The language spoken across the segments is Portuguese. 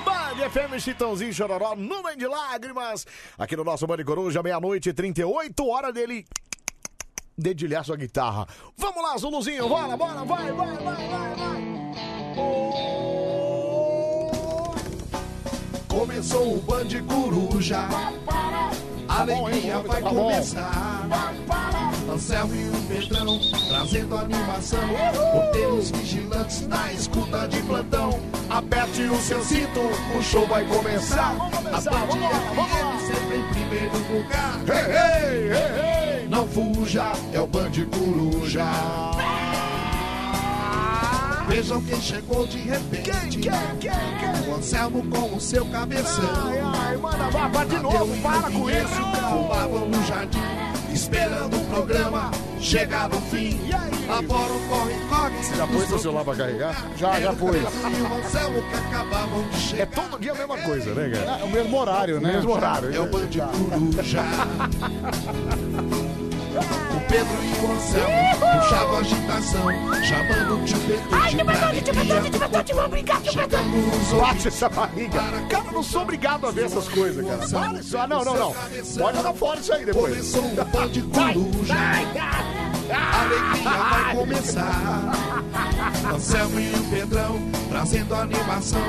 FM, Chitãozinho Chororó, nuvem de lágrimas. Aqui no nosso Bande Coruja, meia-noite e 38, hora dele dedilhar sua guitarra. Vamos lá, Zuluzinho, bora, bora, vai, vai, vai, vai, vai. Ô, Começou o Band Coruja. A alegria vai tá bom. começar. Anselmo e o Pedrão trazendo animação. Porteiros vigilantes na escuta de plantão. Aperte o seu cinto, o show vai começar. A Band FM sempre em primeiro lugar. Hey, hey, hey, hey. Não fuja, é o Band Coruja. Vejam quem chegou de repente. O Anselmo com o seu cabeção. Ai, ai, manda vá de novo, para com isso. Fumavam no jardim, esperando o programa chegar no fim. Agora o corre-corre. Você Já pôs seu celular pra carregar? Já, já pôs. E o Anselmo que acabavam de chegar. É todo dia a mesma coisa, né, cara? É o mesmo horário, né? Mesmo horário. É o Band Coruja. O Pedro assim. e o Anselmo puxavam agitação, chamando o tio Pedro Ai, de tio Bertoldi, tio Bertoldi, tio Bertoldi, vamos brincar, tio Bertoldi. Bate essa barriga. Cara, eu não sou obrigado a ver essas coisas, cara. Para isso. Ah, não, não, não. Pode dar fora isso aí depois. Começou o pão de coruja. A alegria vai começar. Anselmo e o Pedrão trazendo animação.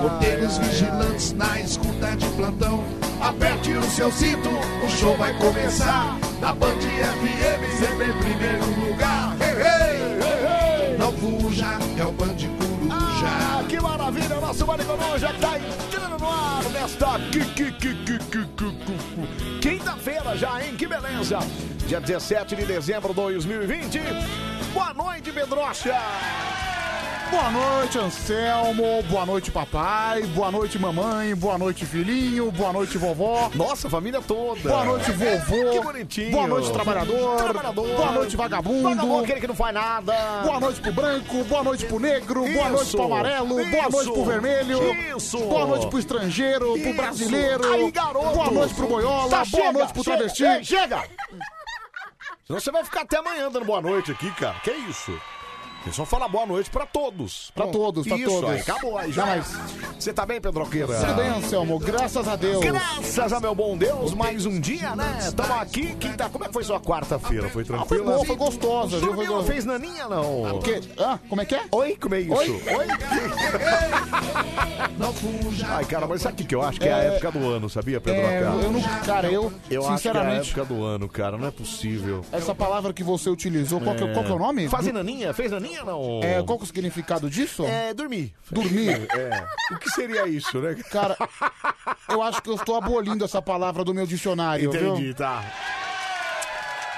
Porteiros vigilantes na escuta de plantão. Aperte o seu cinto, o show vai começar. Na Band FM sempre em primeiro lugar. Hey, hey, hey, hey. Não fuja, é o Band Coruja. Ah, que maravilha, o nosso Maricolão já tá entrando no ar né? nesta qui- qui- qui- qui- qui- qui- qui- quinta-feira já, hein? Que beleza! Dia 17 de dezembro de 2020. Boa noite, Pedrocha! Boa noite, Anselmo. Boa noite, papai. Boa noite, mamãe. Boa noite, filhinho. Boa noite, vovó. Nossa, família toda! É, Boa noite, vovô. Que bonitinho! Boa noite, trabalhador. Trabalhador. Boa noite, vagabundo. Vagabundo, aquele que não faz nada! Boa noite pro branco, boa noite pro negro, boa Isso. noite pro amarelo, boa Isso. noite pro vermelho, Isso. boa noite pro estrangeiro, pro Isso. brasileiro, Aí, garoto. boa noite pro boiola, Tá, boa chega, noite pro chega. travesti. Ei, chega! Senão você vai ficar até amanhã dando boa noite aqui, cara. Que isso? Você só fala boa noite pra todos. Pra todos, pra Isso, todos. Aí, acabou aí já. Já, mas- Você tá bem, Pedroqueira? Tudo bem, Anselmo, graças a Deus. Graças a meu bom Deus, mais um dia, né? Estamos aqui, quinta. Como é que foi sua quarta-feira? Ah, foi Foi tranquila? boa, foi gostosa, viu? Foi Dormiu, não gostosa. fez naninha, não? Porque... Ah, como é que é? Oi, como é isso? Oi? Não fuja. Ai, cara, mas sabe o que que eu acho? Que é a É. época do ano, sabia, Pedro? É, eu não, cara, eu, Eu acho que é a sinceramente, época do ano, cara. Não é possível. essa palavra que você utilizou, qual que é, qual que é o nome? Fazer naninha? Fez naninha, não? É, qual que é o significado disso? É, dormir. Dormir. É. O que seria isso, né? Cara, eu acho que eu estou abolindo essa palavra do meu dicionário, viu? Entendi, tá.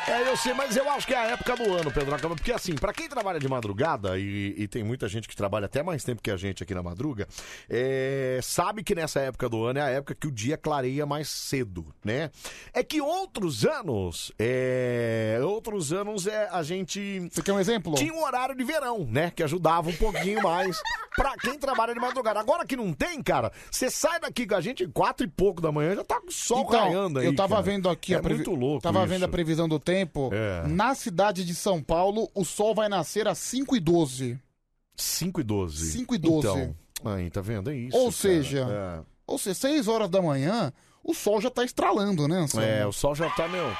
É, eu sei, mas eu acho que é a época do ano, Pedro Acaba, porque assim, pra quem trabalha de madrugada, e, e tem muita gente que trabalha até mais tempo que a gente aqui na madruga, é, sabe que nessa época do ano é a época que o dia clareia mais cedo, né? É que outros anos, é, outros anos é a gente Você quer um exemplo? tinha um horário de verão, né? Que ajudava um pouquinho mais pra quem trabalha de madrugada. Agora que não tem, cara, você sai daqui com a gente quatro e pouco da manhã, já tá com o sol raiando aí. Então, eu tava cara. vendo aqui é a previ- muito louco Tava isso. vendo a previsão do tempo. É. Na cidade de São Paulo, o sol vai nascer às 5 e 12 5 e 12. 5 e 12. Então, aí, tá vendo? É isso. Ou cara. é. seja, Ou seja, 6 horas da manhã, o sol já tá estralando, né, Anselmo? É. É, o sol já tá, meu.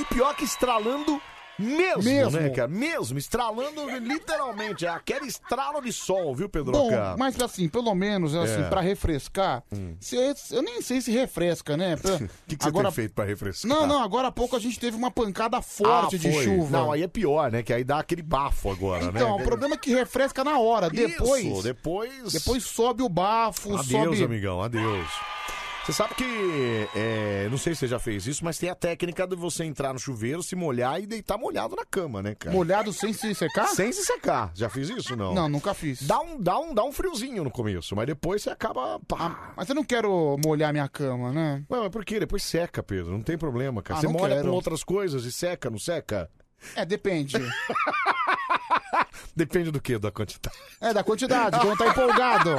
E pior que estralando. Mesmo, Mesmo. né, cara? Mesmo, estralando literalmente. É aquele estralo de sol, viu, Pedro? Bom, mas assim, pelo menos, assim, É. pra refrescar, se- eu nem sei se refresca, né? O que, que você Agora- tem feito pra refrescar? Não, não, agora há pouco a gente teve uma pancada forte Ah, de foi. chuva. Não, aí é pior, né? Que aí dá aquele bafo agora, né? Então, o problema é que refresca na hora, depois. Isso, depois. Depois sobe o bafo, Adeus, sobe. amigão, adeus. Você sabe que. é, não sei se você já fez isso, mas tem a técnica de você entrar no chuveiro, se molhar e deitar molhado na cama, né, cara? Molhado sem se secar? Sem se secar. Já fiz isso? Não. Não, nunca fiz. Dá um, dá, um, dá um friozinho no começo, mas depois você acaba. Pá. Ah, Mas eu não quero molhar minha cama, né? Ué, mas por quê? Depois seca, Pedro. Não tem problema, cara. Ah, você não molha quero. com outras coisas e seca, não seca? É, depende. Depende do que, da quantidade. É da quantidade, quando tá empolgado.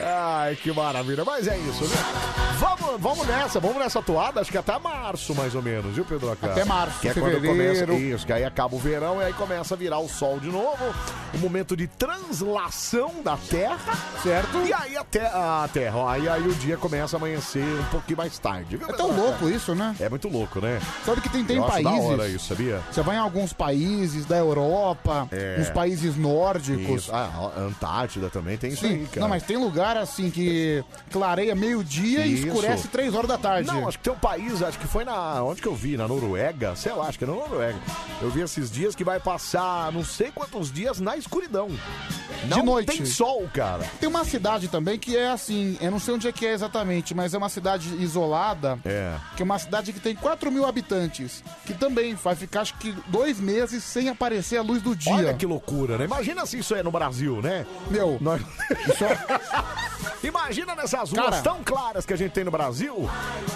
Ai, que maravilha. Mas é isso, né? Vamos, vamos nessa, vamos nessa toada, acho que até março, mais ou menos, viu, Pedro? Até março, que é quando fevereiro. começa. Isso, que aí acaba o verão e aí começa a virar o sol de novo. Um momento de translação da Terra. Certo. E aí a, te a Terra, ó, aí, aí o dia começa a amanhecer um pouquinho mais tarde. Viu, É tão louco isso, né? É muito louco, né? Sabe que tem, tem Eu acho da países. hora isso, sabia? Você vai em alguns países da Europa, É. uns países nórdicos. Isso. Ah, a Antártida também tem isso aí, Sim, cara. não, mas tem lugar assim que clareia meio-dia e Isso. escurece três horas da tarde. Não, acho que tem um país, acho que foi na. Onde que eu vi? Na Noruega? Sei lá, acho que é na Noruega. Eu vi esses dias que vai passar não sei quantos dias na escuridão. Não De noite. tem sol, cara. Tem uma cidade também que é assim, eu não sei onde é que é exatamente, mas é uma cidade isolada, É. que é uma cidade que tem 4 mil habitantes, que também vai ficar acho que dois meses sem aparecer a luz do dia. Olha que loucura, né? Imagina se isso é no Brasil, né? Meu, Nós- Imagina nessas ruas é- Cara. tão claras que a gente tem no Brasil,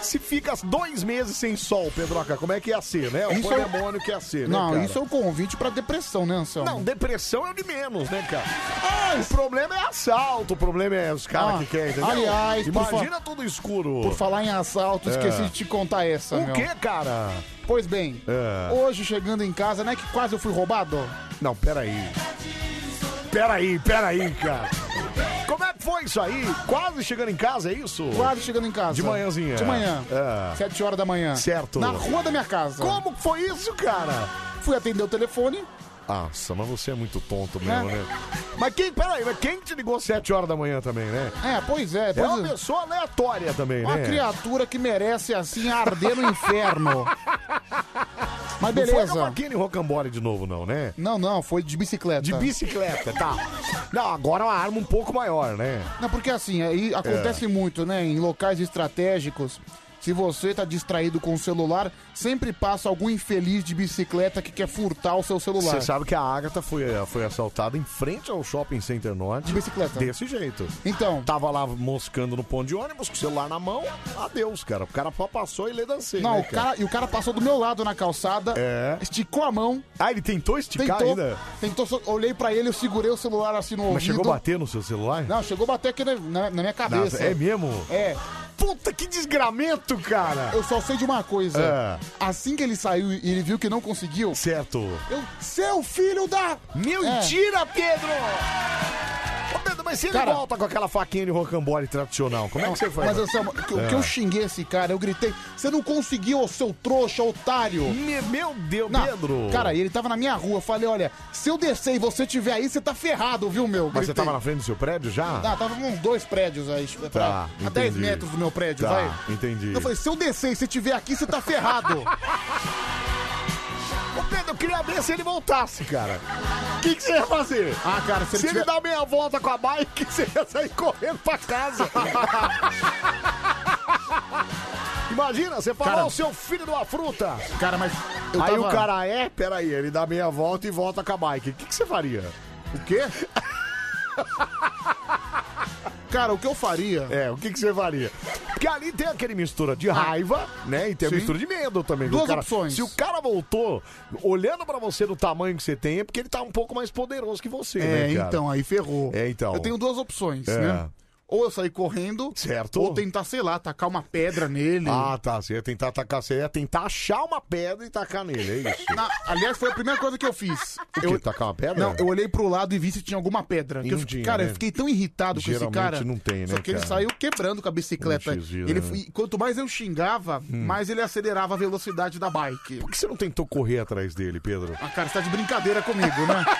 se fica dois meses sem sol, Pedroca, como é que ia ser, né? O Isso é um- pandemônio que ia ser, né, Não, cara? isso é um convite pra depressão, né, Anselmo? Não, depressão é o de menos, né, cara? o problema é assalto, o problema é os caras Ah, que querem, entendeu? aliás, por fa- Imagina tudo escuro. Por falar em assalto, É. esqueci de te contar essa, O meu. quê, cara? Pois bem, É. hoje chegando em casa, né, que quase eu fui roubado? Não, peraí. Peraí, peraí, cara. Como é que foi isso aí? Quase chegando em casa, é isso? Quase chegando em casa. De manhãzinha. De manhã. É. Sete horas da manhã. Certo. Na rua da minha casa. Como que foi isso, cara? Fui atender o telefone, Nossa, mas você é muito tonto mesmo, É. né? Mas quem, peraí, mas quem te ligou 7 horas da manhã também, né? É, pois é. É Pois uma pessoa aleatória também, Uma né? criatura que merece, assim, arder no inferno. Mas Não foi com beleza. aquele rocambole de novo, não, né? Não, não, foi de bicicleta. De bicicleta, tá. Não, agora é uma arma um pouco maior, né? Não, porque assim, É. aí acontece muito, né? Em locais estratégicos, se você tá distraído com o celular, sempre passa algum infeliz de bicicleta que quer furtar o seu celular. Você sabe que a Agatha foi, foi assaltada em frente ao shopping center norte. De bicicleta. Desse jeito. Então, Tava lá moscando no ponto de ônibus, com o celular na mão. Adeus, cara. O cara só passou e lê dancei. não, né, o cara, e o cara passou do meu lado na calçada, É. esticou a mão, Ah, ele tentou esticar tentou, ainda? tentou, so- olhei pra ele, eu segurei o celular assim no Mas ouvido. chegou a bater no seu celular? Não, chegou a bater aqui na, na- na minha Na- cabeça. é mesmo? É, Puta, que desgramento, cara! eu só sei de uma coisa. É. Assim que ele saiu e ele viu que não conseguiu, Certo. eu, seu filho da... Meu, É. tira, Pedro! Ô, Pedro, mas se ele Cara- volta com aquela faquinha de rocambole tradicional, como é que você faz? É. Mas Anselmo, o que, o que eu xinguei esse cara, eu gritei, você não conseguiu, ô seu trouxa, otário! Me- Meu Deus, Não, Pedro! Cara, ele tava na minha rua, eu falei, olha, se eu descer e você tiver aí, você tá ferrado, viu, meu? Mas você Gritei. tava na frente do seu prédio já? Ah, tava com uns dois prédios aí, pra- Tá, a 10 entendi. metros do meu prédio, Tá, vai. entendi. Eu falei, se eu descer e você tiver aqui, você tá ferrado. Ô, Pedro, eu queria ver Tá, se ele voltasse, cara. O que, que você ia fazer? ah, cara, se Se ele tiver... ele dar meia volta com a bike, você ia sair correndo pra casa. Imagina, você falou Cara- o seu filho de uma fruta. Cara, mas eu Aí tava- o cara é, peraí, ele dá meia volta e volta com a bike. O que, que você faria? O quê? Cara, o que eu faria? Ah. É, o que, que você faria? Porque ali tem aquele mistura de raiva, né? E tem a Sim. mistura de medo também. que o Duas cara- opções. Se o cara voltou olhando pra você do tamanho que você tem, é porque ele tá um pouco mais poderoso que você, É, né, cara? então, aí ferrou. É, então. Eu tenho duas opções, É. né? Ou eu sair correndo, Certo. ou tentar, sei lá, tacar uma pedra nele. Ah, tá. Você ia tentar atacar, você ia tentar achar uma pedra e tacar nele, é isso? Na- aliás, foi a primeira coisa que eu fiz. O Eu, quê? Tacar uma pedra? não, eu olhei pro lado e vi se tinha alguma pedra. E Que eu não fi- tinha, cara, né? eu fiquei tão irritado com esse Geralmente cara. não tem, né, Só que ele cara? saiu quebrando com a bicicleta. Um desvio, ele, né? Hum. foi- e quanto mais eu xingava, mais ele acelerava a velocidade da bike. Por que você não tentou correr atrás dele, Pedro? Ah, cara, você tá de brincadeira comigo, né?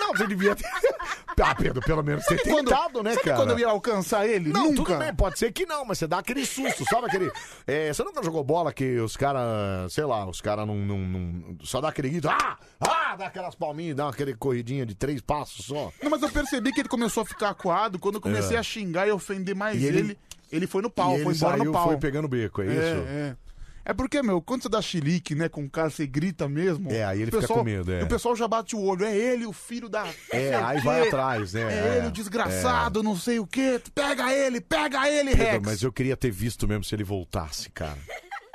Não, você devia ter. Ah, Pedro, pelo menos ter Quando- tentado, né, sabe cara? quando eu ia alcançar ele? Não, Nunca. tudo bem, pode ser que não, mas você dá aquele susto, sabe aquele... É, você nunca jogou bola que os caras, sei lá, os caras não, não- não- Só dá aquele grito, ah, ah, dá aquelas palminhas, dá aquele corridinha de três passos só. Não, mas eu percebi que ele começou a ficar acuado quando eu comecei É. a xingar e ofender mais E ele- ele, ele. foi no pau, e ele foi embora saiu, no pau. foi pegando o beco, é, isso? É, é. É porque, meu, quando você dá chilique, né, com o cara, você grita mesmo. É, aí ele o fica com medo, é. O pessoal já bate o olho, é ele o filho da... não sei É, o aí quê, vai atrás, né? É, ele o desgraçado, não sei o quê. Pega ele, pega ele, Rex. Pedro, mas eu queria ter visto mesmo se ele voltasse, cara.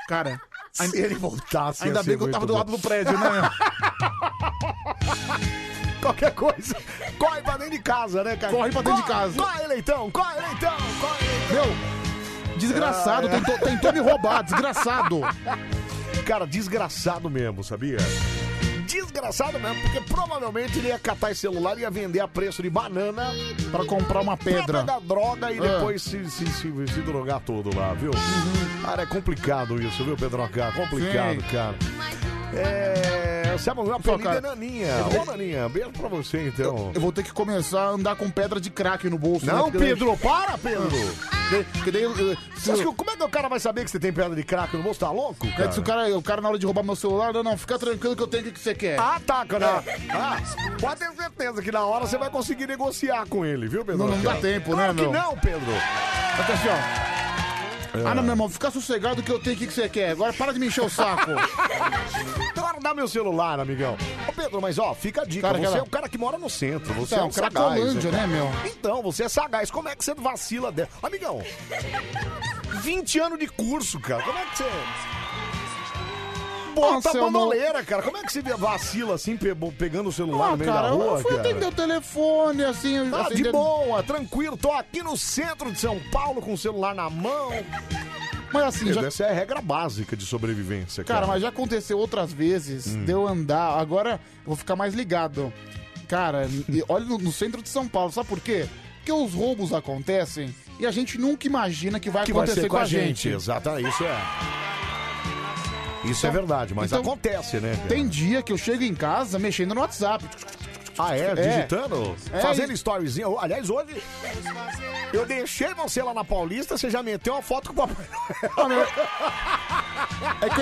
Cara, Se ele voltasse, ia ainda ser bem que eu tava muito do bom. lado do prédio, né? né? qualquer coisa, corre pra dentro de casa, né, cara? Corre pra dentro de casa. Corre, leitão, corre, leitão, corre, leitão. Ah, é. Meu, desgraçado, tentou, tentou me roubar, desgraçado. Cara, desgraçado mesmo, sabia? Desgraçado mesmo, porque provavelmente ele ia catar esse celular e ia vender a preço de banana Pra comprar uma pedra. da droga e Ah. depois se, se, se, se drogar todo lá, viu? Cara, é complicado isso, viu, Pedro? Complicado, Sim. cara. É. Sabe, o meu apelido cara, é Naninha. eu vou- Ô, Naninha, beijo pra você, então. Eu vou ter que começar a andar com pedra de crack no bolso. né? Não, Porque daí- Pedro, para, Pedro! Porque- Porque daí, eh, se, Você acha que- como é que o cara vai saber que você tem pedra de crack no bolso? Tá louco, é que se o, cara? cara, o cara, na hora de roubar meu celular, não, não, fica tranquilo que eu tenho o que você quer. É. Ah, tá, cara. Ah, pode ter certeza que na hora você vai conseguir negociar com ele, viu, Pedro? Não, não dá tempo, Claro né, que meu? Tá não, É. Pedro. Atenção. Ah, não, meu irmão, fica sossegado que eu tenho o que que você quer. Agora para de me encher o saco. Guardar meu celular, amigão. Ô, Pedro, mas ó, fica a dica. Cara, você aquela- é um cara que mora no centro. Você Então, é um sagaz, Cracolândia, cara? né, meu? Então, você é sagaz. Como é que você vacila dela? Amigão, 20 anos de curso, cara. Como é que você... Bota a Anselmo. bandoleira, cara. Como é que você vacila assim, pe- pegando o celular Ah, no meio da cara, rua, eu fui cara? atender o telefone, assim... eu- Ah, de atendendo- boa, tranquilo, tô aqui no centro de São Paulo com o celular na mão. Mas assim, já Essa é a regra básica de sobrevivência, cara. Cara, mas já aconteceu outras vezes deu Hum. de eu andar. Agora eu vou ficar mais ligado. Cara, e olha no, no centro de São Paulo, sabe por quê? Porque os roubos acontecem e a gente nunca imagina que vai que vai acontecer ser com a gente. Exatamente, isso é. Isso é verdade, mas então- acontece, né? cara? Tem dia que eu chego em casa mexendo no WhatsApp. Ah, é? Digitando? É, Fazendo storyzinho. Aliás, hoje eu deixei você lá na Paulista, você já meteu uma foto com o papai. Ah, meu, É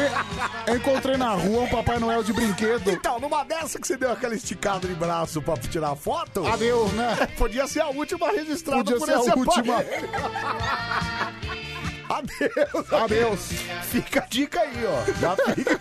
que eu encontrei na rua um Papai Noel de brinquedo. Então, numa dessa que você deu aquela esticada de braço pra tirar foto, Adeus, né? podia ser a última registrada Podia por ser a esse última. aparelho. Adeus. Adeus. Fica a dica aí, ó. Já fica.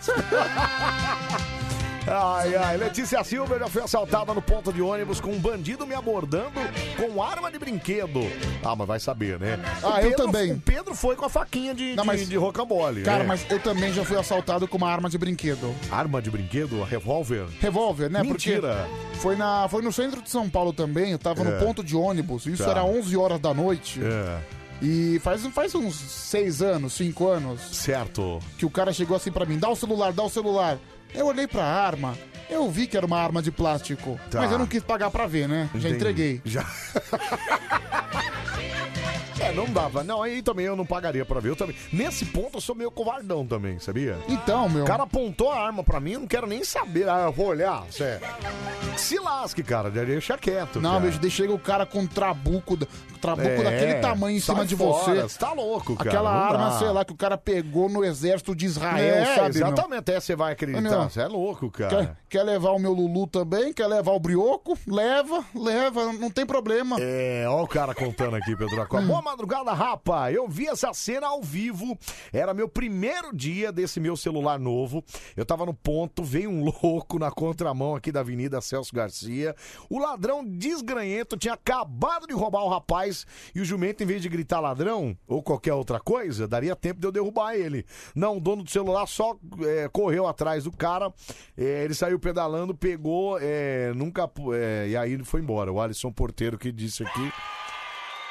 Ai, ai, Letícia Silva já foi assaltada no ponto de ônibus com um bandido me abordando com arma de brinquedo. Ah, mas vai saber, né? Ah, O eu Pedro- também. O Pedro foi com a faquinha de, Não, de, mas- de rocambole. Cara, né? mas eu também já fui assaltado com uma arma de brinquedo. Arma de brinquedo? Revólver? Revólver, né? Ah, Mentira. Porque foi, na, foi no centro de São Paulo também, eu tava É. no ponto de ônibus, isso Tá. era 11 horas da noite. É, E faz, faz uns 6 anos, 5 anos, certo. que o cara chegou assim pra mim, dá o celular, dá o celular. Eu olhei pra arma, eu vi que era uma arma de plástico, Tá. mas eu não quis pagar pra ver, né? Já Entendi. entreguei. Já. é, não dava. Não, aí também eu não pagaria pra ver. Eu também. Nesse ponto eu sou meio covardão também, sabia? Então, meu, O cara apontou a arma pra mim, eu não quero nem saber. Ah, eu vou olhar, sé. Se lasque, cara, deixa quieto. não, cara. meu, daí chega o cara com um trabuco, da- trabuco É, daquele tamanho em sai cima de fora, você. Tá louco, cara. Aquela não arma, dá. sei lá, que o cara pegou no exército de Israel, É, sabe? meu? exatamente, é, você É, vai meu. acreditar. Você é louco, Quer, cara. quer levar o meu Lulu também? Quer levar o Brioco? Leva, leva, não tem problema. Hum, É, ó o cara contando aqui, Pedro Acó. Boa madrugada, rapa. Eu vi essa cena ao vivo. Era meu primeiro dia desse meu celular novo. Eu tava no ponto, veio um louco na contramão aqui da Avenida Celso Garcia. O ladrão desgranhento tinha acabado de roubar o rapaz e o jumento, em vez de gritar ladrão ou qualquer outra coisa, daria tempo de eu derrubar ele. Não, o dono do celular só é, correu atrás do cara. É, ele saiu pedalando, pegou, é, nunca. pu- é, e aí ele foi embora. O Alisson Porteiro que disse aqui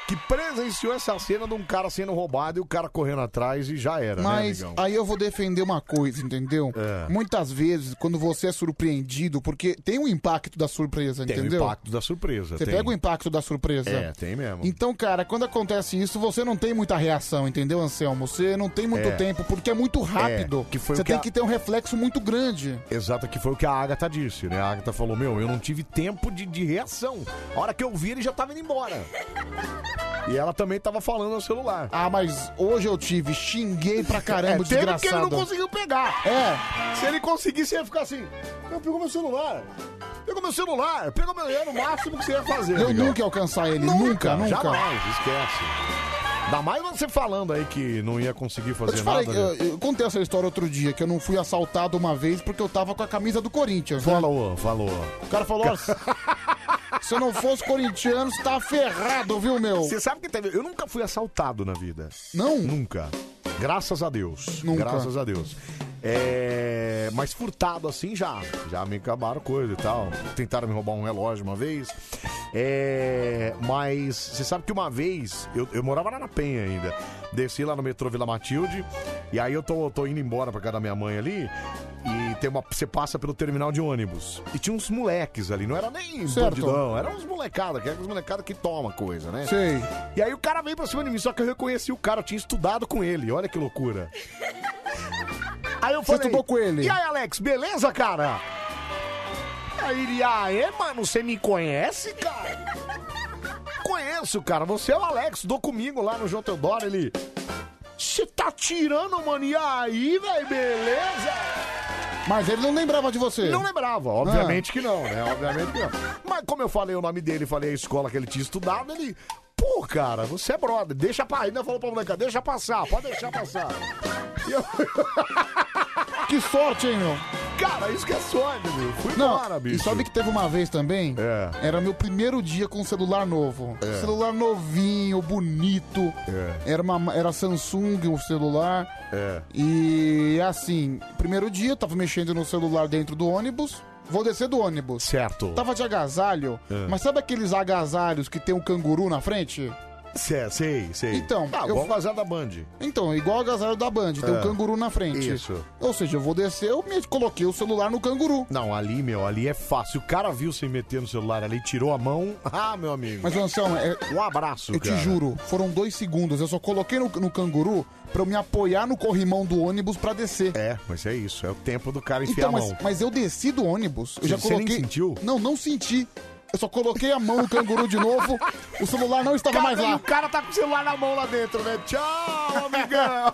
que presenciou essa cena de um cara sendo roubado e o cara correndo atrás e já era, Mas né, amigão? aí eu vou defender uma coisa, entendeu? É. Muitas vezes, quando você é surpreendido, porque tem o impacto da surpresa, Tem entendeu? o impacto da surpresa. Você tem. pega o impacto da surpresa. É, tem mesmo. Então, cara, quando acontece isso, você não tem muita reação, entendeu, Anselmo? Você não tem muito É. tempo, porque é muito rápido. É, que foi o você que tem a- que ter um reflexo muito grande. Exato, que foi o que a Agatha disse, né? A Agatha falou: Meu, eu não tive tempo de, de reação. A hora que eu vi, ele já tava indo embora. E ela também tava falando no celular. Ah, mas hoje eu tive, xinguei pra É, caramba, o tempo que ele não desgraçado. conseguiu pegar. É, Se ele conseguisse, ele ia ficar assim: Não, pegou meu celular. Pegou meu celular. Pegou meu. Era o máximo que você ia fazer. eu amigão. nunca ia alcançar ele, nunca, nunca. Jamais, esquece. Ainda mais você falando aí que não ia conseguir Eu fazer te falei, nada. né? eu, eu contei essa história outro dia, que eu não fui assaltado uma vez porque eu tava com a camisa do Corinthians. né? Falou, falou. O cara falou, "Ó, se se eu não fosse corintiano, você tá ferrado, viu, meu? Você sabe que teve. Eu nunca fui assaltado na vida. Não? Nunca. Graças a Deus. Nunca. Graças a Deus. É, mas furtado assim já. Já me acabaram coisa e tal. Tentaram me roubar um relógio uma vez. É, mas você sabe que uma vez, eu, eu morava lá na Penha ainda. Desci lá no metrô Vila Matilde. E aí eu tô, tô indo embora pra casa da minha mãe ali. E tem uma, você passa pelo terminal de ônibus. E tinha uns moleques ali, não era nem Certo. bandidão, era uns molecada, que era uns molecada que toma coisa, né? Sei. E aí o cara veio pra cima de mim, só que eu reconheci o cara, eu tinha estudado com ele, olha que loucura. Aí eu Você falei. estudou com ele? E aí, Alex, beleza, cara? Aí ele, ah, é, mano, você me conhece, cara? Conheço, cara, você é o Alex, estudou comigo lá no João Teodoro, ele. Você tá tirando, mano, e aí, velho, beleza? Mas ele não lembrava de você. Ah. Não lembrava, obviamente que não, né? Obviamente que não. Mas como eu falei o nome dele, falei a escola que ele tinha estudado, ele. Pô, cara, você é brother, deixa pra. Ainda falou pra moleca, deixa passar, pode deixar passar. E eu- Que sorte, hein, meu? Cara, isso que é sorte, meu. Fui Não, embora, bicho. e sabe que teve uma vez também? Era meu primeiro dia com um celular novo. É. Celular novinho, bonito. Era, uma, era Samsung o celular. É. E assim, primeiro dia, eu tava mexendo no celular dentro do ônibus. Vou descer do ônibus. Certo. Tava de agasalho, É. mas sabe aqueles agasalhos que tem um canguru na frente? Cê, é, sei, sei. Então, ah, eu- eu vou vazar da Band. Então, igual o agasalho da Band, tem É. um canguru na frente. Isso. Ou seja, eu vou descer, eu me coloquei o celular no canguru. Não, ali, meu, ali é fácil. O cara viu você meter no celular ali, tirou a mão. Ah, meu amigo. Mas, Anselmo, é- um abraço, Eu cara. te juro, foram dois segundos. Eu só coloquei no, no canguru pra eu me apoiar no corrimão do ônibus pra descer. É, mas é isso. É o tempo do cara enfiar Então, a mão. mas, mas eu desci do ônibus. Eu Você- já você nem coloquei. sentiu? Não, não senti. Eu só coloquei a mão no canguru de novo. O celular não estava mais lá. o cara tá com o celular na mão lá dentro, né? Tchau, amigão!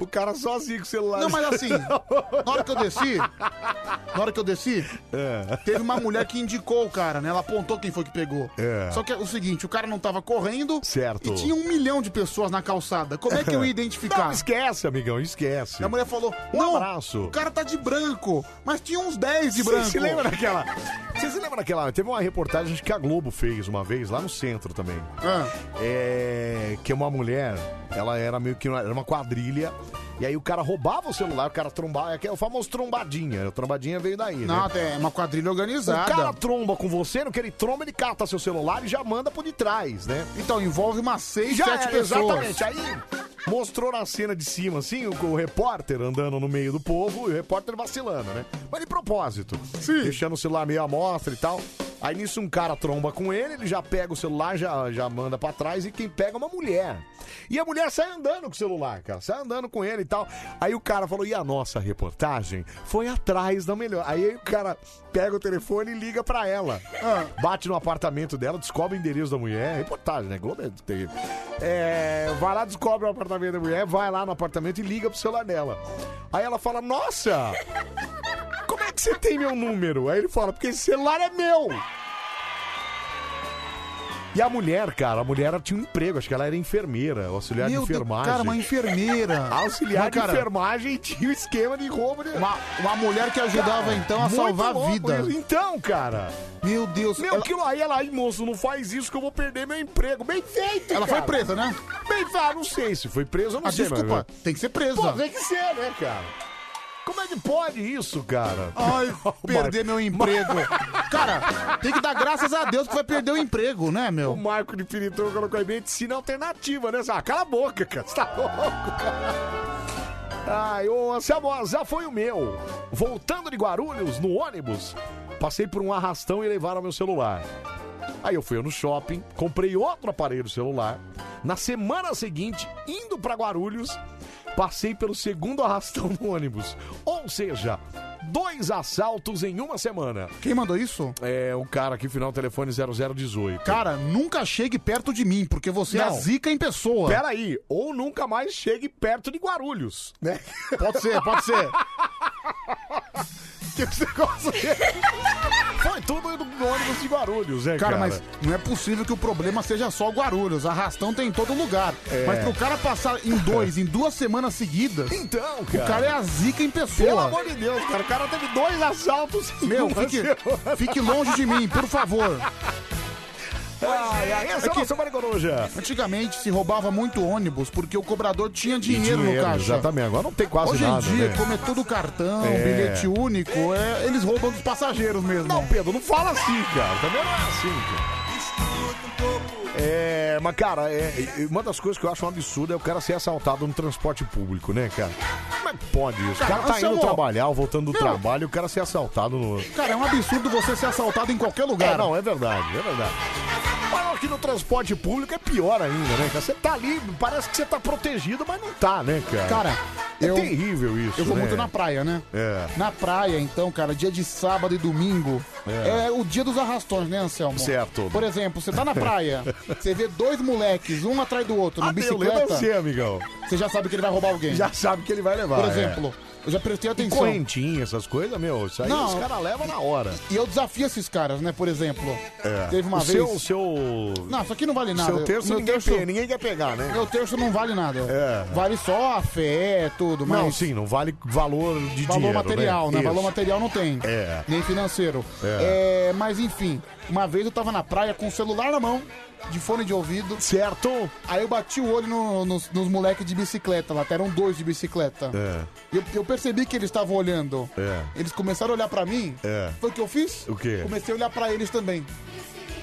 o cara sozinho com o celular. Não, mas assim, na hora que eu desci, na hora que eu desci, É. teve uma mulher que indicou o cara, né? Ela apontou quem foi que pegou. É. Só que é o seguinte, o cara não tava correndo Certo. e tinha um milhão de pessoas na calçada. Como é que eu ia identificar? Não, esquece, amigão, esquece. E a mulher falou: Um não, abraço." o cara tá de branco, mas tinha uns 10 de Você branco. se lembra daquela? Você se lembra daquela? Teve uma reportagem que a Globo fez uma vez, lá no centro também. Ah. É, que uma mulher, ela era meio que uma, era uma quadrilha. E aí o cara roubava o celular, o cara trombava. É o famoso trombadinha. A trombadinha veio daí, né? Não, é uma quadrilha organizada. O cara tromba com você, no que ele tromba, ele cata seu celular e já manda por detrás, né? Então, envolve umas seis, sete era, pessoas. Exatamente. Aí mostrou na cena de cima, assim, o, o repórter andando no meio do povo e o repórter vacilando, né? Mas de propósito. Deixando o celular meio à mostra e tal. Aí nisso um cara tromba com ele, ele já pega o celular, já, já manda pra trás e quem pega é uma mulher. E a mulher sai andando com o celular, cara, sai andando com ele e tal. Aí o cara falou: e a nossa reportagem foi atrás da melhor. Aí o cara pega o telefone e liga pra ela. Ah. Bate no apartamento dela, descobre o endereço da mulher. Reportagem, né? Globo é terrível. É, vai lá, descobre o apartamento da mulher, vai lá no apartamento e liga pro celular dela. Aí ela fala: nossa! Como é que você tem meu número? Aí ele fala, porque esse celular é meu. E a mulher, cara, a mulher ela tinha um emprego, acho que ela era enfermeira, auxiliar Meu de Deus, enfermagem. cara, uma enfermeira. Auxiliar Mas, cara, de enfermagem e tinha o esquema de roubo. Né? Uma, uma mulher que ajudava, então, a muito salvar louco vidas. isso. Então, cara. Meu Deus. Meu, aquilo aí, ela aí, moço, não faz isso que eu vou perder meu emprego. Bem feito, Ela cara. foi presa, né? Bem, ah, não sei se foi presa ou não Ah, sei. desculpa, mas... tem que ser presa. Pô, tem que ser, né, cara? Como é que pode isso, cara? Ai, perder meu emprego. Cara, tem que dar graças a Deus que vai perder o emprego, né, O meu? Marco de Pirituba colocou aí medicina alternativa, né? Ah, cala a boca, cara. Você tá louco, cara. Ai, ô Anselmo, já foi o meu. Voltando de Guarulhos, no ônibus, passei por um arrastão e levaram meu celular. Aí eu fui no shopping, comprei outro aparelho celular. Na semana seguinte, indo pra Guarulhos, passei pelo segundo arrastão no ônibus. Ou seja, dois assaltos em uma semana. Quem mandou isso? É, um cara aqui, final telefone 0018. Cara, nunca chegue perto de mim, porque você é a Não. zica em pessoa. Peraí, ou nunca mais chegue perto de Guarulhos, né? Pode ser, pode ser. Que esse negócio aí Foi tudo no ônibus de Guarulhos, né, Cara, cara? mas não é possível que o problema seja só Guarulhos. Arrastão tem em todo lugar. É. Mas pro cara passar em dois, em duas semanas seguidas, Então, o cara... cara é a zica em pessoa. Pelo amor de Deus, cara, o cara teve dois assaltos em Meu, uma fique, semana. fique longe de mim, por favor. Ai, ai, essa é a nossa Coruja. Antigamente se roubava muito ônibus porque o cobrador tinha E dinheiro, dinheiro, no caixa. exatamente. Agora não tem quase Hoje nada, em dia, né? como é tudo cartão, É. bilhete único, é, eles roubam dos passageiros mesmo. Não, Pedro, não fala assim, cara. Também não é assim, cara. É, mas cara, é, é, uma das coisas que eu acho um absurdo é o cara ser assaltado no transporte público, né, cara? Como é que pode isso? O Cara, é cara tá indo Anselmo, trabalhar, ou voltando do meu- trabalho, e o cara ser assaltado no. Cara, é um absurdo você ser assaltado em qualquer lugar. É, não, é verdade, é verdade. Mas eu acho que no transporte público é pior ainda, né, cara? Você tá ali, parece que você tá protegido, mas não tá, né, cara? Cara, é eu- terrível isso. Eu vou né? muito na praia, né? É. Na praia, então, cara, dia de sábado e domingo É. é, o dia dos arrastões, né, Anselmo? Certo. Por exemplo, você tá na praia, você vê dois moleques, um atrás do outro, na Ah, eu lembro bicicleta, você, amigão. você já sabe que ele vai roubar alguém. Já sabe que ele vai levar. Por é. exemplo, eu já prestei E atenção. correntinha, essas coisas, meu, isso aí Não. os caras levam na hora. E eu desafio esses caras, né? Por exemplo, É. teve uma o vez. Seu, o seu... Não, isso aqui não vale nada. Seu terço Meu ninguém, terço- é. pe- ninguém quer pegar, né? Meu terço não vale nada. É. Vale só a fé, tudo, mas. Não, sim, não vale valor de Valor dinheiro, material, né? Isso. Valor material não tem. É. Nem financeiro. É. É, mas enfim, uma vez eu tava na praia com o celular na mão, de fone de ouvido. Certo? Aí eu bati o olho no- nos, nos moleques de bicicleta lá, até eram dois de bicicleta. É, E Eu, eu percebi que eles estavam olhando. é, Eles começaram a olhar pra mim. é. Foi o que eu fiz? O quê? Comecei a olhar pra eles também.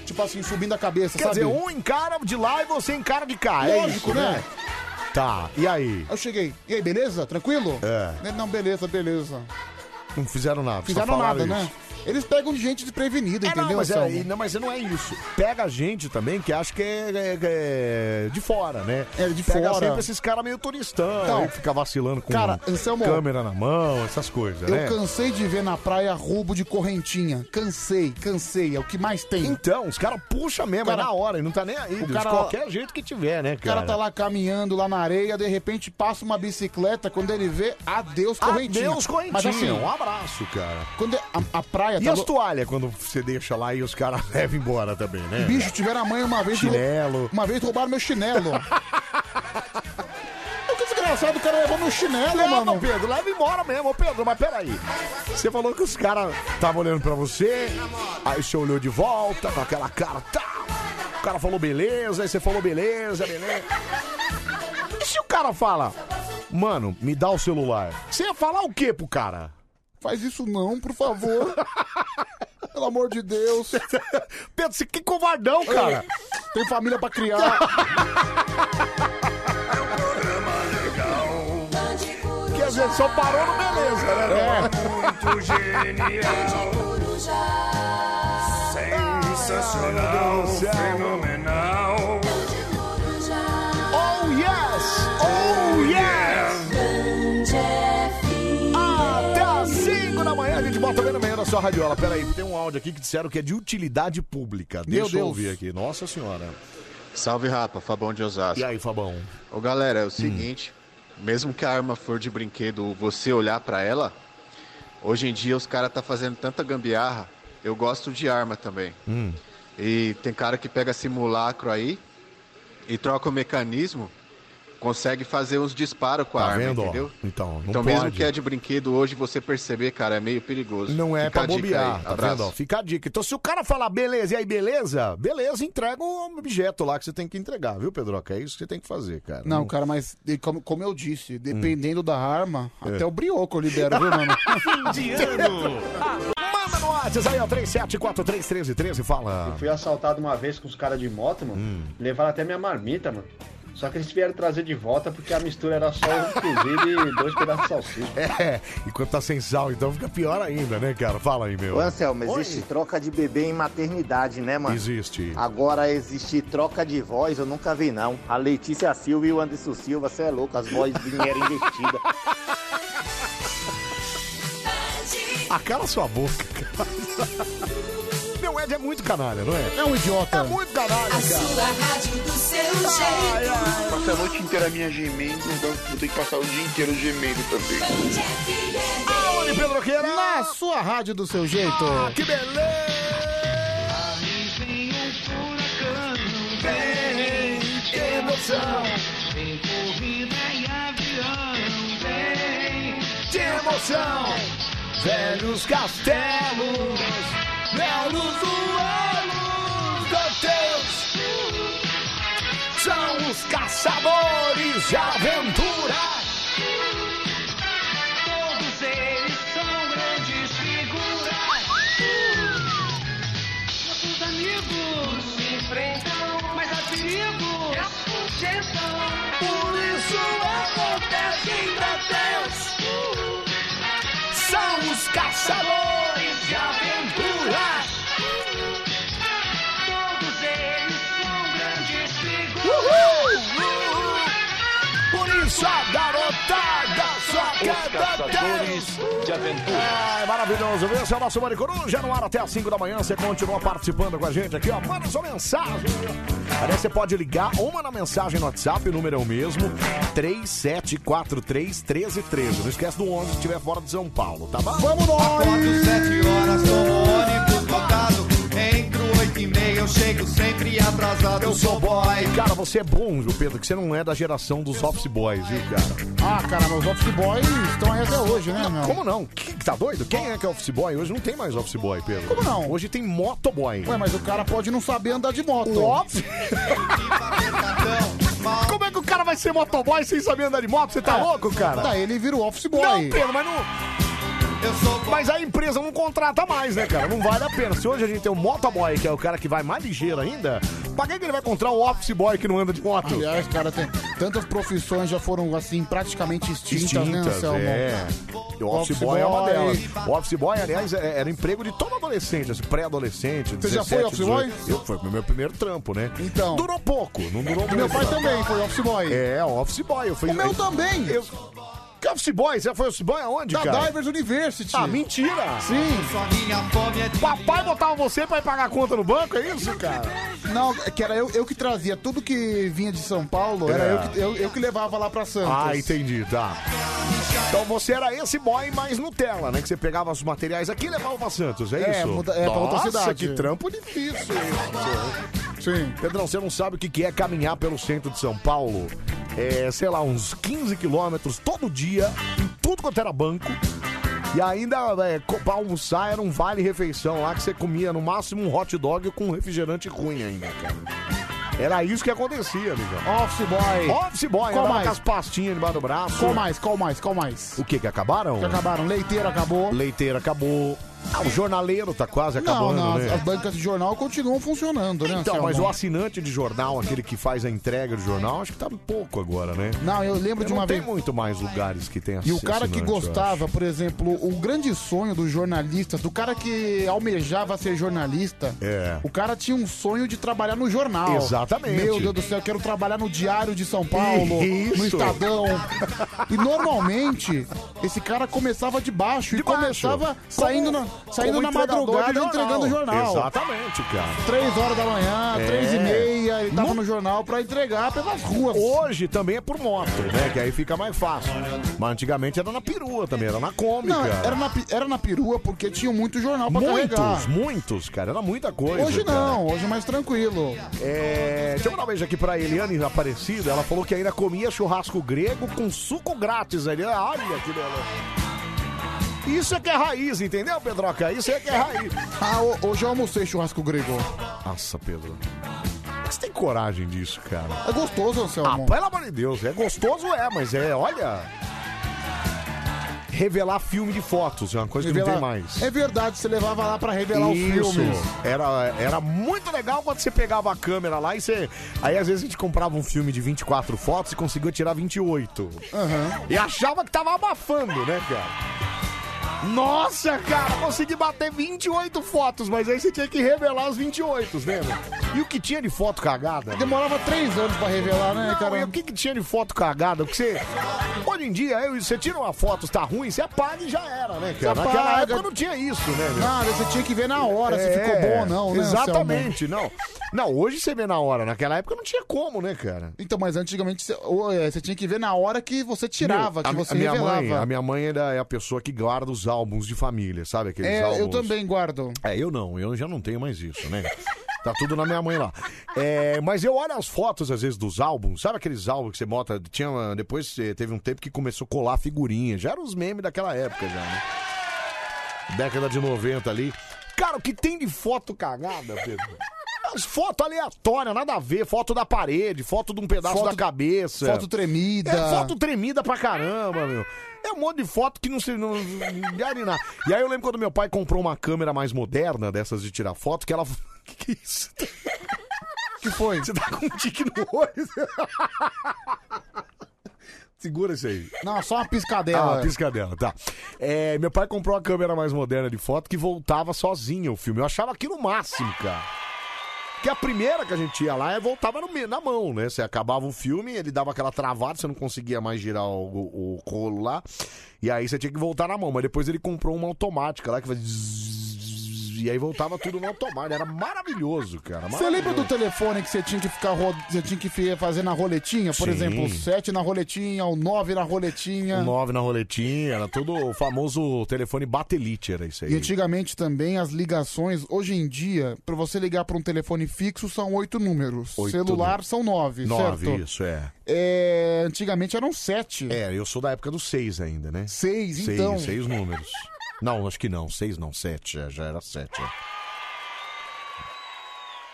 Tipo assim, subindo a cabeça, Quer sabe? dizer, um encara de lá e você encara de cá. é Lógico, isso, né? Tá, e aí? Aí eu cheguei. E aí, beleza? Tranquilo? É. Ele, né? Não, beleza, beleza. Não fizeram nada. Ah, só Fizeram nada, falaram né? isso. Eles pegam de gente desprevenida, É, entendeu? não, mas é, Anselmo? e não, mas não é isso. Pega a gente também que acha que é, é- é de fora, né? É, de Pega fora. sempre esses caras meio turistão, Então, aí que fica vacilando com cara, Anselmo, câmera na mão, essas coisas, né? Eu cansei de ver na praia roubo de correntinha. Cansei, cansei. É o que mais tem. Então, os caras puxam mesmo, Cara, é na hora, e não tá nem aí, de cara- qualquer jeito que tiver, né, o cara cara? tá lá caminhando, lá na areia, de repente passa uma bicicleta, quando ele vê, adeus correntinha. Adeus, correntinha. Mas assim, um abraço, cara. quando a, a praia E tá... as lo- toalhas, quando você deixa lá e os caras levam embora também, né? Bicho, tiveram a mãe uma vez... que- Chinelo. Uma vez roubaram meu chinelo. O que desgraçado, o cara levou meu chinelo, Leva, mano. Pedro, leva embora mesmo, Ô, Pedro, mas peraí. Você falou que os caras estavam olhando pra você, aí você olhou de volta com aquela cara, tá? O cara falou beleza, aí você falou beleza, beleza. E se o cara fala, mano, me dá o celular? Você ia falar o quê pro cara? Faz isso não, por favor. Pelo amor de Deus. É. Pedro, você que covardão, cara. Tem família pra criar. Porque às vezes só parou no beleza, né? É. Muito genial, sensacional, fenomenal. Oh yes! Oh yes! Até às 5 da manhã, a gente bota bem na manhã da sua radiola. Pera aí, tem um áudio aqui que disseram que é de utilidade pública. Deixa eu Deus. ouvir aqui. Nossa senhora. Salve Rapa, Fabão de E Osasco. aí, Fabão? Hum. Ô galera, é o seguinte, mesmo que a arma for de brinquedo, você olhar pra ela, hoje em dia os caras tá fazendo tanta gambiarra, eu gosto de arma também. E tem cara que pega simulacro aí e troca o mecanismo, consegue fazer uns disparos com a Tá arma, vendo, ó? entendeu? Então, não então pode. mesmo que é de brinquedo hoje, você perceber, cara, é meio perigoso. Não é Fica pra a dica bobear, aí. tá Abraço. vendo? ó? Fica a dica. Então, se o cara falar beleza, e aí beleza, beleza, entrega o objeto lá que você tem que entregar, viu, Pedroca? É isso que você tem que fazer, cara. Hum. Não, cara, mas e como, como eu disse, dependendo da arma, É. até o brioco eu libero, viu, mano? Manda no WhatsApp Ah, aí, ó, 37431313, fala. Hum. Fui assaltado uma vez com os caras de moto, mano. Levaram até minha marmita, mano. Só que eles vieram trazer de volta porque a mistura era só um cozido e dois pedaços de salsicha. É, e quando tá sem sal, então fica pior ainda, né, cara? Fala aí, meu. Ô Anselmo, Oi. existe troca de bebê em maternidade, né, mano? Existe. Agora existe troca de voz, eu nunca vi não. A Letícia Silva e o Anderson Silva, você é louco, as vozes eram invertidas. Ah, cala sua boca, cara. Meu Ed é muito canalha, não é? É um idiota. É muito canalha, cara. Sua rádio do seu jeito. Passei a noite inteira minha gemendo, agora vou ter que passar o dia inteiro gemendo também. Band FM. Aonde, Pedro Queira? Na sua rádio do seu jeito. Ah, que beleza! De emoção, velhos castelos, belos duelos do teu Sabores de aventura. Todos eles são grandes figuras. Nossos amigos se enfrentam, mas há perigos que gestam. Por isso acontece em Brateus. São os caçadores de aventuras. Todos eles são grandes figuras. Por isso a garotada só canta Deus. de aventura. Ai, maravilhoso. Esse é o nosso Mane Coruja no ar até às 5 da manhã. Você continua participando com a gente aqui, ó. Manda sua mensagem. Aliás, você pode ligar ou mandar mensagem no WhatsApp, o número é o mesmo: 3743 1313. Não esquece do 11 se estiver fora de São Paulo, tá bom? Vamos nós! Sete horas tomo ônibus lotado. Entre oito e meia eu chego sempre atrasado. Eu sou boy. Cara, você é bom, viu, Pedro? Que você não é da geração dos Office Boys, viu, cara? Ah, cara, mas os office boys estão aí até hoje, né, meu? Como não? Que, que tá doido? Quem é que é Office Boy? Hoje não tem mais Office Boy, Pedro. Como não? Hoje tem Motoboy. Ué, mas o cara pode não saber andar de moto. O Office? Como é que o cara vai ser motoboy sem saber andar de moto? Você tá louco, cara? Daí É. ele vira o office Não, boy. Pedro, mas não. Mas a empresa não contrata mais, né, cara? Não vale a pena. Se hoje a gente tem o motoboy, que é o cara que vai mais ligeiro ainda, pra que que ele vai contratar o office boy que não anda de moto? Aliás, cara, tem tantas profissões já foram, assim, praticamente extintas, né, Distintas, Anselmo? é. O office Office boy é uma boy. delas. O office boy, aliás, é- era emprego de todo adolescente, assim, pré-adolescente. Você já 17, foi office boy? 18. Eu fui pro meu primeiro trampo, né? Então. Durou pouco, não durou muito. Meu pai também foi office boy. É, office boy. Eu fui, O meu também. Eu... Que office boy? Você foi office boy aonde, Da cara? Divers University. Ah, mentira! Sim. Papai botava você pra ir pagar a conta no banco, é isso, cara? Não, que era eu, eu que trazia tudo que vinha de São Paulo, era É. eu, que, eu, eu que levava lá pra Santos. Ah, entendi, tá. Então você era esse boy mais Nutella, né? Que você pegava os materiais aqui e levava pra Santos, é, É, isso? muda- é, pra outra Nossa, cidade. que trampo difícil. Sim. Pedrão, você não sabe o que que é caminhar pelo centro de São Paulo? É, sei lá, uns 15 quilômetros todo dia, em tudo quanto era banco. E ainda, é, co- pra almoçar, era um vale-refeição lá que você comia no máximo um hot dog com um refrigerante ruim ainda, cara. Era isso que acontecia, amigão. Office boy. Office boy, Qual andava mais? com as pastinhas debaixo do braço. Qual mais, qual mais, qual mais? O que que acabaram? Que acabaram, leiteiro acabou. Leiteira acabou. Ah, o jornaleiro tá quase não, acabando, não, né? as bancas de jornal continuam funcionando, né, Então, Anselmo? mas o assinante de jornal, aquele que faz a entrega do jornal, acho que tá pouco agora, né? Não, eu lembro de Não uma tem vez... muito mais lugares que tem E o cara que assinante, eu acho. gostava, por exemplo, o grande sonho dos jornalistas, do cara que almejava ser jornalista, É. o cara tinha um sonho de trabalhar no jornal. Exatamente. Meu Deus do céu, eu quero trabalhar no Diário de São Paulo, Isso. no Estadão. E normalmente, esse cara começava de baixo e De baixo. começava saindo na, Como- saindo como na entregador madrugada de entregando o jornal. Exatamente, cara. Três horas da manhã, É. três e meia, ele tava no jornal pra entregar pelas ruas. Hoje também é por moto, né? Que aí fica mais fácil. Mas antigamente era na perua também, era na cômica. Não, era na, pi- era na perua porque tinha muito jornal pra Muitos, carregar. muitos, cara. Era muita coisa. Hoje cara. não, hoje é mais tranquilo. É, deixa eu mandar um beijo aqui pra Eliane Aparecida. Ela falou que ainda comia churrasco grego com suco grátis. Eliane, olha que beleza. Isso é que é raiz, entendeu, Pedroca? Isso é que é raiz. Ah, ho- hoje eu almocei churrasco grego. Nossa, Pedro. Você tem coragem disso, cara? É gostoso, Ah, Anselmo. pelo amor de Deus. É gostoso, é, mas é, olha. Revelar filme de fotos é uma coisa que não tem mais. É verdade, você levava lá pra revelar os Isso. filmes. Era, era muito legal quando você pegava a câmera lá e você. Aí às vezes a gente comprava um filme de 24 fotos e conseguia tirar 28. Aham. E achava que tava abafando, né, cara? Nossa, cara, consegui bater 28 fotos, mas aí você tinha que revelar os 28, né? meu? E o que tinha de foto cagada? meu? Demorava três anos pra revelar, né, Não, cara? e o que, que tinha de foto cagada? Porque você. Hoje em dia, eu- você tira uma foto, tá ruim, você apaga e já era, né, cara? Você Naquela apaga. época não tinha isso, né, meu? Nada, você tinha que ver na hora se É, ficou bom ou não, né? Anselmo? Exatamente, não. Não, hoje você vê na hora. Naquela época não tinha como, né, cara? Então, mas antigamente você, ou, é, você tinha que ver na hora que você tirava, Meu, que a, você a minha revelava. mãe, a minha mãe ainda é a pessoa que guarda os álbuns de família, sabe aqueles álbuns? É, eu também guardo. É, eu não, eu já não tenho mais isso, né? Tá tudo na minha mãe lá. É, mas eu olho as fotos, às vezes, dos álbuns. Sabe aqueles álbuns que você bota? Tinha, uma- depois eh, teve um tempo que começou a colar figurinha. Já eram os memes daquela época, já, né? Década de 90 ali. Cara, o que tem de foto cagada, Pedro? Mas foto aleatória, nada a ver. Foto da parede, foto de um pedaço Foto- da cabeça. foto tremida. É, foto tremida pra caramba, meu. É um monte de foto que não se. Não, não dá nem nada. E aí eu lembro quando meu pai comprou uma câmera mais moderna, dessas de tirar foto, que ela. Que, que isso? que foi? Você tá com um tique no olho. Segura isso aí. Não, só uma Ah, piscadela. a piscadela, tá. É, meu pai comprou uma câmera mais moderna de foto que voltava sozinha o filme. Eu achava aquilo o máximo, cara. Que a primeira que a gente ia lá é voltava no, me- na mão, né? Você acabava o filme, ele dava aquela travada, você não conseguia mais girar o, o, o rolo lá. E aí você tinha que voltar na mão. Mas depois ele comprou uma automática lá que fazia. zzzz, E aí voltava tudo no automático. Era maravilhoso, cara. Você lembra do maravilhoso. telefone que você tinha que ficar ro... você tinha que fi- fazer na roletinha? Por Sim. exemplo, o 7 na roletinha, o 9 na roletinha. O 9 na roletinha, era todo o famoso telefone batelite, era isso aí. E antigamente também as ligações, hoje em dia, pra você ligar pra um telefone fixo são oito números. Oito Celular números. são nove, Nove, certo? isso, é. É, antigamente eram sete. É, eu sou da época dos seis ainda, né? Seis, então. Seis, seis números. Não, acho que não. Seis não, sete. Já, já era sete. é.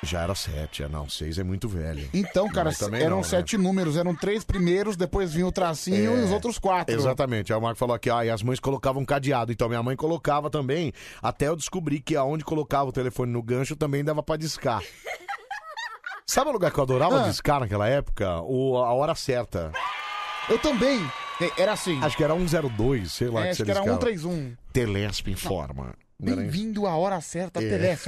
Já era sete, é, não. Seis é muito velho. Então, cara, Mas também eram não, né? sete números, eram três primeiros, depois vinha o tracinho É, e os outros quatro. Exatamente. Aí o Marco falou aqui, ah, e as mães colocavam cadeado. Então minha mãe colocava também, até eu descobri que aonde colocava o telefone no gancho também dava pra discar. Sabe o lugar que eu adorava Ah. discar naquela época? O, a hora certa. Eu também. Era assim. Acho que É, era 102, sei lá. É, que um acho você que era discava. 131. Telesp informa. Não era isso? Bem-vindo à hora certa, É. Telesp.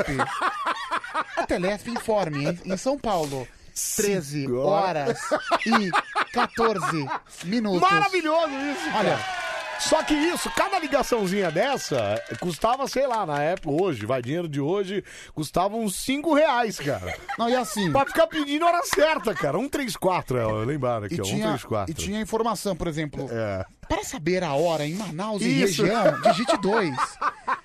A Telesp informe, em- em São Paulo, 13 Cinco horas. horas e 14 minutos. Maravilhoso isso, cara. Olha. Só que isso, cada ligaçãozinha dessa custava, sei lá, na época, hoje, vai, dinheiro de hoje, custava uns 5 reais, cara. Não, e assim. Pra ficar pedindo hora certa, cara. 134, é, ó, lembraram aqui, E ó. tinha, e 134. tinha informação, por exemplo. É. Para saber a hora em Manaus e Isso. região, digite 2.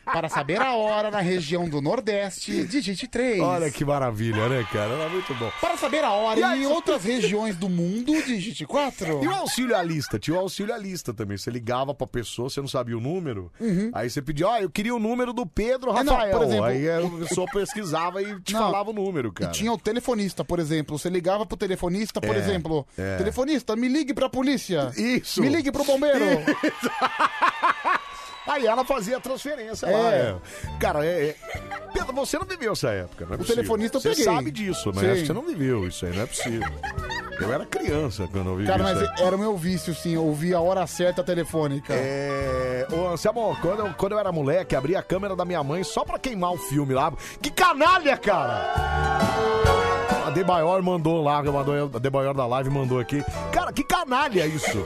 Para saber a hora na região do Nordeste, digite 3. Olha que maravilha, né, cara? Era muito bom. É Para saber a E hora aí, em só- outras regiões do mundo, digite 4. E o auxílio à lista? Tinha o auxílio à lista também. Você ligava pra pessoa, você não sabia o número. Aí você pedia, ó, eu queria o número do Pedro Uhum. É, não, Rafael. por exemplo, aí a pessoa pesquisava e te Não. falava o número, E cara. tinha o telefonista, por exemplo. Você ligava pro telefonista, por É, exemplo. é. Telefonista, me ligue pra polícia. Isso. Me ligue pro bombeiro. Aí ela fazia a transferência lá. É. é. Cara, é, é- Pedro, você não viveu essa época, não é O possível. telefonista eu você peguei. sabe disso, mas Sim. acho que você não viveu isso aí, não é possível. Eu era criança quando eu vivi Cara, isso mas aí. era o meu vício, sim. Eu ouvia a hora certa telefônica. É, ô Anselmo, quando eu, quando eu era moleque, abria a câmera da minha mãe só pra queimar o filme lá. Que canalha, cara! A Debaior mandou lá, mandou- a Debaior da live mandou aqui. Cara, que canalha isso!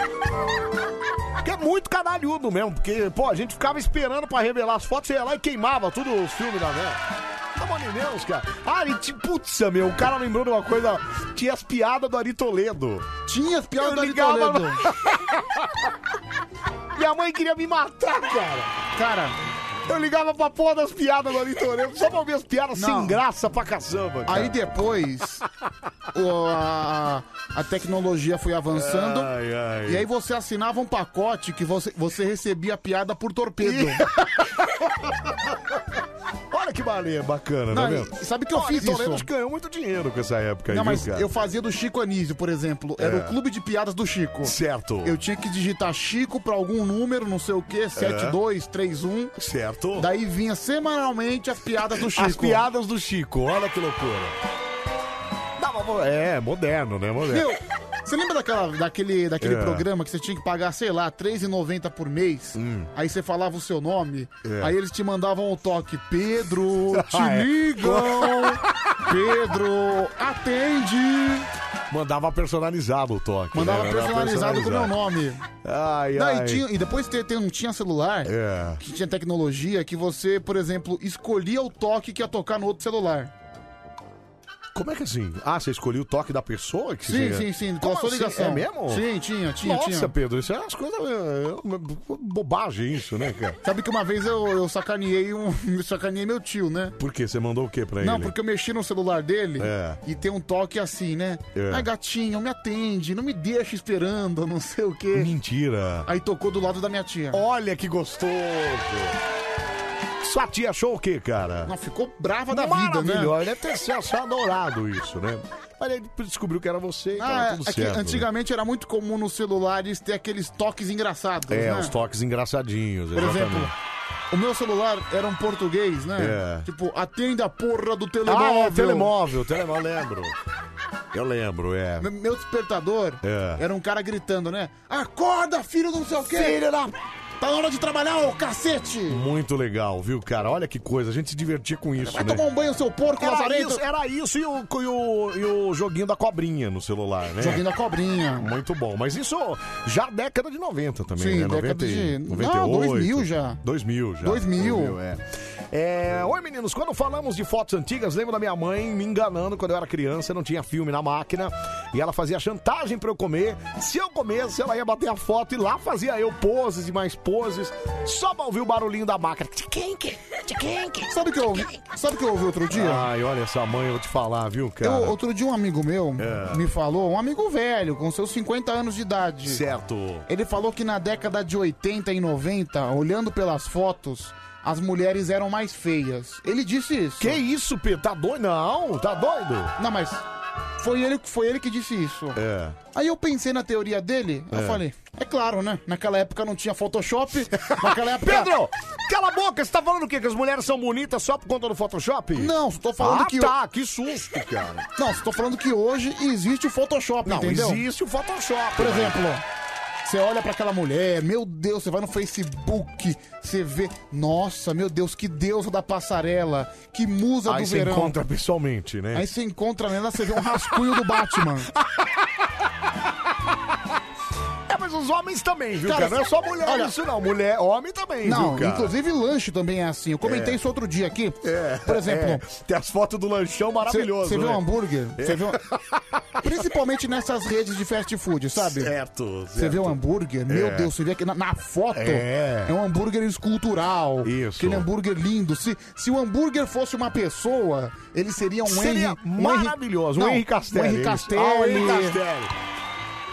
Que é muito canalhudo mesmo, porque, pô, a gente ficava esperando pra revelar as fotos, você ia lá e queimava tudo os filmes da merda. Pelo amor de Deus, cara. Ah, e ti- putz, meu, o cara lembrou de uma coisa. Tinha as piadas do Ari Toledo. Tinha as piadas Eu do Ari ligava lá. Toledo. Minha mãe queria me matar, cara. Cara, Eu ligava pra porra das piadas do Ari Toledo, só pra ouvir as piadas Não. sem graça pra caçamba, cara. aí depois o- a, a tecnologia foi avançando. Ai, ai. E aí você assinava um pacote que você, você recebia a piada por torpedo. Olha que maneira bacana, Não, né, meu? e sabe que eu Ó, Ari fiz isso? Toledo acho que ganhou muito dinheiro com essa época Não, aí, viu, mas cara? eu fazia do Chico Anísio, por exemplo. Era É. o clube de piadas do Chico. Certo. Eu tinha que digitar Chico pra algum número, não sei o É. quê, 7231. Certo. Daí vinha semanalmente as piadas do Chico. As piadas do Chico, olha que loucura. Não, mas mo- É, moderno, né? Moderno. Meu, você lembra daquela, daquele, daquele É. programa que você tinha que pagar, sei lá, R$3,90 por mês? Aí você falava o seu nome, Hum. É. aí eles te mandavam o toque: Pedro, te Ah, é. ligam! Pedro, atende! Mandava personalizado o toque. Mandava né? Era personalizado com o meu nome. Ai, Não, ai. e, tinha- e depois te- te- não tinha celular, É. que tinha tecnologia, que você, por exemplo, escolhia o toque que ia tocar no outro celular. Como é que assim? Ah, você escolheu o toque da pessoa? Que Sim, você- sim, sim, Como pela sua assim? ligação. É mesmo? Sim, tinha, tinha, Nossa, tinha. Pedro, isso é umas coisas. é, é, bobagem isso, né, cara? Sabe que uma vez eu, eu sacaneei um. eu sacaneei meu tio, né? Por quê? Você mandou o quê pra Não, ele? porque eu mexi no celular dele né? É. e tem um toque assim, né? É. Ai, gatinho, me atende, não me deixa esperando, não sei o quê. Mentira. Aí tocou do lado da minha tia. Olha que gostoso. Sua tia achou o quê, cara? Não, ficou brava da vida, né? Maravilhosa. Deve ter se achado adorado isso, né? Mas ele descobriu que era você e tava Ah, tudo é que certo. né? antigamente era muito comum nos celulares ter aqueles toques engraçados, É, né? os toques engraçadinhos. Por exemplo, o meu celular era um português, né? É. Tipo, atenda a porra do Ah, telemóvel. é, telemóvel, telemóvel, lembro. Eu lembro, é. Me- Meu despertador É. era um cara gritando, né? Acorda, filho do não sei o quê! Filho da- Tá na hora de trabalhar, ô cacete! Muito legal, viu, cara? Olha que coisa, a gente se divertia com isso, Vai né? tomar um banho, seu porco, Era lazarento! isso, era isso e, o, e o- e o joguinho da cobrinha no celular, né? Joguinho da cobrinha. Muito bom. Mas isso já década de 90 também, Sim, né? década 90, de- e- Não, 98. 2000 já. 2000 já. 2000. é. É, Oi, meninos. Quando falamos de fotos antigas, lembro da minha mãe me enganando quando eu era criança, não tinha filme na máquina. E ela fazia chantagem pra eu comer. Se eu comesse, ela ia bater a foto e lá fazia eu poses e mais poses, só pra ouvir o barulhinho da máquina. Tchiquinque, tchiquinque. Sabe o que eu ouvi? Sabe o que eu ouvi outro dia? Ai, olha essa mãe, eu vou te falar, viu, cara? Eu- outro dia um amigo meu É. me falou, um amigo velho, com seus 50 anos de idade. Certo. Ele falou que na década de 80 e 90, olhando pelas fotos, as mulheres eram mais feias. Ele disse isso. Que isso, Pedro? Tá doido? Não, tá doido? Não, mas foi ele, foi ele que disse isso. É. Aí eu pensei na teoria dele, É. eu falei, é claro, né? Naquela época não tinha Photoshop, naquela época... Pedro, cala a boca, você tá falando o quê? Que as mulheres são bonitas só por conta do Photoshop? Não, só tô falando ah, que... tá, que susto, cara. Não, só tô falando que hoje existe o Photoshop, Não, entendeu? existe o Photoshop. Por né? exemplo, você olha pra aquela mulher, meu Deus, você vai no Facebook, você vê, nossa, meu Deus, que deusa da passarela, que musa Aí do você verão. encontra pessoalmente, né? Aí você encontra nela, você vê um rascunho do Batman. É, mas os homens também, viu, Cara, cara? Não é só mulher olha- isso, não. Mulher, homem também, Não, viu, cara? inclusive lanche também é assim. Eu comentei isso outro dia aqui. É. Por exemplo, É, tem as fotos do lanchão maravilhoso, Você vê né? um hambúrguer? Você vê um- Principalmente nessas redes de fast food, sabe? Certo, Você vê um hambúrguer? Meu É. Deus, você vê que na, na foto É. é. um hambúrguer escultural. Isso. Aquele hambúrguer lindo. Se, se o hambúrguer fosse uma pessoa, ele seria um Seria Henry. maravilhoso. Um Não, Henri Castelli. Um Henri ele- Castelli. Ah, o Henri Castelli.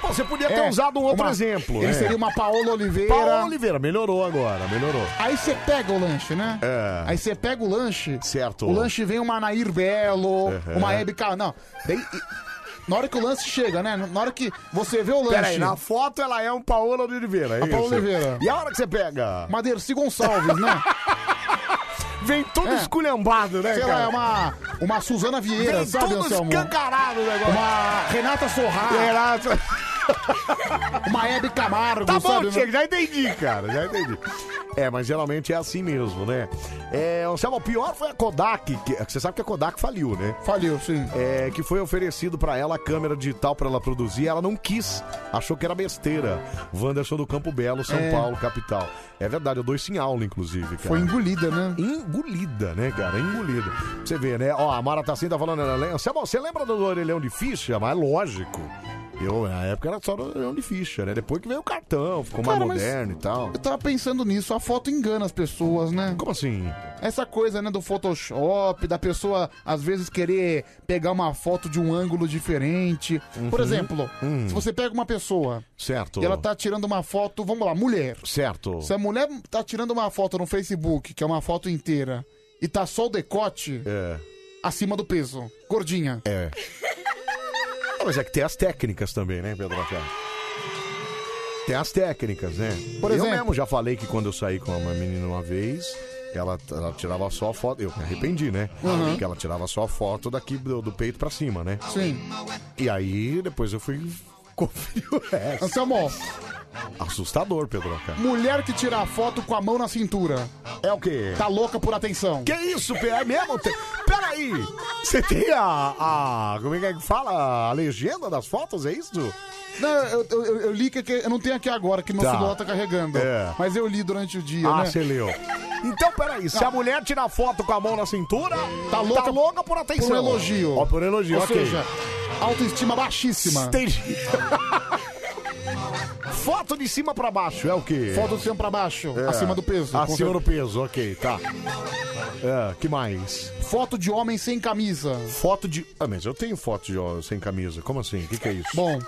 Pô, Você podia ter É, usado um outro uma- exemplo. Ele né? seria uma Paola Oliveira. Paulo Oliveira, melhorou agora, melhorou. Aí você pega o lanche, né? É. Aí você pega o lanche. Certo. O lanche vem uma Nair Belo, Uhum. uma Hebe Car... Não. Daí, e- na hora que o lance chega, né? Na hora que você vê o lanche. Peraí, na foto ela é um Paola Oliveira, é A Paola isso? Oliveira. E a hora que você pega? Uma Dercy Gonçalves, né? Vem todo É. esculhambado, né, Sei cara? lá, é uma, uma Suzana Vieira, Vem sabe, todo Anselmo? escancarado o negócio. Uma Renata Sorrá, Geraldo. uma Hebe Camargo, Tá bom, sabe? né? chega, já entendi, cara, já entendi. É, mas geralmente é assim mesmo, né? É, Anselmo, o pior foi a Kodak, que, você sabe que a Kodak faliu, né? Faliu, sim. É, que foi oferecido pra ela a câmera digital pra ela produzir, ela não quis, achou que era besteira. Wanderson do Campo Belo, São É. Paulo, capital. É verdade, eu dou isso em aula, inclusive, cara. Foi engolida, né? Engolida, né, cara? Engolida. Pra Você vê, né? Ó, a Mara Tassin tá falando, ela lembra- Você você lembra do orelhão de ficha? Mas lógico. Eu, é, na época era só do orelhão de ficha, né? Depois que veio o cartão, ficou mais Cara, mas- moderno e tal. Eu tava pensando nisso, a foto engana as pessoas, né? Como assim? Essa coisa, né, do Photoshop, da pessoa às vezes querer pegar uma foto de um ângulo diferente. Uhum. Por exemplo, Hum. se você pega uma pessoa Certo. e ela tá tirando uma foto, vamos lá, mulher. Certo. Se a mulher tá tirando uma foto no Facebook, que é uma foto inteira, e tá só o decote É. acima do peso, gordinha. É. Ah, Mas é que tem as técnicas também, né, Pedro Acá? Tem as técnicas, né? Por Eu exemplo. mesmo já falei que quando eu saí com uma menina uma vez, ela, ela tirava só a foto. Eu me arrependi, né? Uhum. Porque ela tirava só a foto daqui do, do peito pra cima, né? Sim. E aí depois eu fui conferir o resto. Anselmo, Assustador, Pedro Acá. mulher que tira a foto com a mão na cintura, É o quê? tá louca por atenção. Que isso, Pedro? É mesmo? Tem... Peraí! Você tem a, a. Como é que é que fala? A legenda das fotos, é isso? Não, eu, eu- eu- eu li que, que- eu não tenho aqui agora, que meu Tá. celular tá carregando. É. Mas eu li durante o dia, Ah, né? Ah. você leu. Então, peraí, se a mulher tirar foto com a mão na cintura, tá louca, louca por atenção. Por um elogio. Ó, por elogio, Ou ok. seja, autoestima baixíssima. Entendi. foto de cima pra baixo, é o quê? Foto de cima pra baixo, É. acima do peso. Acima Com do peso, ok, tá. É, que mais? cer- Foto de homem sem camisa. Foto de... Ah, mas eu tenho foto de ó, sem camisa. Como assim? O que, que é isso? Bom,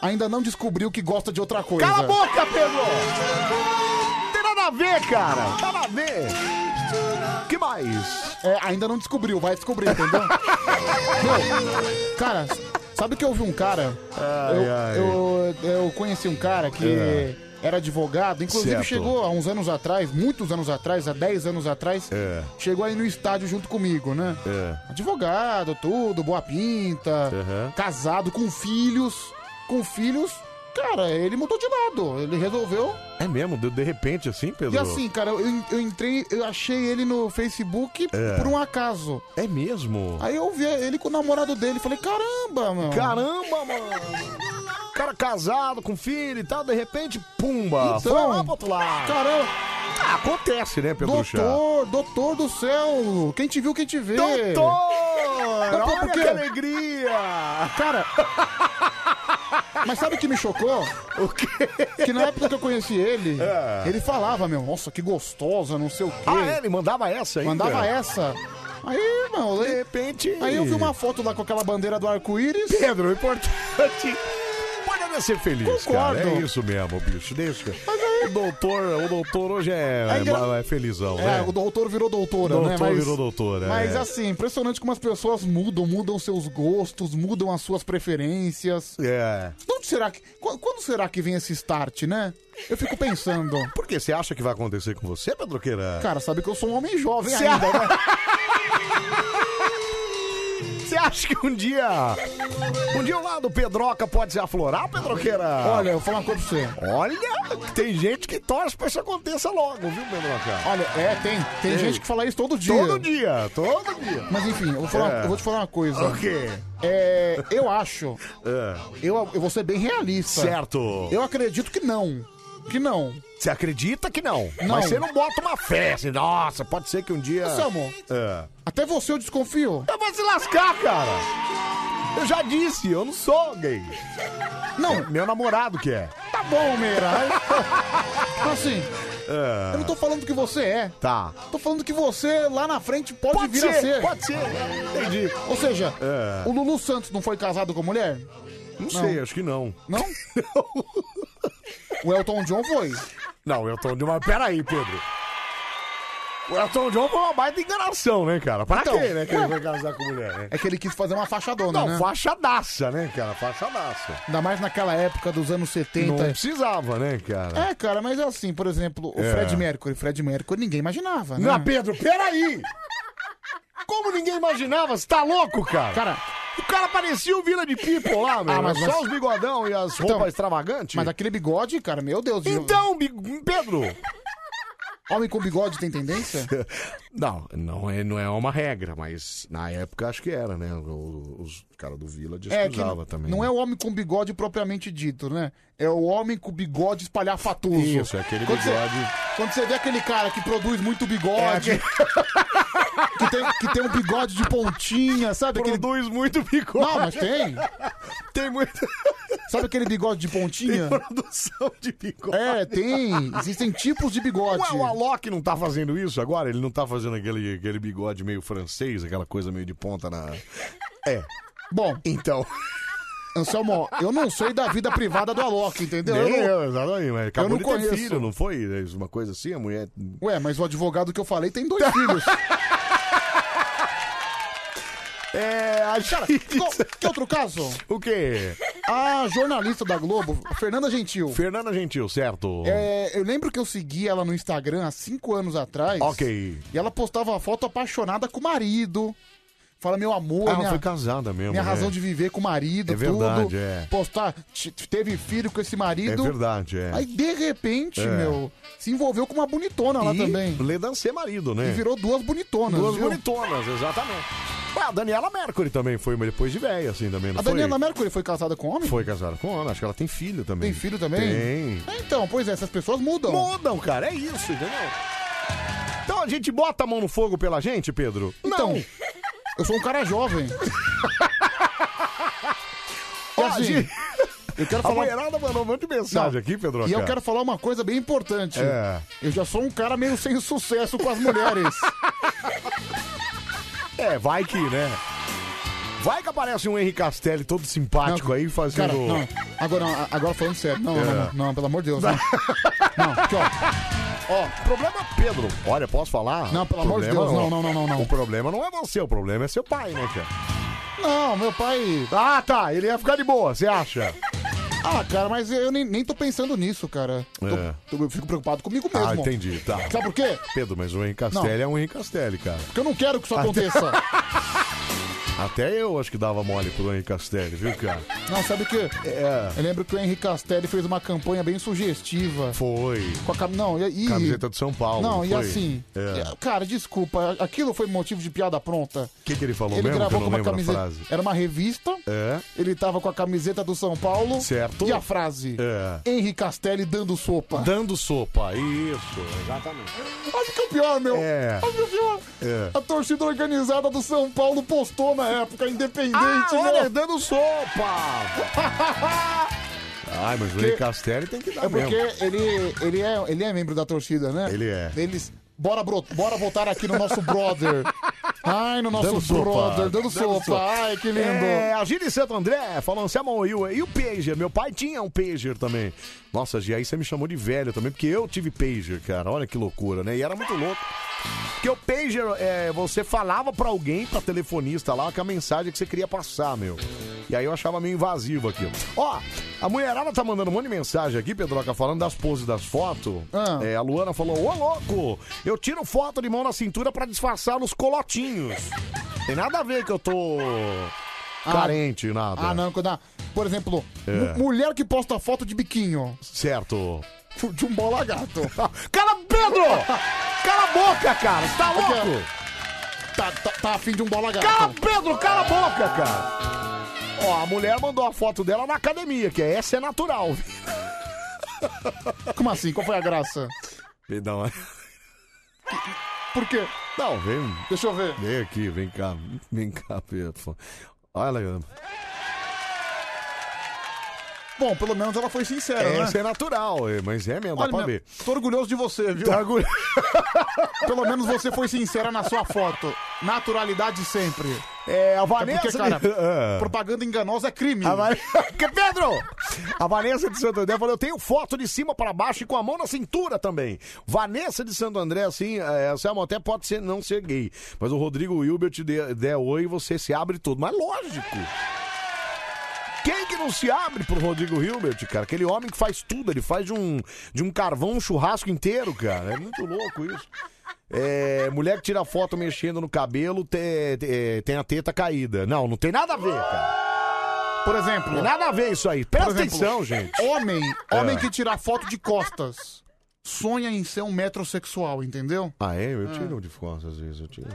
ainda não descobriu que gosta de outra coisa. Cala a boca, Pedro! Não tem nada a a ver, cara. Nada a ver. que mais? É, ainda não descobriu, vai descobrir, entendeu? Meu, cara, sabe que eu vi um cara? Ai, eu, ai. eu- eu conheci um cara que É. era advogado, inclusive Certo. chegou há uns anos atrás, muitos anos atrás, há 10 anos atrás, É. chegou aí no estádio junto comigo, né? É. Advogado, tudo, boa pinta, casado, com filhos, com filhos. Cara, ele mudou de lado, ele resolveu É mesmo, de, de repente assim, Pedro? e assim, cara, eu, eu entrei, eu achei ele no Facebook É. por um acaso. É mesmo? Aí eu vi ele com o namorado dele, falei, caramba, mano. Caramba, mano. Cara casado, com filho e tal, de repente, pumba. Então, foi lá pro outro lado. Caramba. Ah, acontece, né, Pedro Chá? Doutor, doutor do céu, quem te viu, quem te vê. Doutor! Não, Olha por quê? que alegria! Cara, mas sabe o que me chocou? O quê? Que na época que eu conheci ele, É. ele falava, meu, nossa, que gostosa, não sei o quê. Ah, é, ele mandava essa ainda? Mandava essa. Aí, irmão, De aí, repente... aí eu vi uma foto lá com aquela bandeira do arco-íris. Pedro, o importante... Pode ser feliz, Concordo. cara. É isso mesmo, bicho. Deixa. Mas aí, O doutor, o doutor hoje é, É engra- é, é felizão, É, né? o doutor virou doutora, Doutor né? virou doutora, Mas é. assim, impressionante como as pessoas mudam, mudam seus gostos, mudam as suas preferências. É. De Onde será que. qu- Quando será que vem esse start, né? Eu fico pensando. Por que você acha que vai acontecer com você, Pedroqueira? Cara, sabe que eu sou um homem jovem Você ainda, né? Você acha que um dia. Um dia o lado Pedroca pode se aflorar, Pedroqueira? Olha, eu vou falar uma coisa pra você. Olha, tem gente que torce pra isso aconteça logo, viu, Pedroca? Olha, é, tem. Tem Ei. gente que fala isso todo dia. Todo dia, todo dia. Mas enfim, eu vou, falar- É. eu vou te falar uma coisa. O quê? É, eu acho. É, Eu, eu vou ser bem realista. certo. Eu acredito que não. Que não. Você acredita que não? Não. Mas você não bota uma fé assim, nossa, pode ser que um dia. Anselmo, É. até você eu desconfio. Eu vou se lascar, cara! Eu já disse, eu não sou gay. Não, Meu namorado que é. Tá bom, Meira. assim, eu não tô falando que você é. Tá. Tô falando que você lá na frente pode, Pode vir ser, a ser. pode ser. Entendi. Ou seja, É. o Lulu Santos não foi casado com mulher? Não, sei, acho que não. Não? o Elton John foi. Não, o Elton John, mas peraí, Pedro. O Elton John foi uma baita enganação, né, cara? Pra Então, quê, né, que ele ué. vai casar com mulher, né? É que ele quis fazer uma fachadona, Não, né? fachadaça, né, cara? Fachadaça. Ainda mais naquela época dos anos Não 70. precisava, né, cara? É, cara, mas é assim, por exemplo, o É. Fred Mercury. Fred Mercury ninguém imaginava, né? Não, Pedro, peraí! Como ninguém imaginava, você tá louco, cara? Cara, O cara parecia o Vila de People lá, meu. Ah, mas- só mas- os bigodão e as roupas Então, extravagantes. mas aquele bigode, cara, meu Deus. É, Então, bi- Pedro... Homem com bigode tem tendência? Não, não é, não é uma regra, mas na época acho que era, né? O- Os, caras do Vila É, que escusava também. não né? é o homem com bigode propriamente dito, né? É o homem com bigode espalhafatoso. Isso, é aquele Quando bigode- Você, quando você vê aquele cara que produz muito É, bigode, que, tem, que tem um bigode de pontinha, sabe? Aquele... Produz muito bigode. Não, mas tem. Tem muita Sabe aquele bigode de pontinha? produção de bigode. É, tem. Existem tipos de bigode. Ué, o Alok não tá fazendo isso agora? Ele não tá fazendo aquele, aquele bigode meio francês, aquela coisa meio de ponta na. É, Bom, então. Anselmo, eu não sei da vida privada do Alok, entendeu? Eu Nem não- eu, exatamente, mas acabou não de ter conheço. filho, não foi? Uma coisa assim, a mulher. Ué, mas o advogado que eu falei tem dois filhos. É, a gente... Qual- que outro caso? O quê? A jornalista da Globo, Fernanda Gentil. Fernanda Gentil, certo? É, eu lembro que eu segui ela no Instagram há cinco anos atrás. Ok. E ela postava uma foto apaixonada com o marido. Fala, meu amor, Ah, Ela minha, foi casada mesmo. minha né? razão de viver com o marido, É verdade, tudo. é. Postar, t- t- teve filho com esse É marido. verdade, é. Aí, de repente, É. meu, se envolveu com uma bonitona tá lá e também. Ledancé marido, né? E virou duas bonitonas. Duas viu? bonitonas, exatamente. Ué, a Daniela Mercury também foi, mas depois de véia, assim, também, não A foi? Daniela Mercury foi casada com homem? Foi casada com homem, acho que ela tem filho também. Tem filho também? Tem. É, Então, pois é, essas pessoas mudam. Mudam, cara, é isso, entendeu? Então a gente bota a mão no fogo pela gente, Pedro? então, Não. eu sou um cara jovem. E Ó, assim, a gente- eu quero A falar... mulherada mandou um monte de mensagem aqui, Pedro. E eu quero falar uma coisa bem importante. É. Eu já sou um cara meio sem sucesso com as mulheres. É, vai que, né? Vai que aparece um Henri Castelli todo simpático aí fazendo. Cara, É. não. Agora, não, agora falando sério. Não, não, não, não, pelo amor de Deus. Não, não aqui, ó. Ó, problema Pedro. Olha, posso falar? Não, pelo amor de Problema Deus, não, não, não, não, não. O problema não é você, o problema é seu pai, né, cara? Não, meu pai. Ah, tá. Ele ia ficar de boa, você acha? Ah, cara, mas eu nem, nem tô pensando nisso, cara. É. Tô- Eu fico preocupado comigo mesmo. Ah, entendi, tá. Sabe por quê? Pedro, mas o Encastelli Não. é um Encastelli, cara. Porque eu não quero que isso Ah, aconteça. Até eu acho que dava mole pro Encastelli, viu, cara? Não, sabe o quê? É, Eu lembro que o Henrique Castelli fez uma campanha bem sugestiva. Foi. Com a cam... Não, e... e- Camiseta do São Paulo. Não, e foi? assim... É. Cara, desculpa, aquilo foi motivo de piada pronta. O que, que ele falou Ele mesmo? que eu gravou não com uma lembro camiseta. a frase. Era uma revista. É. Ele tava com a camiseta do São Paulo. Certo. E a frase. É. Henrique Castelli dando sopa. Dando sopa, isso, exatamente. Acho que é o pior, meu. É. Acho que é o pior. É. A torcida organizada do São Paulo postou na época, independente. Ah, olha, meu. dando sopa! Ai, mas o Porque- Encastelli tem que dar É porque mesmo. ele, ele, é, ele é membro da torcida, né? Ele é. Eles. Bora, bro, bora votar aqui no nosso brother. Ai, no nosso Dando sopa. brother, dando, Dando sopa. sopa. Ai, que lindo. É, a Gili Santo André falando, você amou e o, e o pager? Meu pai tinha um pager também. Nossa, Gia, aí você me chamou de velho também, porque eu tive pager, cara. Olha que loucura, né? E era muito louco. Porque o pager, é, você falava pra alguém, pra telefonista lá, com a mensagem que você queria passar, meu. E aí eu achava meio invasivo aquilo. Ó, a mulherada tá mandando um monte de mensagem aqui, Pedroca, falando das poses das fotos. É, a Luana falou, ô louco, eu tiro foto de mão na cintura pra disfarçar os colotinhos. Tem nada a ver que eu tô Ah, carente, nada. Ah, não, quando. ah, Por exemplo, É. mu- mulher que posta foto de biquinho. Certo. De um bola gato. Cala, Pedro! Cala a boca, cara! Você tá louco? Tá, tá, tá afim de um bola gato. Cala, Pedro, cala a boca, cara! Ó, a mulher mandou a foto dela na academia, que é essa é natural. Como assim? Qual foi a graça? Perdão. Por quê? Não, vem. Deixa eu ver. Vem aqui, vem cá. Vem cá, Pedro. Olha, Bom, pelo menos ela foi sincera, essa né? é natural, é, mas é mesmo, dá Olha, pra meu, ver. Tô orgulhoso de você, viu? Tá orgulhoso. Pelo menos você foi sincera na sua foto. Naturalidade sempre. É, a É Vanessa... porque, cara, Ah. propaganda enganosa é crime. A Vane- Que Pedro! A Vanessa de Santo André falou: eu tenho foto de cima pra baixo e com a mão na cintura também. Vanessa de Santo André, assim, é, Selma, até pode ser, não ser gay. Mas o Rodrigo Hilbert te der, der oi e você se abre todo. Mas lógico! Quem que não se abre pro Rodrigo Hilbert, cara? Aquele homem que faz tudo, ele faz de um, de um carvão um churrasco inteiro, cara. É muito louco isso. É, mulher que tira foto mexendo no cabelo te- te- tem a teta caída. Não, não tem nada a ver, cara. Por exemplo. Tem nada a ver isso aí. por Presta exemplo, atenção, gente. Homem, É. homem que tirar foto de costas. Sonha em ser um metrosexual, entendeu? Ah, é? Eu tiro de foto às vezes, eu tiro.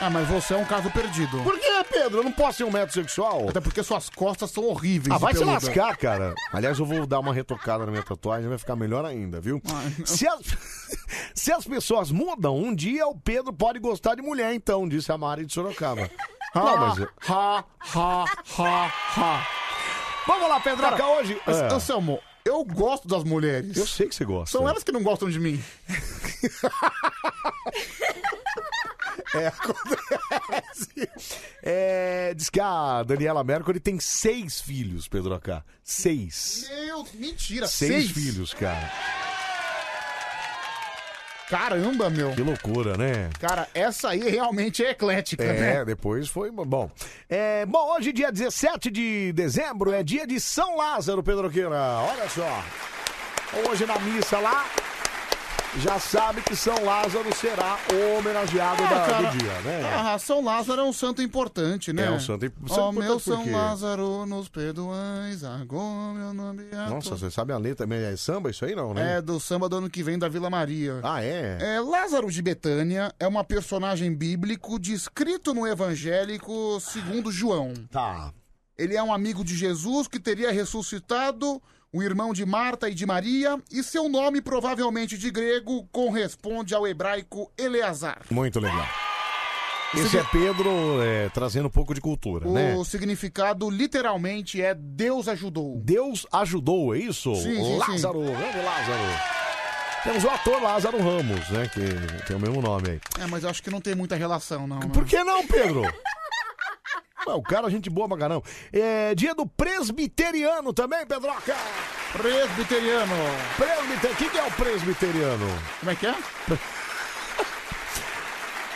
Ah, mas você é um caso perdido. Por que, Pedro? Eu não posso ser um metro sexual? Até porque suas costas são horríveis. Ah, de vai se peluda. lascar, cara. Aliás, eu vou dar uma retocada na minha tatuagem, vai ficar melhor ainda, viu? Ah, Se as, se as pessoas mudam, um dia o Pedro pode gostar de mulher, então, disse a Mari de Sorocaba. Ah. Não, mas. é, Ha, ha, ha, ha. Vamos lá, Pedro, Cara, hoje. Mas, É. então, Selmo, eu gosto das mulheres. Eu sei que você gosta. São elas que não gostam de mim. É, acontece. É, diz que a Daniela Mercury tem seis filhos, Pedro Acá. Seis. Meu, mentira. Seis, filhos, cara. Caramba, meu. Que loucura, né? Cara, essa aí realmente é eclética, né? É, depois foi bom. É, bom, hoje, dia 17 de dezembro, é dia de São Lázaro, Pedro Queira. Olha só. Hoje na missa lá, já sabe que São Lázaro será o homenageado da- É, cara. do É, dia, né? Ah, São Lázaro é um santo importante, né? É um santo imp- santo Ó, meu importante por São quê? Lázaro, nos perdoais, agora meu nome é... Nossa, você sabe a letra, mas é samba isso aí não, né? É do samba do ano que vem da Vila Maria. Ah, é? É, Lázaro de Betânia é uma personagem bíblico descrito no evangélico segundo João. Tá. Ele é um amigo de Jesus que teria ressuscitado, o irmão de Marta e de Maria, e seu nome, provavelmente de grego, corresponde ao hebraico Eleazar. Muito legal. Esse é Pedro é, trazendo um pouco de cultura, O né? significado literalmente é Deus ajudou. Deus ajudou, é isso? Sim, sim, sim. Lázaro, vamos Lázaro. Temos o ator Lázaro Ramos, né? Que tem o mesmo nome aí. É, mas eu acho que não tem muita relação, não. né? Por que não, Pedro? Ué, o cara, é gente boa pra caramba. É dia do presbiteriano também, Pedroca. Presbiteriano. Presbiteriano. Quem que é o presbiteriano? Como é que é?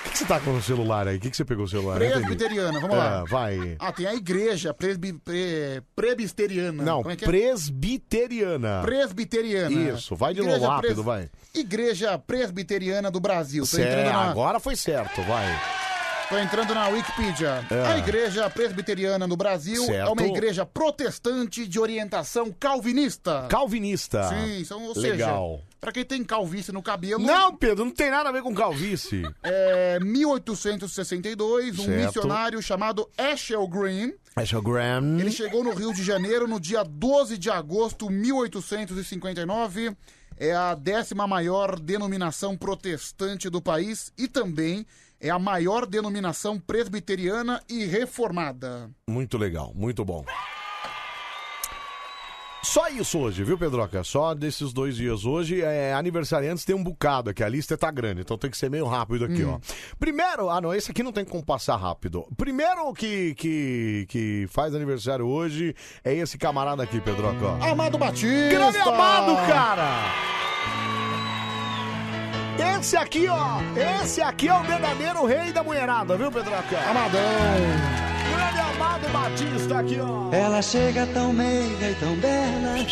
O que que você tá com no celular aí? O que, que você pegou o celular? Eu não entendi. Presbiteriana, vamos lá. É, vai. Ah, tem a igreja presbi, pre, presbiteriana. Não, Como é que é? presbiteriana. Presbiteriana. Isso, vai de Igreja novo rápido, pres- vai. Igreja Presbiteriana do Brasil. Tô Cê- é entrando na, Agora foi certo, vai. tô entrando na Wikipedia. É. A Igreja Presbiteriana do Brasil é Certo. uma igreja protestante de orientação calvinista. Calvinista. Sim, são, ou Legal. seja, pra quem tem calvície no cabelo... Não, Pedro, não tem nada a ver com calvície. É, 1862, um Certo. missionário chamado Ashel Green, Ashel Graham. Ele chegou no Rio de Janeiro no dia 12 de agosto de 1859. É a décima maior denominação protestante do país e também é a maior denominação presbiteriana e reformada. Muito legal, muito bom. Só isso hoje, viu, Pedroca? Só desses dois dias hoje. É, aniversariantes tem um bocado aqui, a lista tá grande, então tem que ser meio rápido aqui, Hum. ó. Primeiro, ah não, esse aqui não tem como passar rápido. Primeiro que, que, que faz aniversário hoje é esse camarada aqui, Pedroca, ó. Amado Batista! Grande amado, cara! Esse aqui, ó, esse aqui é o verdadeiro rei da mulherada, viu, Pedroca? Amadão! Grande amado Batista aqui, ó. Ela chega tão meiga e tão bela,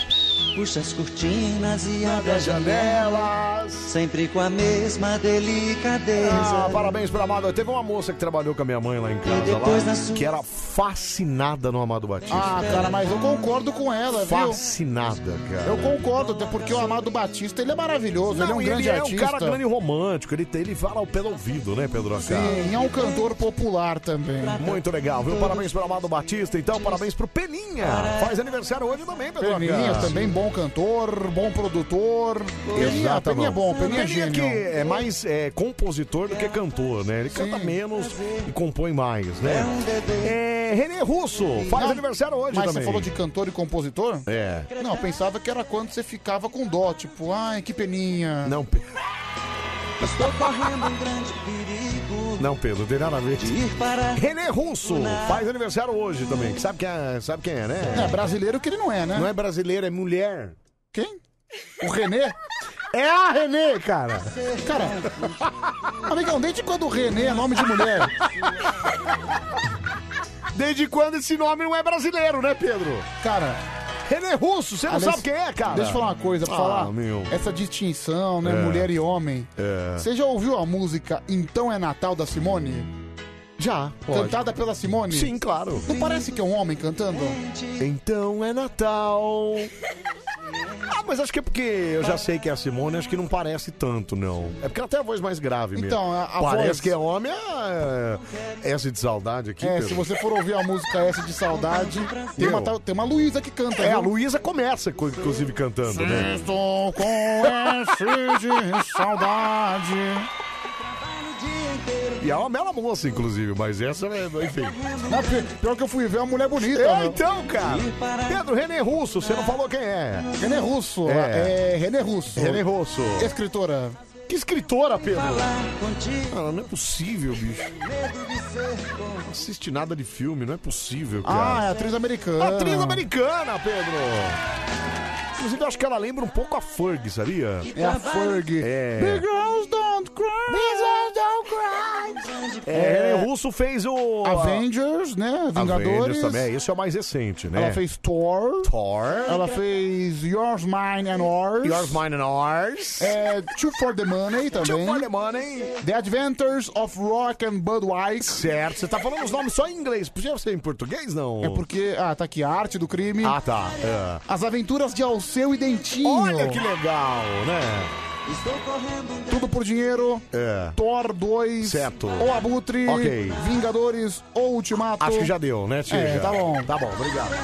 puxa as cortinas e abre as janelas, sempre com a mesma delicadeza. Ah, parabéns pro Amado. Teve uma moça que trabalhou com a minha mãe lá em casa, depois lá, das que era fascinada no Amado Batista. Ah, cara, mas eu concordo com ela, viu? Fascinada, cara. Eu concordo, até porque o Amado Batista, ele é maravilhoso, ele é um um e grande ele artista. é um cara grande e romântico. Ele, tem- ele fala ao pé do ouvido, né, Pedro Acá? Sim, é um cantor popular também. Muito legal, viu? Parabéns pro Amado Batista, então parabéns pro Peninha. Faz aniversário hoje também, Pedro Acá. Peninha também, bom cantor, bom produtor. Peninha, Exatamente. Peninha é bom, Peninha é Peninha gênio. que é mais é, compositor do que cantor, né? Ele canta menos e compõe mais, É. né? É, René Russo, faz um Não, aniversário hoje Mas também. você falou de cantor e compositor? É. Não, eu pensava que era quando você ficava com dó, tipo, ai, que peninha. Não, Estou correndo um grande perigo. Não, Pedro, não tem nada a ver. René Russo faz aniversário hoje também. que Sabe quem é, sabe quem é né? É brasileiro que ele não é, né? Não é brasileiro, é mulher. Quem? O René? É a René, cara. Cara, amigão, desde quando o René é nome de mulher? Desde quando esse nome não é brasileiro, né, Pedro? Cara. René Russo, você não Aliás, sabe quem é, cara? Deixa eu falar uma coisa, pra Ah, falar meu. essa distinção, né, É. mulher e homem. É. Você já ouviu a música Então é Natal da Simone? Já. Cantada pela Simone? Sim, claro. Não parece que é um homem cantando? É, Então é Natal. Ah, mas acho que é porque eu já sei que é a Simone, acho que não parece tanto, não. É porque ela tem a voz mais grave mesmo. Então, a- a parece voz- que é homem, é... essa de saudade aqui, é, Pedro. se você for ouvir a música essa de saudade, tem uma, Meu. tal- tem uma Luísa que canta. É, viu? a Luísa começa, co- inclusive, cantando, né? Estou com esse de saudade. E é uma bela moça, inclusive, mas essa, é, enfim. Não, pi- pior que eu fui ver uma mulher bonita. É, né? então, cara. Pedro René Russo, você não falou quem é. René Russo. É. É, René Russo. René Russo. Escritora. Que escritora, Pedro? contigo. Cara, não é possível, bicho. Não assiste nada de filme, não é possível, cara. Ah, é atriz americana. Atriz americana, Pedro! Inclusive, eu acho que ela lembra um pouco a Ferg, sabia? É a Ferg. É. Big girls don't cry. É, o Russo fez o. Avengers, né? Vingadores. Avengers também. Esse é o mais recente, né? Ela fez Thor. Thor. Ela fez Yours, Mine and Ours. Yours, Mine and Ours. É, Two for the Money também. Olha, mano, hein? The Adventures of Rock and Budweiser. Certo, você tá falando os nomes só em inglês. Podia ser em português, não? É porque. Ah, tá aqui. A arte do crime. Ah, tá. é. As aventuras de Alceu e Dentinho. Olha que legal, né? Tudo por dinheiro. É. Thor 2. Certo. O Abutre. Ok. Vingadores ou Ultimato. Acho que já deu, né, Tia? É, tá bom. Tá bom, obrigado.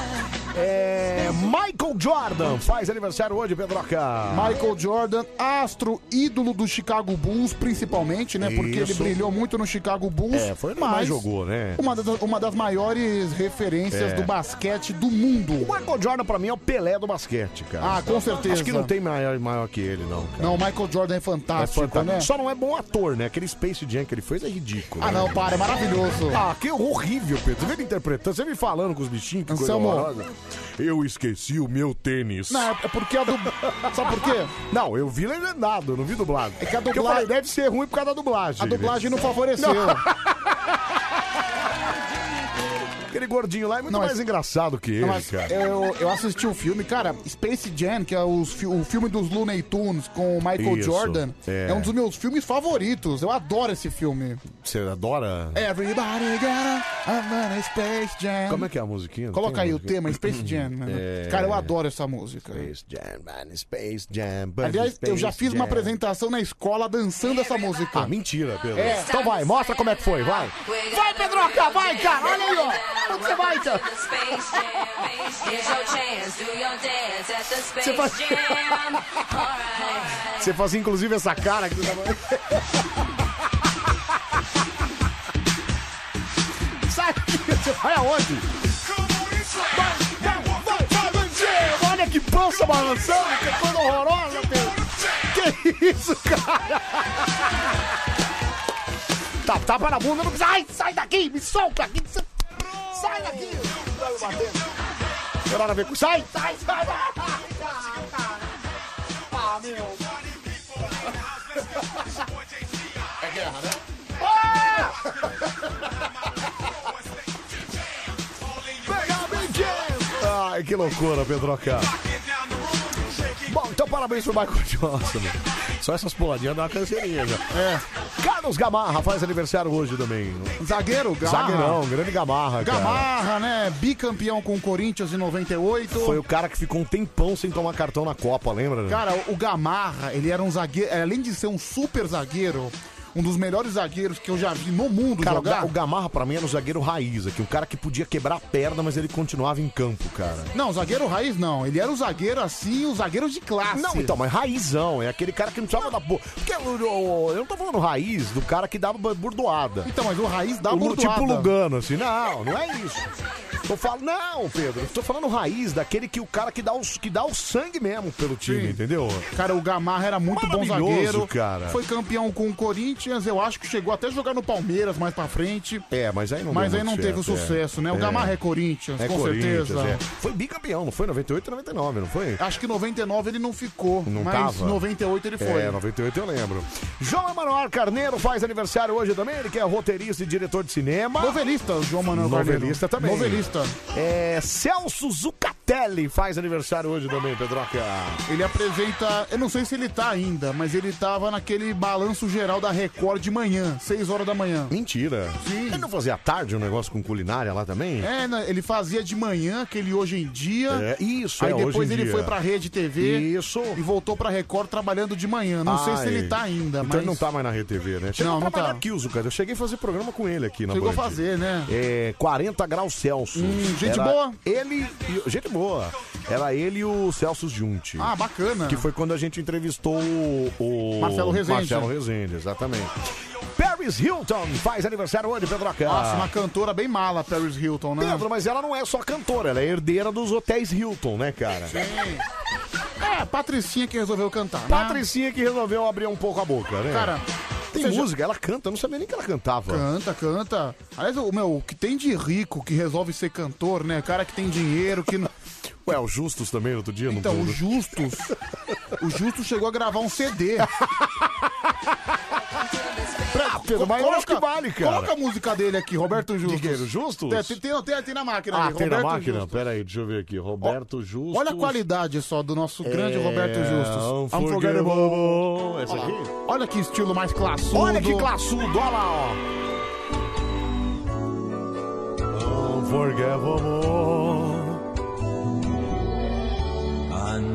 É, Michael Jordan faz aniversário hoje, Pedroca. Michael Jordan, astro ídolo do Chicago Bulls, principalmente, né? Porque ele Isso. brilhou muito no Chicago Bulls. É, foi onde mais jogou, né? Uma das, uma das maiores referências É. do basquete do mundo. O Michael Jordan, pra mim, é o Pelé do basquete, cara. Ah, com certeza. Acho que não tem maior, maior que ele, não, cara. Não, o Michael Jordan é É fantástico, fantástico. né? Só não é bom ator, né? Aquele Space Jam que ele fez é ridículo. Ah, né? não, para, é maravilhoso. Ah, que horrível, Pedro. Você vê ele interpretando, você vê ele falando com os bichinhos, que coisa Anselmo, horrorosa. Eu esqueci o meu tênis. Não, é porque a do. Sabe por quê? Não, eu vi legendado, não vi dublado. É que a Porque eu dubla- falei, deve ser ruim por causa da dublagem. né? A dublagem não favoreceu. Não. Aquele gordinho lá é muito Não, mais mas- engraçado que ele, Não, mas cara. eu, eu assisti o filme, cara, Space Jam, que é os fi- o filme dos Looney Tunes com o Michael Isso, Jordan, é. é. um dos meus filmes favoritos. Eu adoro esse filme. Você adora? Everybody get a, a Space Jam. Como é que é a musiquinha? Coloca Tem aí o uma tema, Space Jam. mano. É. Cara, eu adoro essa música. Space Jam, man, Space Jam. but Aliás, eu já Space fiz uma Jam. apresentação na escola dançando essa música. Ah, mentira, Pedro. É. Então vai, mostra como é que foi, vai. Vai, Pedroca, vai, cara. Olha aí, ó. Onde você vai, então? cara? Você faz- Você fazia inclusive essa cara aqui. Sai daqui, você vai aonde? Olha que pança balançando, que coisa horrorosa, Pedro. Que isso, cara? Tá, tapa na bunda, não precisa. Ai, sai daqui, me solta aqui. Sai daqui. Tem nada a ver com. Sai, sai, sai. Ah, meu. É guerra, né? Ai, que loucura, Pedroca. Bom, então parabéns pro Michael Johnson. Só essas puladinhas dá uma canseirinha já. É. Carlos Gamarra faz aniversário hoje também. Zagueiro, Gamarra. Zagueirão, grande Gamarra, Ah, cara. Gamarra, né? Bicampeão com o Corinthians em 98. Foi o cara que ficou um tempão sem tomar cartão na Copa, lembra? né? Cara, o Gamarra, ele era um zagueiro, além de ser um super zagueiro, um dos melhores zagueiros que eu já vi no mundo Cara, o Ga- jogar. o Gamarra pra mim era um zagueiro raiz aqui, um cara que podia quebrar a perna, mas ele continuava em campo, cara. Não, zagueiro raiz não. Ele era um zagueiro assim, um zagueiro de classe. Não, então, mas raizão, é aquele cara que não precisava dar boa. Porque eu, eu- eu não tô falando raiz do cara que dava burdoada. Então, mas o raiz dá O Lu- bordoada. Tipo Lugano, assim, não, não é isso. Eu falo, não, Pedro, eu tô falando raiz daquele que o cara que dá, os, que dá o sangue mesmo pelo time, entendeu? Cara, o Gamarra era muito bom Maravilhoso, zagueiro. cara. Foi campeão com o Corinthians, eu acho que chegou até a jogar no Palmeiras mais pra frente. É, mas aí não Mas deu aí muito não teve certo, o sucesso, né? O Gamarra é Corinthians, com certeza. é. Foi bicampeão, não foi? 98 e 99, não foi? Acho que 99 ele não ficou, Não mas tava. 98 ele foi. É, 98 eu lembro. João Emanuel Carneiro faz aniversário hoje também, ele que é roteirista e diretor de cinema. Novelista, o João Manuel Carneiro. Novelista também. Novelista. É, Celso Zucatelli faz aniversário hoje também, Pedroca. Ele apresenta, eu não sei se ele tá ainda, mas ele tava naquele balanço geral da Record de manhã, 6 horas da manhã. Mentira. Ele não fazia à tarde um negócio com culinária lá também? É, né, ele fazia de manhã aquele Hoje em Dia. É, isso, Aí é, depois Hoje em ele Dia. foi pra Rede TV. Isso. E voltou pra Record trabalhando de manhã. Não sei se Ai. ele tá ainda, então mas. ele não tá mais na RTV, né? Chegou Não, a não trabalhar tá. aqui, o Zucatelli. Eu cheguei a fazer programa com ele aqui na Chegou a Band. fazer, né? É, 40 graus Celsius. Hum, gente Era boa. Ele. e- Gente boa. Era ele e o Celso Junti. Ah, bacana. Que foi quando a gente entrevistou o. o Marcelo Rezende. Marcelo Rezende, exatamente. Paris Hilton faz aniversário hoje, Pedroca. Nossa, uma cantora bem mala, Paris Hilton, né? Pedro, mas ela não é só cantora, ela é herdeira dos hotéis Hilton, né, cara? É, Patricinha que resolveu cantar. né? Patricinha que resolveu abrir um pouco a boca, né? Cara, tem você já- música, ela canta, eu não sabia nem que ela cantava. Canta, canta. Aliás, o meu, o que tem de rico que resolve ser cantor, né? Cara que tem dinheiro, que. não- Ué, o Justus também, outro dia, não né? Então, o pude. Justus. O Justus chegou a gravar um CD. Ah, Pedro, mas eu acho que vale, cara. Coloca a música dele aqui, Roberto Justus. Dinheiro Justus? É, tem, tem, tem, tem na máquina Ah, ali, tem na Roberto máquina? Justus. Pera aí, deixa eu ver aqui. Roberto Justus. Olha a qualidade só do nosso grande É Roberto um Justus. Unforgettable. Essa Olha aqui? lá. Olha que estilo mais classudo. Olha que classudo, olha lá, ó. Unforgettable.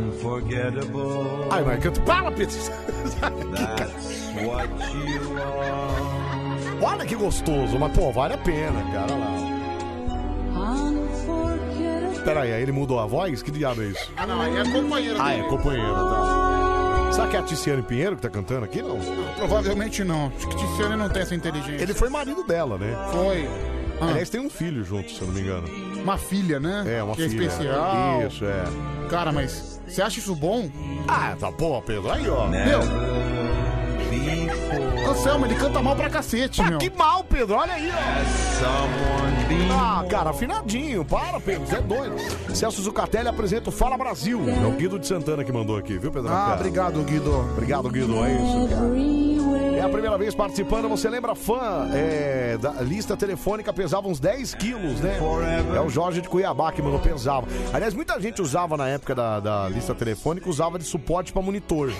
Unforgettable. Ai, mas canta. Para, Pedro. That's what you are. Olha que gostoso, mas pô, vale a pena, cara. Olha lá. Pera aí, aí ele mudou a voz? Que diabo é isso? Ah, não, aí é companheiro Ah, é, dele. companheira, tá. Será que é a Tiziane Pinheiro que tá cantando aqui? Não. Provavelmente não. Acho que Tiziane não tem essa inteligência. Ele foi marido dela, né? Foi. Ah. Aliás, tem um filho junto, se eu não me engano. Uma filha, né? É, uma que filha. é especial. Isso, é. Cara, mas você acha isso bom? Ah, tá bom, Pedro. Aí, ó. Meu, Meu. eu Anselmo, ele canta mal pra cacete, meu. Ah, Que mal, Pedro, olha aí, ó. Ah, cara, afinadinho, para, Pedro, você é doido. Celso Zucatelli apresenta o Fala Brasil. É o Guido de Santana que mandou aqui, viu, Pedro? Ah, obrigado, Guido. Obrigado, Guido, é isso, cara. É a primeira vez participando, você lembra fã é, da lista telefônica pesava uns 10 quilos, né? É o Jorge de Cuiabá que mandou, pesava. Aliás, muita gente usava na época da, da lista telefônica, usava de suporte pra monitor.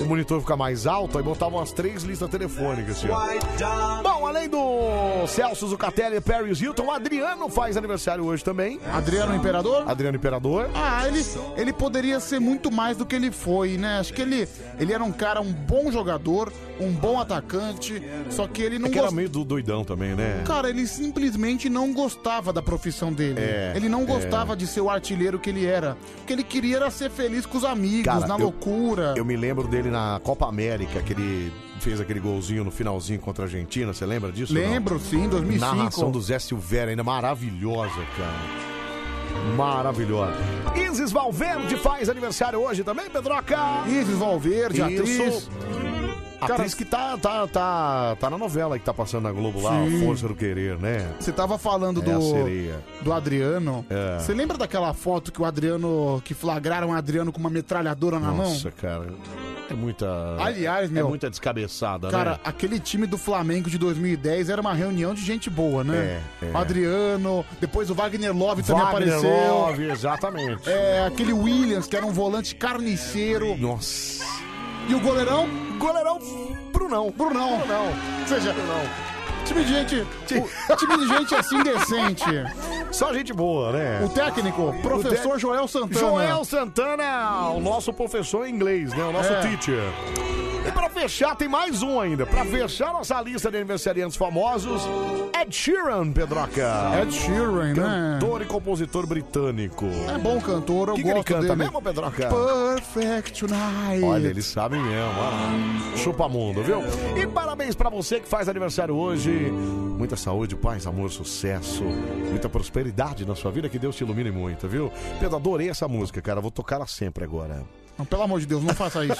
O monitor fica mais alto, aí botava umas três listas telefônicas, assim, ó. Bom, além do Celso Zucatelli, Perry Hilton, o Adriano faz aniversário hoje também. Adriano Imperador? Adriano Imperador. É Ah, ele, ele poderia ser muito mais do que ele foi, né? Acho que ele, ele era um cara, um bom jogador, um bom atacante, só que ele não É que era gostava. meio do doidão também, né? Cara, ele simplesmente não gostava da profissão dele. É, ele não é. gostava de ser o artilheiro que ele era. O que ele queria era ser feliz com os amigos, Cara, na eu- loucura. Eu me lembro dele na Copa América, que ele fez aquele golzinho no finalzinho contra a Argentina, você lembra disso? ou não? Lembro, sim, 2005. Narração do Zé Silveira, ainda maravilhosa, cara. Maravilhosa. Isis Valverde faz aniversário hoje também, Pedroca. Isis Valverde, atriz. Atriz que tá, tá, tá, tá na novela que tá passando na Globo lá, Sim. Força do Querer, né? Você tava falando É a sereia. do, do Adriano. É. Você lembra daquela foto que o Adriano. que flagraram o Adriano com uma metralhadora na mão? Nossa, cara. É muita. Aliás, É meu- muita descabeçada, Cara, né? aquele time do Flamengo de 2010 era uma reunião de gente boa, né? É, é. O Adriano, depois o Wagner Love também Wagner apareceu. Love, exatamente. É, aquele Williams, que era um volante carniceiro. Nossa. E o goleirão? Goleirão Brunão. Brunão. Brunão. Ou seja, time de gente. o- time de gente assim decente. Só gente boa, né? O técnico, professor tec- Joel Santana. Joel Santana, o nosso professor em inglês, né? O nosso É. teacher. E pra fechar, tem mais um ainda. Pra fechar nossa lista de aniversariantes famosos, Ed Sheeran, Pedroca. Ed Sheeran, né? Cantor e compositor britânico. É bom cantor, eu Que que gosto ele canta dele. mesmo, Pedroca? Perfect Tonight. Olha, eles sabem mesmo, olha lá. Chupa mundo, viu? E parabéns pra você que faz aniversário hoje. Muita saúde, paz, amor, sucesso, muita prosperidade na sua vida, que Deus te ilumine muito, viu? Pedro, adorei essa música, cara. Vou tocar ela sempre agora. Não, pelo amor de Deus, não faça isso.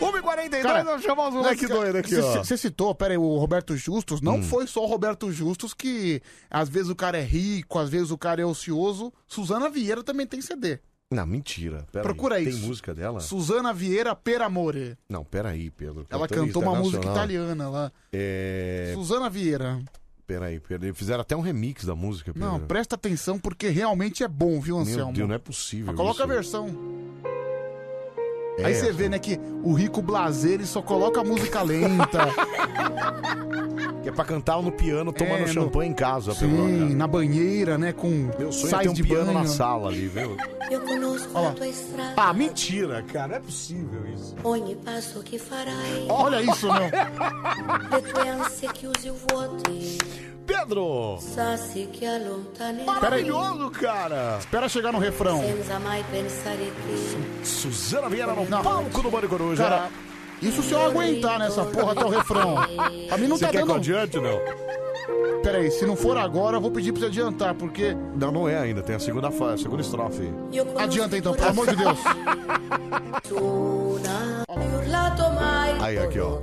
1h42, nós chamamos o moleque doido aqui, ó. Você citou, pera aí, o Roberto Justus. Não Hum. foi só o Roberto Justus que às vezes o cara é rico, às vezes o cara é ocioso. Suzana Vieira também tem CD. Não, mentira. Pera Procura aí. isso. Tem música dela? Suzana Vieira Per Amore. Não, peraí, Pedro. Ela Cantora cantou uma música internacional. italiana lá. É... Suzana Vieira. Peraí, Pedro. Fizeram até um remix da música, Pedro. Não, presta atenção porque realmente é bom, viu, É. Meu Anselmo? Deus, não é possível Mas coloca isso. a versão. É Aí você essa. vê, né, que o Rico Blazer ele só coloca a música lenta. Que é pra cantar no piano, tomando É, no- champanhe em casa, Sim, Pedro. na banheira, né, com Meu sonho é sais ter um de piano banho. na sala ali, viu? Eu conosco Olha lá. a tua estrada. Ah, mentira, cara, não é possível isso. Ogni passo que farai. Olha isso, meu. Le tue ansie chiuse vuoti. Pedro! Sassi che allontanerai. Maravilhoso, cara! Espera chegar no refrão. Senza mai pensare che. Suzana Vieira no palco do Bande Coruja. Cara, isso se eu aguentar nessa porra até o refrão. Pra mim não Você tá quer que eu dando... adiante ou não? Pera aí, se não for agora, eu vou pedir pra você adiantar, porque... Não, não é ainda, tem a segunda fase, a segunda estrofe. Adianta então, pelo amor de Deus. Hai urlato mai. Aí, aqui, ó.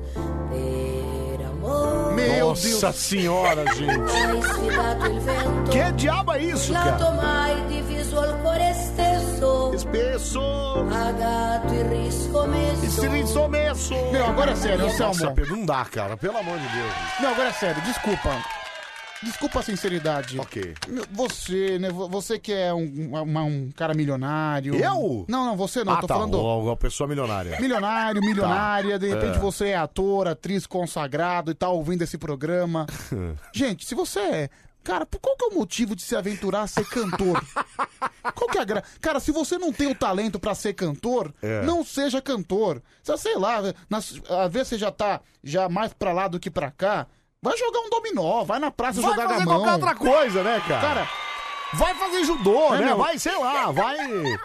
Meu Nossa senhora, gente! Hai sfidato il vento. Che diabo è isso, Urlato cara? mai diviso al cuore stesso. Spesso. Pagato il riscommesso. Esse risomesso! Meu, agora é sério, Nossa, Anselmo. Pedro, não dá, cara, pelo amor de Deus. Não, agora é sério, desculpa. Desculpa a sinceridade. Ok. Meu, Você, né? vo- Você que é um, uma- um cara milionário. Eu? Não, não, você não. ah, tô tá, falando o- a pessoa milionária. milionário, milionária. Tá. De repente É. você é ator, atriz, consagrado e tá ouvindo esse programa. Gente, se você é. Cara, por- qual que é o motivo de se aventurar a ser cantor? Qual que é a gra... Cara, se você não tem o talento pra ser cantor, É. não seja cantor. Você, sei lá, na... às vezes você já tá já mais pra lá do que pra cá. Vai jogar um dominó, vai na praça Vai jogar fazer gamão. qualquer outra coisa, né, cara? Cara, Vai fazer judô, É, né? meu. Vai, sei lá, vai.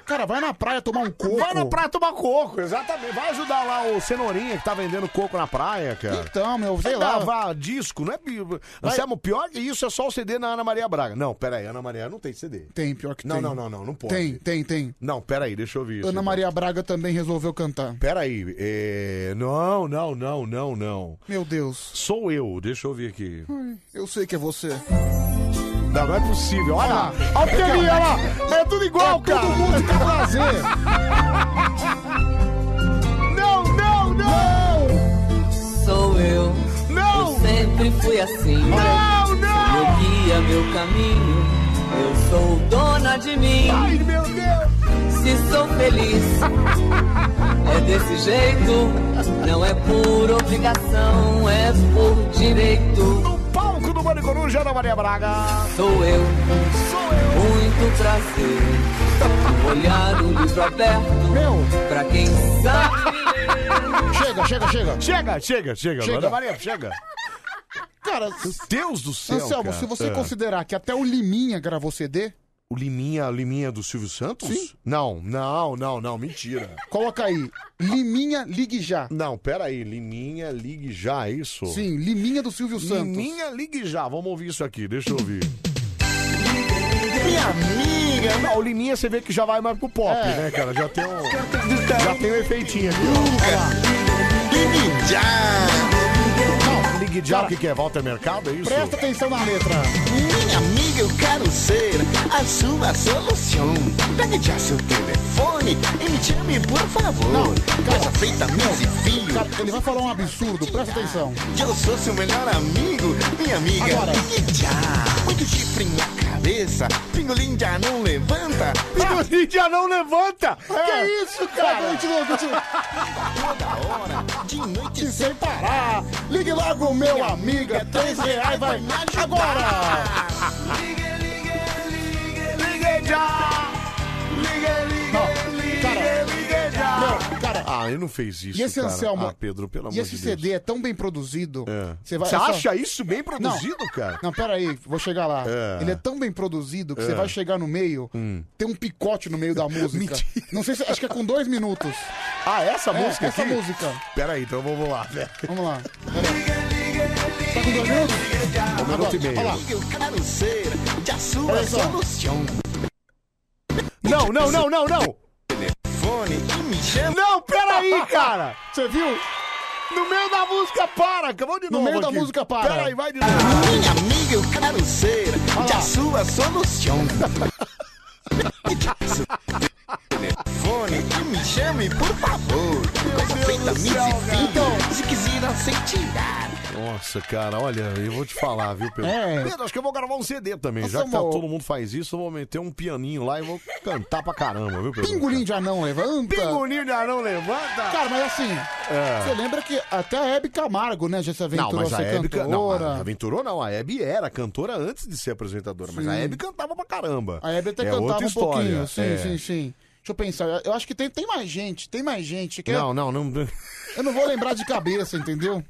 Cara, vai na praia tomar um coco. Vai na praia tomar coco, exatamente. Vai ajudar lá o Cenourinha que tá vendendo coco na praia, cara. Então, meu, sei Vai lá. gravar disco, não é. bi- Anselmo, pior que isso é só o CD na Ana Maria Braga. Não, peraí, Ana Maria não tem CD. Tem, pior que Não, tem. não, não, não, não pode. Tem, tem, tem. Não, peraí, deixa eu ouvir isso. Ana então. Maria Braga também resolveu cantar. Peraí, é... não, não, não, não, não. Meu Deus. Sou eu, deixa eu ver aqui. Ai, Eu sei que é você. Não, não é possível, olha lá. Olha o que ele- olha lá. É tudo igual, cara. Todo mundo quer prazer. Não, não, não! Sou eu. Não! Eu sempre fui assim. Não, não! Meu guia, meu caminho. Eu sou dona de mim. Ai, meu Deus! Se sou feliz, é desse jeito. Não é por obrigação, é por direito. No palco do Mano Coruja, Ana Maria Braga. Sou eu. Sou eu. Muito prazer. Olhar o livro aberto. Meu! Pra quem sabe. Chega, chega, chega. Chega, chega, chega. Chega. Ana Maria, chega. Cara, Deus do céu. Anselmo, cara. se você É. considerar que até o Liminha gravou CD, O Liminha, o Liminha do Silvio Santos? Sim. Não, não, não, não, mentira. coloca aí. Liminha, ligue já. Não, peraí, Liminha, ligue já, é isso? Sim, Liminha do Silvio Santos. Liminha, ligue já. Vamos ouvir isso aqui, deixa eu ouvir. Minha amiga. Não, o Liminha você vê que já vai mais pro pop, né, cara? Já tem um. Já tem um efeitinho aqui. Ligue já! Ligue já, o que, que é? Walter Mercado, é isso? Presta atenção na letra. Minha amiga, eu quero ser a sua solução. Pegue já seu telefone e me chame, por favor. Casa feita, mesa e fio. Ele vai falar um absurdo, presta atenção. Eu sou seu melhor amigo, minha amiga. Agora. Ligue já. Muito chifre na cabeça. Pingolim já não levanta. É. Pingolim já não levanta. Que isso, cara? Continua, continua. De noite sem parar. Ligue logo, meu amigo. É três reais, vai. Agora! Ligue já! Ligue, ligue, Cara, não, cara, Ah, ele não fez isso. e esse cara. Anselmo? Ah, Pedro, pelo amor E esse de Deus. CD é tão bem produzido. É. Você Você só- acha isso bem produzido, Não. cara? Não, peraí, vou chegar lá. É. Ele é tão bem produzido que É. você vai chegar no meio, Hum. tem um picote no meio da música. Não sei se. Acho que é com dois minutos. Ah, essa É, música essa aqui? música. Peraí, então vamos lá, velho. Vamos lá. Peraí. Tá com dois minutos? Um minuto e meio. Olha lá. Eu quero ser a sua Olha só. solução. Não, não, não, não, não! Telefone e tá me chame. Não, peraí, cara! Você viu? No meio da música para! Vamos de No novo meio da aqui. música, para. Peraí, vai de novo. Minha amiga, eu quero ser a sua solução. Telefone e tá me chame, por favor. Coisa feita, me Então, se quiser aceitar. Nossa, cara, olha, eu vou te falar, viu, Pedro? É. Pedro, acho que eu vou gravar um CD também. Já que tá- todo mundo faz isso, eu vou meter um pianinho lá e vou cantar pra caramba, viu, Pedro? Pingolim de anão levanta. Pingolim de anão levanta. Cara, mas assim, É. você lembra que até a Hebe Camargo, né, já se Não, aventurou mas a a ser Hebe... ca- Não, cantora. a aventurou não, a Hebe era cantora antes de ser apresentadora, mas Sim. a Hebe cantava pra caramba. A Hebe até É cantava outra um história, pouquinho. Sim, é. sim, sim. Deixa eu pensar. Eu acho que tem, tem mais gente, tem mais gente. Que é? Não, não, não. Eu não vou lembrar de cabeça, entendeu?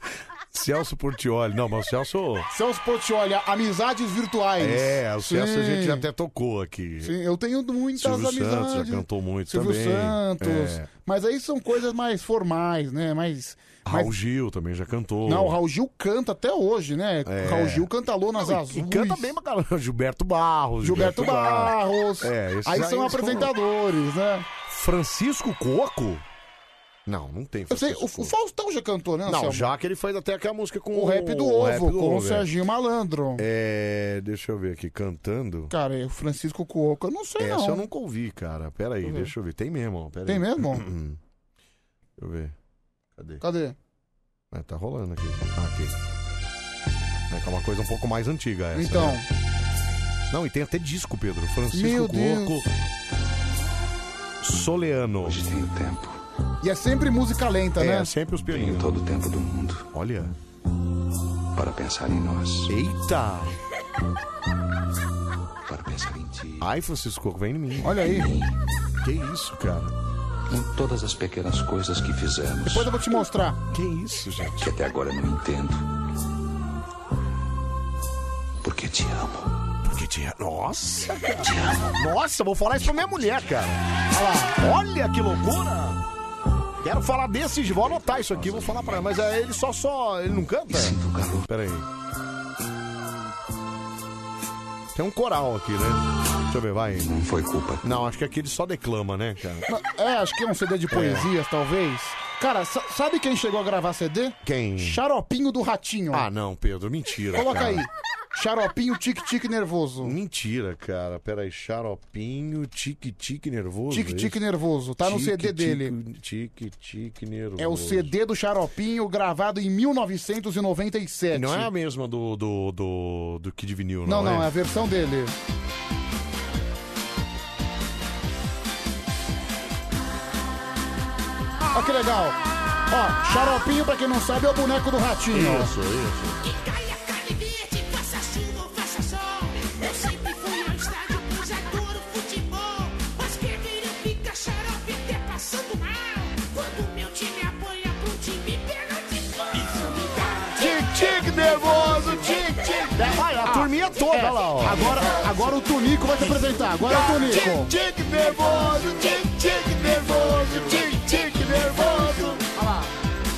Celso Portioli. Não, mas o Celso. Celso Portioli, amizades virtuais. É, o Celso a Sim, gente já até tocou aqui. sim, eu tenho muitas Silvio amizades. Santos já cantou muito Silvio também. Santos. É. Mas aí são coisas mais formais, né? Mais. mais- Raul Gil também já cantou. Não, o Raul Gil canta até hoje, né? É. Raul Gil canta Lonas Não, e- Azuis. E canta bem pra caramba. Gilberto Barros. Gilberto Barros. É, esses aí são apresentadores, né? Francisco Coco? Não, não tem. Eu sei, o, o Faustão já cantou, né? Não, Anselmo? já que ele faz até aquela música com O rap do o ovo, rap do com o ovo, é. Serginho Malandro. É, deixa eu ver aqui, cantando. Cara, é o Francisco Cuoco, eu não sei Essa não. eu nunca ouvi, cara. Pera aí, Deixa eu ver. deixa eu ver. Tem mesmo, ó, pera Tem aí. mesmo? Deixa eu ver. Cadê? Cadê? É, tá rolando aqui. Ah, aqui. É que é uma coisa um pouco mais antiga essa. Então. né? Não, e tem até disco, Pedro. Francisco Meu Deus. Cuoco. Soleano. Hoje tem tempo. E é sempre música lenta, É, né? sempre os pianinhos. todo o tempo do mundo. Olha. Para pensar em nós. Eita! Para pensar em ti. Ai, Francisco Cuoco, vem em mim. Olha aí. Que isso, cara? Em todas as pequenas coisas que fizemos, Depois eu vou te mostrar. Que isso, gente? que até agora não entendo. Porque te amo. Porque te amo. Nossa, cara. Nossa, vou falar isso pra minha mulher, cara. Olha, lá. Olha que loucura. Quero falar desses, vou anotar isso aqui, vou falar pra ela. Mas é, ele só, só, ele não canta? Sinto calor. Pera aí. Tem um coral aqui, né? Deixa eu ver, vai. Não foi culpa. Não, acho que aqui ele só declama, né, cara? É, acho que é um CD de poesias, talvez. Cara, sa- sabe quem chegou a gravar CD? Quem? Xaropinho do Ratinho. Ah, não, Pedro, mentira. Coloca cara. aí. Xaropinho tique-tique nervoso. Mentira, cara. Pera aí, xaropinho, tique-tique nervoso. é Tique-tique nervoso, tá no CD dele. Tique-tique nervoso. É o CD do Xaropinho, gravado em 1997. Não é a mesma do, do, do, do Kid Vinil, Não, não, não, é a versão dele. Ó que legal. Ó, xaropinho, pra quem não sabe, é o boneco do ratinho. Isso, isso. Tique-tique nervoso, tique-tique. Vai, a turminha toda, olha lá, ó. Agora, agora o Tunico vai se apresentar. Agora é o Tunico. Tique nervoso, tique tique nervoso, tique tique nervoso. Olha lá.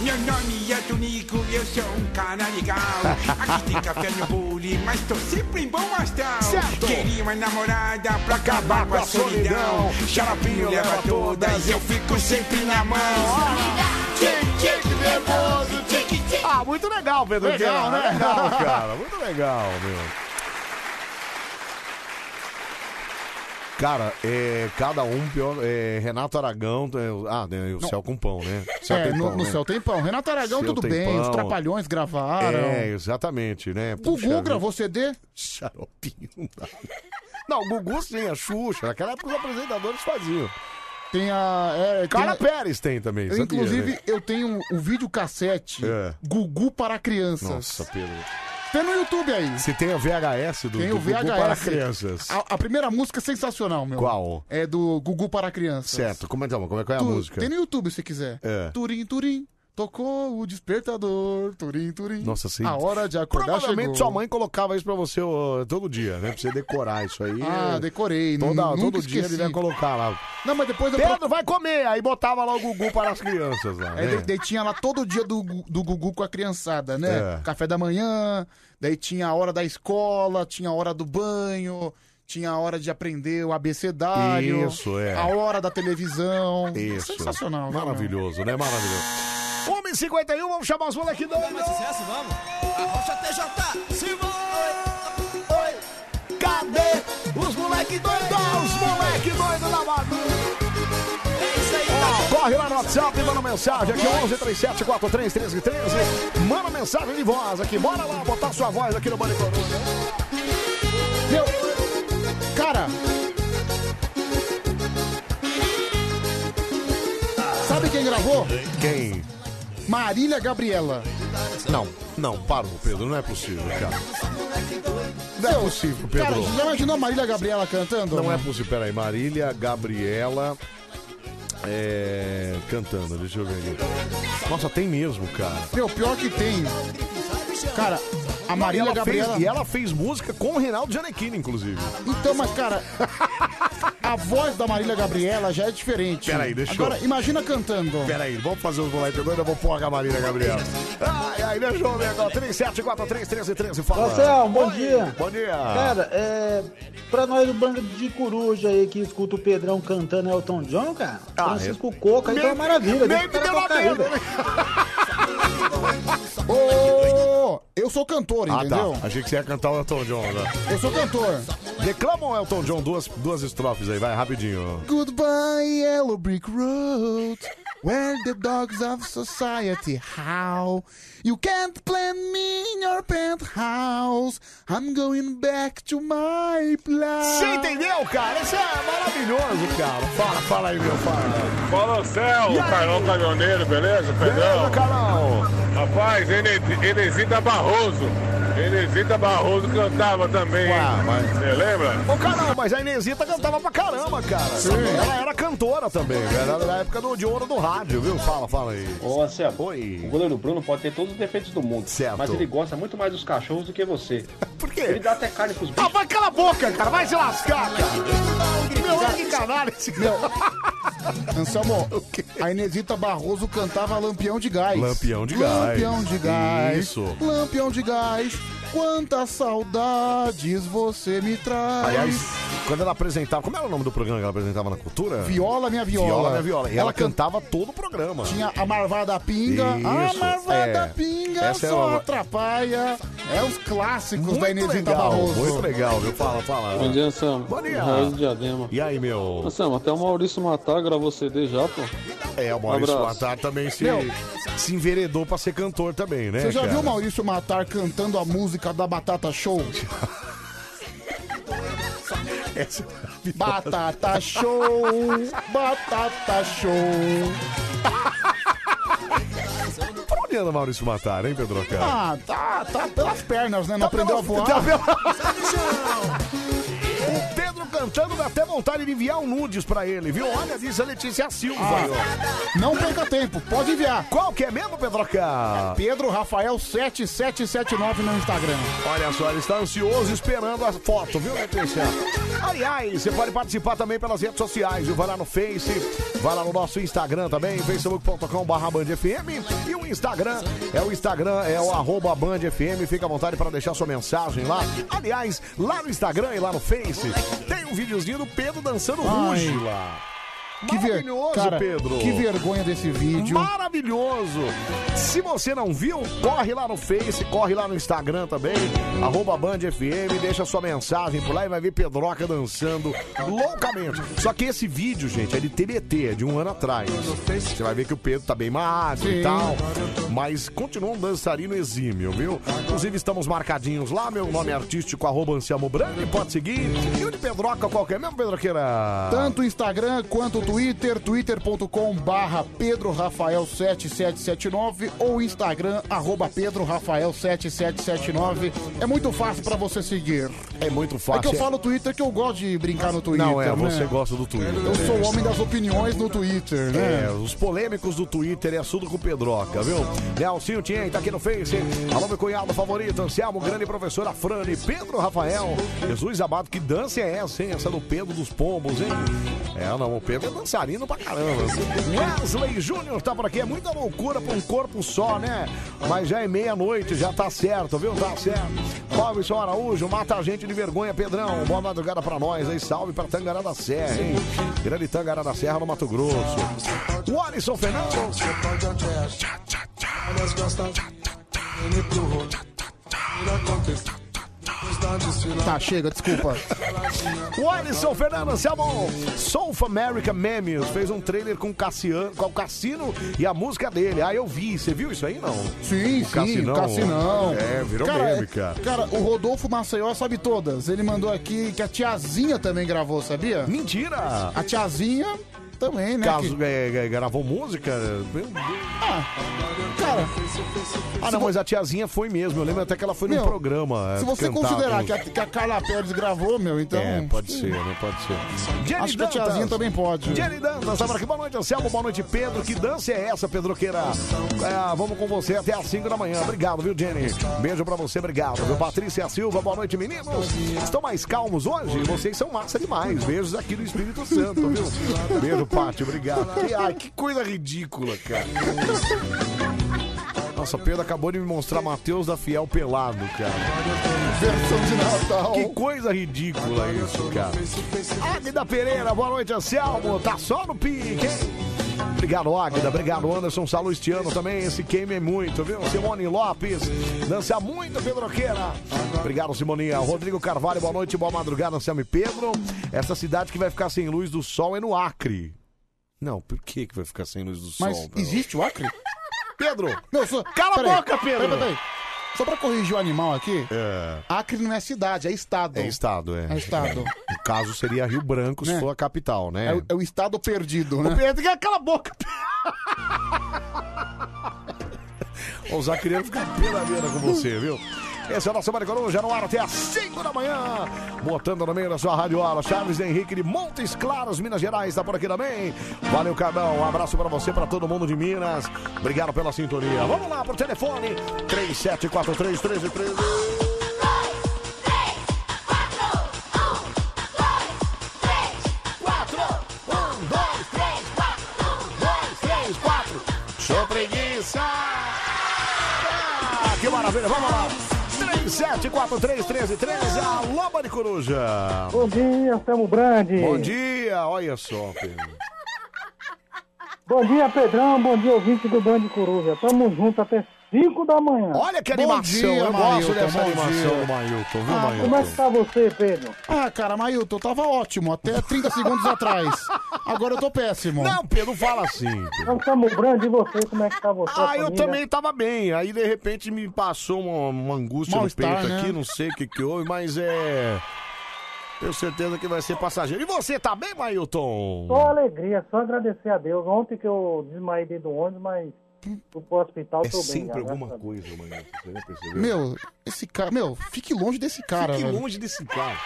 Meu nome é Tonico e eu sou um cara legal. Aqui tem café no bule, mas tô sempre em bom astral. Certo. Queria uma namorada pra acabar com a solidão. Xaropinho leva todas e eu fico sempre na mão. Tique tique nervoso, tique tique. Ah, muito legal, Pedro. Legal, né? Legal, cara. Muito legal, meu. Cara, é, cada um pior. é, Renato Aragão. é, ah, né, o Céu com Pão, né? Céu É, tem no, pão, no né? Céu tem pão. Renato Aragão, Céu tudo tem bem. Os pão. Trapalhões gravaram. É, exatamente, né? Ah, Gugu Puxa gravou CD? Xaropinho não dá. Não, o Gugu sim, a Xuxa. Naquela época os apresentadores faziam. Tem a. É, Carla tem a- Pérez tem também, Eu, sabia, inclusive, né? eu tenho um vídeo cassete É. Gugu para crianças. Nossa, Pedro. Tem no YouTube aí. Se tem o VHS do, Tem do o VHS. Gugu para crianças. A, a primeira música é sensacional, meu. Qual? É do Gugu para crianças. Certo, como é, então, como é, qual é Tu- a música? Tem no YouTube se quiser. É. Turim, turim. Tocou o despertador. Turim, turim. Nossa, sim. A hora de acordar Provavelmente chegou. sua mãe colocava isso pra você ó, todo dia, né? Pra você decorar isso aí. Ah, decorei, Toda, nunca todo dia esqueci. ele vai colocar lá. Não, mas depois eu. É Pedro, vai comer! Aí botava lá o Gugu para as crianças lá. Aí né? daí- daí tinha lá todo dia do, Gu- do Gugu com a criançada, né? É. Café da manhã, daí tinha a hora da escola, tinha a hora do banho, tinha a hora de aprender o abecedário. Isso, é. A hora da televisão. Isso. Sensacional. né, Maravilhoso, né? Maravilhoso. 1h51, vamos chamar os moleque doido. Mais sucesso, vamos. Arrocha TJ, Simão. Oi, oi. Cadê os moleque doido? Os moleque doido da Badu. É isso aí, Ó, Corre lá no WhatsApp e manda mensagem aqui, 11 37 43 13 13. Manda mensagem de voz aqui, bora lá botar sua voz aqui no Bande Coruja. Meu, cara. Sabe quem gravou? Quem? Marília Gabriela. Não, não, parou, Pedro, não é possível, cara. Não é possível, Pedro. Cara, já imaginou a Marília Gabriela cantando? Não é possível, peraí, Marília, Gabriela, é, cantando, deixa eu ver aqui. Nossa, tem mesmo, cara. Meu, pior que tem. Cara, a Marília Ela fez- Gabriela. e ela fez música com o Reinaldo Gianecchini, inclusive. Então, mas cara, a voz da Marília Gabriela já é diferente. Peraí, deixa eu- Agora, imagina cantando. Peraí, vamos fazer os moleques doidos, eu vou pôr a Marília Gabriela. Ai, ai, deixa eu ver agora, 37431313, fala. é um Marcel, bom dia. Bom dia. Cara, é. Pra nós do bando de coruja aí que escuta o Pedrão cantando Elton John, cara. Ah, Francisco Coca, aí tá uma maravilha. deixa nem o cara me deu uma tocar aí, merda, velho. Ô, eu sou cantor, Ah, entendeu? tá. Achei que você ia cantar o Elton John agora. Eu sou cantor. Declama o Elton John duas, duas estrofes aí, vai, rapidinho. Goodbye, Yellow Brick Road. Where the dogs of society howl. You can't plant me in your penthouse. I'm going back to my place. Você entendeu, cara? Isso é tá maravilhoso, cara. Fala, fala aí, meu fala. Fala, Céu, Carlão Caminhoneiro, beleza, Pedrão? Carlão. Rapaz, Ene- Enesita Barroso. Enesita Barroso cantava também. Você lembra? Ô, Carlão, mas a Inesita cantava pra caramba, cara. Ela era cantora também, era da época do, de ouro do rádio, viu? Fala, fala aí. Ô, Anselmo, o goleiro Bruno pode ter todos os defeitos do mundo, mas ele gosta muito mais dos cachorros do que você. Por quê? Ele dá até carne pros Ah, vai cala a boca, cara. Vai se lascar, cara. Meu, olha que canalha esse cara. Anselmo, a Inesita Barroso cantava Lampião de Gás. Lampião de Gás. Lampião de Gás. Isso. Lampião de Gás. Quantas saudades você me traz. Aliás, quando ela apresentava, como era o nome do programa que ela apresentava na cultura? Viola, minha viola. Viola, minha viola. E ela, Ela can- cantava todo o programa. Tinha a Marvada Pinga. Isso, a Marvada é. Pinga Essa é só uma- atrapalha. É os clássicos da Inesita legal, Barroso. muito legal, viu? Fala, fala. Bom dia, Sam. Bom dia. Raiz de Diadema. E aí, meu? Sam, até o Maurício Matar gravou CD já, pô. É, o Maurício Abraço. Matar também se, Meu. se enveredou pra ser cantor também, né? Você já cara? viu o Maurício Matar cantando a música da Batata Show? Essa- é Batata Show! Batata Show! Pra onde anda o Maurício Matar, hein, Pedro Cara? Ah, tá, tá pelas pernas, né? Não aprendeu a voar. tá O Pedro cantando dá até vontade de enviar um nudes pra ele, viu? Olha, diz a é Letícia Silva. Ah. Não perca tempo, pode enviar. Qual é que é mesmo, Pedroca? Pedro Rafael 7779 no Instagram. Olha só, ele está ansioso esperando a foto, viu, Letícia? Aliás, você pode participar também pelas redes sociais, viu? Vai lá no Face, vai lá no nosso Instagram também, facebook.com.br e o Instagram é o Instagram, é o arroba Band FM, fica à vontade para deixar sua mensagem lá. Aliás, lá no Instagram e lá no Face, tem um videozinho do Pedro dançando Ai. ruge lá. Que ver- Maravilhoso, cara, Pedro. que vergonha desse vídeo. Maravilhoso. Se você não viu, corre lá no Face, corre lá no Instagram também, arroba Band FM, deixa sua mensagem por lá e vai ver Pedroca dançando loucamente. Só que esse vídeo, gente, é de TBT, é de um ano atrás. Você vai ver que o Pedro tá bem magro Sim. e tal, mas continua um dançarino exímio, viu? Inclusive estamos marcadinhos lá, meu nome é artístico, arroba Anselmo Brandi, pode seguir. E o de Pedroca qualquer mesmo, Pedroqueira? Tanto o Instagram quanto o Twitter, twitter.com barra Pedro Rafael 7779 ou Instagram arroba Pedro Rafael 7779. É muito fácil pra você seguir. É muito É que fácil. eu falo Twitter que eu gosto de brincar no Twitter. Não, é, né? você gosta do Twitter. Eu sou o homem das opiniões no Twitter, né? É, os polêmicos do Twitter é assunto com o Pedroca, viu? Nelsinho Tien tá aqui no Face. Alô, meu cunhado favorito, Anselmo, grande professora Frane, Pedro Rafael, Jesus Amado, que dança é essa, hein? Essa do Pedro dos Pombos, hein? É, não, o Pedro é dançarino pra caramba. Wesley Júnior tá por aqui, é muita loucura pra um corpo só, né? Mas já é meia-noite, já tá certo, viu? Tá certo. Robson Araújo, mata a gente de vergonha, Pedrão. Boa madrugada pra nós, aí salve pra Tangará da Serra, hein? Grande Tangará da Serra no Mato Grosso. O Alisson Fernandes. Tá, chega, desculpa. O Alisson Fernando Anselmo. Soul of America Memes fez um trailer com o Cassiano, com o Cassino e a música dele. Ah, eu vi. Você viu isso aí, não? Sim, o sim, o Cassinão. É, virou meme, cara. Cara, o Rodolfo Maceió sabe todas. Ele mandou aqui que a tiazinha também gravou, sabia? Mentira! A tiazinha também, né? Caso Que- é, é, gravou música. Meu Deus. Cara, Ah, não, mas a tiazinha foi mesmo. Eu lembro até que ela foi num Meu, programa. se você é, cantar considerar com- que a, que a Carla Pérez gravou, meu, então... É, pode ser, né? Pode ser. Jenny Acho que a tiazinha Dantas. também pode. Jenny Dantas, tá por aqui. Boa noite, Anselmo. Boa noite, Pedro. Que dança é essa, Pedroqueira? É, vamos com você até às 5 da manhã. Obrigado, viu, Jenny? Beijo pra você, obrigado. Viu, Patrícia Silva, boa noite, meninos. Estão mais calmos hoje? Vocês são massa demais. Beijos aqui do Espírito Santo, viu? Beijo, Pati, obrigado. Que- Ai, que coisa ridícula, cara. Nossa, Pedro acabou de me mostrar Matheus da Fiel pelado, cara. Versão de Natal. Que coisa ridícula isso, cara. Águida Pereira, boa noite, Anselmo. Tá só no pique, hein? Obrigado, Águida. Obrigado, Anderson Salustiano também. Esse game é muito, viu? Simone Lopes, dança muito, Pedroqueira. Obrigado, Simoninha. Rodrigo Carvalho, boa noite, boa madrugada, Anselmo e Pedro. Essa cidade que vai ficar sem luz do sol é no Acre. Não, por que que vai ficar sem luz do sol? Mas existe o Acre? Pedro! Não, só... Cala a peraí, boca, Pedro! Peraí, peraí. Só pra corrigir o animal aqui, É. Acre não é cidade, é estado. É estado, é. É estado. O caso seria Rio Branco, se for a capital, né? É, o- é o estado perdido, né? Pedro, cala a boca! O Zacriano fica peladeira com você, viu? Esse é o nosso Maricorão, já no ar até às 5 da manhã. Botando no meio da sua radiola. Chaves Henrique de Montes Claros, Minas Gerais, tá por aqui também. Valeu, Carlão. Um abraço pra você, pra todo mundo de Minas. Obrigado pela sintonia. Vamos lá pro telefone 3743 1313. que maravilha. Vamos lá. 37431313. Alô, Bande Coruja. Bom dia, Selmo Brandi. Bom dia. Olha só, Pedro. Bom dia, Pedrão. Bom dia, ouvinte do Brandi Coruja. Tamo junto até 5 da manhã. Olha que animação. eu gosto dessa animação do Mailton, viu, Ah, Mailton? como é que tá você, Pedro? Ah, cara, Mailton, eu tava ótimo até 30 segundos atrás. Agora eu tô péssimo. Não, Pedro, fala assim. Então, Samu Brandi, e você, como é que tá você? Ah, a eu família? também tava bem. Aí de repente me passou uma, uma angústia no Mal-estar, peito né? aqui, não sei o que que houve, mas é. Tenho certeza que vai ser passageiro. E você tá bem, Mailton? Só alegria, só agradecer a Deus. Ontem que eu desmaiei dentro do ônibus, mas fui pro hospital, É tô bem. sempre graças alguma a Deus. coisa, mano. Você já percebeu? Meu, esse cara. Meu, fique longe desse cara, Fique velho. longe desse cara.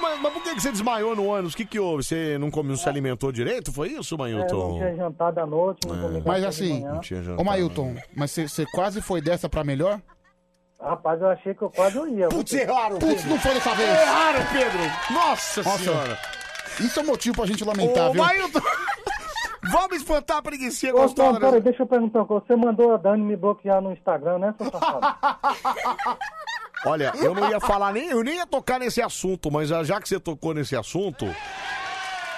Mas, mas por que, que você desmaiou no ônibus? O que, que houve? Você não comeu, não se alimentou direito? Foi isso, É, não Mailton? tinha jantado à noite, não É. comi café Mas de assim, manhã. ô Mailton, mas você- você quase foi dessa pra melhor? Rapaz, eu achei que eu quase eu ia. Putz, erraram. Putz, não foi dessa vez. Erraram, Pedro. Nossa, Nossa. senhora. Isso é motivo pra gente lamentar, Ô, viu? Mailton, vamos espantar a preguiça Ô, Tom, gostosa. né? peraí, deixa eu perguntar uma coisa. Você mandou a Dani me bloquear no Instagram, né, seu safado? Olha, eu não ia falar nem, eu nem ia tocar nesse assunto, mas ah, já que você tocou nesse assunto,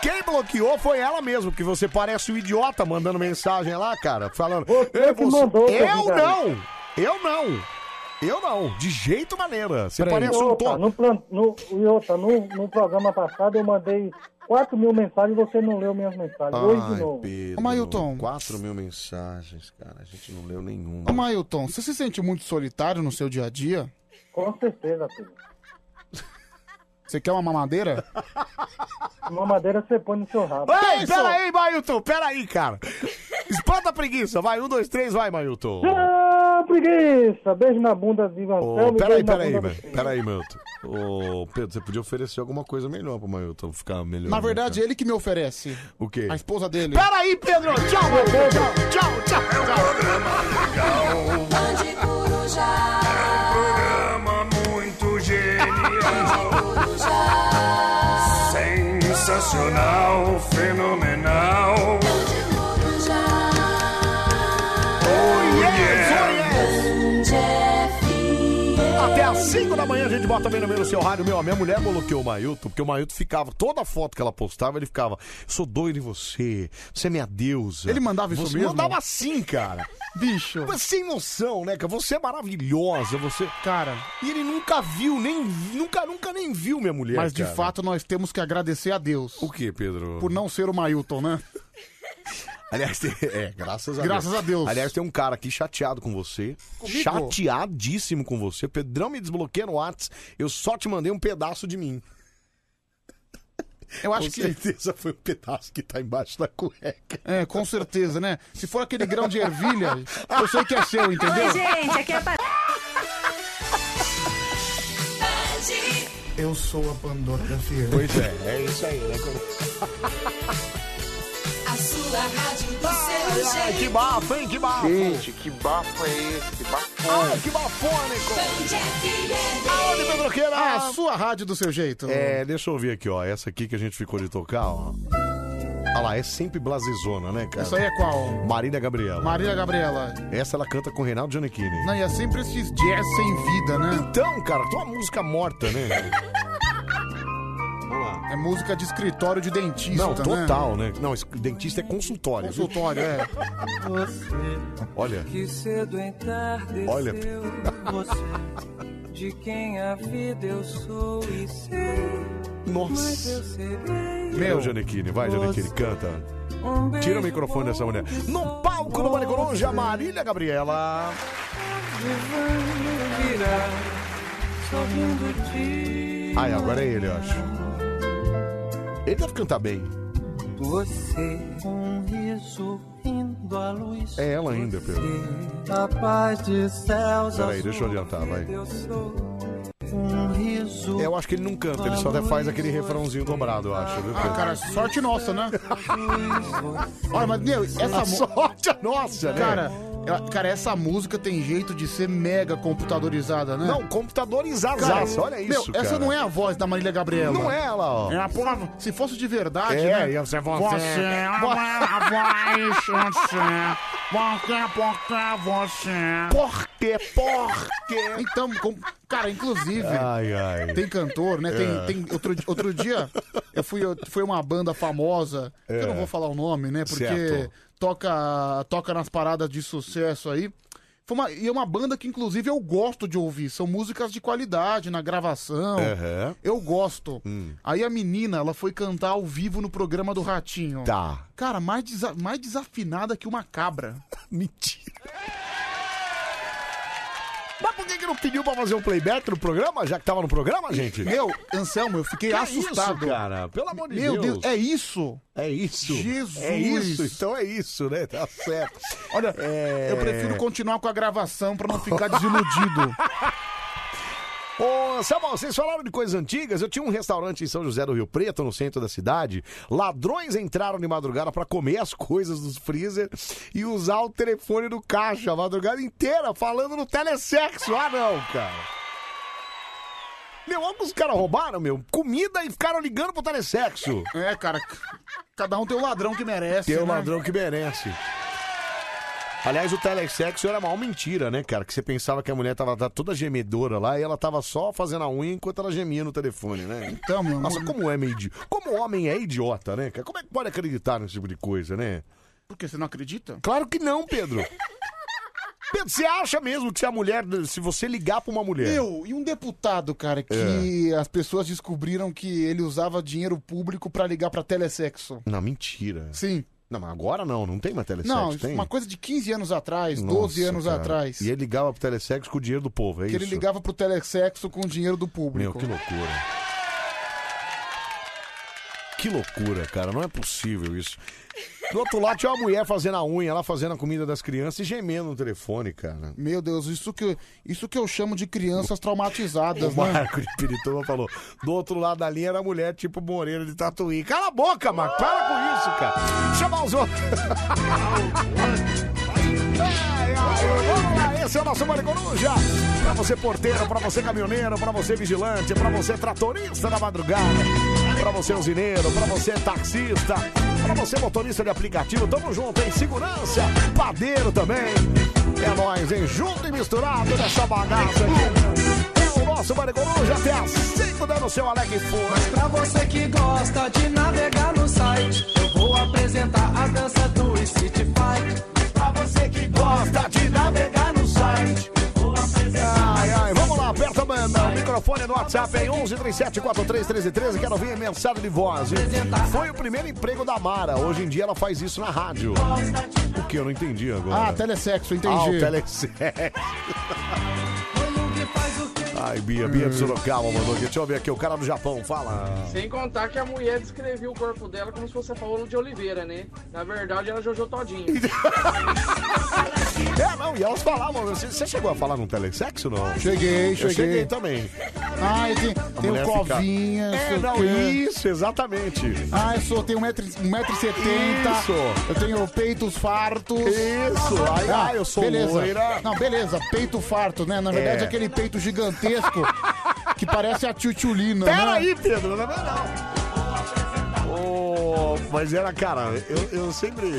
quem bloqueou foi ela mesmo, porque você parece um idiota mandando mensagem lá, cara, falando. "Ei, é que mandou, seu eu vigarista." não! Eu não! Eu não, de jeito maneira. Você parece E um outra, to... no, plan- no, e outra, no, no programa passado eu mandei 4 mil mensagens e você não leu minhas mensagens. Hoje de novo. Pedro, Ô, Mailton. 4 mil mensagens, cara. A gente não leu nenhuma. Ô, Mailton, você se sente muito solitário no seu dia a dia? Com certeza, Pedro. Você quer uma mamadeira? Uma madeira você põe no seu rabo. Ei, peraí, Mailton, peraí, cara. Espanta a preguiça. Vai, um, dois, três, vai, Mailton. Ah, preguiça! Beijo na bunda de Anselmo. Ô, e peraí, beijo na peraí, bunda velho. do- Peraí, Mailton. Ô, Pedro, você podia oferecer alguma coisa melhor pro Mailton ficar melhor. Na né, verdade, é cara? ele que me oferece. O quê? A esposa dele. Peraí, Pedro! Tchau, Mailton! Tchau, tchau, tchau! É um Bande Coruja. É um programa muito genial. Sensacional, fenomenal. Oh, é, Até às 5 da manhã a gente bota bem no meio do seu rádio. Meu, a minha mulher bloqueou o Mailton, porque o Mailton ficava, toda foto que ela postava, ele ficava, sou doido em você, você é minha deusa. Ele mandava isso você mesmo? Mandava assim, cara. Bicho. Mas sem noção, né, cara? Você é maravilhosa, você... Cara... E ele nunca viu, nem... Nunca, nunca nem viu minha mulher, Mas de cara. fato nós temos que agradecer a Deus O que, Pedro? por não ser o Mailton, né? Aliás, tem- é, graças a Graças Deus. a Deus. Aliás, tem um cara aqui chateado com você. Comigo? Chateadíssimo com você. Pedrão me desbloqueia no Whats. Eu só te mandei um pedaço de mim. Eu acho com que- certeza foi um pedaço que tá embaixo da cueca. É, com certeza, né? Se for aquele grão de ervilha, eu sei que é seu, entendeu? gente, aqui é a Eu sou a Pandora da Fieira. Pois é, é isso aí, né? A sua rádio do seu Ai, ai, que bafo, hein? Que bafo. Gente, que bafo é esse? Que bafo. Ai, que bafônico. Aonde, Pedroqueira? Ah, a sua rádio do seu jeito. É, deixa eu ouvir aqui, ó. Essa aqui que a gente ficou de tocar, ó. Olha lá, é sempre blasezona, né, cara? Essa aí é qual? Marília Gabriela. Maria Gabriela. Essa ela canta com o Reinaldo Giannichini. Não, e é sempre esses jazz sem vida, né? Então, cara, tua música morta, né? Vamos lá. É música de escritório de dentista, Não, né? total, né? Não, esse dentista é consultório. viu? Consultório, é. Olha, Que cedo entardeceu Olha. você De quem a vida eu sou e sei Nossa. Mas eu serei meu Giannichini, vai, Giannichini, canta. um beijo Tira o microfone dessa mulher. No palco do Bande Coruja, Marília Gabriela. divã virá Sorrindo de Ai, agora é ele, eu acho. Ele deve cantar bem. você Um riso indo à luz É ela ainda, Pedro. A paz de céus Peraí, deixa eu adiantar, vai. eu sou Um riso É, eu acho que ele não canta, ele só até faz aquele refrãozinho dobrado, eu acho, viu, Ah, Pedro? cara, sorte nossa, né? Olha, mas, meu, essa A sorte é nossa, né? Cara, eu- cara, essa música tem jeito de ser mega computadorizada, né? Não, computadorizazaça, olha isso, Meu, essa cara. não é a voz da Marília Gabriela. Não é ela, ó. É a porra, se fosse de verdade, É, né? ia ser você. Você é a voz, você Porque, porque você. Porque, porque. Então, com- cara, inclusive. Ai, ai. Tem cantor, né? Tem, É. tem- outro, di- outro dia eu fui, eu- foi uma banda famosa, que É. eu não vou falar o nome, né? Porque Certo. toca, toca nas paradas de sucesso aí. Foi uma, e é uma banda que, inclusive, eu gosto de ouvir. São músicas de qualidade na gravação. Aham. Eu gosto. Hum. Aí a menina, ela foi cantar ao vivo no programa do Ratinho. Tá. Cara, mais, desa- mais desafinada que uma cabra. Mentira. Mas por que, que não pediu pra fazer um playback no programa, já que tava no programa, gente? Meu, Anselmo, eu fiquei Que é assustado. isso, cara? Pelo amor de Meu Deus. é isso? É isso. Jesus. É isso, então é isso, né? Tá certo. Olha, eu prefiro continuar com a gravação pra não ficar desiludido. Ô, Samuel, vocês falaram de coisas antigas. Eu tinha um restaurante em São José do Rio Preto, no centro da cidade. Ladrões entraram de madrugada pra comer as coisas dos freezer e usar o telefone do caixa a madrugada inteira falando no telesexo. Ah, não, cara. Meu, olha o que os caras roubaram, meu. Comida e ficaram ligando pro telesexo. É, cara. Cada um tem o ladrão que merece. Tem o né? ladrão que merece. Aliás, o telesexo era a maior mentira, né, cara? Que você pensava que a mulher tava, tava toda gemedora lá e ela tava só fazendo a unha enquanto ela gemia no telefone, né? Então, mano. Nossa, como é meio. idi- Como o homem é idiota, né, cara? Como é que pode acreditar nesse tipo de coisa, né? Por quê? Você não acredita? Claro que não, Pedro. Pedro, você acha mesmo que se a mulher. Se você ligar pra uma mulher. Meu, e um deputado, cara, É. que as pessoas descobriram que ele usava dinheiro público pra ligar pra telesexo. Não, mentira. Sim. Não, mas agora não, não tem mais telesexo, Não, é tem? uma coisa de 15 anos atrás, 12 Nossa, anos cara. atrás. E ele ligava pro telesexo com o dinheiro do povo, é que isso? ele ligava pro telesexo com o dinheiro do Meu, público. que loucura. Que loucura, cara. Não é possível isso. Do outro lado tinha uma mulher fazendo a unha, ela fazendo a comida das crianças e gemendo no telefone, cara. Meu Deus, isso que, isso que eu chamo de crianças traumatizadas, O né? Marco de Pirituba falou. Do outro lado da linha era a mulher tipo Moreira de Tatuí. Cala a boca, Marco. Para com É, isso, cara. Chamar os outros. É, Ai, ai, é. Vamos lá, esse é o nosso Mari Coruja. Pra você porteiro, pra você caminhoneiro, pra você vigilante, pra você tratorista da madrugada, pra você usineiro, pra você taxista, pra você motorista de aplicativo, tamo junto, hein? Segurança, padeiro também. É nóis, hein? Junto e misturado nessa bagaça aqui. É o nosso Mari Coruja até às 5 da no seu Alec Fone. Pra você que gosta de navegar no site, eu vou apresentar as danças do Street Fight. Pra você que gosta de navegar no site, eu vou apresentar. Ai, ai, vamos lá, aperta manda. O microfone no WhatsApp é 1137431313. Quero ouvir mensagem de voz. Foi o primeiro emprego da Mara. Hoje em dia ela faz isso na rádio. O que eu não entendi agora. Ah, telesexo, entendi. Ah, o telesexo. Ai, Bia, Bia de Sorocaba mandou aqui. Deixa eu ver aqui, o cara do Japão, fala. Sem contar que a mulher descreveu o corpo dela como se fosse a Paola de Oliveira, né? Na verdade, ela é Jojo Todinho. É, não, e elas falavam. Você, você chegou a falar num telesexo, não? Cheguei, Eu cheguei. cheguei também. Ai, Ah, tem, tem o mulher fica- covinha, É, sei o não, quê. isso, exatamente. Ah, eu sou, tenho 1,70m. Isso. Eu tenho peitos fartos. Ah, Isso. Ai, ai, eu sou beleza. loira. Não, beleza. Peito farto, né? Na verdade, É. aquele peito gigantesco que parece a tchutchulina, né? Pera aí, Pedro. Não, não, não. Ô, mas era, cara, eu, eu sempre.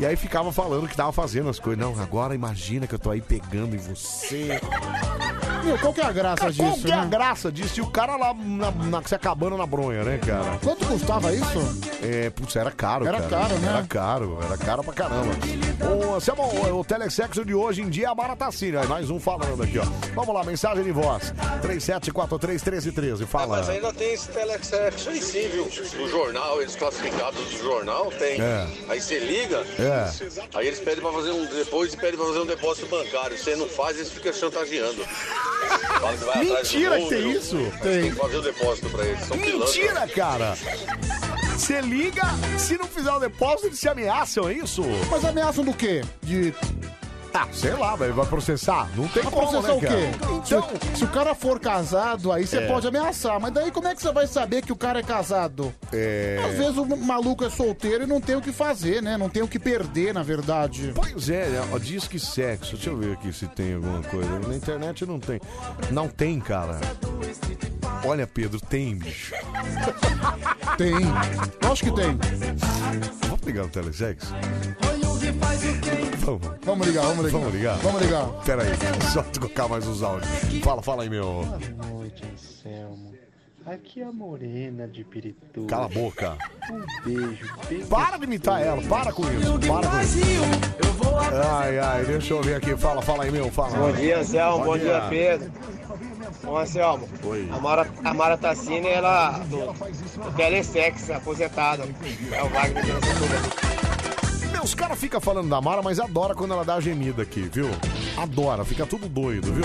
E aí ficava falando que tava fazendo as coisas. Não, agora imagina que eu tô aí pegando em você. Meu, qual que é a graça Cara, disso, qual que é a né? graça disso? E o cara lá na, na- se acabando na bronha, né, cara? Quanto custava isso? É, putz, era caro, Era cara. caro, né? Era caro, era caro pra caramba. Ô, Anselmo, o telesexo de hoje em dia é a Maratacina. Mais um falando aqui, ó. Vamos lá, mensagem de voz. 37431313, fala. Mas ainda tem esse telesexo em si, viu? No jornal, eles classificados do jornal tem. É. Aí você liga, É. aí eles pedem pra fazer um. Depois pedem pra fazer um depósito bancário. Você não faz, eles ficam chantageando. Fala que vai atrás do Mentira que número, tem isso! mas Tem que fazer o depósito pra eles. São Mentira, pilantras. cara! Você liga, se não fizer o depósito, eles se ameaçam, é isso? Mas ameaçam do quê? De. Ah, sei lá, velho, vai processar? Não tem Vai como, processar né, o quê? cara? Então- Se, se o cara for casado, aí você É. pode ameaçar. Mas daí como é que você vai saber que o cara é casado? É... Às vezes o maluco é solteiro e não tem o que fazer, né? Não tem o que perder, na verdade. Pois é, né? Ó, diz que sexo. Deixa eu ver aqui se tem alguma coisa. Na internet não tem. Não tem, cara. Olha, Pedro, tem, bicho. Tem. Lógico que tem. Vamos ligar o telesex? Vamos. Vamos ligar, vamos ligar. Vamos ligar? Vamos ligar. Pera aí, só tocar mais uns áudios. Fala, fala aí, meu. noite, Anselmo. Aqui é a Morena de Pirituba. Cala a boca. Um beijo. Para de imitar ela, para com isso. Para com isso. Ai, ai, deixa eu ver aqui. Fala, fala aí, meu. Fala. Bom dia, Anselmo. Bom, dia, Pedro. Bom, Anselmo. A Mara, a Mara Tassini, ela do, do Telesex, aposentada. É o Wagner de Pirituba. Meu, os caras ficam falando da Mara, mas adora quando ela dá a gemida aqui, viu? Adora, fica tudo doido, viu?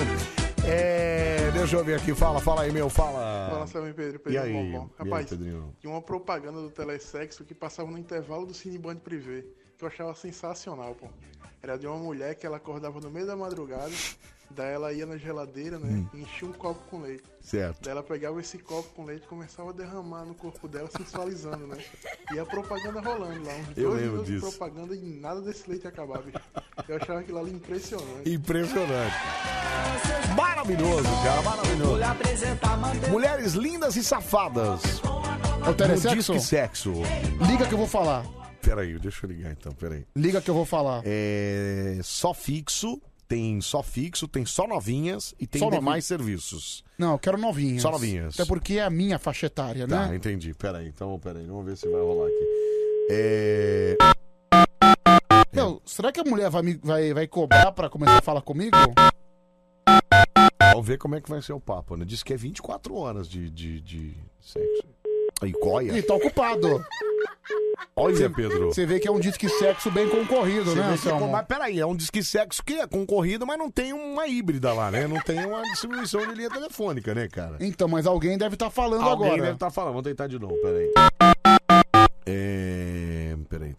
É, deixa eu ver aqui. Fala, fala aí, meu. Fala. Fala, Anselmo e Pedro. Pedro E aí? Bombom. E aí, Rapaz, Pedrinho? tinha uma propaganda do Telesexo que passava no intervalo do Cineband Privé, que eu achava sensacional, pô. Era de uma mulher que ela acordava no meio da madrugada, daí ela ia na geladeira, né, e enchia um copo com leite. Hum. Certo. Daí ela pegava esse copo com leite e começava a derramar no corpo dela, sensualizando, né? E a propaganda rolando lá, uns Eu dois lembro minutos de disso. propaganda e nada desse leite acabava. Eu achava aquilo ali impressionante. Impressionante. Maravilhoso, cara, maravilhoso. Mulheres lindas e safadas. É o telesexo? No Disque sexo. Liga que eu vou falar. Peraí, deixa eu ligar então, peraí. Liga que eu vou falar. É só fixo, tem só fixo, tem só novinhas e tem Só demais serviços. Não, eu quero novinhas. Só novinhas. Até porque é a minha faixa etária, Tá, né? entendi. Peraí, então, peraí, vamos ver se vai rolar aqui. É... Meu, será que a mulher vai, me, vai, vai cobrar pra começar a falar comigo? Vamos ver como é que vai ser o papo, né? Diz que é 24 horas de, de, de sexo. Aí, coia. Ih, tá ocupado. Olha, Cê- Pedro. Você vê que é um disque sexo bem concorrido, Você né, vê que é com- Anselmo? Mas peraí, é um disque sexo que é concorrido, mas não tem uma híbrida lá, né? Não tem uma distribuição de linha telefônica, né, cara? Então, mas alguém deve estar falando Alguém agora. deve tá- estar falando. Vamos tentar de novo, peraí. É... Peraí.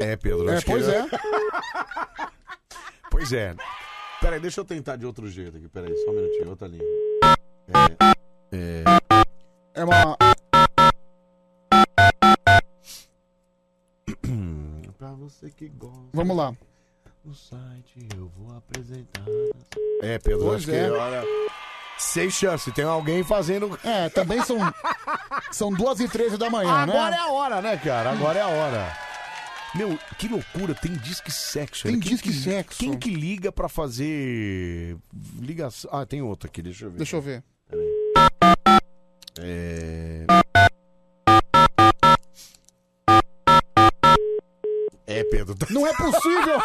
É, Pedro. É, acho que- pois é. pois é. Peraí, deixa eu tentar de outro jeito aqui. Peraí, só um minutinho. Outra linha. É... é... É uma. Pra você que gosta. Vamos lá. No site eu vou apresentar. É, Pedro, Pois acho é. que olha. Sem chance, tem alguém fazendo. É, também são. são duas e treze da manhã, né? Agora é a hora, né, cara? Agora é a hora. Meu, que loucura, tem disque sexo. Tem né? Quem disque que- sexo. Quem que liga pra fazer ligação? Ah, tem outro aqui, deixa eu ver. Deixa eu ver. É... é, Pedro. Não é possível!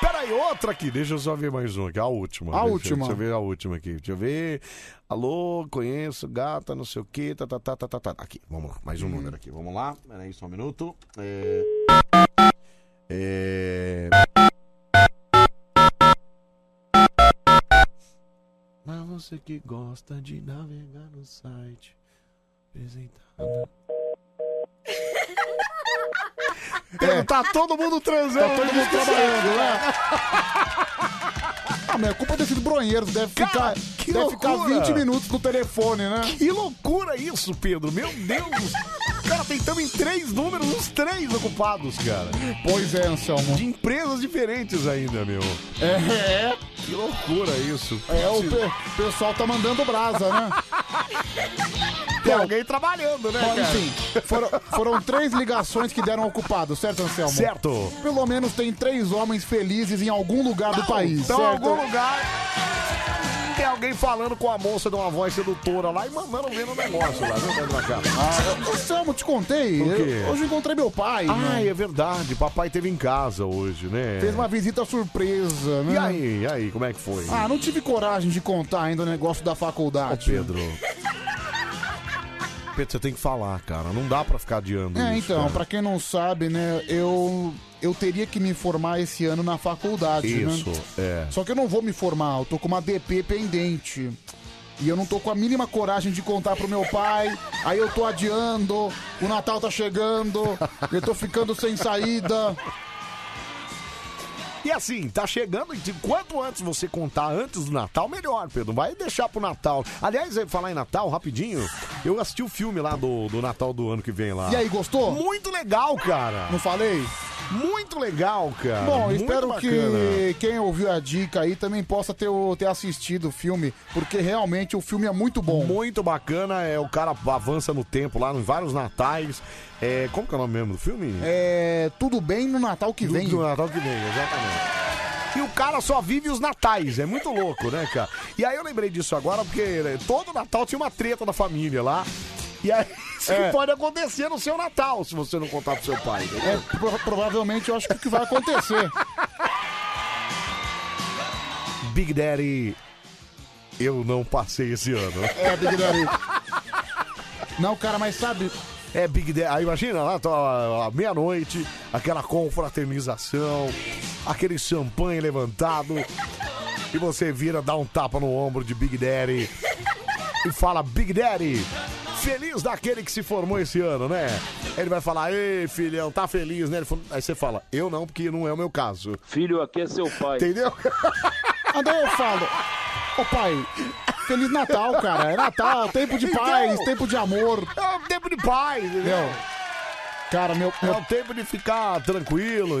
Peraí, outra aqui. Deixa eu só ver mais uma aqui. A última. A Deixa- última. Deixa eu ver a última aqui. Deixa eu ver. Alô, conheço, gata, não sei o quê. Tá, tá, tá, tá, tá, tá. Aqui, vamos lá. Mais um número aqui. Vamos lá. Peraí, só um minuto. É... É... Mas você que gosta de navegar no site. Apresentada. É. Tá todo mundo transando. Tá todo mundo trabalhando, né? Ah, mas a culpa desses bronheiros deve ficar, que deve ficar loucura! 20 minutos no telefone, né? Que loucura isso, Pedro. Meu Deus. Cara, tentamos em três números, uns três ocupados, cara. Pois é, Anselmo. De empresas diferentes ainda, meu. É, é. Que loucura isso. É, o pe- pessoal tá mandando brasa, né? Tem alguém trabalhando, né, Bom, cara? enfim, foram, foram três ligações que deram ocupado, certo, Anselmo? Certo. Pelo menos tem três homens felizes em algum lugar do país, Então, em certo? algum lugar... Tem alguém falando com a moça de uma voz sedutora lá e mandando ver no negócio lá, viu, Pedro Acá? Anselmo, te contei. O quê? Eu- hoje eu encontrei meu pai. Ah, né? é verdade. Papai teve em casa hoje, né? Fez uma visita surpresa, né? E aí, e aí, como é que foi? Ah, não tive coragem de contar ainda o negócio da faculdade. Ah, Pedro. Pedro, você tem que falar, cara. Não dá pra ficar adiando É, isso, então, cara. pra quem não sabe, né, eu eu teria que me formar esse ano na faculdade, Isso, né? é. Só que eu não vou me formar, eu tô com uma DP pendente. E eu não tô com a mínima coragem de contar pro meu pai. Aí eu tô adiando, o Natal tá chegando, eu tô ficando sem saída. E assim, tá chegando, e de quanto antes você contar antes do Natal, melhor, Pedro. Vai deixar pro Natal. Aliás, eh, falar em Natal, rapidinho, eu assisti o filme lá do, do Natal do ano que vem lá. E aí, gostou? Muito legal, cara. Não falei? Muito legal, cara. Bom, Muito espero bacana. que quem ouviu a dica aí também possa ter, o- ter assistido o filme, porque realmente o filme é muito bom. Muito bacana, é o cara avança no tempo lá, em vários natais. É, como que é o nome mesmo do filme? É, tudo bem no Natal que vem. No Natal que vem, exatamente. E o cara só vive os natais, é muito louco, né, cara? E aí eu lembrei disso agora, porque né, todo Natal tinha uma treta da família lá. E aí isso É. que pode acontecer no seu Natal, se você não contar pro seu pai. É, pro- provavelmente eu acho que o que vai acontecer. Big Daddy, eu não passei esse ano. É, Big Daddy. Não, cara, mas sabe. É Big Daddy. Aí imagina lá, tá, à meia-noite, aquela confraternização, aquele champanhe levantado. E você vira, dá um tapa no ombro de Big Daddy e fala: Big Daddy, feliz daquele que se formou esse ano, né? Ele vai falar: Ei, filhão, tá feliz, né? Ele fala- Aí você fala: Eu não, porque não é o meu caso. Filho, aqui é seu pai. Entendeu? André, eu falo. Ô pai, Feliz Natal, cara. É Natal, tempo de paz, Então, tempo de amor. É o tempo de paz, entendeu? Meu, cara, meu, É o tempo de ficar tranquilo,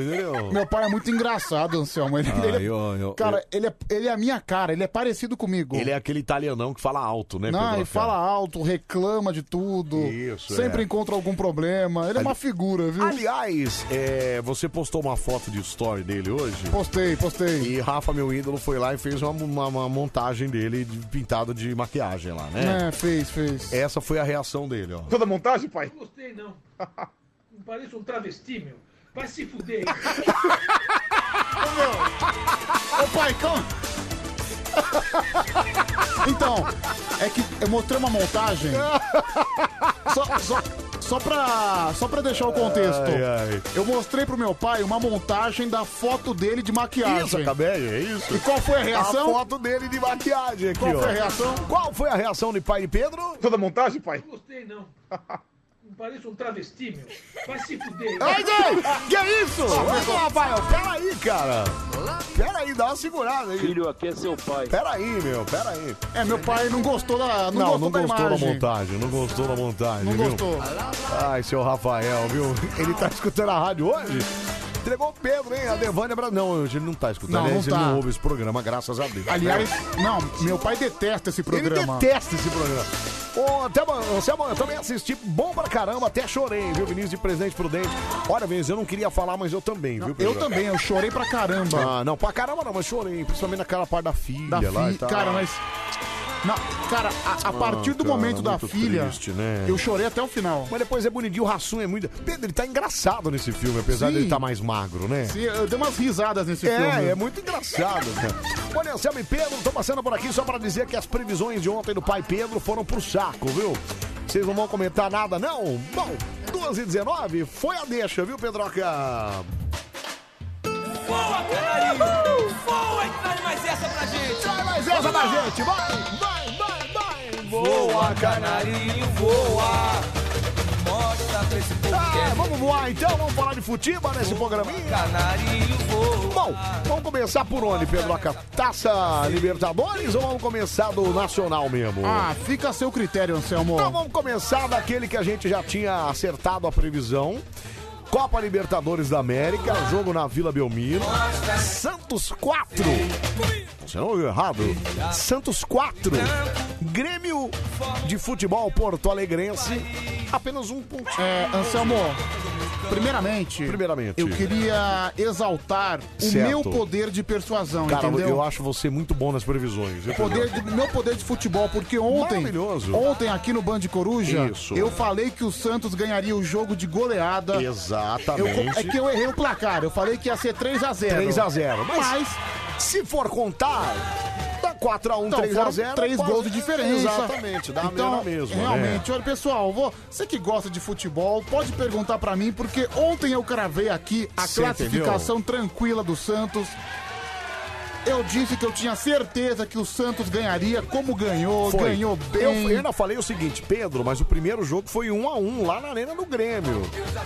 entendeu? meu pai é muito engraçado, Anselmo. Ele, Ah, ele- eu- eu- cara, Ele, é, ele é a minha cara, ele é parecido comigo. Ele é aquele italianão que fala alto, né? Não, Pedroca? ele fala alto, reclama de tudo. Isso, Sempre é. encontra algum problema. Ele é uma figura, viu? Aliás, é, você postou uma foto de story dele hoje? Postei, postei. E Rafa, meu ídolo, foi lá e fez uma, uma- uma montagem dele de- pintado de maquiagem lá, né? É, fez, fez. Essa foi a reação dele, ó. Toda montagem, pai? Gostei não. Não parece um travesti, meu. Vai se fuder. Ô pai, calma. Então, é que eu mostrei uma montagem. Só, só, só, pra, só pra deixar o contexto. Ai, ai. Eu mostrei pro meu pai uma montagem da foto dele de maquiagem. Isso, acabei, é isso. E qual foi a reação? A foto dele de maquiagem aqui, Qual ó. foi a reação? Qual foi a reação de pai de Pedro? Toda montagem, pai? Gostei não. Não parece um travesti, meu. Vai se fuder. Ai, gente, que é isso? Ô, Rafael, peraí, cara. Peraí, dá uma segurada aí. Filho, aqui é seu pai. Peraí, meu, peraí. É, meu pai não gostou da. Não, Não, gostou, não da, gostou da, imagem. montagem, não gostou da montagem. Não viu? gostou. Ai, seu Rafael, viu? Ele tá escutando a rádio hoje? Entregou o Pedro, hein? A Devânia Bra... Não, hoje ele não tá escutando. Não, não Aliás, ele tá. não ouve esse programa, graças a Deus. Aliás, não, meu pai detesta esse programa. Ele detesta esse programa. Ô, até, é Anselmo, eu também assisti, bom pra caramba, até chorei, viu, Vinícius de Presidente Prudente. Olha, Vinícius, eu não queria falar, mas eu também, viu, eu também, eu chorei pra caramba. Ah, não, pra caramba não, mas chorei, principalmente naquela parte da filha Da lá e fi... tal. Cara, mas. Não, cara, a, a Ah, partir do cara, momento da muito filha, triste, né? eu chorei até o final. Mas depois é bonitinho, o Rassum é muito. Pedro, ele tá engraçado nesse filme, apesar Sim. de ele tá mais magro, né? Sim, eu dei umas risadas nesse é, filme. é muito engraçado, cara. Olha, Anselmo e Pedro, tô passando por aqui só pra dizer que as previsões de ontem do pai Pedro foram pro saco, viu? Vocês não vão comentar nada, não? Bom, 12 e 19 foi a deixa, viu, Pedroca? Voa, canarinho! Voa e traz mais essa pra gente! Traz mais essa pra gente! Vai, vai, vai, vai! Voa, canarinho, voa! Mostra pra esse povo Ah, vamos voar então, vamos falar de né? futebol nesse programinha. Canarinho voa! Bom, vamos começar por onde, Pedroca? Taça Libertadores ou vamos começar do Nacional mesmo? Ah, fica a seu critério, Anselmo. Então vamos começar daquele que a gente já tinha acertado a previsão. Copa Libertadores da América, jogo na Vila Belmiro. Santos 4. Você não ouviu errado? Santos 4. Grêmio de futebol Porto Alegrense. Apenas um ponto. É, Anselmo, primeiramente, Primeiramente. eu queria exaltar o Certo. meu poder de persuasão, Cara, entendeu? eu acho você muito bom nas previsões. viu, Poder Pedro? de- meu poder de futebol, porque ontem, é Maravilhoso. ontem aqui no Band Coruja, Isso. eu falei que o Santos ganharia o jogo de goleada. Eu co- Exatamente. é que eu errei o placar, eu falei que ia ser 3 a 0 3 a 0 Mas, Mas, se for contar, dá 4x1, então, 3 foram a 0 três quase- gols de diferença. Exatamente, dá então, a mesma mesmo. né? Realmente, olha, pessoal, vou- você que gosta de futebol, pode perguntar pra mim, porque ontem eu cravei aqui a Você classificação tranquila do Santos. Eu disse que eu tinha certeza que o Santos ganharia, como ganhou, Foi. ganhou Eu, bem. Hum. eu ainda falei o seguinte, Pedro, mas o primeiro jogo foi 1 a 1 lá na Arena do Grêmio.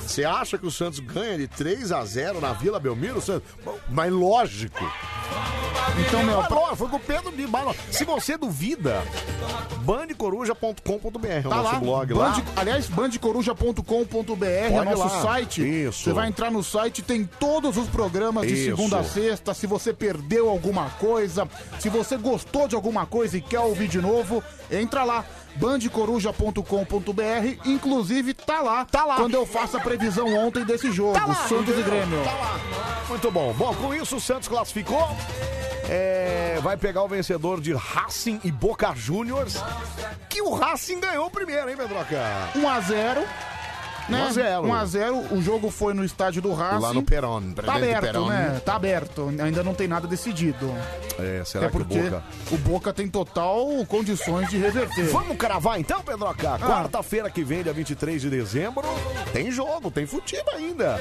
Você acha que o Santos ganha de 3 a 0 na Vila Belmiro, Santos? Bom, Mas lógico. Então, meu, foi com o Pedro de Baló. Se você duvida, bandecoruja.com.br, é o Tá nosso lá, blog lá. Band, aliás, bandecoruja.com.br é o Olha nosso lá. site. Isso. Você vai entrar no site, tem todos os programas de Isso. segunda a sexta. Se você perdeu alguma coisa, se você gostou de alguma coisa e quer ouvir de novo, entra lá bandecoruja.com.br, inclusive tá lá, tá lá quando eu faço a previsão ontem desse jogo, Santos e Grêmio. Tá lá. Muito bom. Bom, com isso o Santos classificou. É, vai pegar o vencedor de Racing e Boca Juniors. Que o Racing ganhou primeiro, hein, Pedroca? 1 a 0 né? 1 a 0. 1 a 0 o jogo foi no estádio do Racing. Lá no Perón, Tá Presidente aberto, Perón. né? Tá aberto, ainda não tem nada decidido. É, será Até que o porque Boca... o Boca tem total condições de reverter. Ah. Vamos cravar então, Pedroca? Quarta-feira que vem, dia 23 de dezembro, tem jogo, tem futebol ainda.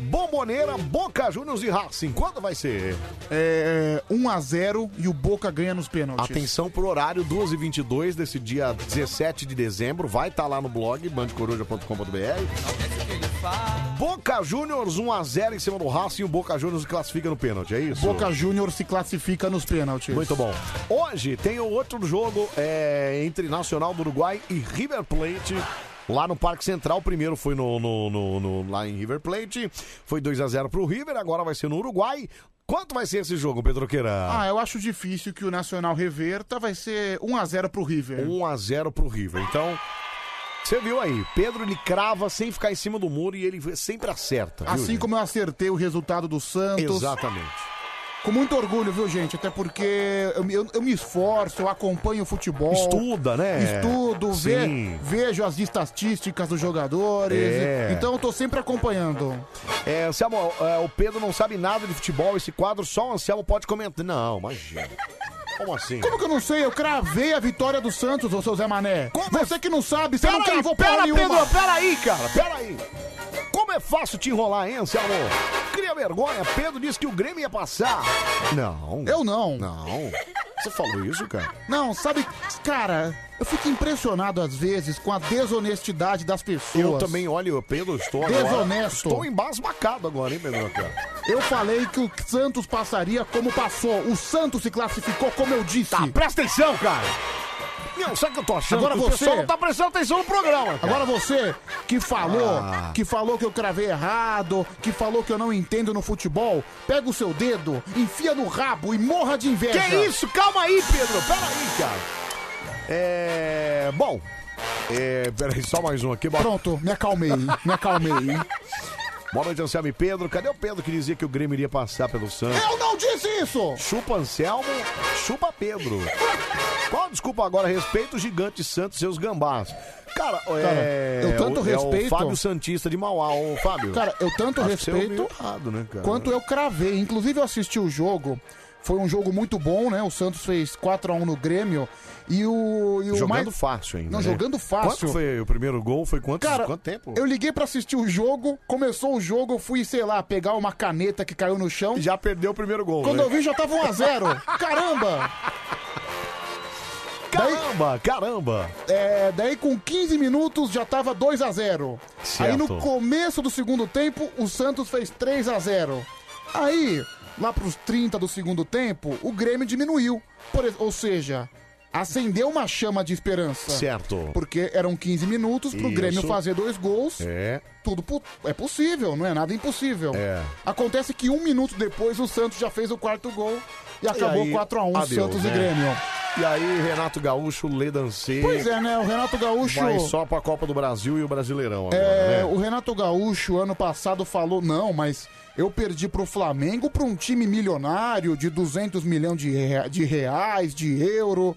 Bomboneira, Boca Juniors e Racing. Quando vai ser? É, 1 a 0 e o Boca ganha nos pênaltis. Atenção pro horário, 2h22 desse dia 17 de dezembro. Vai estar lá no blog, bandecoruja.com.br. Boca Juniors 1x0 em cima do Racing. O Boca Juniors classifica no pênalti, é isso? Boca Júnior se classifica nos pênaltis. Muito bom. Hoje tem o outro jogo é, entre Nacional do Uruguai e River Plate. Lá no Parque Central, o primeiro foi no, no- no- no- lá em River Plate. Foi 2x0 pro River, agora vai ser no Uruguai. Quanto vai ser esse jogo, Pedroqueira? Ah, eu acho difícil que o Nacional reverta, vai ser 1 É, a 0 pro River. 1x0 pro River. Então, você viu aí, Pedro ele crava sem ficar em cima do muro e ele sempre acerta. Tá, viu, Assim gente? como eu acertei o resultado do Santos. Exatamente. Com muito orgulho, viu, gente? Até porque eu, me- eu- eu me esforço, eu acompanho o futebol. Estuda, né? Estudo, ve, Sim. vejo as estatísticas dos jogadores. É. Então eu tô sempre acompanhando. É, Anselmo, é, o Pedro não sabe nada de futebol, esse quadro só o Anselmo pode comentar. Não, imagina. Como assim? Como que eu não sei? Eu cravei a vitória do Santos, ô seu Zé Mané. Você que não sabe, você não Pera aí, cravou é? pera, porra nenhuma. Pedro, pera aí, cara, pera aí. Como é fácil te enrolar, hein, Anselmo? Cria vergonha, Pedro disse que o Grêmio ia passar. Não. Eu não. Não. Você falou isso, cara? Não, sabe, cara, eu fico impressionado às vezes com a desonestidade das pessoas. Eu também, olha, o Pedro, estou agora- Desonesto. Estou embasbacado agora, hein, Pedro? cara? Eu falei que o Santos passaria como passou. O Santos se classificou como eu disse. Tá, presta atenção, cara. Não, sabe o que eu tô achando? Agora Que o você. pessoal não tá prestando atenção no programa. cara. Agora você que falou, Ah. que falou que eu cravei errado, que falou que eu não entendo no futebol, pega o seu dedo, enfia no rabo e morra de inveja. Que isso? Calma aí, Pedro. Pera aí, cara. É. Bom. É. Peraí, só mais um aqui. Boa... Pronto, me acalmei, me acalmei. Boa noite, Anselmo e Pedro. Cadê o Pedro que dizia que o Grêmio iria passar pelo Santos? Eu não disse isso! Chupa Anselmo, chupa Pedro. Qual a desculpa agora? Respeito o gigante Santos e seus gambás. Cara, é. Cara, eu tanto o- é o respeito- Fábio Santista de Mauá, ô Fábio. Cara, eu tanto Acho que você respeito ouviu errado, né, cara? quanto eu cravei. Inclusive, eu assisti o jogo. Foi um jogo muito bom, né? O Santos fez 4x1 no Grêmio. E o. E o Jogando mais- fácil ainda. Não, né? jogando fácil. Quanto foi o primeiro gol? Foi quanto, Cara, quanto tempo? Eu liguei pra assistir o jogo, começou o jogo, eu fui, sei lá, pegar uma caneta que caiu no chão. Já perdeu o primeiro gol. Quando né? eu vi, já tava 1x0. Caramba! Caramba, caramba. É, daí com 15 minutos já tava 2x0. Certo. Aí no começo do segundo tempo, o Santos fez 3x0. Aí, lá pros 30 do segundo tempo, o Grêmio diminuiu. Por ex- ou seja, acendeu uma chama de esperança. Certo. Porque eram 15 minutos pro Isso. Grêmio fazer dois gols. É. Tudo po- é possível, não é nada impossível. É. Acontece que um minuto depois o Santos já fez o quarto gol e acabou aí, 4x1 adeus, Santos né? e Grêmio. E aí, Renato Gaúcho, Lê Dancê. Pois é, né? O Renato Gaúcho. Vai só pra Copa do Brasil e o Brasileirão agora, É, né? o Renato Gaúcho ano passado falou: não, mas eu perdi pro Flamengo pra um time milionário de 200 milhões de, rea- de reais, de euro.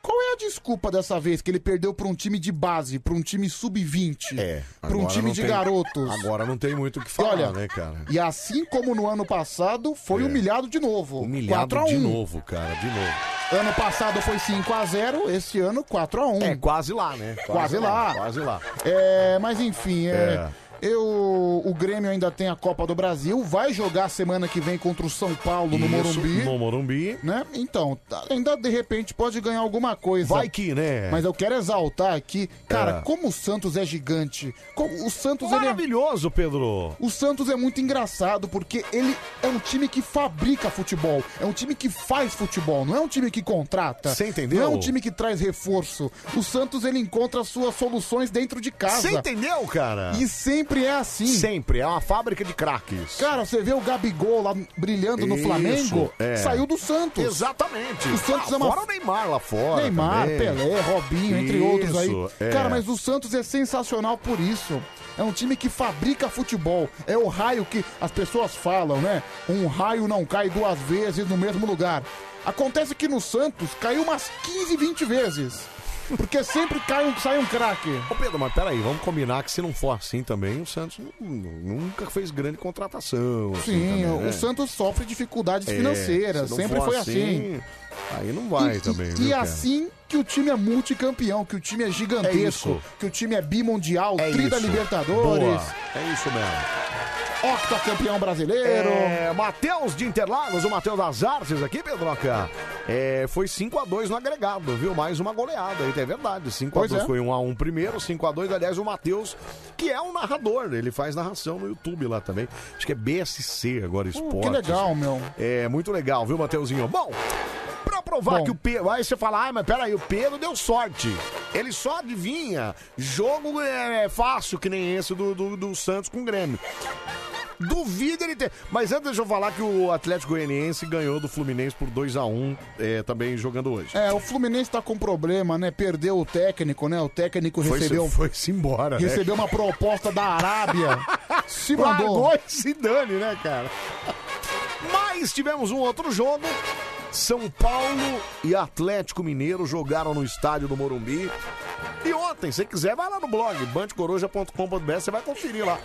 Qual é a desculpa dessa vez que ele perdeu pra um time de base, pra um time sub-20, é, pra um Agora time não de tem- garotos? Agora não tem muito o que falar, olha, né, cara? E assim como no ano passado, foi É. humilhado de novo. Humilhado 4 a 1. de novo, cara, de novo. Ano passado foi 5 a 0 esse ano 4 a 1 É quase lá, né? Quase lá. Quase lá. É, mas enfim, é, Eu, o Grêmio ainda tem a Copa do Brasil, vai jogar semana que vem contra o São Paulo no Isso, Morumbi. No Morumbi. Né? Então, tá- ainda de repente pode ganhar alguma coisa. Vai que, né? Mas eu quero exaltar aqui, cara, É. como o Santos é gigante. Como o Santos ele é Maravilhoso, Pedro. o Santos é muito engraçado porque ele é um time que fabrica futebol, é um time que faz futebol, não é um time que contrata. Você entendeu? Não é um time que traz reforço. O Santos ele encontra suas soluções dentro de casa. Você entendeu, cara? E sempre é assim. Sempre, é uma fábrica de craques. Cara, você vê o Gabigol lá brilhando no Isso, Flamengo, é. saiu do Santos. Exatamente. O Santos é uma Fora o Neymar lá fora. Neymar, também. Pelé, Robinho, entre Isso, outros aí. é. Cara, mas o Santos é sensacional por isso. É um time que fabrica futebol. É o raio que as pessoas falam, né? Um raio não cai duas vezes no mesmo lugar. Acontece que no Santos caiu umas 15, 20 vezes. Porque sempre cai um, sai um craque. Ô Pedro, mas peraí, vamos combinar que se não for assim também, o Santos nu- nu- nunca fez grande contratação. assim Sim, também, o né? Santos sofre dificuldades É, financeiras. se não Sempre for foi assim. Aí não vai também, E viu, cara? assim que o time é multicampeão, que o time é É gigantesco, isso. que o time é bimundial, tri da É Isso. Libertadores, Boa. É isso mesmo. octacampeão brasileiro. É, Matheus de Interlagos, o Matheus das Artes aqui, Pedroca. É, foi 5x2 no agregado, viu? Mais uma goleada, aí é verdade. 5x2 Pois é. foi 1x1 primeiro, 5x2. Aliás, o Matheus, que é um narrador, ele faz narração no YouTube lá também. Acho que é BSC agora, esporte. legal, meu. É, muito legal, viu, Mateuzinho? Bom, pra provar que o Pedro. Aí você fala, ai, mas peraí, o Pedro deu sorte. Ele só adivinha. Jogo é, é fácil, que nem esse do, do, do Santos com o Grêmio. Duvido ele ter. Mas antes, deixa eu falar que o Atlético Goianiense ganhou do Fluminense por 2x1, é, também jogando hoje. É, o Fluminense tá com problema, né? Perdeu o técnico, né? O técnico recebeu, Foi-se foi-se embora, né? recebeu uma proposta da Arábia. se mandou. Largou e se dane, né, cara? Mas tivemos um outro jogo. São Paulo e Atlético Mineiro jogaram no estádio do Morumbi. E ontem, se quiser, vai lá no blog bandcoroja.com.br, você vai conferir lá.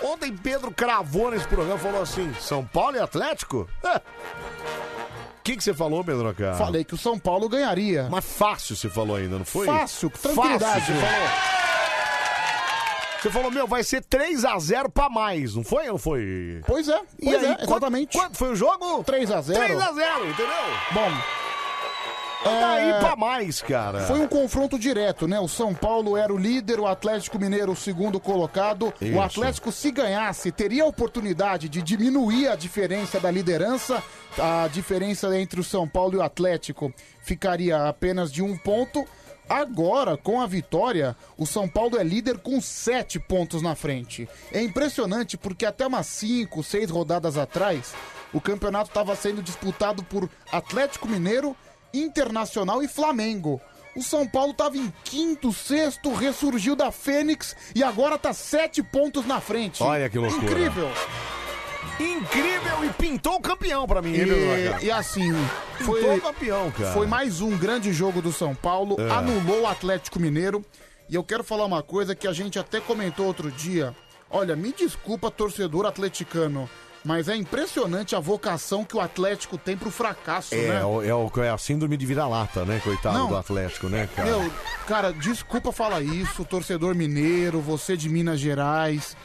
Ontem Pedro cravou nesse programa falou assim: São Paulo e Atlético? O que, que você falou, Pedro Cara? Falei que o São Paulo ganharia. Mas fácil você falou ainda, não foi? Fácil, com tranquilidade. Fácil, você falou. Você falou, meu, vai ser 3x0 pra mais, não foi ou não foi? Pois é, E pois aí, é, exatamente. Quanto foi o jogo? 3x0. 3x0, entendeu? Bom. É. Daí Então tá pra mais, cara. Foi um confronto direto, né? O São Paulo era o líder, o Atlético Mineiro o segundo colocado. Isso. O Atlético, se ganhasse, teria a oportunidade de diminuir a diferença da liderança. A diferença entre o São Paulo e o Atlético ficaria apenas de um ponto. Agora, com a vitória, o São Paulo é líder com sete pontos na frente. É impressionante porque até umas cinco, seis rodadas atrás, o campeonato estava sendo disputado por Atlético Mineiro, Internacional e Flamengo. O São Paulo tava em quinto, sexto, ressurgiu da Fênix e agora tá sete pontos na frente. Olha que loucura. Incrível. Incrível e pintou o campeão pra mim, hein, Pedro Lacan? E, e assim, foi Pintou o campeão, cara. Foi mais um grande jogo do São Paulo, É. anulou o Atlético Mineiro. E eu quero falar uma coisa que a gente até comentou outro dia. Olha, me desculpa, torcedor atleticano, mas é impressionante a vocação que o Atlético tem pro fracasso, É, né? o- é, o, é a síndrome de vira-lata, né? Coitado Não. do Atlético, né, cara? Meu, cara, desculpa falar isso, torcedor mineiro, você de Minas Gerais.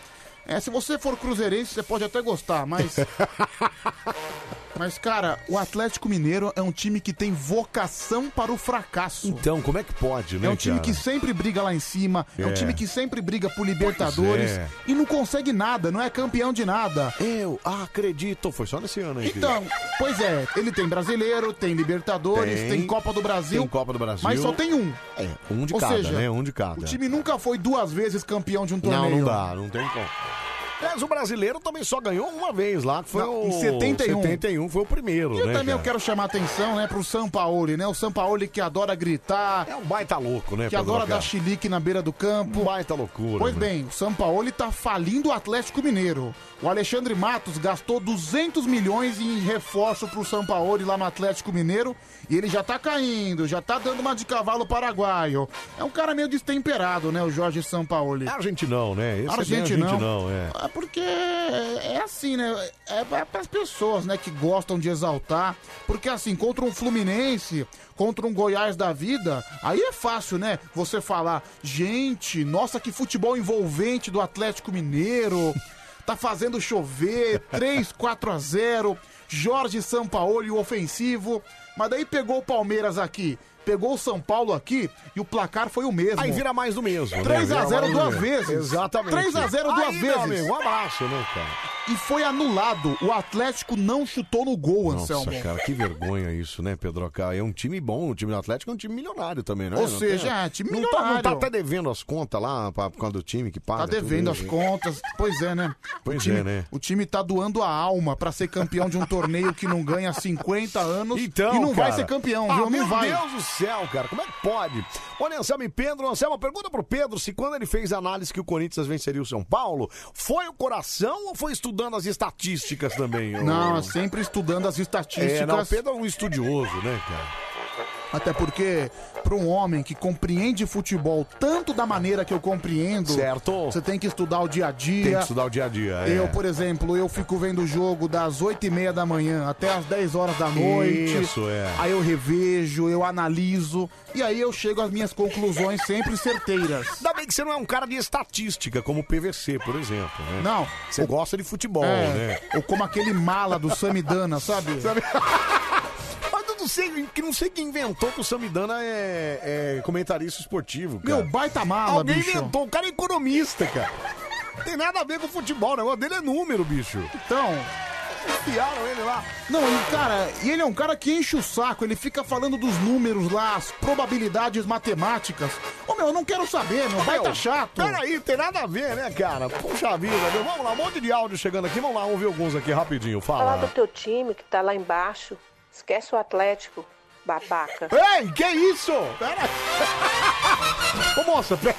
É, se você for cruzeirense, você pode até gostar, mas. mas, cara, o Atlético Mineiro é um time que tem vocação para o fracasso. Então, como é que pode, né, É um time cara? que sempre briga lá em cima, é, um É. time que sempre briga por Libertadores é. e não consegue nada, não é campeão de nada. Eu acredito, foi só nesse ano aí. que- Então, pois é, ele tem brasileiro, tem Libertadores, tem, Tem. Copa do Brasil. Tem Copa do Brasil. Mas só tem um. É, um de Ou cada, seja, né? Um de cada. O time nunca foi duas vezes campeão de um Não, torneio. não dá, não tem como. Aliás, o brasileiro também só ganhou uma vez lá, que foi Não, o. em 71. 71 foi o primeiro, E né? eu também eu cara? quero chamar atenção, né, pro Sampaoli, né? O Sampaoli que adora gritar. É um baita louco, né, Que Pedro adora Lacan? dar chilique na beira do campo. Baita loucura. Pois né? bem, o Sampaoli tá falindo o Atlético Mineiro. O Alexandre Matos gastou 200 milhões em reforço pro Sampaoli lá no Atlético Mineiro e ele já tá caindo, já tá dando uma de cavalo paraguaio. É um cara meio destemperado, né, o Jorge Sampaoli. Argentinão, né? Esse é bem Argentinão. argentinão, é. Ah, porque é assim, né? É para as pessoas, né, que gostam de exaltar. Porque assim, contra um Fluminense, contra um Goiás da vida, aí é fácil, né? Você falar, gente, nossa, que futebol envolvente do Atlético Mineiro. Tá fazendo chover, 3, 4 a 0. Jorge Sampaoli, o ofensivo. Mas daí pegou o Palmeiras aqui, pegou o São Paulo aqui e o placar foi o mesmo. Aí vira mais do mesmo. né? 3 a Vira 0 mais do duas mesmo. vezes. Exatamente. 3 a 0 Aí, duas meu vezes. amigo, um abraço, né, cara? E foi anulado. O Atlético não chutou no gol, Nossa, Anselmo. cara, que vergonha isso, né, Pedro K? É um time bom, o time do Atlético é um time milionário também, né? Ou Não seja, tem- é, time não tá, não tá milionário. até devendo as contas lá pra, por causa do time que paga. Tá devendo as tudo. contas. Pois é, né? o Pois time, é, né? O time tá doando a alma pra ser campeão de um torneio que não ganha há 50 anos Então, e não vai cara. ser campeão, Ah, viu? meu Não vai. Deus do céu, cara, como é que pode? Olha, Anselmo e Pedro, Anselmo, pergunta pro Pedro se quando ele fez a análise que o Corinthians venceria o São Paulo, foi o coração ou foi estudando as estatísticas também? ô? Não, é sempre estudando as estatísticas. É, não, o Pedro é um estudioso, né, cara? Até porque, para um homem que compreende futebol tanto da maneira que eu compreendo, Certo. você tem que estudar o dia a dia. Tem que estudar o dia a dia. é. Eu, por exemplo, eu fico vendo o jogo das 8 e meia da manhã até as 10 horas da noite. Isso, é. Aí eu revejo, eu analiso, e aí eu chego às minhas conclusões sempre certeiras. Ainda bem que você não é um cara de estatística, como o PVC, por exemplo. Né? Não. Você gosta de futebol, É, né? Ou como aquele mala do Samidana, sabe? Mas eu não sei, que não sei quem inventou que o Samidana é, é comentarista esportivo, cara. Meu baita mala, Alguém bicho. inventou, o cara é economista, cara. Tem nada a ver com futebol, o negócio dele é número, bicho. Então. Enfiaram ele lá. Não, e cara, e ele é um cara que enche o saco, ele fica falando dos números lá, as probabilidades matemáticas. Ô meu, eu não quero saber, meu, vai tá chato. Peraí, é tem nada a ver, né, cara? Puxa vida, meu. Vamos lá, um monte de áudio chegando aqui. Vamos lá, vamos ver alguns aqui rapidinho. Falar do Fala. teu time que tá lá embaixo. Esquece o Atlético, babaca. Ei, que isso? Pera Ô moça, pera...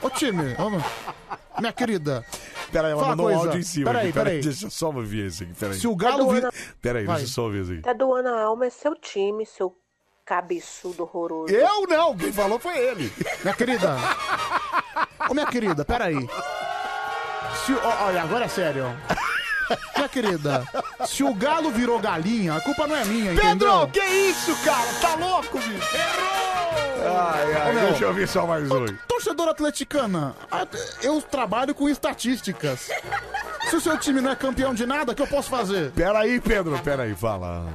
Ô time, vamos. Minha querida. Peraí, ela fala mandou um coisa. áudio em cima. Peraí, aqui, peraí. peraí. Deixa eu só ouvir esse aqui, peraí. Se o galo Cada um vira. Peraí, Vai. deixa eu só ouvir assim. esse aqui. Tá doando a alma, é seu time, seu cabeçudo horroroso. Eu não, quem falou foi ele. Minha querida. Ô, minha querida, peraí. Se, ó, olha, agora é sério. Minha querida, se o galo virou galinha, a culpa não é minha, entendeu? Pedro, que isso, cara? Tá louco, bicho? Ai, ai, Ô, meu. deixa eu ouvir só mais um. Torcedor atleticana, a- eu trabalho com estatísticas. Se o seu time não é campeão de nada, o que eu posso fazer? Peraí, Pedro, peraí, fala.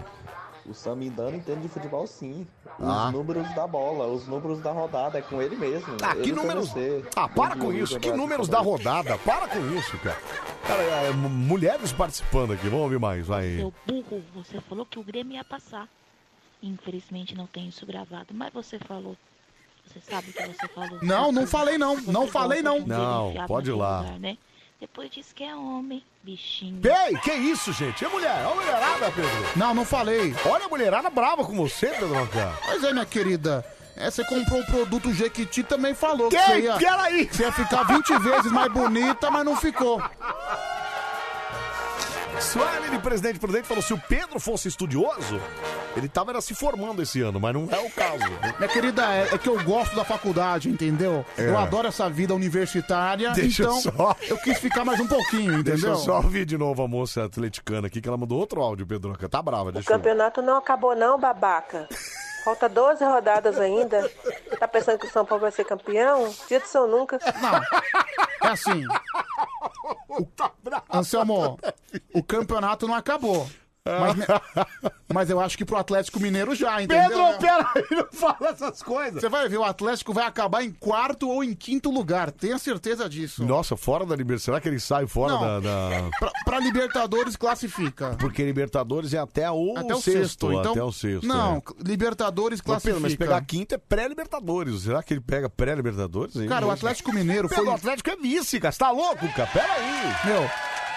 O Samidano entende de futebol sim. Os Ah. números da bola, os números da rodada, é com ele mesmo. Ah, que Ele tem um números. você. Ah, para Ele com usa isso. Que vários números da jogadores. rodada. Para com isso, cara. Cara, é, m- mulheres participando aqui. Vamos ouvir mais, vai. Seu burro, você falou que o Grêmio ia passar. Infelizmente não tem isso gravado, mas você falou. Você sabe o que você falou. Não, não falei não, Você não falei gosta não. de um Grêmio Não, enfiado pode ir naquele lá. né? Depois diz que é homem, bichinho. Ei, que isso, gente? É mulher, olha a mulherada, Pedro. Não, não falei. Olha a mulherada brava com você, Pedro Ancar. Pois é, minha querida. É, você comprou o produto Jequiti também falou que Quem? você ia, Peraí. que você ia ficar 20 vezes mais bonita, mas não ficou. Suelen de Presidente Prudente falou: se o Pedro fosse estudioso, ele tava era se formando esse ano, mas não é o caso. Minha querida, é, é que eu gosto da faculdade, entendeu? É. Eu adoro essa vida universitária, Deixa eu então só- eu quis ficar mais um pouquinho, entendeu? Deixa eu só ouvir de novo a moça atleticana aqui, que ela mandou outro áudio, Pedroca. Tá brava, O deixa eu ver. campeonato não acabou não, babaca. Falta 12 rodadas ainda. Tá pensando que o São Paulo vai ser campeão? Dito são nunca. É assim. O... Anselmo, o campeonato não acabou. Mas, me- mas eu acho que pro Atlético Mineiro já, entendeu? né? Pedro, pera aí, não fala essas coisas. Você vai ver, o Atlético vai acabar tá em quarto ou em quinto lugar, tenha certeza disso. Nossa, fora da Libertadores. Será que ele sai fora da, Não. da- Pra, pra Libertadores classifica. Porque Libertadores é até o, Até o sexto. sexto, então. Até o sexto. Não, é. Libertadores Mas, classifica. Pedro, mas pegar quinto é pré-Libertadores. Será que ele pega pré-Libertadores? aí? Cara, o Atlético Mineiro Pedro, foi. O Atlético é vice, cara. Você tá louco, cara? Pera aí. Meu,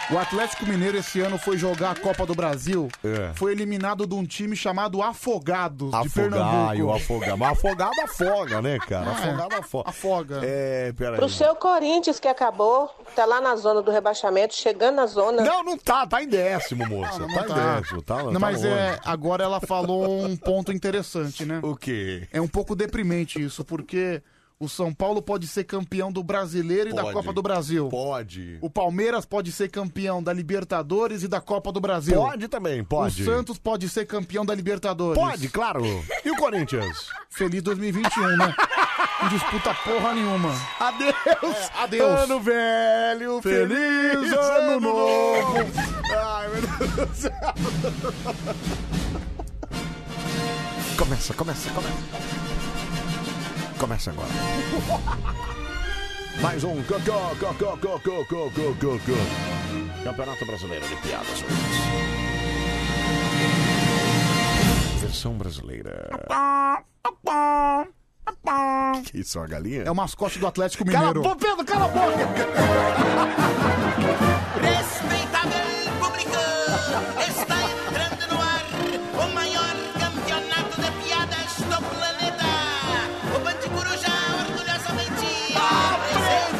o Atlético Mineiro esse ano foi jogar a Copa do Brasil. É. Foi eliminado de um time chamado Afogados, de Afogar, e o Pernambuco. É. afogar. Mas afogado afoga, né, cara? Afogado afoga. Afoga. É, peraí. Pro seu Corinthians que acabou, tá lá na zona do rebaixamento, chegando na zona. Não, não tá, tá em décimo, moça. Não, não tá em tá. décimo, tá? Não, tá mas longe. é, agora ela falou um ponto interessante, né? O quê? É um pouco deprimente isso, porque O São Paulo pode ser campeão do Brasileiro e da Pode. Copa do Brasil. Pode. O Palmeiras pode ser campeão da Libertadores e da Copa do Brasil. Pode também, pode. O Santos pode ser campeão da Libertadores. Pode, claro. E o Corinthians? Feliz 2021, né? Não disputa porra nenhuma. É, Adeus. adeus. Ano velho, feliz, ano, novo. Ai, meu Deus do céu. Começa, começa, começa. Começa agora. Mais um co- co- co- co- co- co- co- co- co- co- Campeonato Brasileiro de Piadas. Versão brasileira. Tá, Que isso, é uma galinha? É o mascote do Atlético Cala a Mineiro. boca, Pedro, cala a boca! Respeitável público, está entrando no ar o maior campeonato de piadas do planeta. O Bande Coruja orgulhosamente apresenta.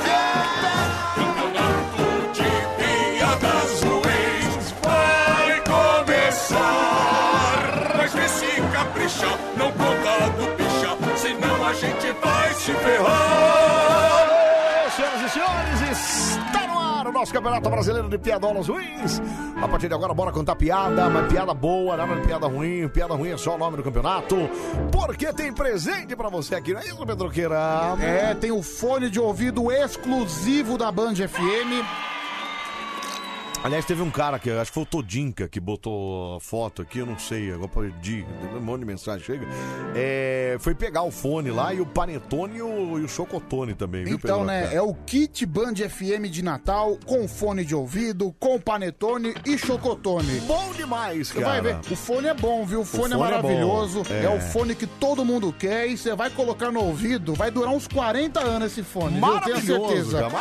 Campeonato de piadas ruins vai começar. Mas vê se caprichar, não conta do pichar, senão a gente vai se ferrar. Senhoras e senhores, está no ar o nosso Campeonato Brasileiro de Piadolas Ruins. A partir de agora, bora contar piada, mas piada boa, nada de piada ruim. Piada ruim é só o nome do campeonato. Porque tem presente pra você aqui, não é isso, Pedroqueira? É, tem o fone de ouvido exclusivo da Band FM. Aliás, teve um cara que, acho que foi o Todinka, que botou foto aqui, eu não sei, agora perdi, um monte de mensagem chega. É, foi pegar o fone lá e o Panetone e o, e o Chocotone também, viu, Então, né, Pedroqueira? é o kit Band FM de Natal com fone de ouvido, com panetone e chocotone. Bom demais, Você vai ver, cara. o fone é bom, viu? O fone, fone é é maravilhoso, bom, é. é. o fone que todo mundo quer e você vai colocar no ouvido, vai durar uns 40 anos esse fone, viu? eu tenho Maravilhoso, certeza. cara,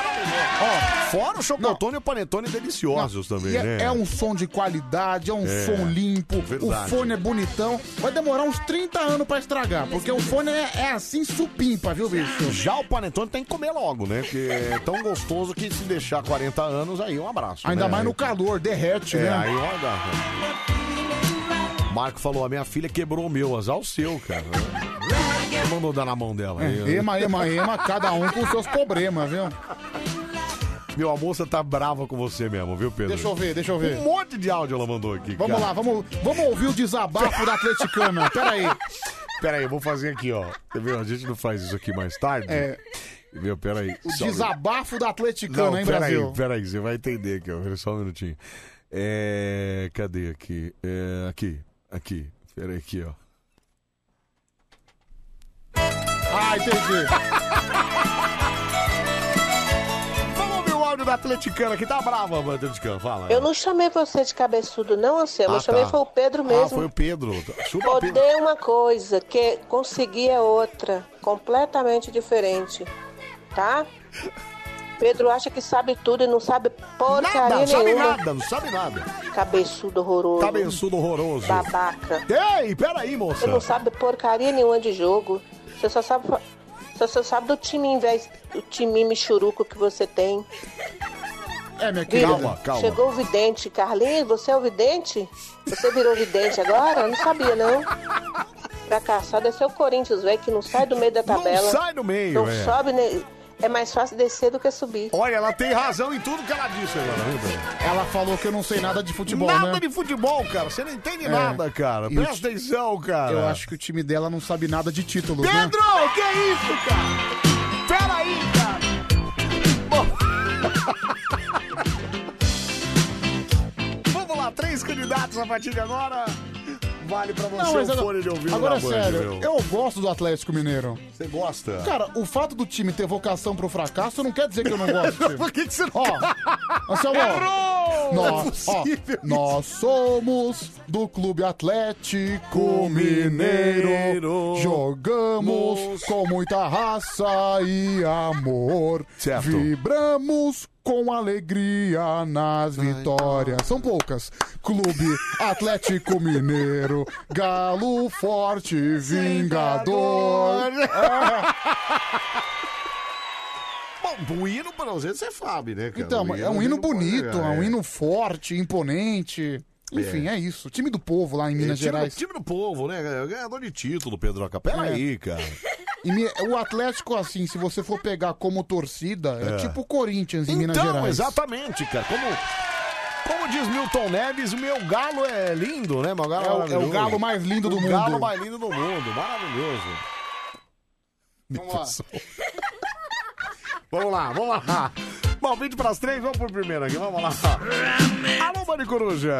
Ó, Fora o Chocotone e o Panetone deliciosos também, E é, né? é um som de qualidade, é um É, som limpo, o verdade. fone é bonitão. Vai demorar uns 30 anos pra estragar, porque o fone é, é assim supimpa, viu, bicho? Já o panetone tem que comer logo, né? Porque é tão gostoso que se deixar 40 anos, aí um abraço. Ainda né? mais no Aí- calor, derrete, é, né? aí um abraço. Marco falou, a minha filha quebrou o meu, azar o seu, cara. Mandou dar na mão dela. É, ema, ema, ema, cada um com seus problemas, viu? Meu, a moça tá brava com você mesmo, viu, Pedro? Deixa eu ver, deixa eu ver. Um monte de áudio ela mandou aqui, Vamos lá, vamos, vamos ouvir o desabafo da atleticana, peraí. Pera aí, eu vou fazer aqui, ó. Você viu, A gente não faz isso aqui mais tarde. É. Meu, peraí. O só um minutinho. desabafo da atleticana, hein, peraí, Brasil? peraí, você vai entender aqui, ó. Pera Só um minutinho. É, Cadê aqui? É, Aqui, aqui. Peraí, aqui, ó. Ah, entendi. Vamos ouvir o áudio da atleticana que tá brava, mano, atleticana. Fala. Eu não chamei você de cabeçudo, não, Anselmo. Ah, eu chamei tá. foi o Pedro Ah, mesmo. foi o Pedro. Chupa, Pedro. Poder é uma coisa, que conseguir é outra, completamente diferente, tá? Pedro acha que sabe tudo e não sabe porcaria Nada, não sabe nenhuma. nada, não sabe nada. Cabeçudo horroroso. Cabeçudo horroroso. Babaca. Ei, peraí, moça. Você não sabe porcaria nenhuma de jogo. Você só sabe, fa- você só sabe do time em vez do time michuruco que você tem. É, minha querida. Vida, Calma, calma. Chegou o vidente. Carlinhos, você é o vidente? Você virou vidente agora? Eu não sabia, não. Fracassado é seu Corinthians, velho, que não sai do meio da tabela. sai do meio, Não é. sobe, né? É mais fácil descer do que subir. Olha, ela tem razão em tudo que ela disse agora, viu, Pedro? Ela falou que eu não sei nada de futebol, nada né? de futebol, cara. Você não entende É. nada, cara. E o Presta ti- atenção, cara. Eu acho que o time dela não sabe nada de título, né? Pedro, que é isso, cara? Pera aí, cara. Bom. Vamos lá, três candidatos a partir de agora. Vale pra você o agora- fone de ouvido agora é da Band, sério, um meu. eu gosto do Atlético Mineiro. Você gosta? Cara, o fato do time ter vocação pro fracasso não quer dizer que eu não gosto. Por que, você não Ó, Anselmo, Errou! Não é nós, ó, possível isso. nós somos do Clube Atlético Mineiro. Mineiro. Jogamos com muita raça e amor. Certo. Vibramos com alegria nas vitórias. São poucas. Clube Atlético Mineiro. Galo forte, vingador. Bom, o hino pra você, você sabe, né, cara? Então, O é um hino bonito, pode- é um hino forte, imponente. Enfim, é, isso. Time do povo lá em É, Minas time, Gerais. É um Time do povo, né? Ganhador de título, Pedroca. Pera É. aí, cara. E me- o Atlético, assim, se você for pegar como torcida, é, É. tipo o Corinthians em Minas então, Gerais. exatamente, cara. Como, como diz Milton Neves, o meu galo é lindo, né? Meu galo É o- é o maravilhoso. galo mais lindo do o mundo. galo mais lindo do mundo. Maravilhoso. Vamos lá. Vamos lá, vamos lá. Bom, 20 pras três, vamos pro primeiro aqui, vamos lá. Alô, Mari Coruja.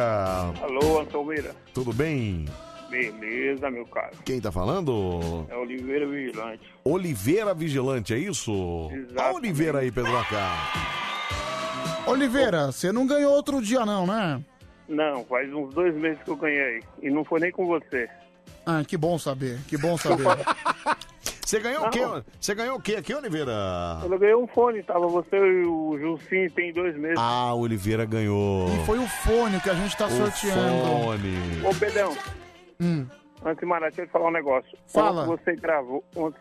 Alô, Antomeira. Tudo bem? Beleza, meu caro. Quem tá falando? É Oliveira Vigilante. Oliveira Vigilante, é isso? A Oliveira aí, Pedroca. Oliveira, você não ganhou outro dia, não, né? Não, faz uns dois meses que eu ganhei. E não foi nem com você. Ah, que bom saber, que bom saber. Você ganhou o Não. quê? Você ganhou o quê aqui, Oliveira? Eu ganhei um fone, tava você e o Jusim tem dois meses. Ah, o Oliveira ganhou. E Foi o fone que a gente tá o sorteando. Hum. fone. Ô, Pedrão. Antes de mais nada, deixa eu te falar um negócio. Fala. Ontem você gravou, ontem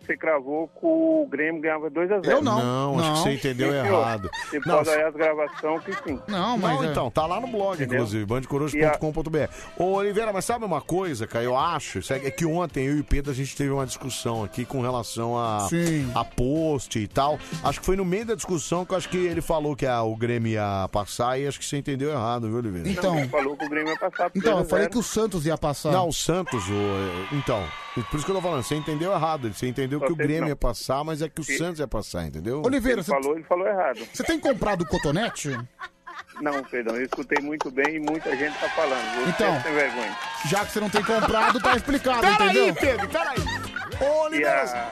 você gravou que o Grêmio ganhava 2x0. Eu não. Não, acho que você entendeu errado. Você Não, pode se- olhar as gravações que sim. é. Não, então, tá lá no blog, inclusive, bandcoruja.com.br. Ô, Oliveira, mas sabe uma coisa, cara? Eu acho, isso é é que ontem eu e o Pedro a gente teve uma discussão aqui com relação a, Sim. a post e tal. Acho que foi no meio da discussão que eu acho que ele falou que a- o Grêmio ia passar e acho que você entendeu errado, viu, Oliveira? Então. Ele falou que o Grêmio ia passar por Então, eu 2x0. falei que o Santos ia passar. Não, o Santos, o- então, por isso que eu tô falando, você entendeu errado. Você entendeu que o teve Grêmio não. ia passar, mas é que o Santos ia passar, entendeu? ele falou, ele falou errado. Você tem comprado cotonete? Não, Pedrão, eu escutei muito bem e muita gente tá falando. Você Então. é sem vergonha. Já que você não tem comprado, tá explicado, entendeu? peraí. E a,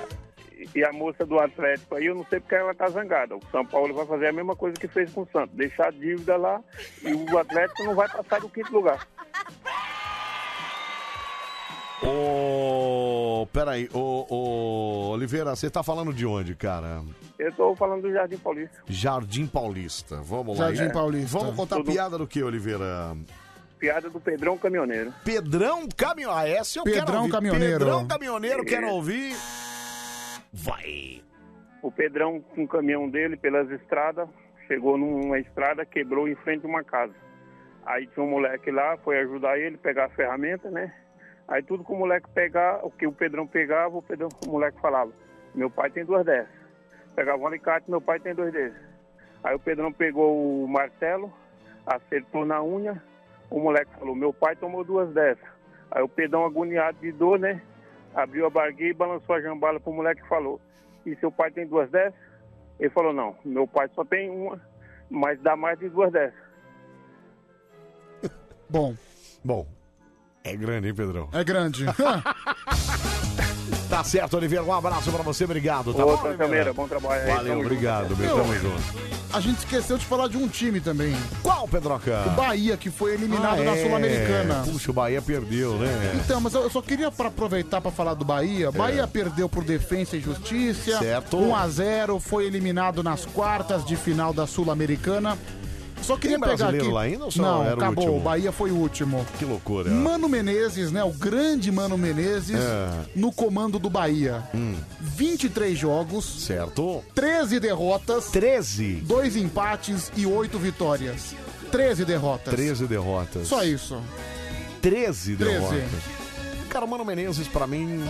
e a moça do Atlético aí, eu não sei porque ela tá zangada. O São Paulo vai fazer a mesma coisa que fez com o Santos, deixar a dívida lá e o Atlético não vai passar do quinto lugar. Ô, peraí, ô, ô, Oliveira, você tá falando de onde, cara? Eu tô falando do Jardim Paulista. Jardim Paulista, vamos lá. é. Jardim Paulista. Vamos contar Tudo. piada do que, Oliveira? Piada do Pedrão Caminhoneiro. Pedrão Caminhoneiro, ah, essa eu quero Pedrão ouvir. Caminhoneiro. Pedrão Caminhoneiro, quero É. ouvir. Vai. O Pedrão, com o caminhão dele pelas estradas, chegou numa estrada, quebrou em frente a uma casa. Aí tinha um moleque lá, foi ajudar ele pegar a ferramenta, né? Aí tudo que o moleque pegar, o que o Pedrão pegava, o, Pedrão, o moleque falava, meu pai tem duas dessas. Pegava um alicate, meu pai tem dois desses. Aí o Pedrão pegou o martelo, acertou na unha, o moleque falou, meu pai tomou duas dessas. Aí o Pedrão, agoniado de dor, né? Abriu a barguinha e balançou a jambala pro moleque e falou, e seu pai tem duas dessas? Ele falou, não, meu pai só tem uma, mas dá mais de duas dessas. Bom. Bom, é grande, hein, Pedrão? É grande. Tá certo, Oliveira, um abraço pra você, obrigado, tá Ô, bom, Tantameira, Oliveira? bom trabalho aí, Valeu, tamo obrigado, junto. meu, tamo junto. A gente esqueceu de falar de um time também. Qual, Pedroca? O Bahia, que foi eliminado Ah, na é. Sul-Americana. Puxa, o Bahia perdeu, né? Então, mas eu eu só queria pra aproveitar pra falar do Bahia. Bahia perdeu por Defensa e Justiça. É. Certo. 1 a 0 foi eliminado nas quartas de final da Sul-Americana. Só queria Tem pegar brasileiro aqui. lá ainda ou só Não, era o acabou. último? É. Bahia foi o último. Hum, Que loucura. Mano Menezes, né? O grande Mano Menezes É. Hum. no comando do Bahia. 23 jogos, Certo? 13 derrotas, 13, dois empates e 8 vitórias. 13 derrotas. 13 derrotas. Só isso. 13 13. derrotas. Cara, o Mano Menezes, pra mim,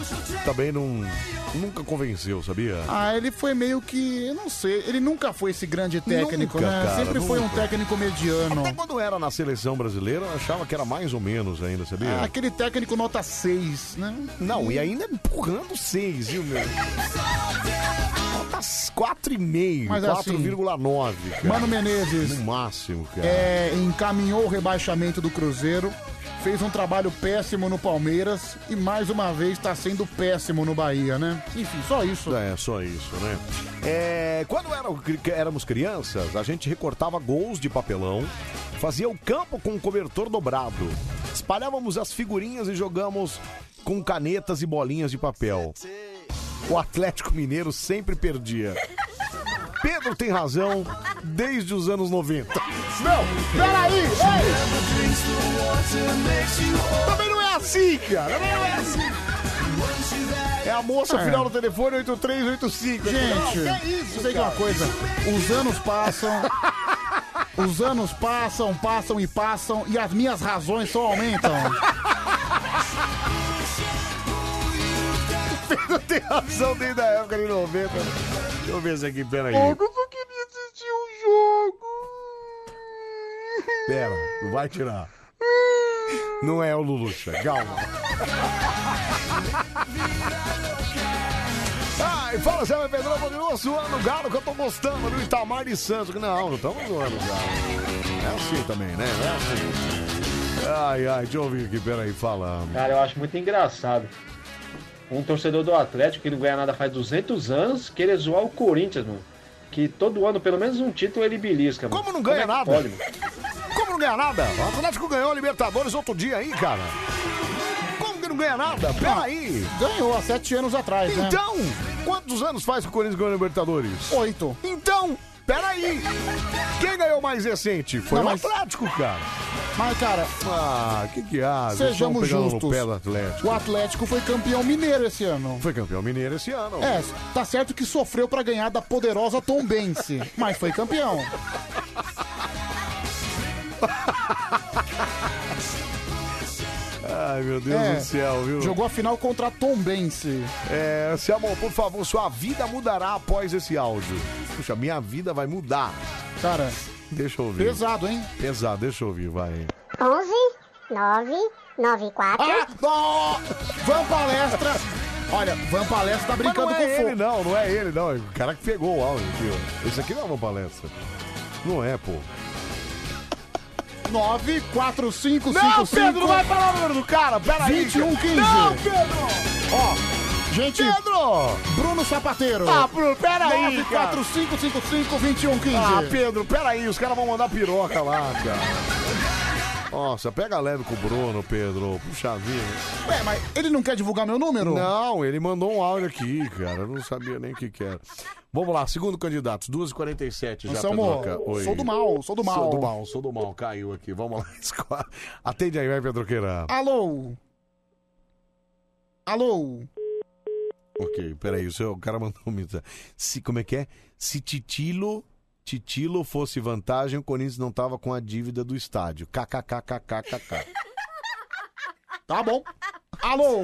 também não, nunca convenceu, sabia? Ah, ele foi meio que, eu não sei, ele nunca foi esse grande técnico, Nunca, né? cara, Sempre foi um nunca. técnico mediano. Até quando era na seleção brasileira, eu achava que era mais ou menos ainda, sabia? Ah, aquele técnico nota 6, né? Não, e ainda empurrando 6, viu, meu? Notas 4,5, Mas assim, 4,9. cara. Mano Menezes. No máximo, cara. É, encaminhou o rebaixamento do Cruzeiro, fez um trabalho péssimo no Palmeiras e mais uma vez tá sendo péssimo no Bahia, né? Enfim, só isso. É, só isso, né? É, quando eram cri- éramos crianças, a gente recortava gols de papelão, fazia o campo com um cobertor dobrado, espalhávamos as figurinhas e jogamos com canetas e bolinhas de papel. O Atlético Mineiro sempre perdia. Pedro tem razão desde os anos 90. Não, peraí, ei! Também não é assim, cara, também não é assim. É a moça, É. final do telefone 8385. Gente, Não, que isso, sei que é uma cara? coisa, os anos passam, os anos passam, passam e passam e as minhas razões só aumentam. Vocês não têm razão desde a época de 90. Deixa eu ver é isso aqui, peraí. só queria assistir um jogo. Pera, não vai tirar. Não é o Luluxa, calma. Ai, fala, Zé Pedrão, continua zoando o Galo que eu tô gostando do Itamar de Santos. Não, não estamos zoando o Galo. É assim também, né? É assim. Ai, ai, deixa eu ouvir aqui, peraí, fala. Cara, eu acho muito engraçado. Um torcedor do Atlético que não ganha nada faz 200 anos querer zoar o Corinthians, mano. Que todo ano, pelo menos um título, ele belisca, mano. Como não ganha é que nada? pode, mano? Como não ganha nada? O Atlético ganhou a Libertadores outro dia aí, cara. Como que não ganha nada? Peraí. Ah, Ganhou há sete anos atrás, né? Então, quantos anos faz que o Corinthians ganhou a Libertadores? Oito. Então, peraí. Quem ganhou mais recente? Foi Não, o mas- Atlético, cara. Mas, cara, Ah, que que há? Vocês estão sejamos pegando justos. No pé do Atlético. O Atlético foi campeão mineiro esse ano. Foi campeão mineiro esse ano. É, tá certo que sofreu pra ganhar da poderosa Tombense, mas foi campeão. Ai, meu Deus É, do céu, viu? Jogou a final contra a Tombense. É, Selmo, por favor, sua vida mudará após esse áudio. Puxa, minha vida vai mudar. Cara, deixa eu ouvir. pesado, hein? Pesado, deixa eu ouvir, vai. 11, 9, 9, 4. Ah, não! Van Palestra! Olha, Van Palestra tá brincando Mas não é com o ele, não, não é ele, não. É O cara que pegou o áudio aqui, ó. Esse aqui não é uma palestra. Não é, pô. 9, 4, 5, 5, Não, Pedro, não vai falar o número do cara, peraí. 21, 15. Não, Pedro! Ó, gente... Pedro! Bruno Sapateiro. Ah, Bruno, peraí, 9, cara. 4, 5, 5, 5, 21, 15. Ah, Pedro, peraí, os caras vão mandar piroca lá, cara. Nossa, pega leve com o Bruno, Pedro. Puxa vida. Ué, É, mas ele não quer divulgar meu número? Não, ele mandou um áudio aqui, cara. Eu não sabia nem o que, que era. Vamos lá, segundo candidato, 2h47 já, Anselmo, Pedroca. Oi. sou do mal, sou do mal. Sou do mal, sou do mal. Caiu aqui, vamos lá. escola. Atende aí, vai, Pedroqueira. Alô? Alô? Ok, peraí, o, seu, o cara mandou um mensagem. Se, como é que é? Se Titilo, Titilo fosse vantagem, o Corinthians não tava com a dívida do estádio. KKKKKKK. Tá bom. Alô?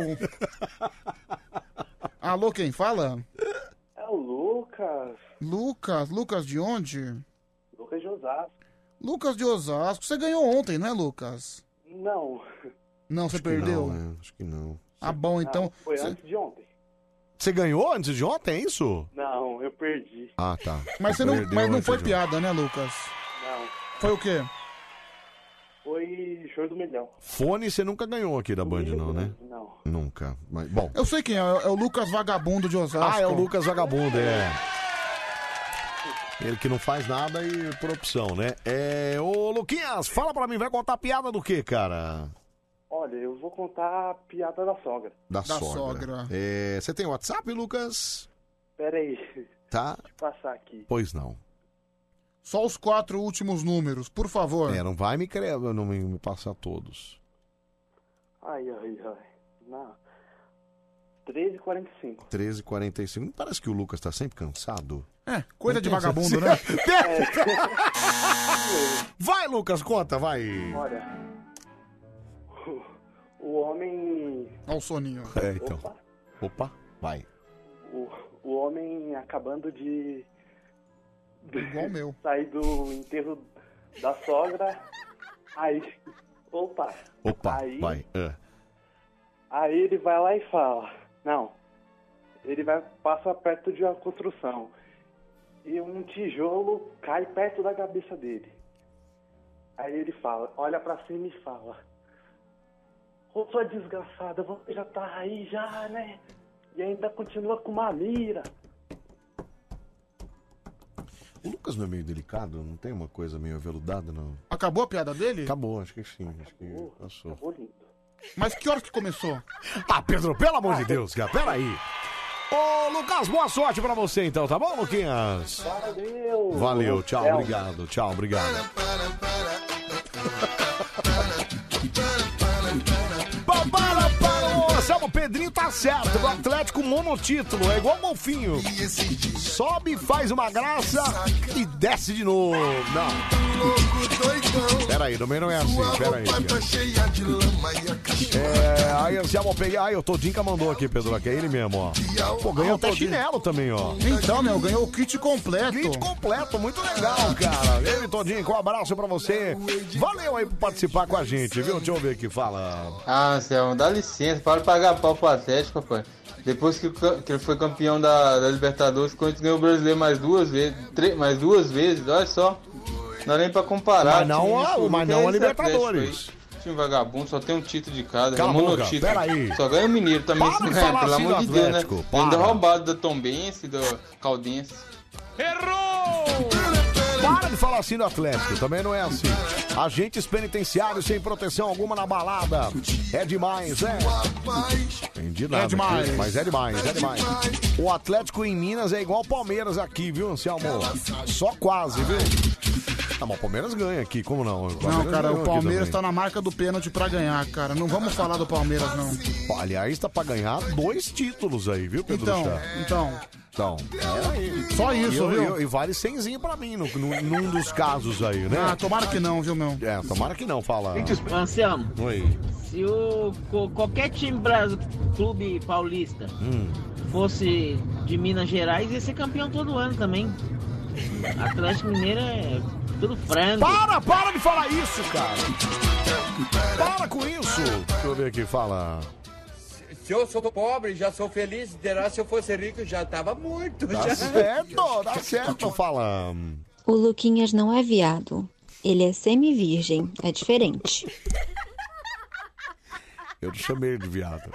Alô, quem fala? É o Lucas. Lucas, Lucas de onde? Lucas de Osasco. Lucas de Osasco. Você ganhou ontem, não é, Lucas? Não. Não, você perdeu. Não, é, acho que não. Ah, bom, então. Não, foi Cê- antes de ontem. Você ganhou antes de ontem, é isso? Não, eu perdi. Ah, tá. Mas, você não, Perdeu mas não antes foi de piada, né, Lucas? Não. Foi o quê? Foi show do milhão. Fone você nunca ganhou aqui da Band, não, né? Não. Nunca. Mas, bom. Eu sei quem é, é o Lucas Vagabundo de Osasco. Ah, é o Lucas Vagabundo, é. Ele que não faz nada e por opção, né? É, ô, Luquinhas, fala pra mim, vai contar piada do quê, cara? Olha, eu vou contar a piada da sogra. Da, sogra. É, Você tem WhatsApp, Lucas? Pera aí, Tá? passar aqui. Pois não. Só os quatro últimos números, por favor. É, não vai me crer, não me, me passar todos. Ai, ai, ai. Não. 13h45. 13h45. Não parece que o Lucas tá sempre cansado? É, coisa Não de tem vagabundo, essa- né? Vai, Lucas, conta, vai. É. Olha. o- O homem. Olha o soninho. É, então. Opa, vai. O, o homem acabando de. Igual o meu. Sair do enterro da sogra. Aí. Opa! Opa, Aí- vai. É. Aí ele vai lá e fala. Não. Ele vai passa perto de uma construção. E um tijolo cai perto da cabeça dele. Aí ele fala, olha pra cima e fala. Ô sua desgraçada, você já tá aí já, né? E ainda continua com uma mira. O Lucas não é meio delicado? Não tem uma coisa meio aveludada, não? Acabou a piada dele? Acabou, acho que sim. Acho que passou. Mas que horas que começou? Ah, Pedro, pelo amor de Deus, cara, peraí. Ô, Lucas, boa sorte pra você então, tá bom, Luquinhas? Valeu! Valeu, tchau, Tchau. obrigado, tchau, obrigado. Bom, Para, para, ô, Selma, o Pedrinho tá certo, o Atlético monotítulo, é igual golfinho. Sobe, faz uma graça e desce de novo. Não. Pera peraí, também não é assim, peraí. É, aí Anselmo peguei. Ai, o Todinka mandou aqui, Pedro, que é ele mesmo, ó. Pô, ganhou até chinelo também, ó. Então, meu, ganhou o kit completo. Kit completo, muito legal, cara. Ele, Todinka, um abraço pra você. Valeu aí por participar com a gente, viu? Deixa eu ver aqui, fala. Ah, Anselmo, dá licença, para de pagar pau pro Atlético, pai. Depois que, o ca- que ele foi campeão da, da Libertadores, o Corinthians ganhou o brasileiro mais duas vezes, três, mais duas vezes, olha só. Não dá nem pra comparar. Mas não Time a- absoluto mas não é a esse Atlético Libertadores. aí. Time vagabundo, só tem um título de cada, Cala é a boca, monotítulo. peraí. Só ganha o Mineiro também, Para se não de ganha, falar pelo assim do amor de Deus, né? Atlético, para. Ainda roubado da Tombense, do Caldense. Para de falar assim do Atlético, também não é assim. Agentes penitenciários sem proteção alguma na balada. É demais, é. Entendi nada. É demais. Mas é demais, é demais. O Atlético em Minas é igual o Palmeiras aqui, viu, Anselmo? Só quase, viu? Ah, mas o Palmeiras ganha aqui, como não? O Palmeiras Não, cara, ganhou o aqui Palmeiras também. tá na marca do pênalti pra ganhar, cara. Não vamos falar do Palmeiras, não. Pô, Aliás, tá pra ganhar dois títulos aí, viu, Pedro Então, Chá? então. Então, peraí. Só isso, E eu- viu? eu- E vale cenzinho pra mim, no, no- num dos casos aí, né? Ah, tomara que não, viu, meu? É, tomara que não, fala. Anselmo, Oi. se o co- qualquer time brasileiro, clube paulista, Hum. fosse de Minas Gerais, ia ser campeão todo ano também. Atlético Mineiro é tudo frango. Para, para de falar isso, cara! Para com isso! Deixa eu ver aqui, fala. Se eu sou pobre, já sou feliz. Terá, se eu fosse rico, já tava morto. Tá já. certo, tá certo, fala. O Luquinhas não é viado. Ele é semi-virgem. É diferente. Eu te chamei de viado.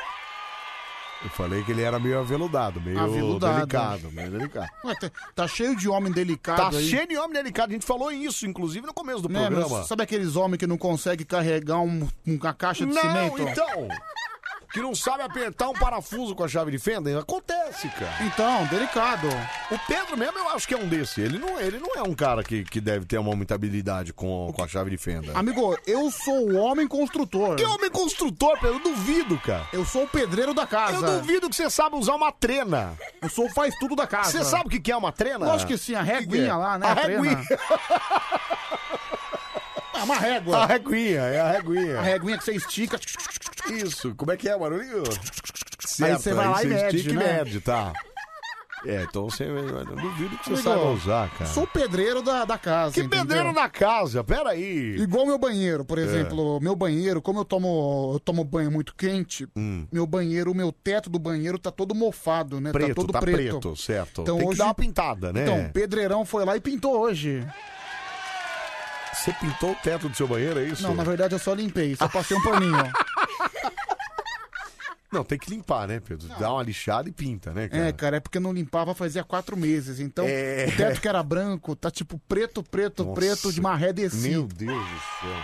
Eu falei que ele era meio aveludado, meio Aveludado. delicado, meio delicado. Ué, tá, tá cheio de homem delicado Tá aí. cheio de homem delicado, a gente falou isso, inclusive, no começo do Né, mas programa. sabe aqueles homens que não conseguem carregar um- uma caixa de não, cimento? então. Que não sabe apertar um parafuso com a chave de fenda, acontece, cara. Então, delicado. O Pedro mesmo eu acho que é um desse. Ele não, ele não é um cara que, que deve ter uma muita habilidade com, com a chave de fenda. Amigo, eu sou o homem construtor. Que homem construtor, Pedro? Eu duvido, cara. Eu sou o pedreiro da casa. Eu duvido que você sabe usar uma trena. Eu sou o faz tudo da casa. Você sabe o que que é uma trena? Lógico que sim, a O que que réguinha é? lá, né? A a trena. réguinha. É uma régua. A réguinha, é a réguinha. A réguinha que você estica. Isso, como é que é, barulho? Aí você vai lá e mede, estica e né? mede, tá. É, então você. Eu duvido que você Amigo, saiba usar, cara. Sou o pedreiro da, da casa. Que pedreiro da casa, peraí. Igual meu banheiro, por É. exemplo. Meu banheiro, como eu tomo, eu tomo banho muito quente, Hum. meu banheiro, meu teto do banheiro tá todo mofado, né? Preto, tá todo tá preto. preto, certo. Tem que dar uma pintada, né? Então, o pedreirão foi lá e pintou hoje. Você pintou o teto do seu banheiro, é isso? Não, na verdade eu só limpei, só passei um paninho. Não, tem que limpar, né, Pedro? Dá uma lixada e pinta, né, cara? É, cara, é porque eu não limpava fazia quatro meses. Então, É. o teto que era branco, tá tipo preto, preto, Nossa, preto, de maré Meu descido. Deus do céu.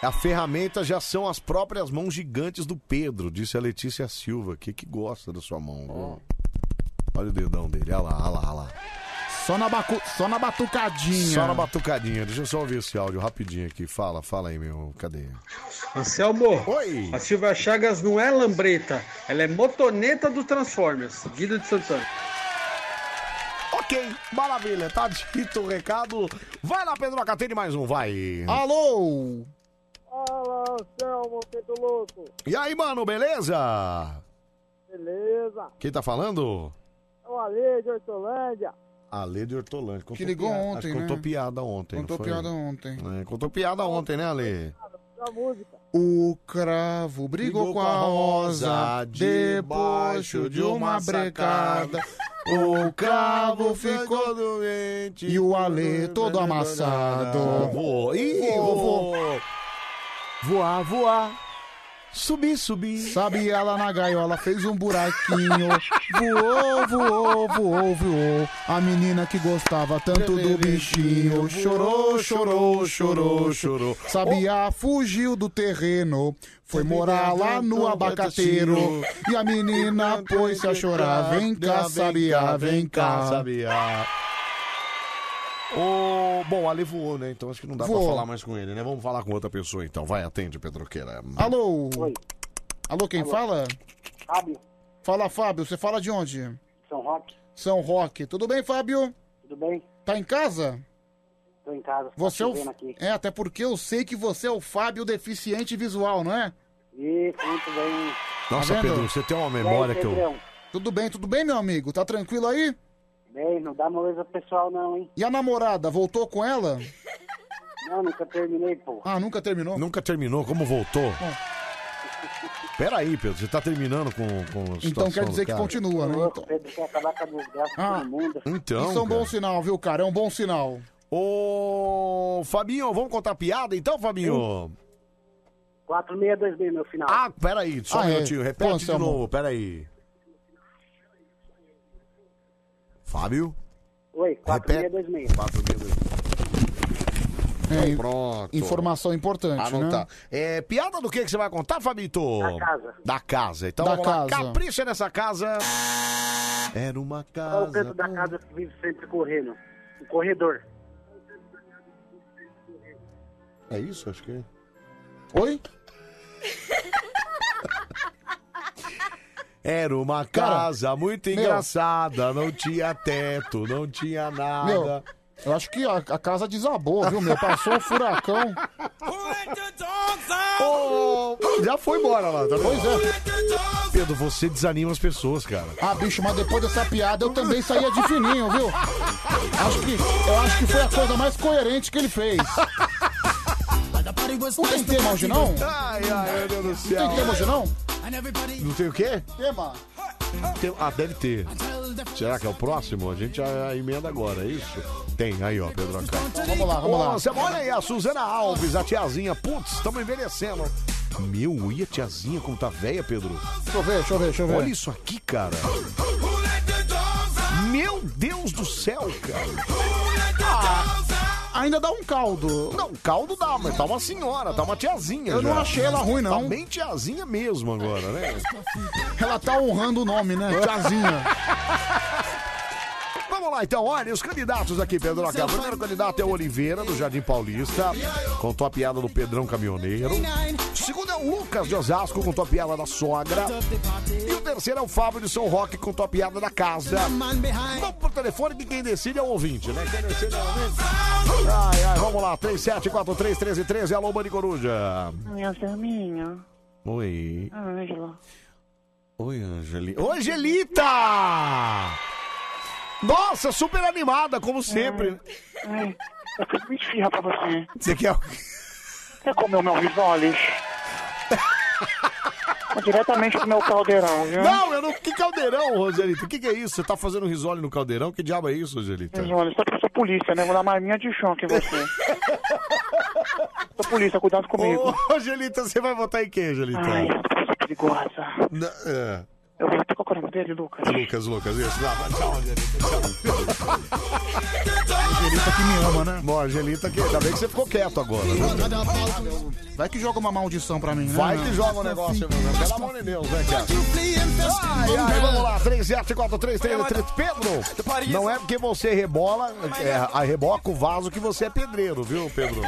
A ferramenta já são as próprias mãos gigantes do Pedro, disse a Letícia Silva, que que gosta da sua mão. viu? Olha o dedão dele, olha lá, olha lá, olha lá. Só na, bacu... só na batucadinha. Só na batucadinha, deixa eu só ouvir esse áudio rapidinho aqui. Fala, fala aí, meu, cadê? Anselmo, Oi. a Silvia Chagas não é lambreta, ela é motoneta do Transformers, Guido de Santana. Ok, maravilha, tá dito o recado. Vai lá, Pedro Acatene, mais um, vai. Alô! Fala, Anselmo, Pedro Louco. E aí, mano, beleza? Beleza? Quem tá falando? É o Ale de Hortolândia. A Lê de Hortolândia. Contou Que ligou piada- ontem, acho que Contou né? piada ontem. não Contou foi? piada ontem. É, contou piada ontem, né, Ale? Da música. O cravo brigou, com a rosa debaixo de uma brecada. O cravo ficou doente e o alê todo amassado. Voou. Ih, voou. Voar, voar. Subir, subir. Sabe, ela na gaiola fez um buraquinho. Voou, voou, voou, voou. A menina que gostava tanto do bichinho chorou, chorou, chorou, chorou. Sabiá fugiu do terreno, foi morar lá no abacateiro. E a menina pôs-se a chorar. Vem cá, Sabiá, vem cá. Sabiá. Ô, bom, o Ale voou, né? Então acho que não dá Voou. pra falar mais com ele, né? Vamos falar com outra pessoa então. Vai, atende, Pedroqueira. Alô? Alô, quem Alô. fala? Fábio, Fala, Fábio. Você fala de onde? São Roque, São Roque. Tudo bem, Fábio? tudo bem? Tá em casa? Tô Tô em casa. Você é o. vendo aqui. É, até porque eu sei que você é o Fábio deficiente visual, não é? Tá Isso, muito bem. Nossa, vendo? Pedro, você tem uma memória que eu. Tudo bem, tudo bem, meu amigo? Tá tranquilo aí? Bem, não dá moleza pro pessoal não, hein? E a namorada, voltou com ela? Não, nunca terminei, pô. Ah, nunca terminou? Nunca terminou, como voltou? Peraí, Pedro, você tá terminando com, com a Então situação quer do dizer que cara? continua, né? Então. Ah. Pedro quer acabar com a desgraça de todo mundo. Então, Isso é um cara. bom sinal, viu, cara? É um bom sinal. Ô, Fabinho, vamos contar piada então, Fabinho? 4626, meu final. Ah, peraí, só um Ah, é. minutinho, repete Pô, de um Anselmo. novo, peraí. Fábio? Oi, 4626. 4626. É, Pronto. Informação importante, Anotar. né? É, piada do que, que você vai contar, Fabito? Da casa. Da casa. Então Da vamos lá. casa. Capricha nessa casa. Era uma Qual o casa. canto da casa que vive sempre correndo? O corredor. É isso? Acho que é. Oi? Era uma casa muito engraçada, não tinha teto, não tinha nada. Meu, eu acho que a, a casa desabou, viu, meu? Passou um furacão. Ô, Oh! já foi embora lá, tá Pois é. Pedro, você desanima as pessoas, cara. Ah, bicho, mas depois dessa piada eu também saía de fininho, viu? Acho que, eu acho que foi a coisa mais coerente que ele fez. Não tem tema hoje, não? Ai, ai, meu Deus do céu. Não tem tema hoje, não? Não tem o quê? Tema. Tem- Ah, deve ter. Será que é o próximo? A gente já emenda agora, é isso? Tem, aí, ó, Pedro Acá. Vamos lá, vamos lá. Nossa, olha aí, a Suzana Alves, a tiazinha. Putz, estamos envelhecendo. Meu, ui, a tiazinha, como tá velha, Pedro. Deixa eu ver, deixa eu ver, deixa eu ver. Olha isso aqui, cara. Meu Deus do céu, cara. Ainda dá um caldo. Não, caldo dá, mas tá uma senhora, tá uma tiazinha. Eu já. não achei ela ruim, não. Tá bem tiazinha mesmo agora, né? Ela tá honrando o nome, né? Tiazinha. Vamos lá então, olha os candidatos aqui, Pedro. O primeiro candidato é o Oliveira, do Jardim Paulista, contou a piada do Pedrão Caminhoneiro. O um. segundo é o Lucas de Osasco, contou a piada da sogra. E o terceiro é o Fábio de São Roque, contou a piada da casa. Vamos pro telefone que quem decide é o ouvinte, né? Quem decide é o ouvinte. Ai, ai, vamos lá, 37431313, alô, Bani Coruja. é Meu Selminho, Oi. Ângelo, Oi, Angelita. Oi, Angelita! Nossa, super animada, como sempre. ai, eu fiz uma esfirra pra você. Você quer Você comeu meu risoles? Diretamente pro meu caldeirão, viu? Não, eu não. Que caldeirão, Roselita? O que, que é isso? Você tá fazendo risole no caldeirão? Que diabo é isso, Roselita? Risoles, só porque eu sou polícia, né? Vou dar mais minha de chão que você. sou polícia, cuidado comigo. Ô, Angelita, você vai votar em quem, é, Angelita? Ai, essa pessoa é perigosa. É. Eu vou até qual que é o nome dele, Lucas. Lucas, Lucas, isso. Não, vai, tchau, Angelita. Angelita que me ama, né? Bom, Angelita, que... ainda bem que você ficou quieto agora. né? Vai que joga uma maldição pra mim, né? Vai que joga o negócio, meu. velho. Pelo amor de Deus, né, cara? Ai, ai, vamos lá, tá- 374333. Pedro, não é porque você rebola, é, a reboca o vaso que você é pedreiro, viu, Pedro?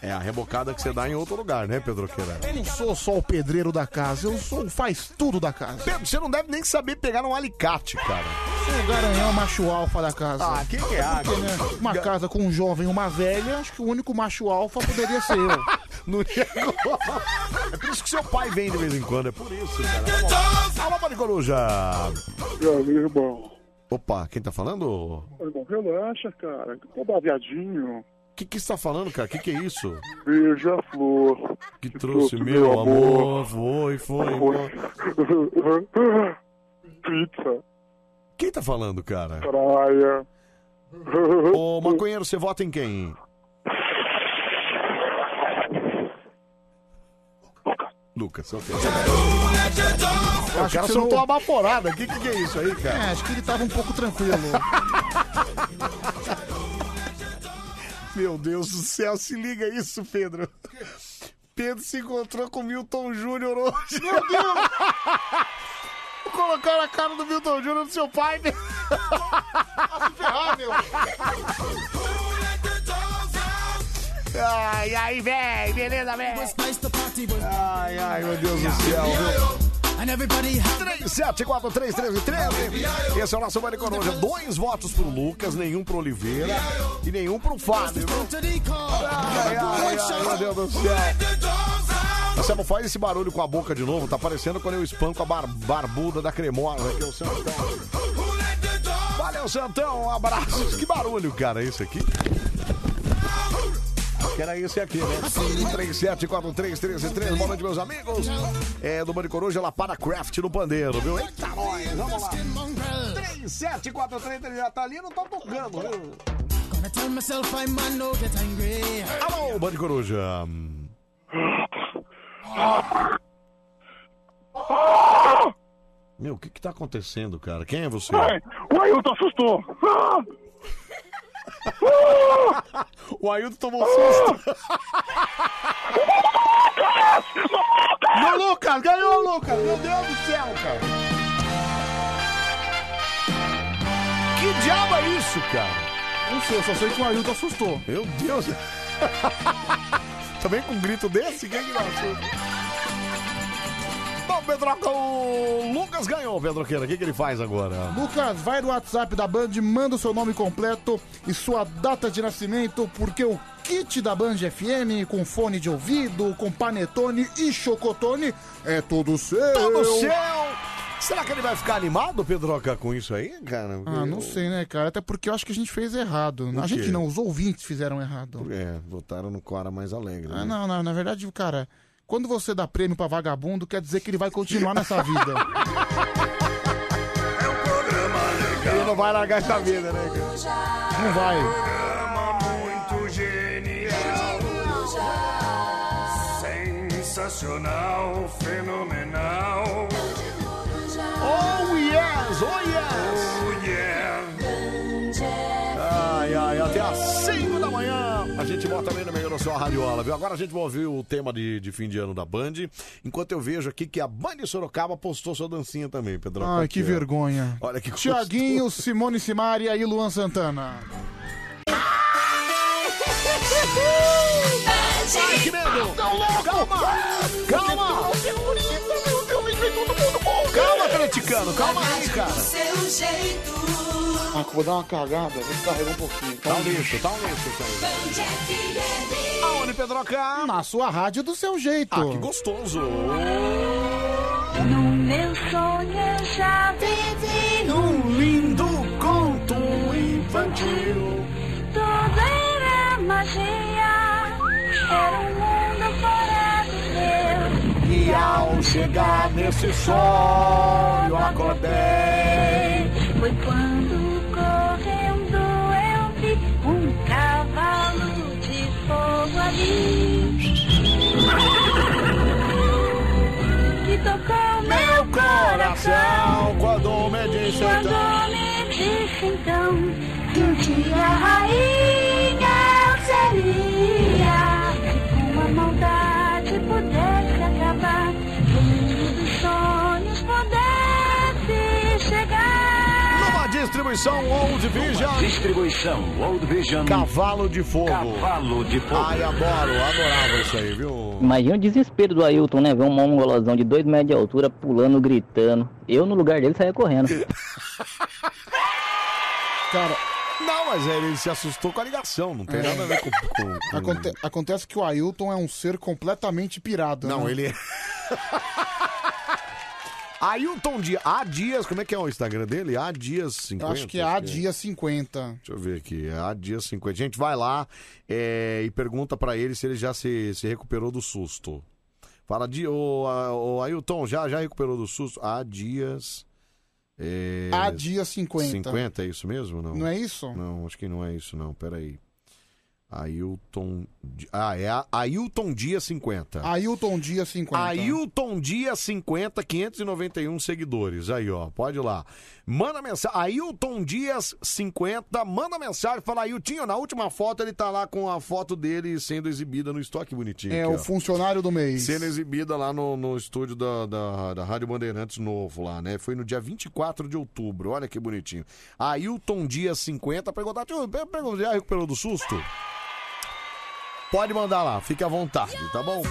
É a rebocada que você dá em outro lugar, né, Pedro Queira? Eu não sou só o pedreiro da casa, eu sou o faz tudo da casa. Pedro, você não deve nem saber pegar um alicate, cara. Sou o garanhão um macho alfa da casa. Ah, que que é? Porque, né, uma casa com um jovem e uma velha, acho que o único macho alfa poderia ser eu. Não chegou. É por isso que seu pai vem de vez em quando, é por isso, cara. Alô, Mari Coruja! Meu irmão. Opa, quem tá falando? Ô, Irmão, relaxa, cara. Tô baseadinho. O que, que você tá falando, cara? O que, que é isso? Veja a flor. Que trouxe meu amor. Foi, foi. Pizza. Quem tá falando, cara? Praia. Ô, maconheiro, você vota em quem? Lucas, ok. O Acho cara que você soltou não- uma baforada. O que, que que é isso aí, É, cara? acho que ele tava um pouco tranquilo. Meu Deus do céu, se liga isso, Pedro. Pedro se encontrou com o Milton Júnior hoje. Meu Deus! Colocaram a cara do Milton Júnior no seu pai. né? Ai, ai, véi, beleza, velho. Ai, ai, meu Deus do céu, viu? 37431313. Esse é o nosso Vale Coruja. Dois votos pro Lucas, nenhum pro Oliveira e nenhum pro Fábio. Ai, ai, ai, meu Deus do céu. Marcelo, faz esse barulho com a boca de novo. Tá parecendo quando eu espanco a bar- barbuda da cremosa. aqui, o Santão. Valeu, Santão. Um abraço. Que barulho, cara, é esse aqui? Que era esse aqui, né? 37431313. Boa noite, meus amigos. É do Bande Coruja, ela para craft no pandeiro, viu? Eita, nós. Tá Vamos lá. 3743 já tá ali, não tá tocando, viu? Alô, Bande Coruja. Meu, o que que tá acontecendo, cara? Quem é você? O Ailton assustou. Ah! Ah! O Ailton tomou um susto. Lucas! Meu Lucas, ganhou, Lucas! Meu Deus do céu, cara! Que diabo é isso, cara? Não sei, eu só sei que o Ailton assustou. Meu Deus! Também com um grito desse? Quem que não assusta? Bom, Pedroca, o Lucas ganhou, Pedroqueira. O que, que ele faz agora? Lucas, vai no WhatsApp da Band, manda o seu nome completo e sua data de nascimento, porque o kit da Band FM, com fone de ouvido, com panetone e chocotone, é todo seu. Todo seu! Será que ele vai ficar animado, Pedroca, com isso aí, cara? Ah, não sei, né, cara? Até porque eu acho que a gente fez errado. O A quê? gente não, os ouvintes fizeram errado. É, votaram no cara mais alegre. Ah, né? não, não, na verdade, cara, quando você dá prêmio pra vagabundo, quer dizer que ele vai continuar nessa vida. Ele não vai largar essa vida, né, cara? Não vai. Muito genial. Sensacional, fenomenal. Oh yes, oh yes. Oh yeah. Ai, ai, até às 5 da manhã. A gente bota também no meio da sua radiola, viu? Agora a gente vai ouvir o tema de, de fim de ano da Band. Enquanto eu vejo aqui que a Band Sorocaba postou sua dancinha também, Pedro. Ai, que vergonha. Olha que Tiaguinho, Simone Simaria e Luan Santana. Ai, que medo! Calma! Calma! Calma, atleticano, calma aí, cara. Ah, vou dar uma cagada, vou descarregar um pouquinho. Tá um lixo, tá um lixo isso aí. Aonde, Pedroca? Na sua rádio do seu jeito. Ah, que gostoso. No meu sonho eu já vivi num lindo conto infantil. Toda era magia, era um mundo fora do meu. E ao chegar nesse sonho eu acordei. Foi quando correndo eu vi um cavalo de fogo ali. que tocou meu coração quando me disse Quando então que um dia rainha eu seria se uma maldade pudesse acabar se o mundo dos sonhos pudesse chegar Numa distribuição Old Vision. Distribuição Old Vision. Cavalo de fogo. Cavalo de fogo. Ai, adoro, adorava isso aí, viu? Imagina o um desespero do Ailton, né? Ver um mongolozão de 2 metros de altura pulando, gritando. Eu, no lugar dele, saía correndo. Cara, Não, mas ele se assustou com a ligação, não tem É. nada a ver com. com- com- aconte- acontece que o Ailton é um ser completamente pirado. né? Não, ele é. Ailton Dias. A Dias, como é que é o Instagram dele? A Dias 50. Eu acho que é A Dia 50. Deixa eu ver aqui. é A Dias 50. Gente, vai lá é, e pergunta pra ele se ele já se, se recuperou do susto. Fala, Di, ô, a- ô, Ailton, já, já recuperou do susto? A Dias. É, A Dias 50. 50, é isso mesmo? Não. Não é isso? Não, acho que não é isso, não. Peraí. Ailton. Di- Ah, é a Ailton Dia 50. Ailton Dia 50. Ailton Dia 50, 591 seguidores. Aí, ó, pode ir lá. Manda mensagem. Ailton Dias 50, manda mensagem. Fala, Ailtinho, na última foto ele tá lá com a foto dele sendo exibida no estoque bonitinho. É aqui, o ó. funcionário do mês. Sendo exibida lá no, no estúdio da, da, da Rádio Bandeirantes Novo, lá, né? Foi no dia 24 de outubro, olha que bonitinho. Ailton Dias 50 perguntar, tio, per- pergunta, já recuperou do susto? Pode mandar lá, fique à vontade, tá bom?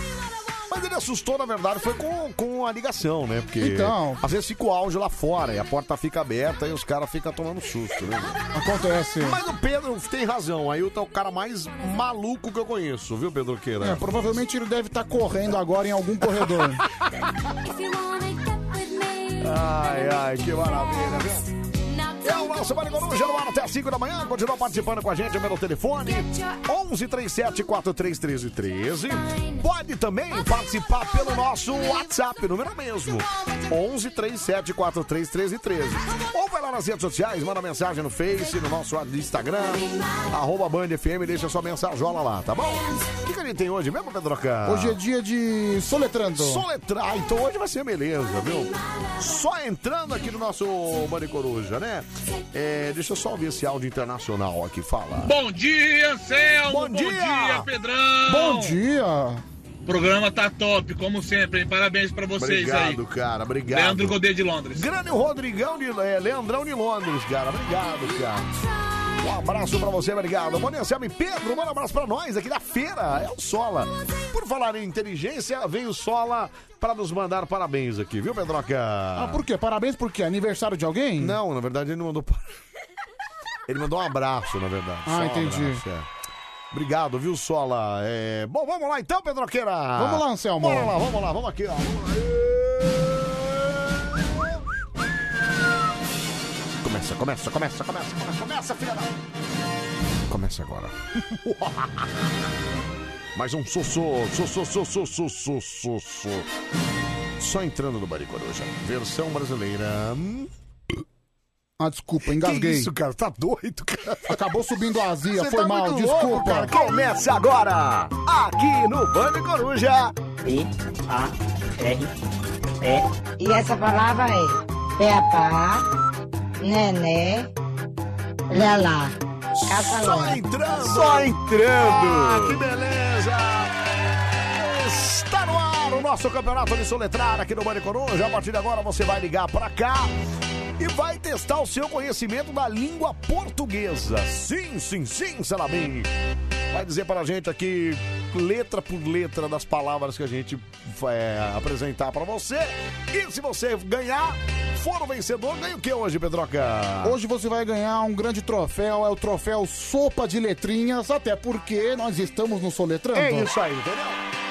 Mas ele assustou, na verdade, foi com, com a ligação, né? Porque Então. às vezes fica o áudio lá fora e a porta fica aberta e os caras ficam tomando susto, né? Acontece. Mas o Pedro tem razão. Aí o tá o cara mais maluco que eu conheço, viu, Pedro Queira? É, provavelmente ele deve estar correndo agora em algum corredor. tá Ai, ai, que maravilha, viu? É o nosso Maricoruja no ar até as 5 da manhã. Continua participando com a gente pelo telefone 11 37 43 13. Pode também participar pelo nosso WhatsApp, número é mesmo 11 37 43 13 13. Ou vai lá nas redes sociais, manda mensagem no Face, no nosso Instagram, arroba Band FM, deixa sua mensajola lá, tá bom? O que, que a gente tem hoje mesmo, Pedroca? Hoje é dia de soletrando. Soletra... Ah, então hoje vai ser beleza, viu? Só entrando aqui no nosso Bande Coruja, né? É, deixa eu só ouvir esse áudio internacional aqui, fala. Bom dia, Anselmo! Bom dia! Pedrão! Bom dia! O programa tá top, como sempre, hein? Parabéns pra vocês aí. Obrigado, cara, obrigado. Leandro Godet de Londres. Grande Rodrigão de é, Leandrão de Londres, cara. Obrigado, cara. Um abraço pra você, obrigado. Bom dia, Anselmo e Pedro, manda um abraço pra nós aqui da feira. É o Sola. Por falar em inteligência, veio o Sola pra nos mandar parabéns aqui, viu, Pedroca? Ah, por quê? Parabéns por quê? Aniversário de alguém? Não, na verdade ele não mandou. par- Ele mandou um abraço, na verdade. Ah, Só um entendi. abraço, é. Obrigado, viu, Sola? É, Bom, vamos lá então, Pedroqueira. Vamos lá, Anselmo. Vamos lá, vamos lá, vamos aqui, ó. Começa, começa, começa, começa, começa, começa, filha da... Começa agora. Mais um sossô, sossô, sossô, sossô, sossô. Só entrando no Bari Coruja. Versão brasileira. Ah, desculpa, engasguei. Que isso, cara? Tá doido, cara? Acabou subindo a azia, Você foi tá mal, muito desculpa. louco, cara. Começa agora, aqui no Bande Coruja. P, A, R, E. E essa palavra é Peapá, Nené, Lelá. Só Caçalona. entrando! Só entrando! Ah, que beleza! Está no ar o nosso campeonato de soletrar aqui no Bande Coruja. A partir de agora você vai ligar pra cá e vai testar o seu conhecimento da língua portuguesa. Sim, sim, sim, Salamim! Vai dizer para a gente aqui, letra por letra, das palavras que a gente vai apresentar para você. E se você ganhar, for o vencedor, ganha o que hoje, Pedroca? Hoje você vai ganhar um grande troféu, é o troféu Sopa de Letrinhas, até porque nós estamos no Soletrando. É isso aí, entendeu?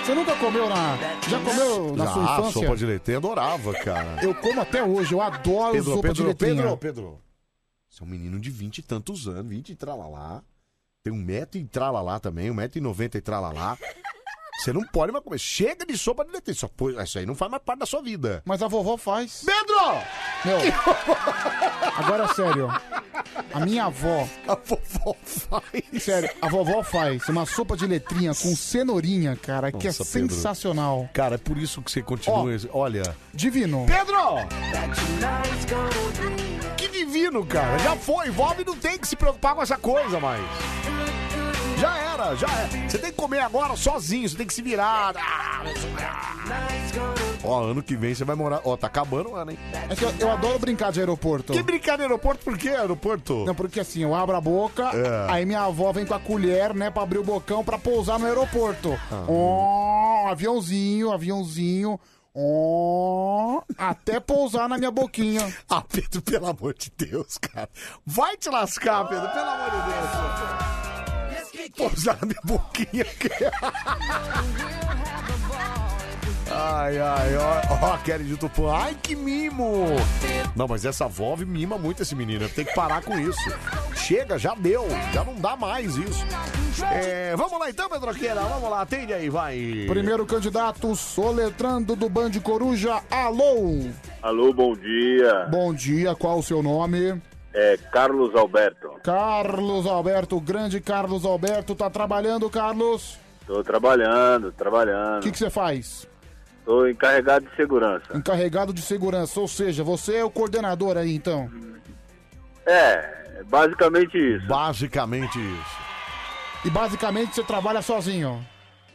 Você nunca comeu na... Já comeu na Já, sua infância? sopa de letrinha, adorava, cara. Eu como até hoje, eu adoro Pedro, sopa de Pedro, letrinha. Pedro, Pedro. Você é um menino de 20 e tantos anos, 20 e tralalá. Tem um metro e tralalá também, um metro e noventa e tralalá. Você não pode mais comer. Chega de sopa de letrinha. Só, pô, isso aí não faz mais parte da sua vida. Mas a vovó faz. Pedro! Meu. Agora sério. A minha avó. A vovó faz. Sério, a vovó faz uma sopa de letrinha com cenourinha, cara, que é Nossa, Pedro. sensacional. Cara, é por isso que você continua. esse- Olha. Divino. Pedro! Que divino, cara. Já foi. Volve não tem que se preocupar com essa coisa mais. Já era, já era. Você tem que comer agora sozinho, você tem que se virar. Ah, Ó, ano que vem você vai morar. Ó, tá acabando o ano, hein? É que eu, eu adoro brincar de aeroporto. Que brincadeira, aeroporto? Por que aeroporto? Não, porque assim, eu abro a boca, É. aí minha avó vem com a colher, né, pra abrir o bocão pra pousar no aeroporto. Ah. Ó, aviãozinho, aviãozinho. Ó, até pousar na minha boquinha. Ah, Pedro, pelo amor de Deus, cara. Vai te lascar, Pedro, pelo amor de Deus. Pousar na minha boquinha. é Ai, ai, ó, ó, Kelly de Tupã. Ai, que mimo! Não, mas essa Vove mima muito esse menino. Tem que parar com isso. Chega, já deu. Já não dá mais isso. É, vamos lá então, Pedroqueira. Vamos lá, atende aí, vai. Primeiro candidato, soletrando do Band Coruja. Alô! Alô, bom dia. Bom dia, qual o seu nome? É Carlos Alberto. Carlos Alberto, grande Carlos Alberto, tá trabalhando, Carlos? Tô trabalhando, O trabalhando. que que você faz? Tô encarregado de segurança. Encarregado de segurança, ou seja, você é o coordenador aí, então. É, basicamente isso. Basicamente isso. E basicamente você trabalha sozinho.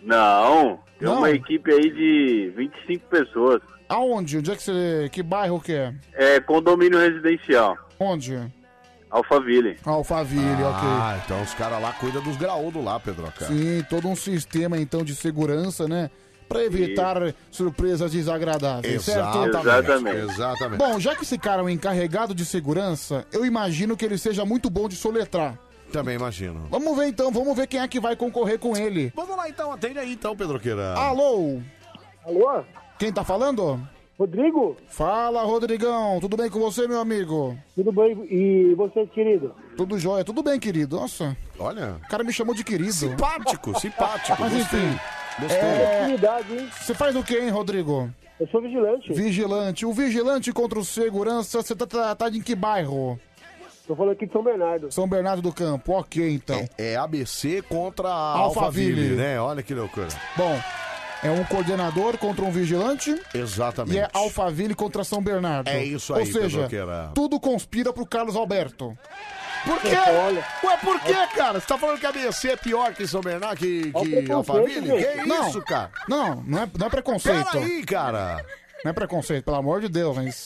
Não, tem Não? uma equipe aí de 25 pessoas. Aonde? Onde é que você. Que bairro que é? É condomínio residencial, Onde? Alphaville. Alphaville, Ah, então os caras lá cuidam dos graúdos lá, Pedroca. ok. Sim, todo um sistema então de segurança, né? Pra evitar surpresas desagradáveis, certo? Exatamente. Exatamente. Bom, já que esse cara é um encarregado de segurança, eu imagino que ele seja muito bom de soletrar. Também imagino. Vamos ver então, vamos ver quem é que vai concorrer com ele. Vamos lá então, atende aí então, Pedroqueira. Alô? Alô? Quem tá falando? Rodrigo? Fala, Rodrigão. Tudo bem com você, meu amigo? Tudo bem. E você, querido? Tudo jóia. Tudo bem, querido. Nossa. Olha. O cara me chamou de querido. Simpático, simpático. Mas gostei. enfim. é, Gostei. Você faz o que, hein, Rodrigo? Eu sou vigilante. Vigilante. O vigilante contra o segurança, você tá, tá, tá em que bairro? Tô falando aqui de São Bernardo. São Bernardo do Campo, ok então. É ABC contra a Alphaville. Alphaville, né? Olha que loucura. Bom, é um coordenador contra um vigilante Exatamente. e é Alphaville contra São Bernardo. É isso aí, Ou seja, Pedroqueira. tudo conspira pro Carlos Alberto. Por quê? Ué, por quê, cara? Você tá falando que a ABC é pior que São Bernardo, que, que Alphaville? Que Não, isso, cara? Não, não é, não é preconceito. Peraí, cara. Não é preconceito, pelo amor de Deus, mas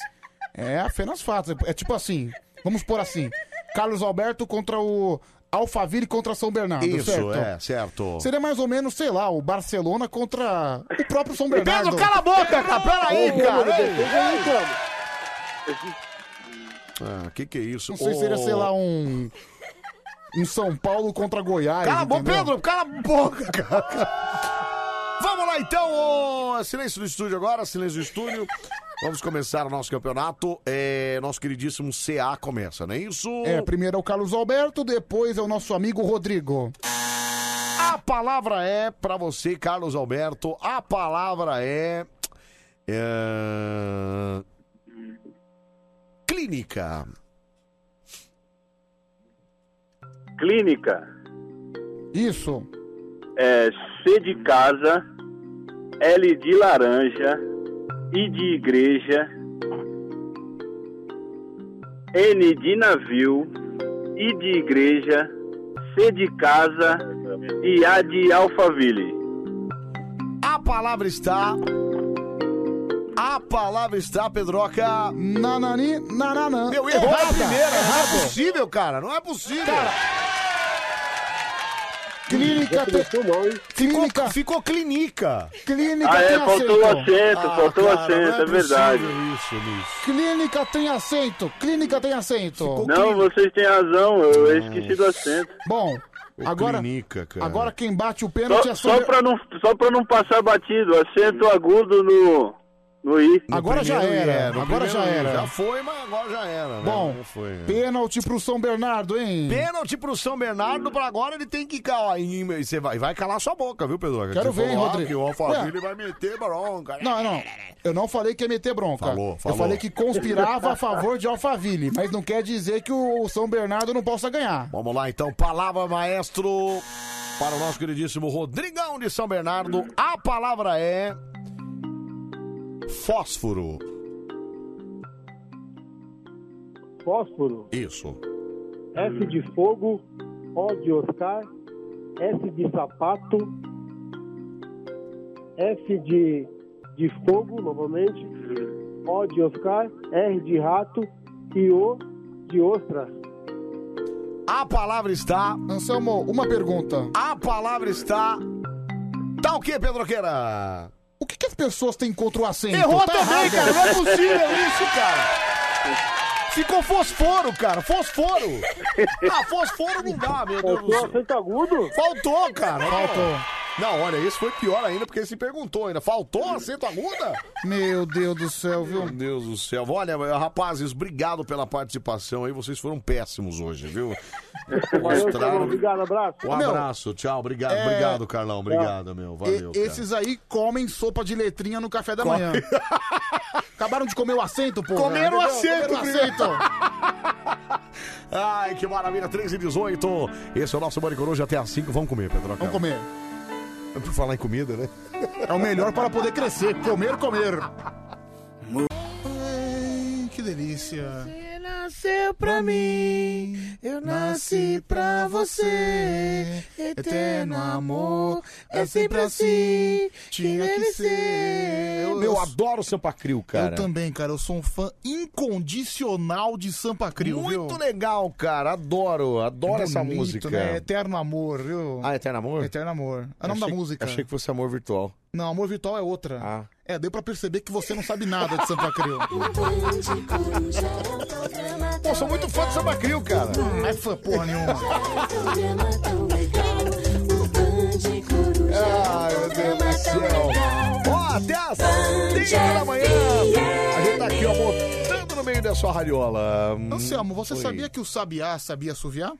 é apenas fato. É tipo assim, vamos por assim, Carlos Alberto contra o Alphaville contra São Bernardo, isso, certo? é, certo. Seria mais ou menos, sei lá, o Barcelona contra o próprio São Bernardo. Pedro, cala a boca, cara, peraí, cara, ei, ei. Ah, que que é isso? Não sei se seria, sei lá, um. Um São Paulo contra Goiás. Cala a boca, entendeu? Pedro, cala a boca, cara. Vamos lá então, ô, silêncio do estúdio agora, silêncio do estúdio. Vamos começar o nosso campeonato. É, nosso queridíssimo CA começa, não é isso? É, primeiro é o Carlos Alberto, depois é o nosso amigo Rodrigo. A palavra é pra você, Carlos Alberto. A palavra é, é, clínica. Clínica. Isso. É C de casa, L de laranja, I de igreja, N de navio, I de igreja, C de casa e A de Alphaville. A palavra está. A palavra está, Pedroca. Nanani, nananã. Meu, errou Errada, a primeira. Não é errado. possível, cara. Não é possível. Clínica. Ficou, ficou clínica. Ah, Clínica Ah, é, tem faltou o acento. acento, faltou o acento, é, verdade. Isso, isso. Clínica tem acento. Clínica tem acento. Não, vocês têm razão, eu esqueci do acento. Bom, agora, Clínica, cara. agora quem bate o Só, pênalti é só pra não, só pra não passar batido, acento agudo no, no I. Agora já era, é, no agora já primeiro era. Já foi, mas agora já era. né? Bom, Não foi, né? pênalti pro São Bernardo, hein? Pênalti pro São Bernardo, pra agora ele tem que calar. E você vai, vai calar sua boca, viu, Pedro? Quero Você ver, hein, falou, ah, Rodrigo. que O Alphaville Ué. vai meter bronca. né? Não, não. Eu não falei que ia meter bronca. Falou, falou. Eu falei que conspirava a favor de Alphaville, mas não quer dizer que o São Bernardo não possa ganhar. Vamos lá, então. Palavra, maestro, para o nosso queridíssimo Rodrigão de São Bernardo. A palavra é... Fósforo. Fósforo, Isso. F de fogo, O de Oscar, S de sapato, F de, de fogo, novamente, O de Oscar, R de rato e O de ostra. A palavra está... Anselmo, uma pergunta. A palavra está... Tá o quê, Pedroqueira? O que, que as pessoas têm contra o acento? Errou Tá também, errado. cara. Não é possível isso, cara. Ficou fosforo, cara. Fosforo. Ah, fosforo não dá, meu Deus do céu. agudo? Faltou, cara. Faltou. Não, olha, esse foi pior ainda, porque ele se perguntou ainda. Faltou acento aguda? Meu Deus do céu, viu? Meu Deus do céu. Olha, rapazes, obrigado pela participação aí. Vocês foram péssimos hoje, viu? Mostraram. Obrigado, abraço. Um abraço, tchau. Obrigado, É. obrigado, Carlão. Obrigado, meu. Valeu. E- cara. esses aí comem sopa de letrinha no café da manhã. Acabaram de comer o acento, pô. Comeram o acento, acento. Ai, que maravilha, 13 e 18. Esse é o nosso Bande Coruja até às 5. Vamos comer, Pedro. Vamos comer. É Por falar em comida, né? É o melhor para poder crescer. Comer, comer. Ai, que delícia. Você nasceu pra mim, eu nasci pra você. Eterno amor, é sempre assim, tinha que ser. Meu, eu adoro o Sampa Crio, cara. Eu também, cara. Eu sou um fã incondicional de Sampa Crio, Muito viu? legal, cara. Adoro, adoro essa Bonito, música. Né? Eterno Amor, viu? Ah, Eterno Amor? Eterno Amor. É o nome da Achei- música. Achei que fosse amor virtual. Não, Amor Virtual é outra. Ah. É, deu pra perceber que você não sabe nada de Samba Crio. Pô, sou muito fã de Samba Crio, cara. Não é fã porra nenhuma. é Ai, meu Deus do é céu. Ó, até as 10 da manhã. A gente tá aqui, ó, botando no meio da sua radiola. Hum, Anselmo, você oi. sabia que o Sabiá sabia assoviar?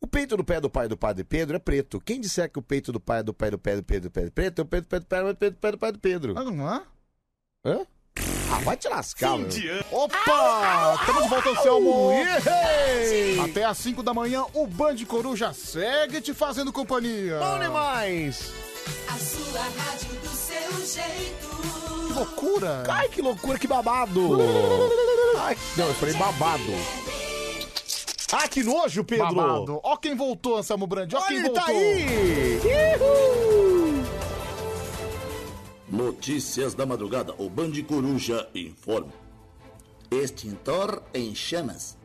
O peito do pé do pai do padre Pedro é preto. Quem disser que o peito do pai do pai do pé do Pedro é preto, é o peito do pé do pai do pé do pai do pai do Pedro. Ah, não é? Hã? Ah, vai te lascar, meu. Opa! Estamos de volta, Anselmo! Até às 5 da manhã, o Band Coruja segue te fazendo companhia. Bom demais! A sua rádio do seu jeito. Que loucura! Ai, que loucura, que babado! Ai, não, eu falei babado. Ah, que nojo, Pedro! Babado. Ó quem voltou, Anselmo Brandi. Ó Olha, quem ele voltou. tá aí! Ihu! Notícias da madrugada. O Band Coruja informa. Extintor em chamas.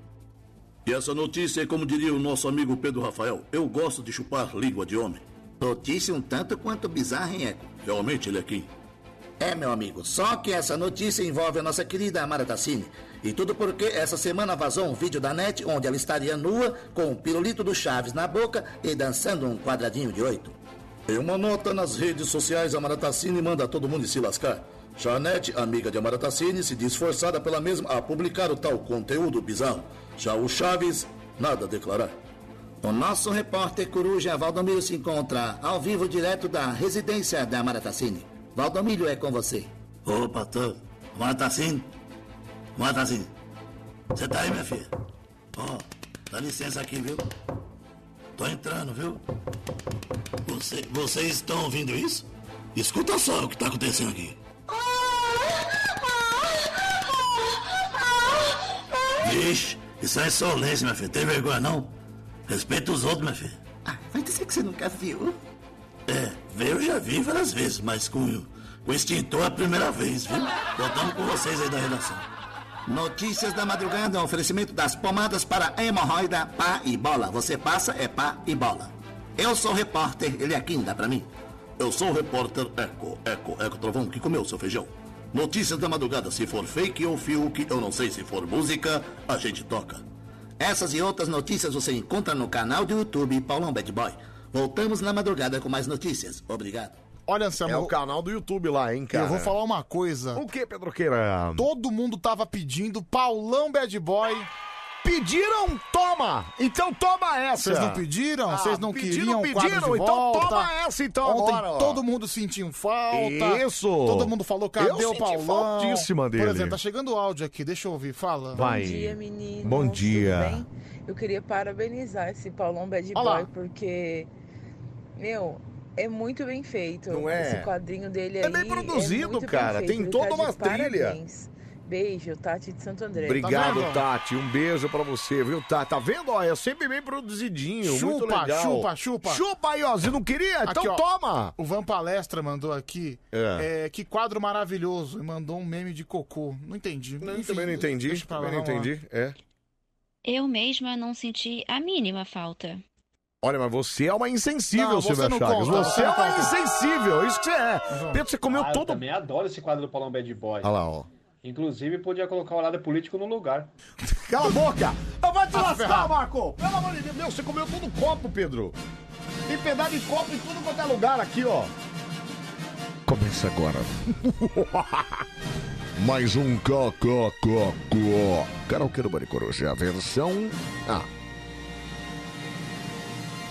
E essa notícia é como diria o nosso amigo Pedro Rafael. Eu gosto de chupar língua de homem. Notícia um tanto quanto bizarra, hein, Eco? Realmente, Lequim. É, meu amigo, só que essa notícia envolve a nossa querida Amara Tassini. E tudo porque essa semana vazou um vídeo da net onde ela estaria nua, com um pirulito do Chaves na boca e dançando um quadradinho de oito. Em uma nota nas redes sociais, Amara Tassini manda todo mundo se lascar. Janete, amiga de Amara Tassini, se diz forçada pela mesma a publicar o tal conteúdo bizarro. Já o Chaves, nada a declarar. O nosso repórter coruja Valdomiro se encontra ao vivo direto da residência da Maratacine. Valdomiro é com você. Ô, pastor, Matacine, Matacine, você tá aí, minha filha? Ó, dá licença aqui, viu? Tô entrando, viu? Você- vocês estão ouvindo isso? Escuta só o que tá acontecendo aqui. Vixe, isso é insolência, minha filha. Tem vergonha, não? Respeita os outros, minha filha. Vai dizer que você nunca viu. É, ver eu já vi várias vezes, mas com com o extintor é a primeira vez, viu? Voltamos com vocês aí da redação. Notícias da madrugada, oferecimento das pomadas para hemorroida, pá e bola. Você passa, é pá e bola. Eu sou o repórter, ele aqui dá pra mim. Eu sou o repórter Eco, Eco, Eco Trovão, que comeu seu feijão. Notícias da madrugada, se for fake ou fiuk, eu não sei se for música, a gente toca. Essas e outras notícias você encontra no canal do YouTube Paulão Bad Boy. Voltamos na madrugada com mais notícias. Obrigado. Olha, Anselmo. É o canal do YouTube lá, hein, cara? Eu vou falar uma coisa. O que, Pedroqueira? Todo mundo tava pedindo Paulão Bad Boy. Pediram? Toma! Então toma essa! Vocês não pediram? Ah, Vocês não pediram, queriam o quadro pediram, de então volta? toma essa então Ontem agora, ó. todo mundo sentiu falta. Isso. Todo mundo falou, cadê Eu o senti Paulão? faltíssima dele. Por exemplo, tá chegando o áudio aqui, deixa eu ouvir, fala. Vai. Bom dia, menino. Bom dia. Tudo bem? Eu queria parabenizar esse Paulão Bad Olha lá. Boy, porque, meu, é muito bem feito. Não é? Esse quadrinho dele É aí bem produzido, muito bem cara. feito. Tem Ele toda tá de uma trilha. parabéns. Beijo, Tati de Santo André. Tá Tá Obrigado, Tati. Um beijo pra você, viu? Tá, tá vendo? Ó, é sempre bem produzidinho. muito Chupa, legal. chupa, chupa. Chupa aí, ó. Você não queria? Aqui, Então ó, toma. O Van Palestra mandou aqui. É. é, que quadro maravilhoso. E mandou um meme de cocô. Não entendi. Eu Enfim, também não entendi. deixa pra lá, Também não vamos lá. entendi. É. Eu mesma não senti a mínima falta. Olha, mas você é uma insensível, Não, você Silvia não Chagas. conta, você você é não uma conta. insensível. Isso que você é. Pedro, você comeu Ah, Eu todo. também adoro esse quadro do Paulão Bad Boy. Olha lá, ó. Inclusive, podia colocar o lado político no lugar. Cala a boca! Eu vou te Tá Ah, lascar, ferrado. Marco! Pelo amor de Deus, meu, você comeu todo o copo, Pedro! Tem pedaço de copo em tudo quanto é lugar aqui, ó! Começa agora. Mais um KKKK. Karaokê do Baricoruja, versão A.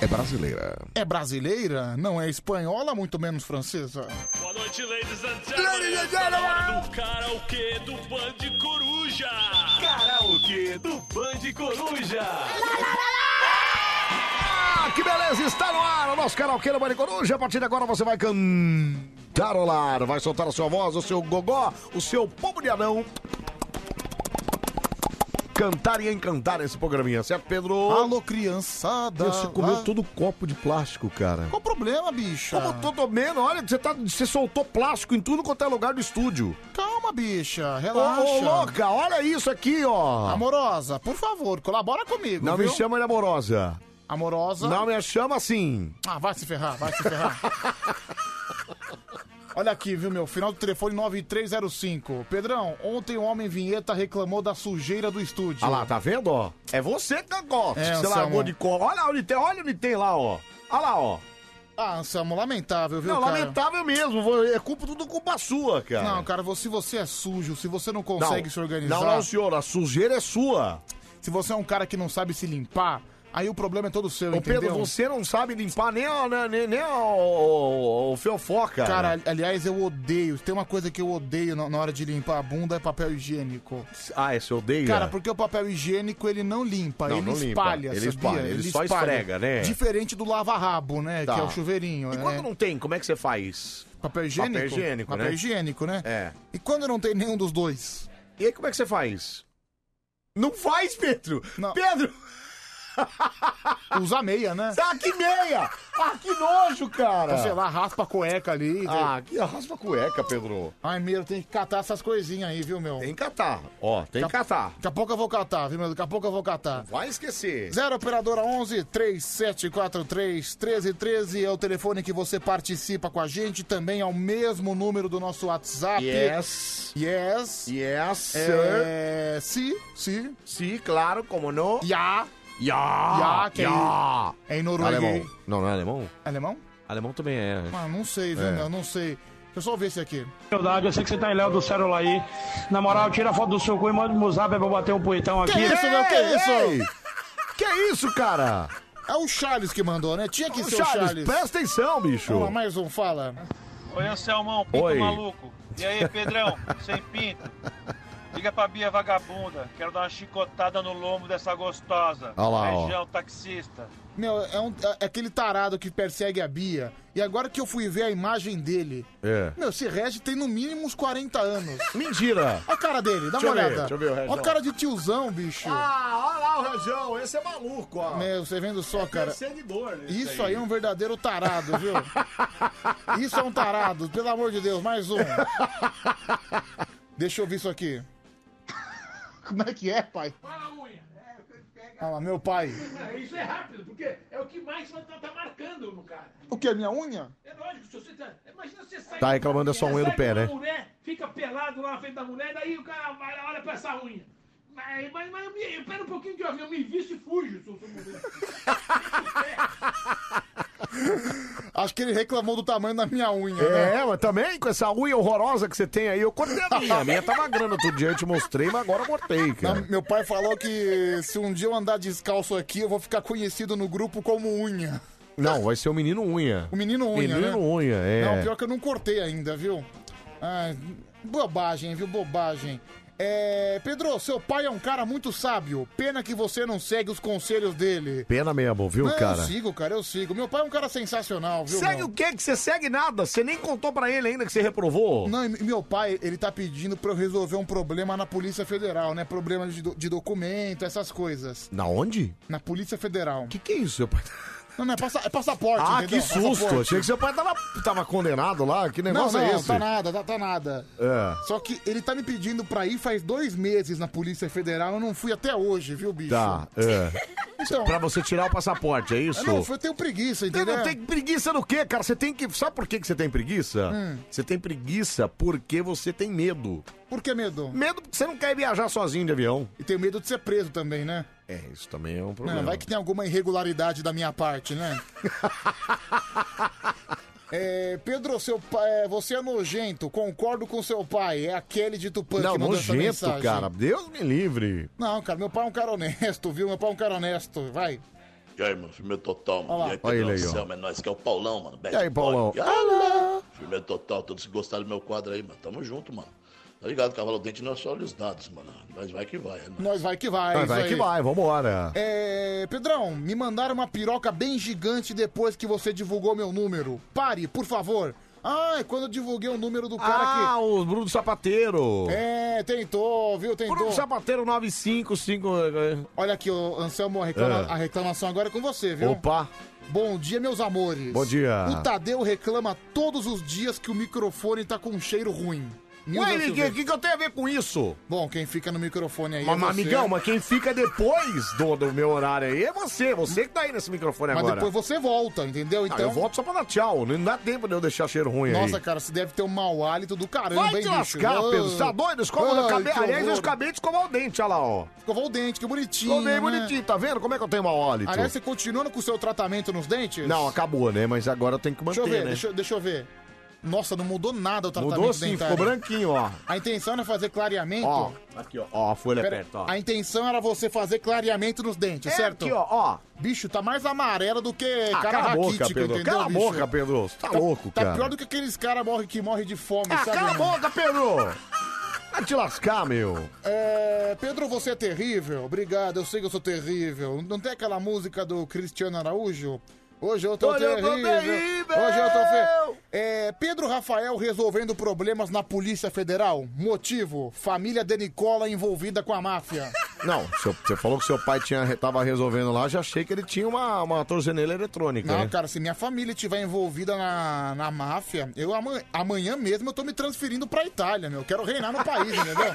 É brasileira. É brasileira? Não é espanhola, muito menos francesa. Boa noite, ladies and Ladies and gentlemen. gentlemen. Tá no karaokê do Band Coruja. Karaokê do Band Coruja. Ah, que beleza! Está no ar o nosso karaokê do Baricoruja. A partir de agora você vai cantarolar, vai soltar a sua voz, o seu gogó, o seu pombo de anão. Cantar e encantar esse programinha, certo, Pedro? Alô, criançada. Meu, você comeu Vai. todo o copo de plástico, cara. Qual o problema, bicha? Como todo menos, olha, você, tá, você soltou plástico em tudo quanto é lugar do estúdio. Calma, bicha, relaxa. relaxa. Ô, louca, olha isso aqui, ó. Amorosa, por favor, colabora comigo, Não me viu? chama de amorosa. Amorosa. Não me chama assim. Ah, vai se ferrar, vai se ferrar. Olha aqui, viu, meu? Final do telefone 9305. Pedrão, ontem o Homem Vinheta reclamou da sujeira do estúdio. Olha lá, tá vendo, ó? É você que gosta. É, que você Anselmo. largou de cola. Olha onde tem, olha onde tem lá, ó. Olha lá, ó. Ah, Anselmo, lamentável, viu, Não, cara? lamentável mesmo. Vou- É culpa tudo culpa sua, cara. Não, cara, vo- se você é sujo, se você não consegue Não. se organizar... Não, não, senhor, a sujeira é sua. Se você é um cara que não sabe se limpar, aí o problema é todo seu, Ô, Pedro, você não sabe limpar nem, a- né, nem, nem, nem a- o, o, o fiofó, cara. Cara, ali- aliás, eu odeio. Tem uma coisa que eu odeio na, na hora de limpar a bunda, é papel higiênico. Ah, esse odeia? Cara, porque o papel higiênico, ele não limpa, Não, ele não limpa. espalha, Ele sabia? espalha, ele só esfrega, né? Diferente do lava-rabo, né? Tá. Que é o chuveirinho, E né? quando não tem, como é que você faz? Papel higiênico? Papel higiênico, Papel né? higiênico, né? É. E quando não tem nenhum dos dois? E aí, como é que você faz? Não faz, Pedro! Pedro! Usa meia, né? Ah, que meia! Ah, que nojo, cara! Então, sei lá, raspa a cueca ali. Ah, que raspa a cueca, Pedro. Ai, meu, tem que catar essas coisinhas aí, viu, meu? Tem que catar. Ó, tem que catar. Daqui a pouco eu vou catar, viu, meu? Daqui a pouco eu vou catar. Vai esquecer. 0 operadora 11 3743 1313 é o telefone que você participa com a gente, também é o mesmo número do nosso WhatsApp. Yes. É. Yes. Yes, É, se, se. Se, claro, como não. Ya. Ya! Ya, que é- é em norueguês. Alemão. Não, não é alemão? Alemão? Alemão também é. Ah, não sei, viu, É. meu? Não sei. Deixa eu só ver esse aqui. Verdade, eu sei que você tá em Léo do celular aí. Na moral, tira a foto do seu cu e manda pro zap pra eu bater um punhetão aqui. Que isso, meu? Que é isso? Que isso, cara? É o Charles que mandou, né? Tinha que Ô, ser o Charles, Charles. presta atenção, bicho. Vamos lá, mais um, fala. Oi, Anselmão, pinto Oi. maluco. E aí, Pedrão, sem pinto? Liga pra Bia Vagabunda, quero dar uma chicotada no lombo dessa gostosa. Olha lá, ó. Beijão, taxista. Meu, é, um- é aquele tarado que persegue a Bia. E agora que eu fui ver a imagem dele. É. Meu, esse Regi tem no mínimo uns 40 anos. Mentira! Olha a cara dele, dá Deixa eu uma ver, olhada. deixa eu ver o Regão. Olha a cara de tiozão, bicho. Ah, olha lá o Rajão, esse é maluco, ó. Meu, você vendo só, cara. Perseguidor, né, esse Isso aí é um verdadeiro tarado, viu? Isso é um tarado, pelo amor de Deus, mais um. Deixa eu ver isso aqui. Como é que é, pai? É, Olha lá, meu pai. Isso é rápido, porque é o que mais tá, tá marcando no cara. O que, minha unha? É lógico, se você tá. Imagina você sai. Tá reclamando dessa sai unha do com pé, uma né? Mulher, fica pelado lá na frente da mulher, daí o cara vai, olha pra essa unha. Mas, mas, mas eu, me, eu pego um pouquinho de avião, eu me visto e fujo, se eu sou mulher. Acho que ele reclamou do tamanho da minha unha, né? É, mas também com essa unha horrorosa que você tem aí, eu cortei a minha. A minha tá magrando outro dia, eu te mostrei, mas agora eu cortei, cara. Não, meu pai falou que se um dia eu andar descalço aqui, eu vou ficar conhecido no grupo como unha. Não, vai ser o menino unha. O menino unha, Menino né? unha, é. Não, pior que eu não cortei ainda, viu? Ah, bobagem, viu? Bobagem. É, Pedro, seu pai é um cara muito sábio. Pena que você não segue os conselhos dele. Pena mesmo, viu, Não, cara? Eu sigo, cara, eu sigo. Meu pai é um cara sensacional, viu? Segue o quê? Que você segue nada? Você nem contou pra ele ainda que você reprovou? Não, e me- meu pai, ele tá pedindo pra eu resolver um problema na Polícia Federal, né? Problema de, do- de documento, essas coisas. Na onde? Na Polícia Federal. Que que é isso, seu pai? Não, não, é, passa, é passaporte, Ah, entendeu? que susto! Passaporte. Achei que seu pai tava, tava condenado lá. Que Não, negócio não, é esse? tá nada, tá, tá nada. É. Só que ele tá me pedindo pra ir faz dois meses na Polícia Federal, eu não fui até hoje, viu, bicho? Tá, é. Então- Pra você tirar o passaporte, é isso? Eu não, fui- eu tenho preguiça, Você entendeu? não tem preguiça no quê, cara? Você tem que. Sabe por que que você tem preguiça? Hum. Você tem preguiça porque você tem medo. Por que é medo? Medo porque você não quer viajar sozinho de avião. E tenho medo de ser preso também, né? É, isso também é um problema. Não, vai que tem alguma irregularidade da minha parte, né? É, Pedro, seu pai, é, você é nojento, concordo com seu pai. É a Kelly de Tupã Não, que mandou essa nojento, mensagem. cara. Deus me livre. Não, cara, meu pai é um cara honesto, viu? Meu pai é um cara honesto, vai. E aí, mano, firme total, mano. Olha lá. E aí, Olha Pedrão ele aí, do ó. céu, mano, nós que é o Paulão, mano. Bad E aí, boy. Paulão? E aí, Firme total, todos que gostaram do meu quadro aí, mano. Tamo junto, mano. Tá ligado, cavalo dente, nós só olha os dados, mano. Nós vai que vai, né? Nós vai que vai. Vai, isso vai aí. que vai, vambora. É, Pedrão, me mandaram uma piroca bem gigante depois que você divulgou meu número. Pare, por favor. Ah, é quando eu divulguei o número do cara ah, que. o Bruno Sapateiro. É, tentou, viu? Tentou. Bruno Sapateiro 955. Olha aqui, ô, Anselmo, a, reclama- É. a reclamação agora é com você, viu? Opa. Bom dia, meus amores. Bom dia. O Tadeu reclama todos os dias que o microfone tá com um cheiro ruim. Ué, Henrique, o que, que eu tenho a ver com isso? Bom, quem fica no microfone aí. Mas, é você. amigão, mas quem fica depois do, do meu horário aí é você. Você que tá aí nesse microfone Mas agora. depois você volta, entendeu? Então. Ah, eu volto só pra dar tchau. Não dá tempo de eu deixar cheiro ruim aí. Nossa, cara, você deve ter um mau hálito do caramba, hein, Vai te bicho? lascar, Ah, Pedro. Você tá doido? Escova ah, no cabelo. que Aliás, eu horror. acabei de escovar o dente, olha lá, ó. Escovou o dente, que bonitinho. Escovei né? bonitinho, tá vendo? Como é que eu tenho mau hálito? Aliás, você continuando com o seu tratamento nos dentes? Não, acabou, né? Mas agora eu tenho que manter, Deixa eu ver, né? deixa, eu- deixa eu ver. Nossa, não mudou nada o tratamento Mudou sim, dentário. ficou branquinho, ó. A intenção era fazer clareamento. Ó, aqui, ó. Ó, a folha Pera- perto, ó. A intenção era você fazer clareamento nos dentes, É certo? aqui, ó, ó. Bicho, tá mais amarela do que Ah, cara cala a boca, raquítico, Pedro. entendeu, Cala a bicho? boca, Pedro. Você tá, louco, Tá cara. pior do que aqueles caras morre, que morrem de fome, Ah, sabe? cala a boca, Pedro! Vai te lascar, meu. É, Pedro, você é terrível. Obrigado, eu sei que eu sou terrível. Não tem aquela música do Cristiano Araújo? Hoje eu tô Hoje eu tô terrível. terrível! Hoje eu tô fe... É, Pedro Rafael resolvendo problemas na Polícia Federal. Motivo: família de Nicola envolvida com a máfia. Não, seu- você falou que seu pai tinha, tava resolvendo lá, já achei que ele tinha uma, uma torzenela eletrônica, Não, né? cara, se minha família estiver envolvida na, na máfia, eu ama- amanhã mesmo eu tô me transferindo pra Itália, meu. Eu quero reinar no país, entendeu?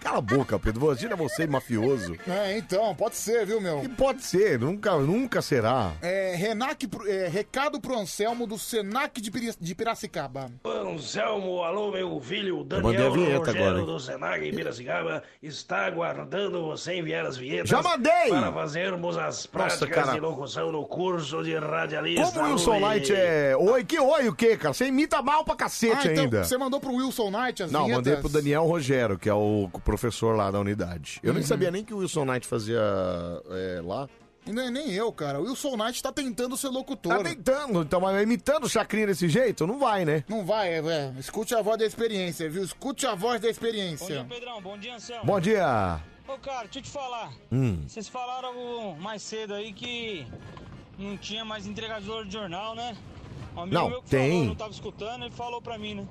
Cala a boca, Pedro. Imagina você mafioso. É, então, pode ser, viu, meu? E pode ser, nunca, nunca será. É, Renac, pro- é, recado pro Anselmo do Senac de, Piri- de Piracicaba. Anselmo, alô, meu filho mandei a Daniel vinheta Rogério agora, hein? do Senac em Piracicaba está aguardando você enviar as vinhetas. Já mandei! Para fazermos as práticas cara. de locução no curso de radialista. Como o Wilson Luiz. Light é. Oi, que oi o quê, cara? Você imita mal pra cacete ainda. Ah, então você mandou pro Wilson Knight as Não, vinhetas? mandei pro Daniel Rogério, que é o professor lá da unidade. Eu nem Uhum. sabia nem que o Wilson Knight fazia é, lá. Nem, nem eu, cara. O Wilson Knight tá tentando ser locutor. Tá tentando, então, mas imitando o Chacrinha desse jeito, não vai, né? Não vai, é, é. Escute a voz da experiência, viu? Escute a voz da experiência. Pedrão, bom dia, Anselmo. Bom dia. Ô, cara, deixa eu te falar. Hum. Vocês falaram mais cedo aí que não tinha mais entregador de jornal, né? Um amigo Não, meu que tem. falou, não tava escutando, ele falou pra mim, né?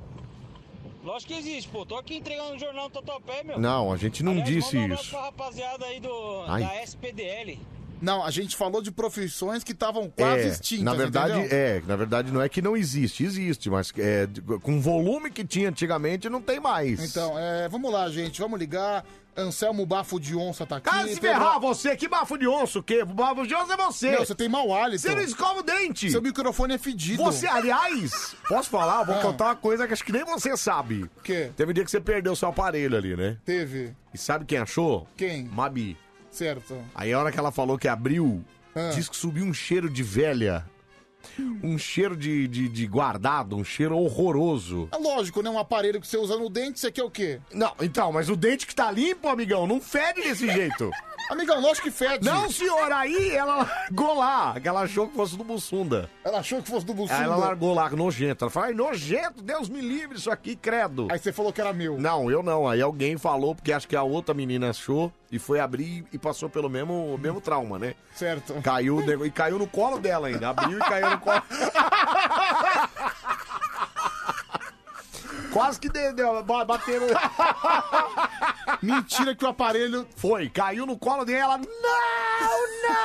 Lógico que existe, pô. Tô aqui entregando o jornal no Tatuapé, meu. Não, a gente não Aliás, disse manda um abraço isso. pra rapaziada aí do, Ai. da SPDL. Não, a gente falou de profissões que estavam quase é, extintas, na verdade, entendeu? é, na verdade não é que não existe, existe, mas é, de- com o volume que tinha antigamente não tem mais. Então, é, vamos lá, gente. Vamos ligar. Anselmo Bafo de Onça tá aqui. Ah, se ferrar você, que bafo de onça o quê? Bafo de onça é você. Não, você tem mau hálito. Você não escova o dente. Seu microfone é fedido. Você, aliás, posso falar? Eu Vou Ah. contar uma coisa que acho que nem você sabe. O quê? Teve um dia que você perdeu seu aparelho ali, né? Teve. E sabe quem achou? Quem? Mabi. Certo. Aí a hora que ela falou que abriu, Ah. diz que subiu um cheiro de velha. Um cheiro de, de, de guardado, um cheiro horroroso. É lógico, né? Um aparelho que você usa no dente, isso aqui é o quê? Não, então, mas o dente que tá limpo, amigão, não fede desse jeito. Amigão, lógico que fede. Não, senhora, aí ela largou lá, que ela achou que fosse do Bussunda. Ela achou que fosse do Bussunda. Aí ela largou lá, nojento. Ela falou, ai, nojento, Deus me livre isso aqui, credo. Aí você falou que era meu. Não, eu não. Aí alguém falou, porque acho que a outra menina achou e foi abrir e passou pelo mesmo, o mesmo trauma, né? Certo. Caiu de- e caiu no colo dela ainda. Abriu e caiu no colo. Quase que deu, deu ba- bateram. Mentira que o aparelho. Foi, caiu no colo dela. Não, não!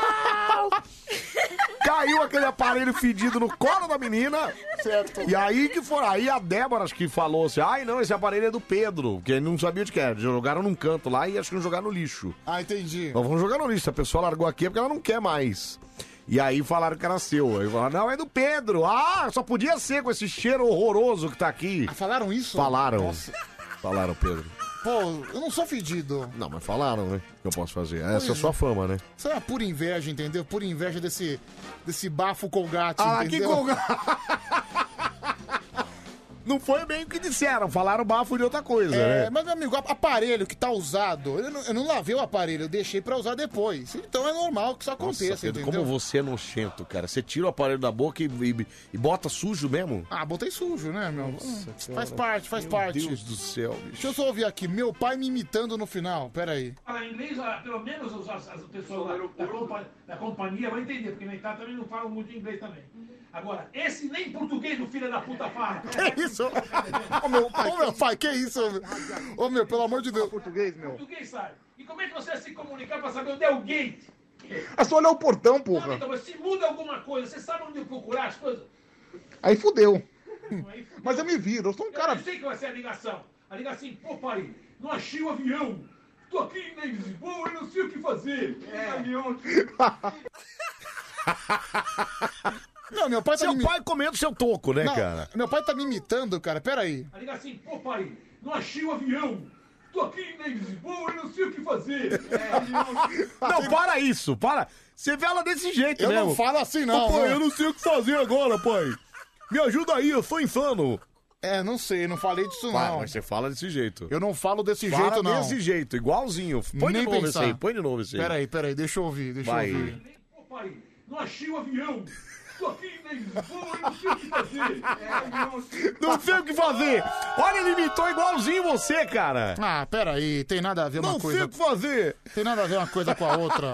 caiu aquele aparelho fedido no colo da menina. Certo. E aí que foi. Aí a Débora acho que falou assim: ai não, esse aparelho é do Pedro, porque ele não sabia de que era. Jogaram num canto lá e acho que não jogaram no lixo. Ah, entendi. Nós vamos jogar no lixo. A pessoa largou aqui é porque ela não quer mais. E aí falaram que era seu. Aí falaram, não, é do Pedro. Ah, só podia ser com esse cheiro horroroso que tá aqui. Ah, falaram isso? Falaram. Nossa. Falaram, Pedro. Pô, eu não sou fedido. Não, mas falaram, né? O que eu posso fazer? Essa é a Pois sua é. fama, né? Isso é uma pura inveja, entendeu? Pura inveja desse, desse bafo colgate, Ah, entendeu? que colgate! Não foi bem o que disseram, falaram bafo de outra coisa, É, né? mas, meu amigo, aparelho que tá usado, eu não, eu não lavei o aparelho, eu deixei pra usar depois. Então é normal que isso aconteça, Nossa, Pedro, entendeu? como você é nojento, cara. Você tira o aparelho da boca e, e- e bota sujo mesmo? Ah, botei sujo, né, meu? Hum, faz parte, faz parte. Meu Deus do céu, bicho. Deixa eu só ouvir aqui, meu pai me imitando no final, peraí. Fala inglês, ah, pelo menos os- as, as pessoas lá da, compa- da companhia vão entender, porque na Itália também não falam muito inglês também. Agora, esse nem português do filho da puta fala. Que isso? Ô meu pai, ô meu pai, que isso? meu? Ô meu, pelo amor de Deus. Português, meu. Português sabe. E como é que você vai se comunicar pra saber onde é o gate? É só olhar o portão, porra. Então, mas se muda alguma coisa, você sabe onde procurar as coisas? Aí fudeu. Mas eu me viro, eu sou um cara. Eu sei que vai ser a ligação. A ligação, assim, pô pai, não achei o avião. Tô aqui em Lisboa e não sei o que fazer. É. avião. Não, meu pai tá Seu pai comendo seu toco, né, Não, cara? Meu pai tá me imitando, cara. Peraí. A ligação, pô assim, pai, não achei o avião. Tô aqui em Lisboa e não sei o que fazer. É. avião. Ah, Não, para isso, para. Você vê ela desse jeito, Eu mesmo. não falo assim, não, Ô, pai, né? eu não sei o que fazer agora, pai. Me ajuda aí, eu sou insano. É, não sei, não falei disso Para, não. mas você fala desse jeito. Eu não falo desse Fala jeito, não. desse jeito, igualzinho. Põe Nem de novo pensar. esse aí, põe de novo esse aí. Peraí, peraí, deixa eu ouvir, deixa Vai. eu ouvir. Pô pai, não achei o avião. Tô aqui em Lisboa e não sei o que fazer. É. avião. Não sei o que fazer. Olha, ele imitou igualzinho você, cara. Ah, peraí, tem nada a ver uma Não sei coisa. o que fazer! Tem nada a ver uma coisa com a outra.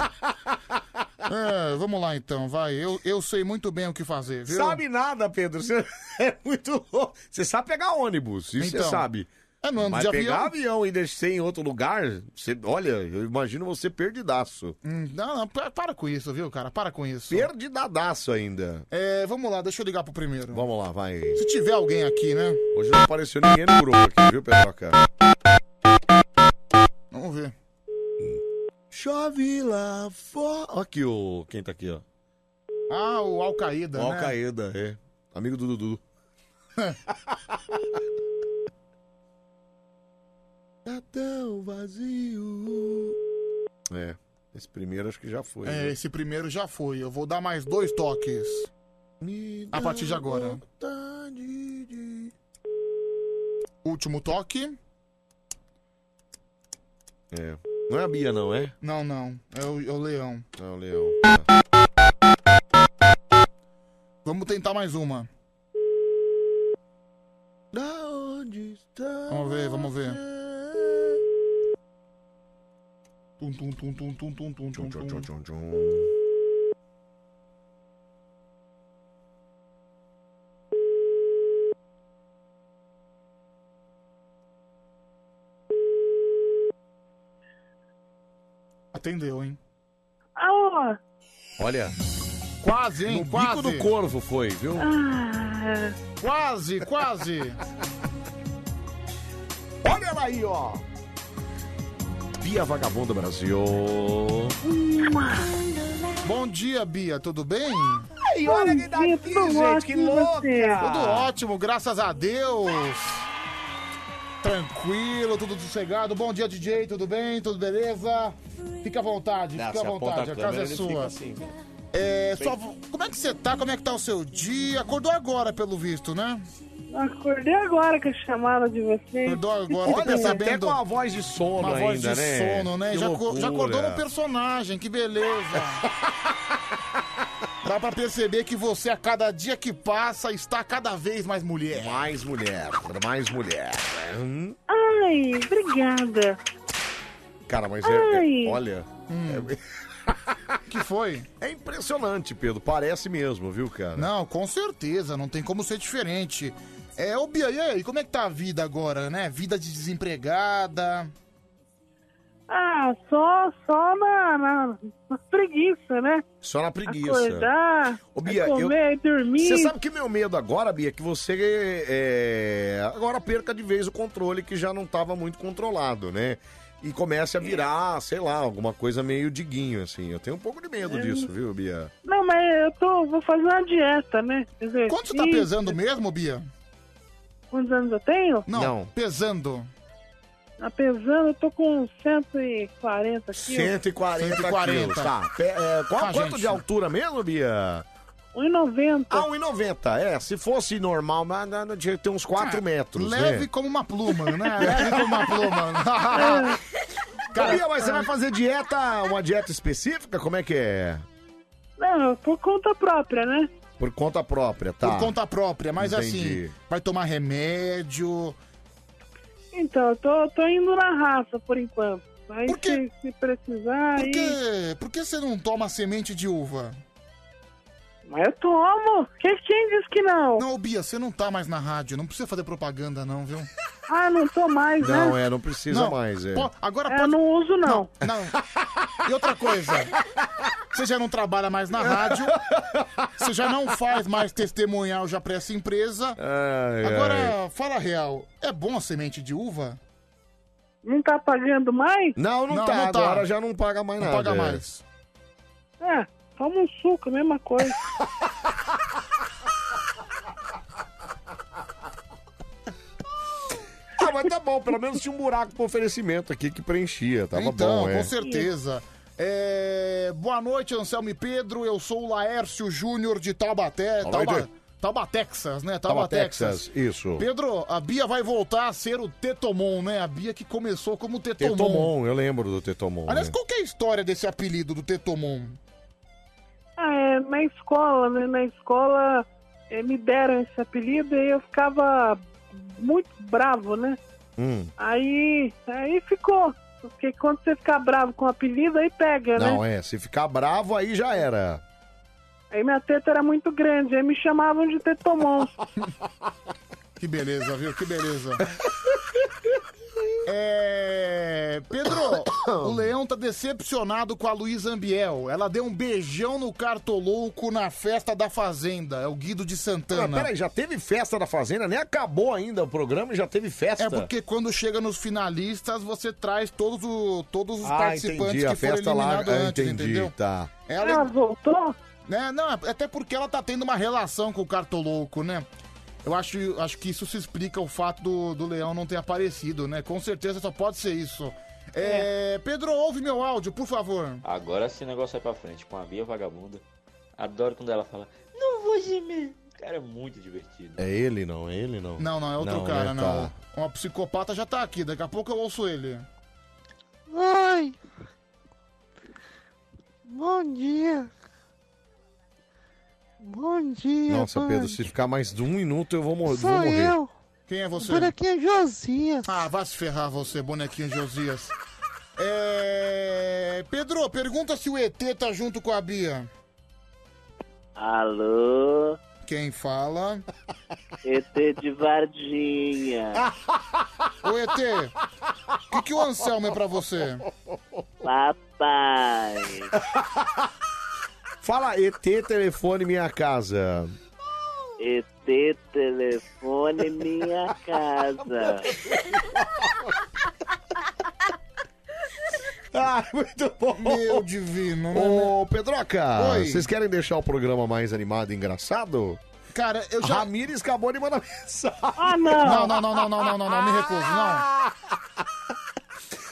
É, vamos lá então, vai. Eu, eu sei muito bem o que fazer, viu? Sabe nada, Pedro. Você é muito louco. Você sabe pegar ônibus, isso Então. você sabe. É, não ando Mas de avião. pegar avião. e descer em outro lugar, você, olha, eu imagino você perdidaço. Hum, Não, não, pa- para com isso, viu, cara? Para com isso. Perdidadaço ainda. É, vamos lá, deixa eu ligar pro primeiro. Vamos lá, vai. Se tiver alguém aqui, né? Hoje não apareceu ninguém no grupo aqui, viu, Pedroca? Vamos ver. Chove lá fora. Ó aqui o... Quem tá aqui, ó. Ah, o Al-Qaeda, O né? Alcaída, é. Amigo do Dudu. Tá tão vazio. É. Esse primeiro acho que já foi. É, né? esse primeiro já foi. Eu vou dar mais dois toques. tá A partir de agora. Último toque. É. Não é a Bia, não, é? Não, não. É o, é o leão. É o Leão. Vamos tentar mais uma. Da onde está? Vamos ver, vamos ver. Tum, tum, tum, tum, tum, tum, tum, tum, tum. Atendeu, hein? Ah, Olha. Quase, hein? No quase. bico do corvo foi, viu? ah, Quase, quase. Olha ela aí, ó. Bia Vagabunda Brasil. Bom dia, Bia, tudo bem? Ai, olha quem tá aqui, gente, que louca! Tudo ótimo, graças a Deus! Tranquilo, tudo sossegado. Bom dia, DJ, tudo bem? Tudo beleza? Fica à vontade, Não, fica à se aponta vontade, a a câmera, casa é ele fica sua. assim. É, só, como é que você tá? Como é que tá o seu dia? Acordou agora, pelo visto, né? acordei agora que chamaram de vocês. Acordou agora, tô Olha, você até percebendo com a voz de sono uma ainda, voz de né? sono, né? Que Já, co- já loucura. acordou no personagem, que beleza! Dá pra perceber que você, a cada dia que passa, está tá cada vez mais mulher. Mais mulher, mais mulher. Hum. Ai, obrigada. Cara, mas é- é, Ai. olha. Hum. que foi? É impressionante, Pedro. Parece mesmo, viu, cara? Não, com certeza, não tem como ser diferente. É, ô Bia, e aí, como é que tá a vida agora, né? Vida de desempregada. Ah, só, só na, na, na preguiça, né? Só na preguiça. Acordar, Ô, Bia, comer, eu... dormir. Você sabe que meu medo agora, Bia, é que você é, agora perca de vez o controle que já não estava muito controlado, né? E comece a virar, sei lá, alguma coisa meio diguinho, assim. Eu tenho um pouco de medo É. disso, viu, Bia? Não, mas eu tô, vou fazer uma dieta, né? Quanto você tá pesando mesmo, Bia? Quantos anos eu tenho? Não, pesando. Tá pesando, eu tô com 140 quilos. 140, 140. quilos, tá. Pe- é, qual- Ah, quanto gente. de altura mesmo, Bia? 1,90. Ah, 1,90. É, se fosse normal, mas não tinha que ter uns 4 Ah, metros, Leve né? como uma pluma, né? Leve como uma pluma. Cara, ah. Bia, mas você vai fazer dieta, uma dieta específica? Como é que é? Não, por conta própria, né? Por conta própria, tá? Por conta própria, mas Entendi. assim, vai tomar é. remédio. Então, eu tô, tô indo na raça por enquanto. Aí se, se precisar, Por aí. que, por que você não toma semente de uva? Mas eu tomo! Quem, quem disse que não? Não, Bia, você não tá mais na rádio, não precisa fazer propaganda, não, viu? Ah, não tô mais, né? é, Não, é, não precisa mais, é. po- agora Eu pode. não uso, não. Não. E outra coisa, você já não trabalha mais na rádio, você já não faz mais testemunhal já pra essa empresa. Ai, ai. Agora, fala real, é bom a semente de uva? Não tá pagando mais? Não, não, tá. Agora já não paga mais Não nada. paga é. mais. É, toma um suco, mesma coisa. Ah, mas tá bom, pelo menos tinha um buraco pro oferecimento aqui que preenchia, tava então, bom, é. com certeza. É, Boa noite, Anselmo e Pedro. Eu sou o Laércio Júnior de Taubaté. Olá, Tauba... Edu. Tauba, Texas, né? Tauba, Tava Texas. Texas, isso. Pedro, a Bia vai voltar a ser o Tetomon, né? A Bia que começou como Tetomon. Tetomon, eu lembro do Tetomon. Aliás, né? qual que é a história desse apelido do Tetomon? Ah, é, na escola, né? Na escola eh, me deram esse apelido e eu ficava muito bravo, né? Hum. Aí, aí ficou. Porque quando você ficar bravo com o apelido, aí pega, Não, né? é, se ficar bravo aí já era. Aí minha teta era muito grande, aí me chamavam de tetomon. Que beleza, viu? Que beleza. É... Pedro, o Leão tá decepcionado com a Luísa Ambiel. Ela deu um beijão no cartolouco na festa da Fazenda. É o Guido de Ah, Santana. peraí, já teve festa da Fazenda, nem acabou ainda o programa e já teve festa. É porque quando chega nos finalistas, você traz todos, o- todos os Ah, participantes que entendi, a foram festa lá, eliminados ah, antes, entendi, entendeu? tá. Ah, Ela, é- voltou? Né? Não, até porque ela tá tendo uma relação com o Cartolouco, né? Eu acho, acho que isso se explica o fato do, do Leão não ter aparecido, né? Com certeza só pode ser isso. É, Pedro, ouve meu áudio, por favor. Agora esse negócio vai pra frente, com a Bia Vagabunda. Adoro quando ela fala, Não vou gemer. cara, é muito divertido. É ele não, é ele não. Não, não, é outro cara, né, não. tá. Uma psicopata já tá aqui, daqui a pouco eu ouço ele. Oi. Bom dia. Bom dia. Nossa, mãe. Pedro, se ficar mais de um minuto eu vou, mor Sou vou morrer. eu. Quem é você? Bonequinha Josias. Ah, vai se ferrar você, bonequinho Josias. É... Pedro, pergunta se o ET tá junto com a Bia. Alô? Quem fala? ET de Vardinha. Ô, ET, o que, que o Anselmo é pra você? Papai. Fala, ET, telefone minha casa. ET telefone minha casa. Ah, muito bom. Meu divino, né? Ô, Pedroca, Oi. vocês querem deixar o programa mais animado e engraçado? Cara, eu já. Ramires acabou de mandar mensagem. Ah, não! Não, não, não, não, não, não, não, não, me recuso, não.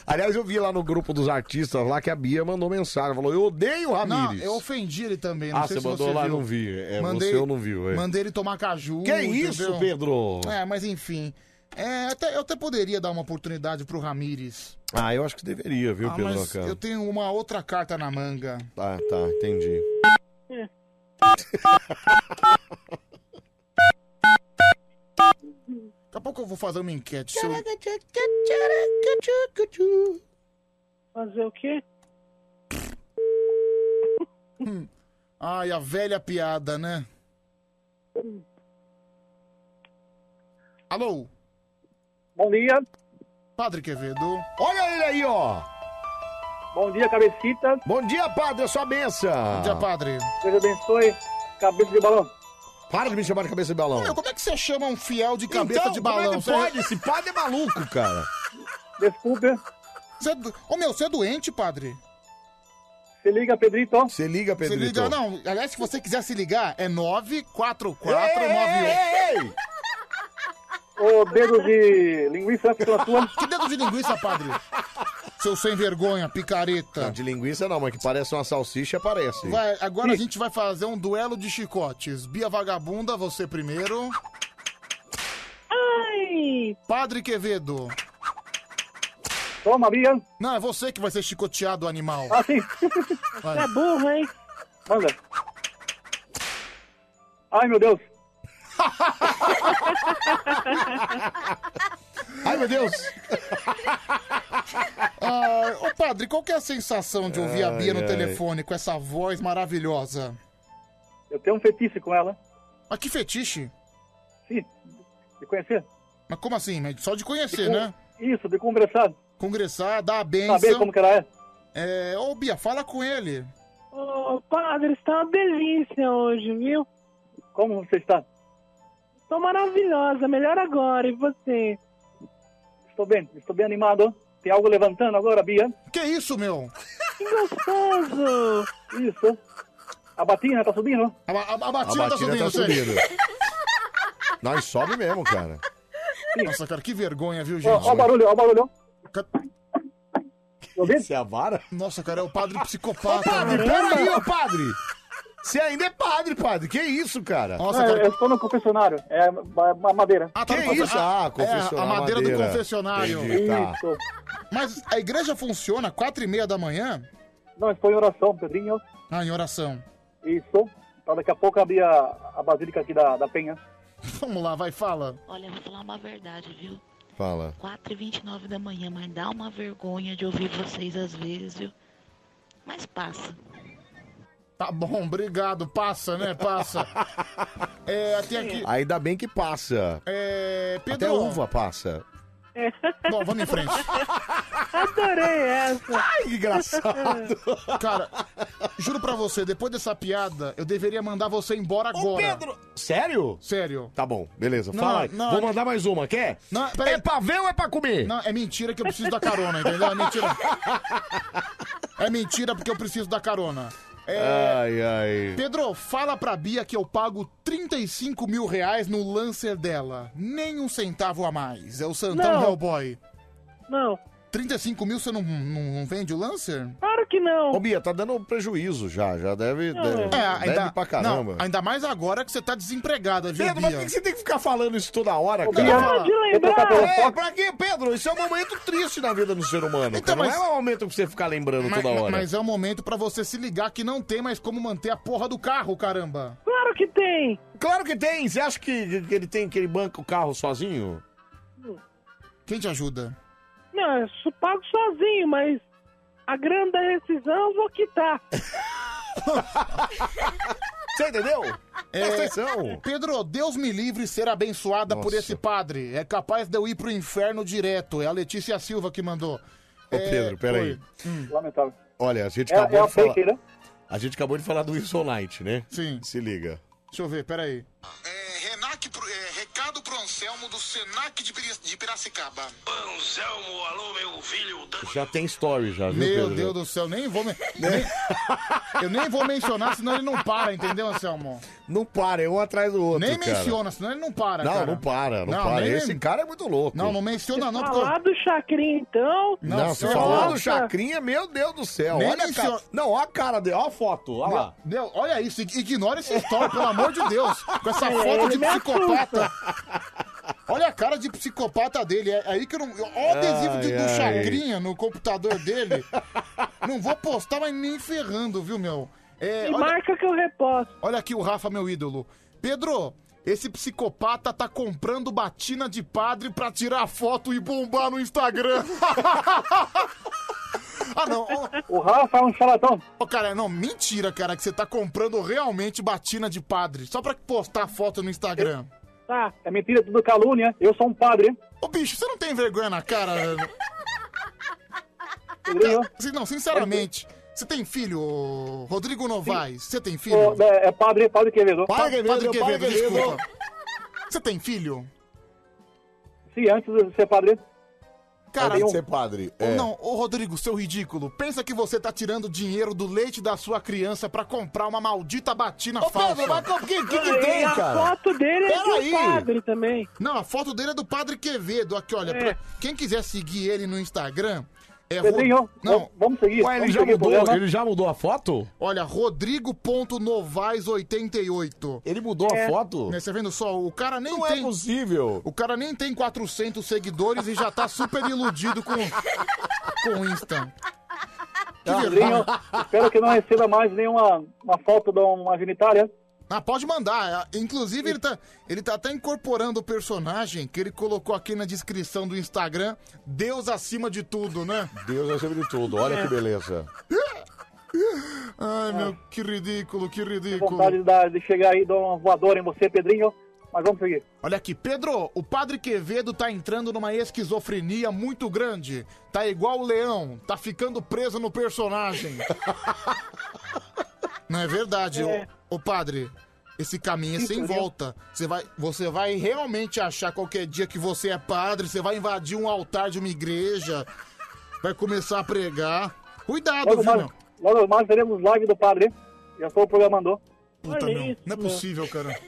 Aliás, eu vi lá no grupo dos artistas lá que a Bia mandou mensagem. Falou, eu odeio o Não, Ah, Ramires. eu ofendi ele também, não Ah, sei você se mandou você lá, viu. não vi. É, você eu não viu, é. Mandei ele tomar caju. Que isso, entendeu? Pedro? É, mas enfim. É, até, eu até poderia dar uma oportunidade pro Ramires. Ah, eu acho que deveria, viu, Ah, mas Pedroca? eu tenho uma outra carta na manga. Ah, tá, entendi. Daqui a pouco eu vou fazer uma enquete. se eu- Fazer o quê? Ai, a velha piada, né? Alô? Bom dia. Padre Quevedo. Olha ele aí, ó. Bom dia, cabecita. Bom dia, padre, a sua benção. Bom dia, padre. Deus abençoe. Cabeça de balão. Para de me chamar de cabeça de balão. Meu, como é que você chama um fiel de cabeça Então, de como é balão? que pode? Esse padre é maluco, cara. Desculpe. Você é do- Ô, meu, você é doente, padre? Você liga, Pedrito? Você liga, Pedrito. Se liga, não. Aliás, se você quiser se ligar, é 94498. Ô, dedo de linguiça que pela sua. Que dedo de linguiça, padre? Seu sem vergonha, picareta. Não, de linguiça não, mas que parece uma salsicha, parece. Vai, agora a gente vai fazer um duelo de chicotes. Bia Vagabunda, você primeiro. Ai! Padre Quevedo. Toma, Bia. Não, é você que vai ser chicoteado, animal. Ah, sim. Vai. É burro, hein? Manda. Ai, meu Deus. Ai, meu Deus. Ah, ô, padre, qual que é a sensação de ouvir a Bia Ai, no ai. telefone com essa voz maravilhosa? Eu tenho um fetiche com ela. Mas que fetiche? Sim, de conhecer. Mas como assim? Mas Só de De conhecer, con- né? Isso, de congressar. Congressar, dar a benção. Saber como que ela é. É, ô, Bia, fala com ele. Ô, padre, está uma delícia hoje, viu? Como você está? Estou maravilhosa, melhor agora. E você? Estou bem, estou bem animado. Tem algo levantando agora, Bia? Que isso, meu? Que gostoso! Isso. A batina tá subindo? A, ba- a- a batina A tá batina subindo, tá sei. subindo. Nós sobe mesmo, cara. Nossa, cara, que vergonha, viu, gente? Ó, ó o barulho, ó o barulho. Tá Você é a vara? Nossa, cara, é o padre psicopata. Ô, padre, né? peraí, ô, padre! Você ainda é padre, padre. Que isso, cara? Nossa, cara... Eu estou no confessionário. É ma- ma- madeira. Ah, tá no confe- Ah, confessionário, é, a madeira, do madeira. confessionário. Entendi, tá. Mas a igreja funciona quatro e meia da manhã? Não, estou em oração, Pedrinho. Ah, em oração. Isso. Então daqui a pouco abrir a, a basílica aqui da, da Penha. Vamos lá, vai, fala. Olha, eu vou falar uma verdade, viu? Fala. 4h29 da manhã, mas dá uma vergonha de ouvir vocês às vezes, viu? Mas passa. Tá bom, obrigado. Passa, né? Passa. É, tem aqui. Ainda bem que passa. É, Pedro. Até uva passa. Bom, vamos em frente. Adorei essa. Ai, que engraçado. Cara, juro pra você, depois dessa piada, eu deveria mandar você embora agora. Pedro! Sério? Sério. Tá bom, beleza. Não, Fala aí. não, Vou não. mandar mais uma, quer? Não, É pra ver ou é pra comer? Não, é mentira que eu preciso da carona, entendeu? É mentira. É mentira porque eu preciso da carona. É, Ai, ai. Pedro, fala pra Bia que eu pago 35 mil reais no lancer dela. Nem um centavo a mais. É o Santão Não. Hellboy. Não. 35 mil você não, não, não vende o lancer? Claro que não. Ô, Bia, tá dando prejuízo já. Já deve. Não, deve, é, ainda- deve pra caramba. não, ainda mais agora que você tá desempregada, viu, Pedro, Bia? mas por que que você tem que ficar falando isso toda hora, Ô, cara? Bia, Para de lembrar. É, pra quê, Pedro? Isso é um momento triste na vida do ser humano. cara. Então, mas- Não é um momento pra você ficar lembrando Mas, toda hora. mas é o momento pra você se ligar que não tem mais como manter a porra do carro, caramba. Claro que tem. Claro que tem. Você acha que, que ele tem que ele banca o carro sozinho? Quem te ajuda? Não, eu sou pago sozinho, mas a grana da rescisão eu vou quitar. Você entendeu? Presta atenção. É, Pedro, Deus me livre ser abençoada por Nossa. esse padre. É capaz de eu ir pro inferno direto. É a Letícia Silva que mandou. É, Hum. Ô, Pedro, peraí. Lamentável. Olha, a gente É- acabou é a de falar. fake, né? A gente acabou de falar do Wilson Light, né? Sim. Se liga. Deixa eu ver, peraí. Renac, pro- é, recado pro Anselmo do Senac de, Piri- de Piracicaba. Anselmo, alô, meu filho. Já tem story, já, viu, Meu Pedro? Deus do céu, nem vou. men- nem- eu nem vou mencionar, senão ele não para, entendeu, Anselmo? Não para, é um atrás do outro. Nem cara. menciona, senão ele não para, Não, cara. não para, não, para. nem- Esse cara é muito louco. Não, não menciona não, porque eu- Falar do chacrinha, então. Não, se falar do Chacrinha, meu Deus do céu. Nem olha a menciona- cara. Não, olha a cara dele, olha a foto, olha lá. Meu, olha isso, ig- ignora esse story, pelo amor de Deus. Com essa foto É, de Ele me psicopata. Olha a cara de psicopata dele. É aí que eu não. Olha o adesivo de- Ai, do ai. Chacrinha no computador dele. não vou postar, mas nem ferrando, viu, meu? É, E marca que eu reposto. Olha aqui o Rafa, meu ídolo. Pedro, esse psicopata tá comprando batina de padre pra tirar foto e bombar no Instagram. Ah, não. O Rafa é um charlatão. Ô, cara, não, mentira, cara, que você tá comprando realmente batina de padre. Só pra postar foto no Instagram. Tá. É mentira, tudo calúnia. Eu sou um padre. Ô, bicho, você não tem vergonha na cara? velho? Pedrinho. Assim, Não, sinceramente. Você tem filho, ô, Rodrigo Novaes? Você tem filho? Ô, Tá é, é padre, padre Quevedo. Pa- padre Quevedo, desculpa. Você tem filho? Se antes de ser padre. um Cara, Antes de ser padre. É. Ô, Não, ô Rodrigo, seu ridículo, pensa que você tá tirando dinheiro do leite da sua criança pra comprar uma maldita batina Ô, falsa. Pedro, mas o que, que, que E tem, a cara? foto dele é do Peraí. padre também. É. Não, a foto dele é do padre Quevedo. Aqui, olha, pra- quem quiser seguir ele no Instagram, é... Ro- Pedrinho, Não. Vamos seguir. Ué, ele já, mudou, ele já mudou a foto? Olha, rodrigo.novais88. Ele mudou a foto? Né, você vendo só, o cara nem Não é tem... possível. O cara nem tem 400 seguidores e já tá super iludido com, com o Insta. Tá Que Pedrinho, vergonha. espero que não é- receba mais nenhuma uma foto de um né? uma genitália. Ah, pode mandar. Inclusive, ele tá, ele tá até incorporando o personagem que ele colocou aqui na descrição do Instagram. Deus acima de tudo, né? Deus é sobre tudo, olha que beleza. Ai, meu, que ridículo, que Vontade de, ridículo. dar- de chegar aí e dar uma voadora em você, Pedrinho. Mas vamos seguir. Olha aqui, Pedro, o padre Quevedo tá entrando numa esquizofrenia muito grande. Tá igual o leão, tá ficando preso no personagem. Não é verdade, É. Ô, ô padre. Esse caminho é sem Isso, viu? volta. Você vai, você vai realmente achar qualquer dia que você é padre, você vai invadir um altar de uma igreja, vai começar a pregar. Cuidado, Logo viu, mais, meu? logo mais teremos live do padre. Já sou o programador. Puta, Olha meu. isso, não é meu. possível, cara.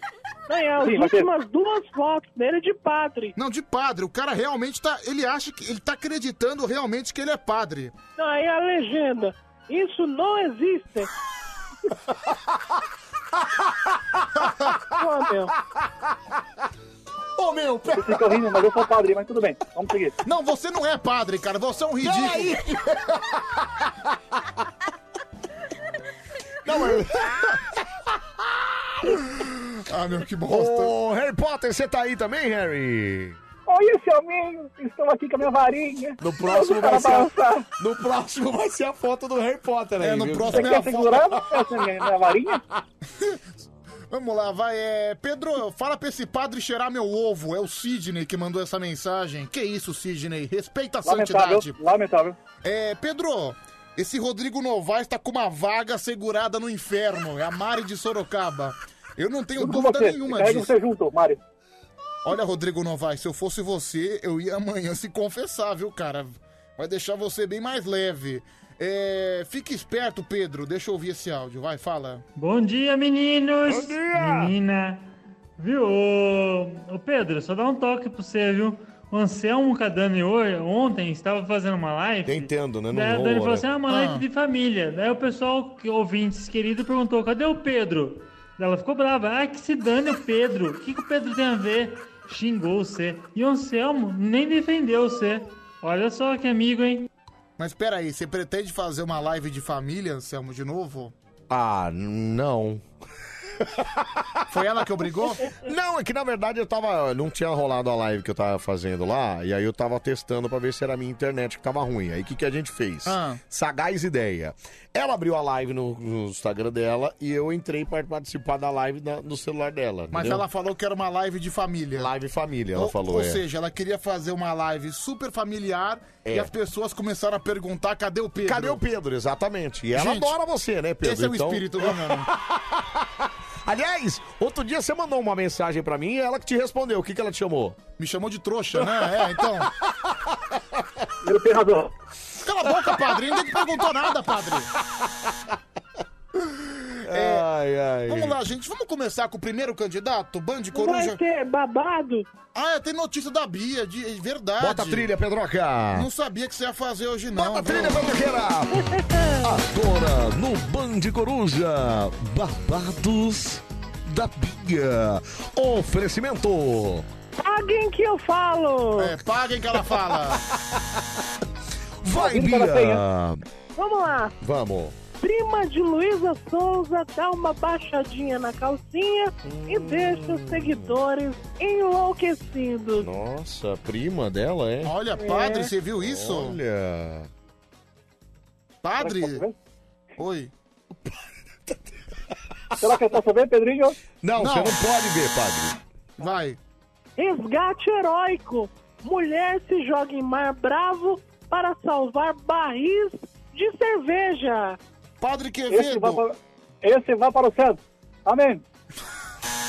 Não, é, as Sim, mas últimas duas fotos dele de padre. Não, de padre. O cara realmente tá. Ele acha que. Ele tá acreditando realmente que ele é padre. Não, aí a legenda. Isso não existe. Ô, meu. Ô, meu. Você fica rindo, mas eu sou padre, mas tudo bem. Vamos seguir. Não, você não é padre, cara. Você é um ridículo. Não, mas... ah, meu, que bosta. Ô, Harry Potter, você tá aí também, Harry? Olha, seu amigo, estou aqui com a minha varinha. No próximo vai Para ser a... balançar. No próximo vai ser a foto do Harry Potter aí, É, no viu? próximo Você é a quer foto- segurar essa minha- minha varinha? Vamos lá, vai. É... Pedro, fala pra esse padre cheirar meu ovo. É o Sidney que mandou essa mensagem. Que isso, Sidney? Respeita a Lamentável, santidade. lamentável. É, Pedro, esse Rodrigo Novaes tá com uma vaga segurada no inferno. É a Mari de Sorocaba. Eu não tenho Tudo com dúvida você. nenhuma Carrega disso. você junto, Mário. Olha, Rodrigo Novaes, se eu fosse você, eu ia amanhã se confessar, viu, cara? Vai deixar você bem mais leve. É, fique esperto, Pedro. Deixa eu ouvir esse áudio. Vai, fala. Bom dia, meninos! Bom dia! Menina! Viu? Ô, ô, Pedro, só dá um toque pra você, viu? O Anselmo Cadani hoje, ontem estava fazendo uma live. Entendo, né? Não Daí a rola, Dani falou né? assim: ah, uma live de família. Daí o pessoal, que- ouvintes querido, perguntou: cadê o Pedro? Daí Ela ficou brava: ah, que se dane o Pedro. O que, que o Pedro tem a ver? Xingou você. E o Anselmo nem defendeu você. Olha só que amigo, hein? Mas pera aí, você pretende fazer uma live de família, Anselmo, de novo? Ah, não. Foi ela que obrigou? Não, é que na verdade eu tava. Não tinha rolado a live que eu tava fazendo lá, e aí eu tava testando pra ver se era a minha internet que tava ruim. Aí o que, que a gente fez? Ah. Sagaz ideia. Ela abriu a live no, no Instagram dela e eu entrei pra participar da live na- no celular dela. Mas entendeu? ela falou que era uma live de família. Live família, ela ou, falou. Ou é. seja, ela queria fazer uma live super familiar e É. as pessoas começaram a perguntar cadê o Pedro? Cadê o Pedro? Exatamente. E ela Gente, adora você, né, Pedro? Esse é o Então- espírito do mano. Aliás, outro dia você mandou uma mensagem pra mim e ela que te respondeu. O que, que ela te chamou? Me chamou de trouxa, né? É, então. Ele tem razão. Cala a boca, padre. Ninguém te perguntou nada, padre. É, Ai, ai. Vamos lá, gente. Vamos começar com o primeiro candidato, Band Coruja. Vai ter babado. Ah, é, tem notícia da Bia, de é verdade. Bota a trilha, Pedroca. Não sabia que você ia fazer hoje, não. Bota a trilha, Pedroqueira. Agora, no Band Coruja, Barbados da Bia. Oferecimento. Paguem que eu falo. É, paguem que ela fala. Vai, Ouvindo que ela Bia. Vamos lá. Vamos. Prima de Luísa Souza dá uma baixadinha na calcinha Hum. e deixa os seguidores enlouquecidos. Nossa, prima dela, é? Olha, padre, você viu isso? Olha. Padre? Oi. Será que eu posso ver, Pedrinho? Não, você não pode ver, padre. Vai. Resgate heróico. Mulher se joga em mar bravo para salvar barris de cerveja. Padre Esse vai, para, esse vai para o céu. Amém. é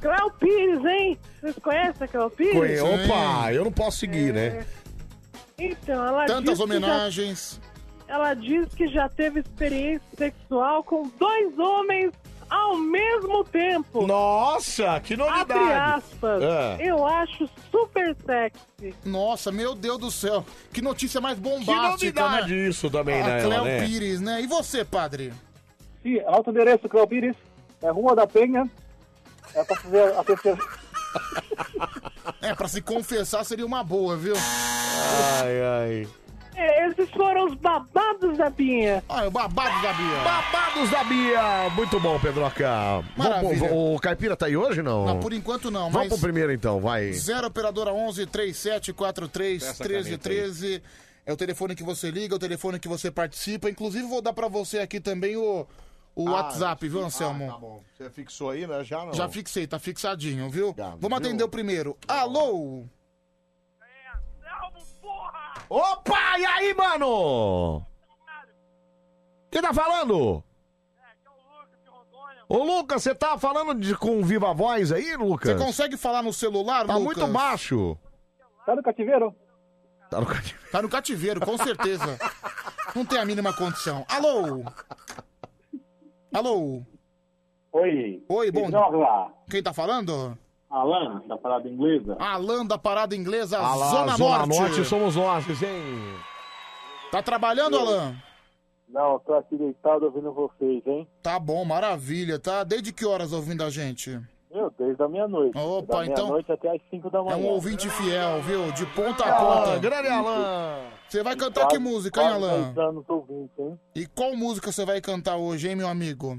Cléo Pires, hein? Vocês conhecem a Cléo Pires? Conhe- Opa, eu não posso seguir, né? Então, ela diz Tantas que homenagens. já- ela diz que já teve experiência sexual com dois homens ao mesmo tempo. Nossa, que novidade! Abre aspas. É. Eu acho super sexy. Nossa, meu Deus do céu. Que notícia mais bombástica, que novidade né? isso também, a né? Cléo ela, né? Pires, né? E você, padre? Sim, alto endereço, Cléo Pires. É Rua da Penha. É para fazer a terceira. É, pra se confessar seria uma boa, viu? Ai, ai. É, Esses foram os babados da Binha. Ah, o babado da Bia. Babados da Bia! Muito bom, Pedroca. Maravilha. Vamos- O Caipira tá aí hoje, não? Não, por enquanto não, Vamos mas... pro primeiro, então, vai. 0 operadora 11 3743 Essa caneta aí. 1313. É o telefone que você liga, é o telefone que você participa. Inclusive, vou dar pra você aqui também o, o Ah, WhatsApp, viu, ah, Anselmo? tá bom. Você fixou aí, né? Já não. Já fixei, tá fixadinho, viu? Vamos atender o primeiro. Alô? Opa, e aí, mano? Quem tá falando? Ô, Lucas, você tá falando de, com viva voz aí, Lucas? Você consegue falar no celular, Tá Lucas? muito baixo. Tá no cativeiro? Tá no cativeiro. Tá no cativeiro, com certeza. Não tem a mínima condição. Alô? Alô? Oi. Oi, bom Então, lá. Quem tá falando? Alan, tá da Parada Inglesa. Alan da Parada Inglesa, Ah lá, Zona, Zona Norte. Norte somos nós, hein? Tá trabalhando, Alan? Não, tô aqui deitado ouvindo vocês, hein? Tá bom, maravilha, tá? Desde que horas ouvindo a gente? Meu, desde a meia-noite. Opa, da então- meia-noite até as 5 da manhã. É um ouvinte tá fiel, viu? De ponta a Alan, ponta. grande Alan. Você vai cantar que música, hein, quase Alan? 10 anos ouvinte, hein? E qual música você vai cantar hoje, hein, meu amigo?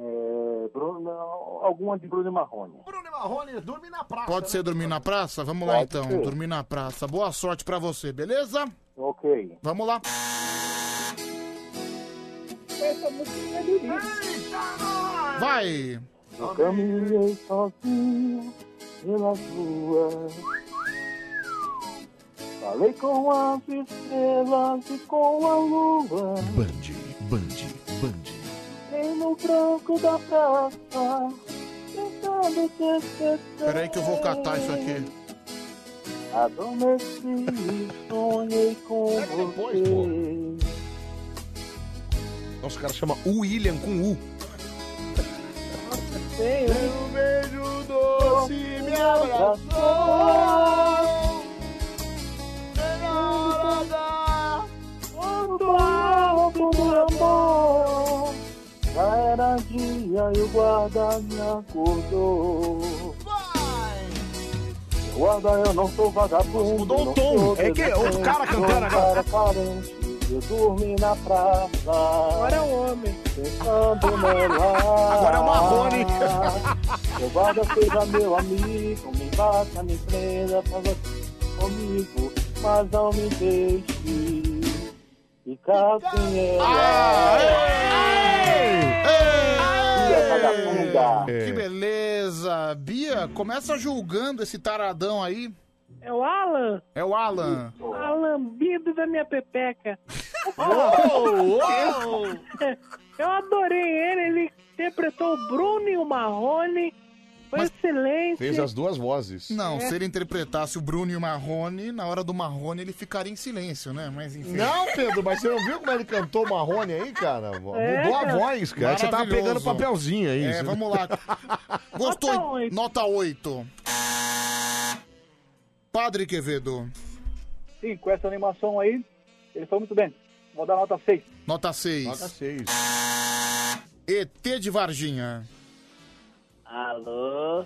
É, Bruno, alguma de Bruno e Marrone. Bruno Marrone, dorme na praça. Pode né? ser dormir na praça? Vamos lá, Pode então. ser. Dormir na praça. Boa sorte pra você, beleza? Ok. Vamos lá. Vai! Eu caminhei sozinho pelas ruas. Falei com as estrelas e com a lua. Band, band, band. Entrei no branco da praça, tentando te esquecer. Peraí que eu vou catar isso aqui. Adormeci e sonhei com é você. Nossa, o cara chama William com U. Tem um beijo doce me abraçou. Quando alto meu amor, já era dia e o guarda me acordou. Guarda, eu não sou vagabundo. Mudou o não tom. sou É que é outro cara delinquente, cantando sou um agora. cara carente, Eu dormi na praça. Agora é um homem. Pensando nela. Agora é o Marrone. Meu guarda seja meu amigo, me bata, me prenda, faça comigo, mas não me deixe ficar sem tá ela. Que beleza! Bia, começa julgando esse taradão aí. É o Alan? É o Alan. A lambida da minha pepeca. Uou, Eu adorei ele, ele interpretou o Bruno e o Marrone. Foi excelente. duas vozes. Não, É. se ele interpretasse o Bruno e o Marrone, na hora do Marrone ele ficaria em silêncio, né? Mas enfim. Não, Pedro, mas você não viu como ele cantou Marrone aí, cara? Mudou É, a cara. voz, cara. Você tava Maravilhoso. pegando papelzinho aí. É, vamos lá. Gostou? Nota 8. Padre Quevedo, Sim, com essa animação aí, ele foi muito bem. Vou dar nota 6. nota 6. Nota 6. ET de Varginha. Alô?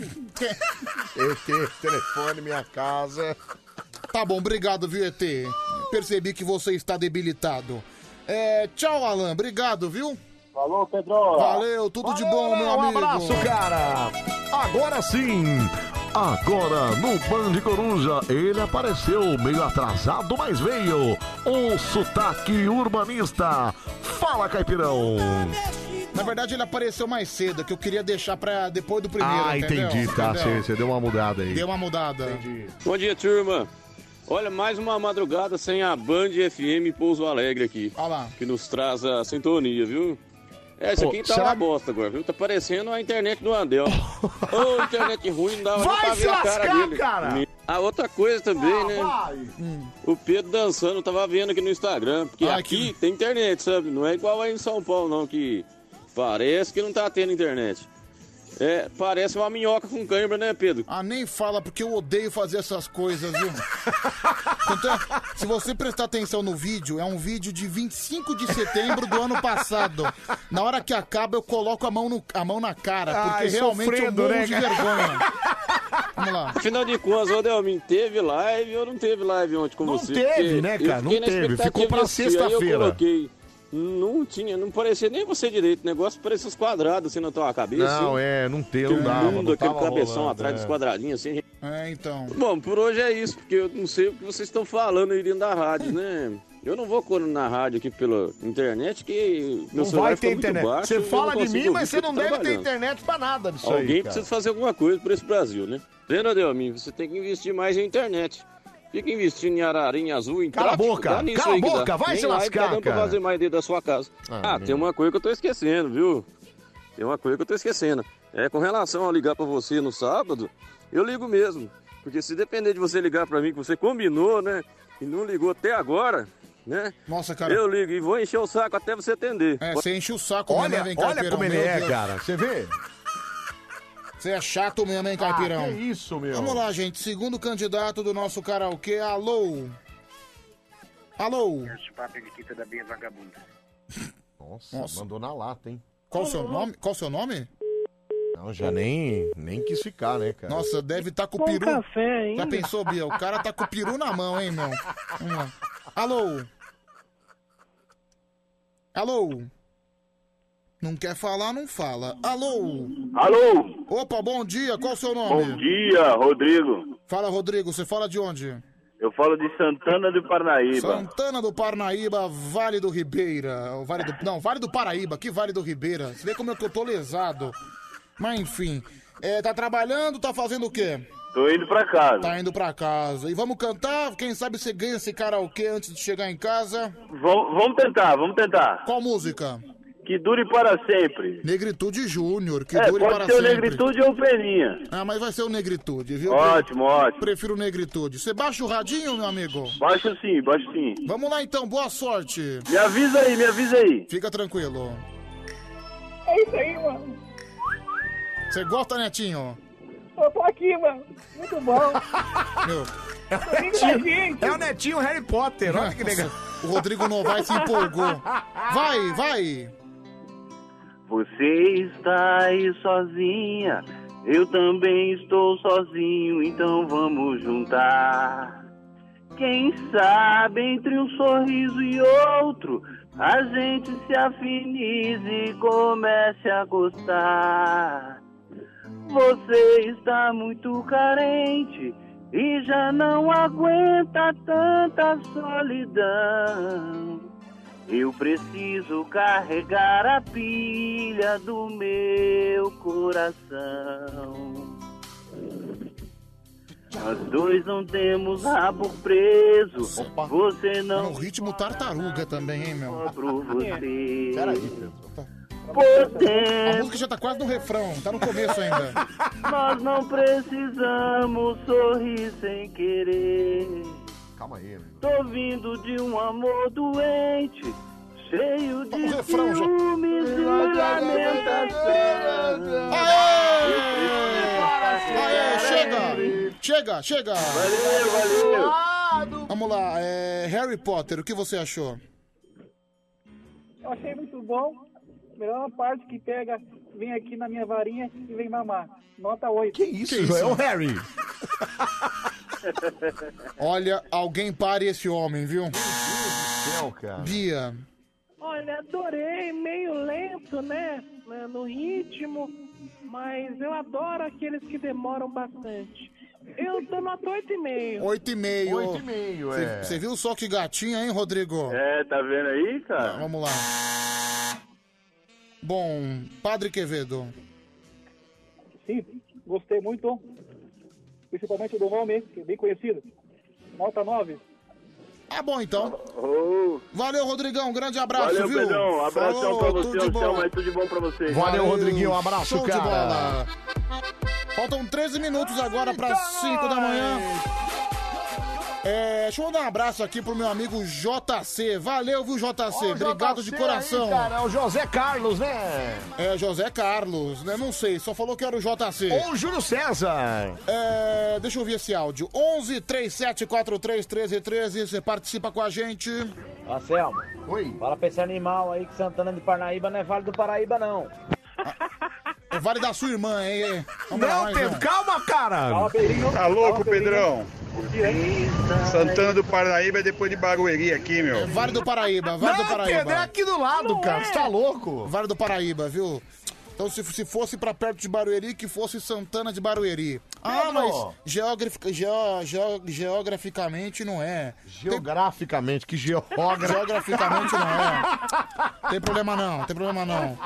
ET, telefone, minha casa. Tá bom, obrigado, viu, ET? Percebi que você está debilitado. É, tchau, Alan. Obrigado, viu? Falou, Pedro. Valeu, tudo de bom, meu Um amigo. abraço, cara. Agora sim. Agora no Band Coruja, ele apareceu meio atrasado, mas veio. O sotaque urbanista. Fala, caipirão. Na verdade, ele apareceu mais cedo, que eu queria deixar pra depois do primeiro, ah, entendeu? entendi, tá. Entendeu? Você você deu uma mudada aí. Deu uma mudada. Bom dia, turma. Olha, mais uma madrugada sem a Band FM Pouso Alegre aqui. Olha lá. Que nos traz a sintonia, viu? Essa Pô, aqui tá será- uma bosta agora, viu? Tá parecendo a internet do Andel. Ô, internet ruim, não dá Vai pra se ver a cara lascar, dele. cara! A outra coisa também, né? O Pedro dançando, eu tava vendo aqui no Instagram, porque aqui tem internet, sabe? Não é igual aí em São Paulo, não, que parece que não tá tendo internet. É, parece uma minhoca com cãibra, né, Pedro? Ah, nem fala, porque eu odeio fazer essas coisas, viu? Tanto é, se você prestar atenção no vídeo, é um vídeo de 25 de setembro do ano passado. Na hora que acaba, eu coloco a mão, no, a mão na cara, porque Ai, realmente sofrido, eu morro né, de cara? vergonha. Vamos lá. Afinal de contas, ô Delmin, teve live ou não teve live ontem com Não você? teve, Porque né, eu fiquei cara? Não na teve. expectativa Ficou pra de assistir, aí eu sexta-feira. coloquei. Não tinha, não parecia nem você direito. O negócio parecia os quadrados assim na tua cabeça. Não, assim. é, não tem, não Aquele dava. mundo, não aquele tava cabeção rolando, atrás é. dos quadradinhos assim. É, então. Bom, por hoje é isso, porque eu não sei o que vocês estão falando aí dentro da rádio, né? Eu não vou correr na rádio aqui pela internet, que meu Não celular vai fica ter muito internet. baixo e você eu não fala de consigo mim, ouvir mas você porque eu não tô deve ter trabalhando. internet pra nada disso Alguém aí. cara. precisa fazer alguma coisa por esse Brasil, né? Lembra, Delmin? Você tem que investir mais em internet. Fica investindo em ararinha azul, em Cala a tráfico, boca, dá nisso cala aí a que dá. boca, vai Nem se live lascar, tá dando pra cara. fazer mais dentro da sua casa. Ah, Ah, meu. tem uma coisa que eu tô esquecendo, viu? Tem uma coisa que eu tô esquecendo. É com relação a ligar pra você no sábado, eu ligo mesmo. Porque se depender de você ligar pra mim, que você combinou, né? E não ligou até agora, né? Nossa, cara. Eu ligo e vou encher o saco até você atender. É, você enche o saco, minha né? Olha, mãe vem olha carteirão, como ele meu é, Deus. cara. Você vê? Você é chato mesmo, hein, Caipirão? Ah, que isso, meu. Vamos lá, gente. Segundo candidato do nosso karaokê, alô. Alô. Papo de quinta da Bia Vagabunda. Nossa, Nossa. mandou na lata, hein? Qual o seu nome? Qual o seu nome? Não, já nem, nem quis ficar, né, cara? Nossa, deve estar tá com o Bom peru. café, hein? Já pensou, Bia? O cara tá com o peru na mão, hein, irmão? Vamos lá. Alô. Alô. Não quer falar, não fala. Alô. Alô. Opa, bom dia. Qual o seu nome? Bom dia, Rodrigo. Fala, Rodrigo. Você fala de onde? Eu falo de Santana do Parnaíba. Santana do Parnaíba, Vale do Ribeira. O Vale do... Não, Vale do Paraíba, que Vale do Ribeira. Você vê como é que eu tô lesado. Mas enfim. É, tá trabalhando, tá fazendo o quê? Tô indo pra casa. Tá indo pra casa. E vamos cantar? Quem sabe você ganha esse karaokê antes de chegar em casa? Vam- vamos tentar, vamos tentar. Qual música? Que dure para sempre. Negritude Júnior, que É, dure pode para ser o sempre. Negritude ou o Peninha. Ah, mas vai ser o Negritude, viu? Ótimo, ótimo. Prefiro Negritude. Você baixa o radinho, meu amigo? Baixo sim, baixo sim. Vamos lá então, boa sorte. Me avisa aí, me avisa aí. Fica tranquilo. É isso aí, mano. Você gosta, Netinho? Eu tô aqui, mano. Muito bom. Meu. É o Netinho- é o Netinho Harry Potter, olha que legal. O Rodrigo Novaes se empolgou. Vai, vai. Você está aí sozinha, eu também estou sozinho, então vamos juntar. Quem sabe entre um sorriso e outro, a gente se afinize e comece a gostar. Você está muito carente e já não aguenta tanta solidão. Eu preciso carregar a pilha do meu coração. Nós dois não temos rabo preso. Você não O ritmo tartaruga também, hein, meu? pro você. Peraí, Pedro. A Podemos, música já tá quase no refrão, tá no começo ainda. nós não precisamos sorrir sem querer. Calma aí, né? meu. Tô vindo de um amor doente, cheio Tá de refrão, já. ciúmes e lamentação. Aê, chega! Chega, chega! Valeu, valeu! Vamos lá, é, Harry Potter, o que você achou? Eu achei muito bom. Melhor parte que pega, vem aqui na minha varinha e vem mamar. Nota 8. Que isso, é o Harry. Olha, alguém pare esse homem, viu? Céu, cara. Bia, Olha, adorei, meio lento, né? né, No ritmo, mas eu adoro aqueles que demoram bastante. Eu dou nota 8,5. 8,5. Oito 8,5, é. Você viu só que gatinha, hein, Rodrigo? É, tá vendo aí, cara? Vamos lá. Bom, Padre Quevedo. Sim, gostei muito. Principalmente do nome, que é bem conhecido. Nota 9. Tá bom, então. Valeu, Rodrigão. Grande abraço, Valeu, viu? Pedrão. Abração Falou, pra tudo você, de um bom. céu, mas tudo de bom pra você. Valeu, Rodriguinho, um abraço, Show cara. de bola. Faltam 13 minutos agora para 5 da manhã. É, deixa eu mandar um abraço aqui pro meu amigo JC. Valeu, viu, JC? Ó, o Obrigado de JC coração. aí, cara, é o José Carlos, né? É, José Carlos, né? Não sei, só falou que era o JC. Ou o Júlio César. É, deixa eu ouvir esse áudio. 11 37 43 13 13. Você participa com a gente. Anselmo. Oi. Fala pra esse animal aí que Santana de Parnaíba não é Vale do Paraíba, não. É vale da sua irmã, hein? Não, um. Pedro, calma, cara. Tá louco, Pedrão? Santana do Parnaíba é depois de Barueri aqui, meu. Vale do Paraíba, Vale do Paraíba. Pedro, é aqui do lado, cara. Você tá louco? Vale do Paraíba, viu? Então, se, se fosse pra perto de Barueri, que fosse Santana de Barueri. Ah, Pedro! mas geografic- geo- geo- geograficamente não é. Geograficamente, que geógrafo. Geograficamente não é. Tem problema não, tem problema não.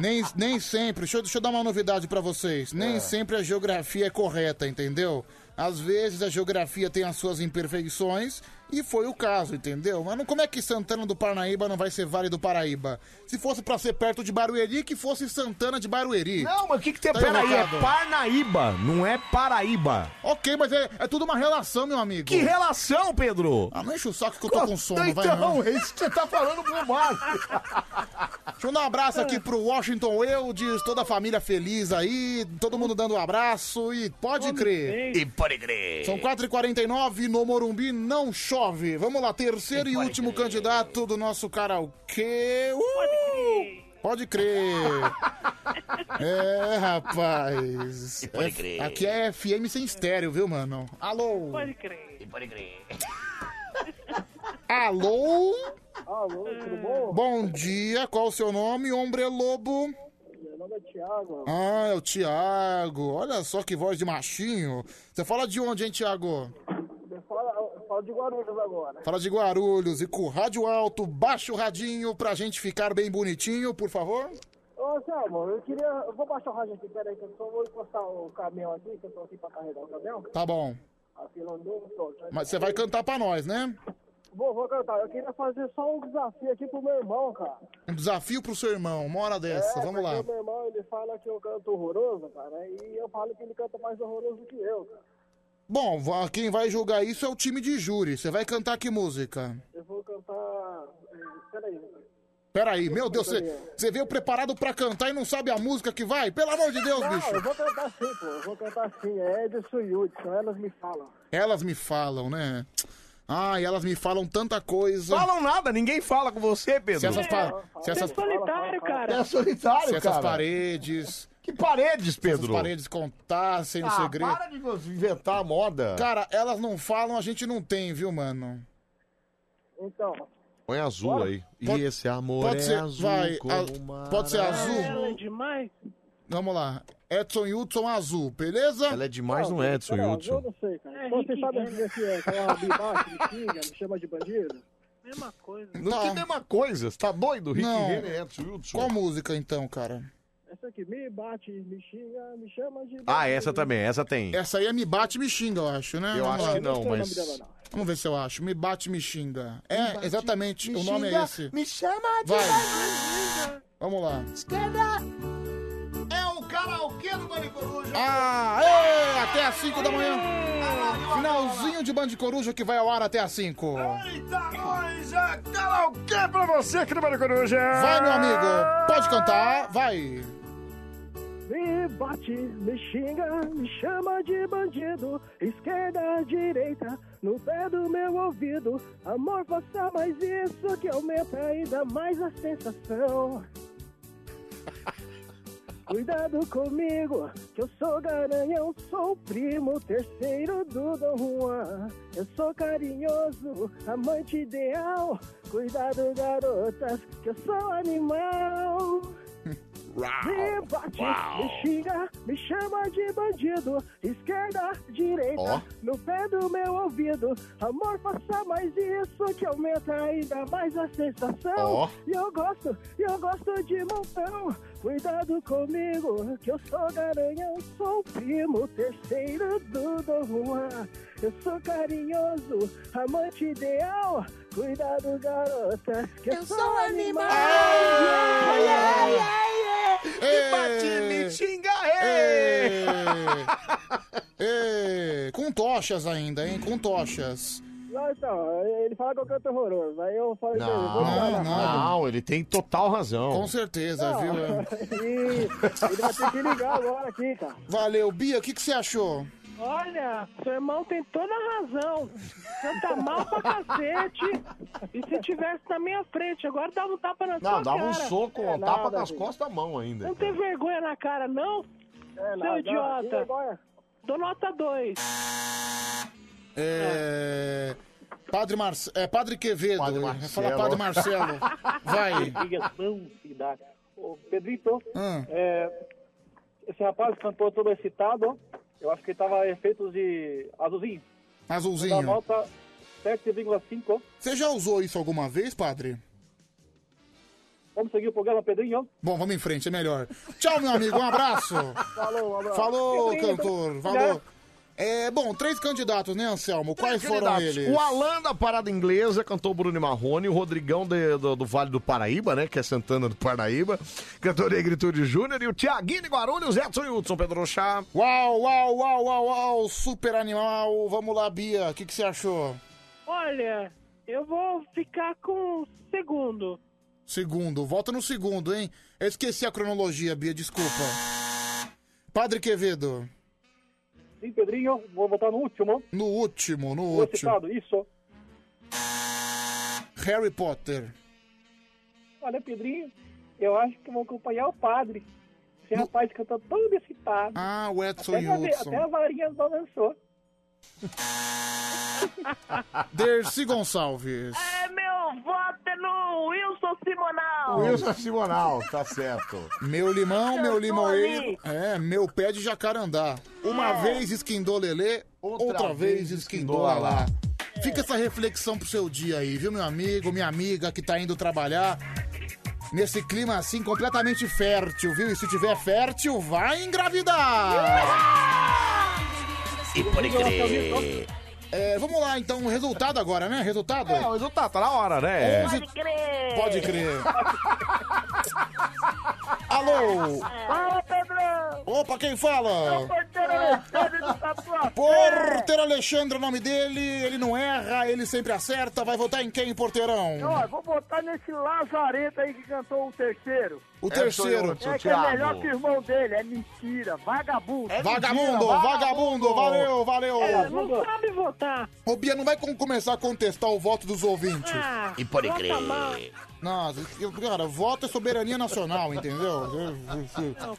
Nem, nem sempre, deixa eu, deixa eu dar uma novidade pra vocês. Nem É. sempre a geografia é correta, entendeu? Às vezes a geografia tem as suas imperfeições e foi o caso, entendeu? Mas não, como é que Santana do Parnaíba não vai ser Vale do Paraíba? Se fosse pra ser perto de Barueri, que fosse Santana de Barueri. Não, mas o que que tem? Tá aí o Peraí, é recado. Parnaíba, não é Paraíba. Ok, mas é, é tudo uma relação, meu amigo. Que relação, Pedro? Ah, não enche o saco que eu tô com sono, então, vai não. é isso que você tá falando pro Márcio. Deixa eu dar um abraço aqui pro Washington Eudes, toda a família feliz aí, todo mundo dando um abraço e pode crer. E pode crer. São 4h49 no Morumbi, não chove. Vamos lá, terceiro e último candidato do nosso karaokê. Uh! Pode crer. é, rapaz. pode É- crer. aqui é FM sem estéreo, viu, mano? Alô? Pode crer. E pode crer. Alô? Alô, tudo bom? Bom dia, qual o seu nome, hombre lobo? Meu nome é Thiago. Ah, é o Thiago. Olha só que voz de machinho. Você fala de onde, hein, Thiago? Eu falo, eu falo de Guarulhos agora. Fala de Guarulhos e com o rádio alto, baixa o radinho pra gente ficar bem bonitinho, por favor. Ô, Selmo, eu queria... Eu vou baixar o rádio aqui, peraí, que eu só vou encostar o caminhão aqui, que eu tô aqui pra carregar o caminhão. Tá bom. Aqui não deu, pronto. Mas você vai cantar pra nós, né? Vou, vou cantar. Eu queria fazer só um desafio aqui pro meu irmão, cara. Um desafio pro seu irmão, uma hora dessa, É, vamos lá. porque Meu irmão, ele fala que eu canto horroroso, cara, e eu falo que ele canta mais horroroso que eu, cara. Bom, va- quem vai julgar isso é o time de júri. Você vai cantar que música? Eu vou cantar... eh, Peraí, Peraí, meu Deus, você você veio preparado pra cantar e não sabe a música que vai? Pelo amor de Deus, não, eu bicho. vou cantar sim, pô. Eu vou cantar sim. É Edson e Hudson, elas me falam. Elas me falam, né? Ai, elas me falam tanta coisa. Falam nada, ninguém fala com você, Pedro. Se essas, pa- se essas... solitário, É solitário, Se essas cara. paredes. Que paredes, Pedro? Se essas paredes contassem o Ah, segredo. para de inventar a moda. Cara, elas não falam, a gente não tem, viu, mano? Então, Põe azul aí. Pode- e esse amor pode é ser- azul vai, como a- o mar. pode ser azul? ela é demais? Vamos lá. Edson e Hudson azul, beleza? Ela é demais, não é, Edson Cara, eu não sei, cara. Vocês sabem o que é? Que ela me bate, me xinga, me chama de bandido? Mesma coisa. Não tem a mesma coisa, você tá doido? Rick Não. Renner e Edson Hudson. Qual música então, cara? Essa aqui me bate, me xinga, me chama de bandido. Ah, essa também, essa tem. Essa aí é Me Bate Me Xinga, eu acho, né? Eu Vamos acho lá. que não, mas- Vamos ver se eu acho. Me Bate Me Xinga. É, bate, exatamente. me o nome xinga, é esse. Me chama de Vai. Vamos lá. Esquerda é o karaokê do Maricoruja. Ah, ê, até as 5 da manhã. Finalzinho de Band Coruja que vai ao ar até as 5. Eita, coisa! Karaokê é pra você aqui no Maricoruja. Vai, meu amigo. Tá Pode cantar. Vai. Me bate, me xinga, me chama de bandido. Esquerda, direita, no pé do meu ouvido. Amor, faça mais isso que aumenta ainda mais a sensação. Cuidado comigo, que eu sou garanhão, sou primo terceiro do Dom Juan. Eu sou carinhoso, amante ideal. Cuidado, garotas, que eu sou animal. Me bate, Uau. me xinga, me chama de bandido. Esquerda, direita, Ó. no pé do meu ouvido. Amor, faça mais isso que aumenta ainda mais a sensação. Ó. E eu gosto, e eu gosto de montão. Cuidado comigo, que eu sou garanhão, sou primo terceiro do Dom Juan. Eu sou carinhoso, amante ideal. Cuidado, garotas, que eu, sou, animal. um Ah. Ai, ai, ai, ai. Ê. Me bate, me xinga, Ê. ei. Ê, com tochas ainda, hein? Com tochas. Não, então, ele fala que eu canto horroroso. Aí é, eu falo que eu vou Não, falar não, ele tem total razão. Com certeza, Não. viu? E ele vai ter que ligar agora aqui, cara. Valeu, Bia, o que, que você achou? Olha, seu irmão tem toda a razão. Canta mal pra cacete. E se tivesse na minha frente, agora dava um tapa na Não, sua dava cara. um soco, É um tapa nas costas da mão ainda. Não tem vergonha na cara, não? Seu É nada. Que idiota. vergonha. Dou nota 2. É... Padre Marcelo. É Padre Quevedo. Padre Fala Padre Marcelo. Vai. Ah. Ligação, cidade. Ô, o Pedrito. É, esse rapaz cantou todo excitado. Eu acho que ele tava efeitos de azulzinho. Da Azulzinho. nota 7,5. Você já usou isso alguma vez, padre? Vamos seguir o programa, Pedrinho. Bom, vamos em frente, é melhor. Tchau, meu amigo, um abraço. Falou, um abraço. Falou, Pedrinho, cantor. tá- Né? Falou. É, bom, três candidatos, né, Anselmo? Quais foram Candidatos. eles? O Alan da Parada Inglesa cantou Bruno e Marrone, o Rodrigão de- do, do Vale do Paraíba, né? Que é Santana do Paraíba, cantor Negritude Júnior, e o Tiaguinho de Guarulhos, Edson e Hudson Pedro Chá. Uau, uau, uau, uau, uau, super animal. Vamos lá, Bia, o que, que você achou? Olha, eu vou ficar um com o segundo. Segundo, volta no segundo, hein? Eu esqueci a cronologia, Bia, desculpa. Padre Quevedo. Sim, Pedrinho, vou votar no último. No último, no Vou último. citado, isso. Harry Potter. Olha, Pedrinho, eu acho que eu vou acompanhar o padre. Esse rapaz canta todo excitado. Ah, o Edson até, a- Hudson. até a varinha balançou. Dercy Gonçalves. É, meu voto é no Wilson Simonal. Simonal, tá certo. Meu limão, meu limoeiro. É, meu pé de jacarandá. Uma vez esquindou lelê, outra, vez esquindou lá. Fica essa reflexão pro seu dia aí, viu, meu amigo, minha amiga que tá indo trabalhar. Nesse clima assim, completamente fértil, viu? E se tiver fértil, vai engravidar! E pode crer. É, vamos lá, então, o resultado agora, né? Resultado? É, o resultado, tá na hora, né? Pode crer. Pode crer. Alô? Fala, Pedrão. Opa, quem fala? Porra! Porteiro Alexandre é o nome dele, ele não erra, ele sempre acerta, vai votar em quem, porteirão? Ó, vou botar nesse Lazareta aí que cantou o terceiro. O terceiro. Edson Hudson, É que é melhor Thiago. que o irmão dele, é mentira, vagabundo. É, Vagabundo, vagabundo, valeu, valeu. sabe votar. Ô Bia, não vai Hum, com- começar a contestar o voto dos ouvintes. Ah, E pode vota crer. mal. Nossa, cara, voto é soberania nacional, entendeu?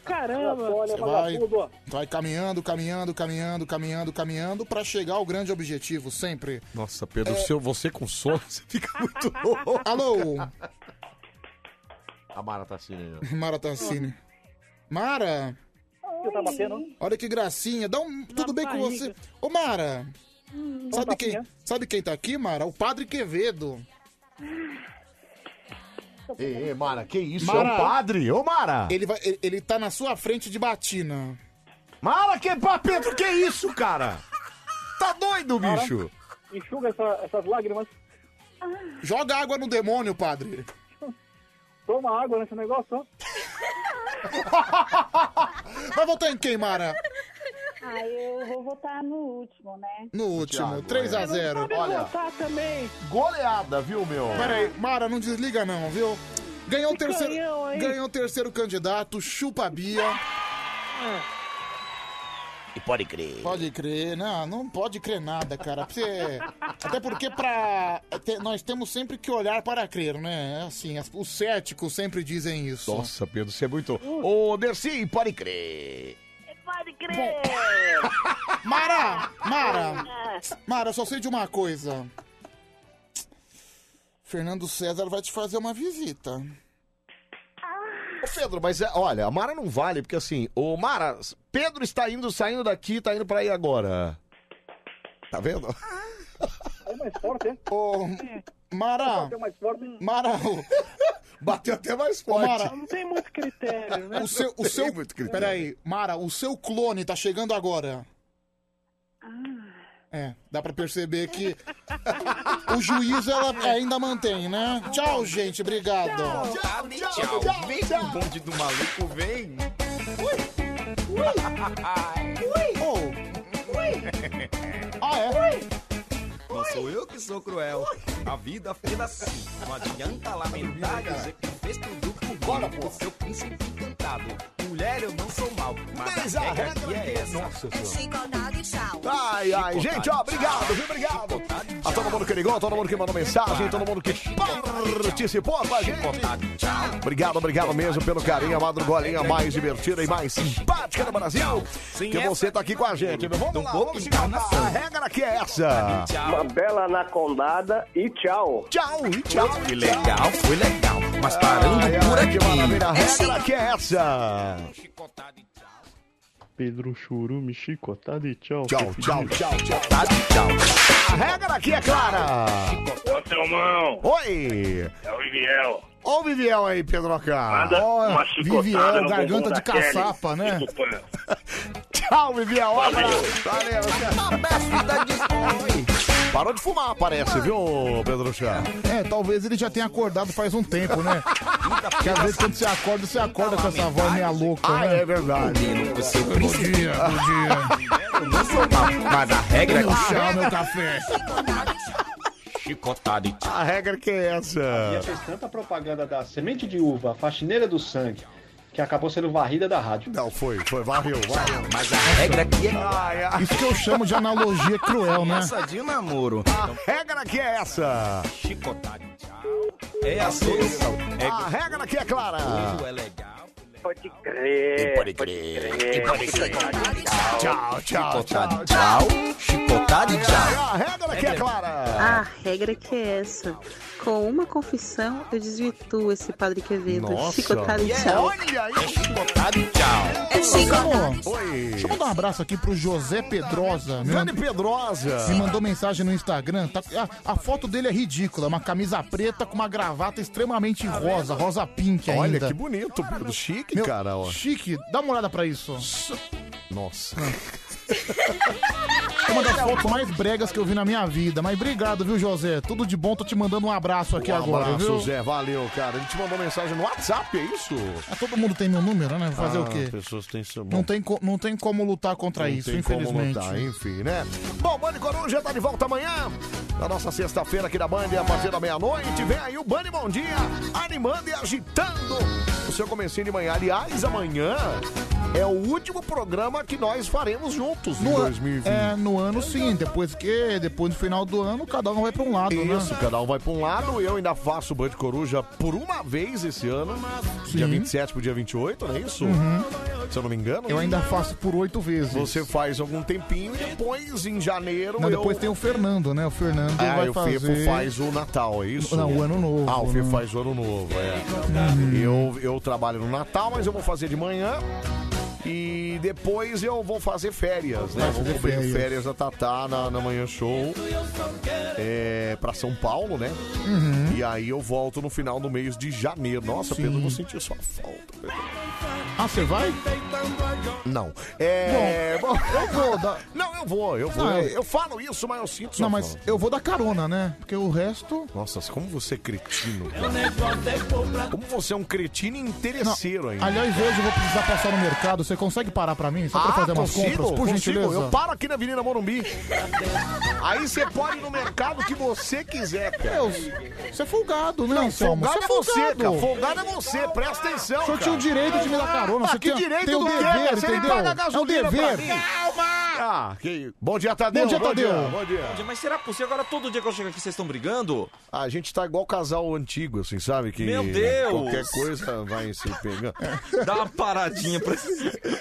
Caramba. Olha, Você vai, vagabundo, ó. vai caminhando, caminhando, caminhando, caminhando, caminhando, pra chegar ao grande objetivo, sempre. Nossa, Pedro, se eu- você com sono, você fica muito louco. Alô? A Mara tá assim, né? Mara Tassini. Mara, Você tá batendo? olha que gracinha. Dá um, tudo bem com barriga. você? Ô, Mara, sabe Opa, quem, filha. sabe quem tá aqui, Mara? O Padre Quevedo. Ei, ei, Mara, que isso? É um padre? Ô, Mara! Ele, vai, ele, ele tá na sua frente de batina. Mara, que papito, que isso, cara? Tá doido, bicho? Enxuga essa- essas lágrimas. Joga água no demônio, padre. Toma água nesse negócio, ó. Vai votar em quem, Mara? Ah, eu vou votar no último, né? No último, 3 a 0 Olha, também. é. goleada, viu, meu? Peraí, Mara, não desliga não, viu? Ganhou o terceiro, canhão, hein? ganhou o terceiro candidato, chupa a Bia. E pode crer. Pode crer, não, não pode crer nada, cara. Pra Você... Até porque pra... te- nós temos sempre que olhar para crer, né? Assim, as- os céticos sempre dizem isso. Nossa, Pedro, você é muito. Ô, Dercy, pode crer. Pode crer. Mara, Mara, É. É. Mara, eu só sei de uma coisa. Fernando César vai te fazer uma visita. Ô, Pedro, mas é, olha, a Mara não vale, porque assim, ô Mara, Pedro está indo, saindo daqui, tá indo pra aí agora. Tá vendo? É mais forte, hein? É. Ô, Mara, mais forte. Mara, é bateu até mais forte. Não tem muito critério, né? o seu, o seu, peraí, Mara, o seu clone tá chegando agora. Ah. É, dá pra perceber que o juízo ela ainda mantém, né? Tchau, gente, obrigado. Tchau, vem o bonde do maluco, vem. Ui. Ui. Ui. Oh, Ah, é? Não sou eu que sou cruel. A vida fez assim. Não adianta lamentar dizer que fez tudo por mim. Bora, pô. Seu príncipe encantado. Mulher, eu não sou mal. Mas, a regra aqui é essa. Nossa, Chicotado e tchau. Ai, ai, gente, ó, obrigado, viu? Obrigado. A todo mundo que ligou, todo mundo que mandou mensagem, todo mundo que participou com a gente. Obrigado, obrigado mesmo pelo carinho, a madrugolinha mais divertida e mais simpática do Brasil. Que você tá aqui com a gente, meu. Vamos lá, vamos se encarnar. A regra que é essa. Uma bela anacondada e tchau. Tchau, e tchau. Foi legal, foi legal. Mas parando Ai, ai, por que aqui. maravilha. A É regra sim. que é essa. Pedro Churume, chicotada e tchau. Tchau, tchau, tchau, tchau. A regra aqui é clara. Ô, Selmão, Oi. é o Ibiel. Ó o Viviel aí, Pedroca. Manda Ó, uma chicotada Viviel, no garganta bumbum de da Kelly. caçapa, né? Desculpa. Tchau, Viviel. um Tá Parou de fumar, parece, viu, Pedro Chá? É, talvez ele já tenha acordado faz um tempo, né? Porque às vezes quando você acorda, você acorda com essa voz meia louca, Ah, né? é verdade. Bom dia, bom dia. Mas a regra Meu chá, meu café. Chicotado. A regra que é Havia essa? fez tanta propaganda da semente de uva, faxineira do sangue, que acabou sendo varrida da rádio. Não, foi, foi, varreu, varreu. Mas a regra aqui é. Isso que eu chamo de analogia cruel, né? Essa de namoro. A regra que é essa? Chicotada e tchau. É a solução. É A regra que é clara. gostoso, é legal. Pode crer, Pode crer. Pode crer. Tchau, tchau, tchau. Tchau, chicotada e tchau. A regra que é clara. A regra que é essa. Com uma confissão, eu desvirtuo esse padre Quevedo. Nossa. Chicotada e Yeah, tchau. olha aí. É É chicotada. Oi. Deixa eu mandar um abraço aqui pro José Pedrosa. né? Dani Pedrosa. Me mandou mensagem no Instagram. tá- a, a foto dele é ridícula. Uma camisa preta com uma gravata extremamente rosa, rosa pink ainda. Olha, que bonito, Pedro. Chique, cara, ó. Chique, dá uma olhada pra isso. Nossa. É uma das fotos mais bregas que eu vi na minha vida. Mas obrigado, viu, José? Tudo de bom, tô te mandando um abraço aqui um agora, abraço, viu? Zé. Valeu, cara. Ele te mandou mensagem no WhatsApp, é isso? Ah, Todo mundo tem meu número, né? Fazer Ah, o quê? As pessoas têm seu Não tem, co- não tem como lutar contra Não isso, tem como infelizmente. lutar, enfim, né? Bom, Bande Coruja tá de volta amanhã, na nossa sexta-feira aqui da Band, a partir da meia-noite. Vem aí o Bande Bom Dia, animando e agitando o seu comecinho de manhã. Aliás, amanhã é o último programa que nós faremos juntos em No, an- 2020. é, no ano sim, depois que depois do final do ano, cada um vai pra um lado, Isso, né? cada um vai pra um lado. Eu ainda faço o Band Coruja por uma vez esse ano, dia 27 pro dia 28, não é isso? Uhum. Se eu não me engano. Eu ainda faço por oito vezes. Você faz algum tempinho e depois, em janeiro, Não, eu... depois tem o Fernando, né? O Fernando Ah, vai o fazer... Fepo faz o Natal, é isso? Não, o Ano Novo, Uhum. Ah, o Fepo né? faz o Ano Novo, é. Eu, eu trabalho no Natal, mas eu vou fazer de manhã. E depois eu vou fazer férias, né? Vai Vou fazer cobrir férias. férias da Tatá na, na manhã show. É, pra São Paulo, né? Uhum. E aí eu volto no final do mês de janeiro. Nossa, Pedro, eu vou sentir sua falta. Pedro. Ah, você vai? Não. É. Bom, eu vou dar- Não, eu vou, eu vou. Não, eu... eu- falo isso, mas eu sinto sua Não, mas falta. eu vou dar carona, né? Porque o resto... Nossa, como você é cretino. cara. Como você é um cretino interesseiro ainda. Aliás, hoje eu vou precisar passar no mercado. Você consegue parar pra mim? Só pra fazer umas compras, por gentileza? Ah, Eu paro aqui na Avenida Morumbi. Aí você pode ir no mercado que você quiser, cara. Meu, você é folgado, né, Não, Anselmo? folgado é Você é você, cara. folgado. Folgado é você, presta atenção. O senhor tinha o cara. direito de me dar carona, Ah, você que tem- direito tem o do quê, dever, cara? Você entendeu? me paga a É o gasolina dever. pra mim. Calma! Ah, que... Bom dia, Tadeu. Bom dia, Tadeu. Bom dia. Mas será possível? Agora todo dia que eu chego aqui vocês estão brigando? Ah, A gente tá igual casal antigo, assim, sabe? Que Meu Deus! qualquer coisa vai se pegando. Dá uma paradinha pra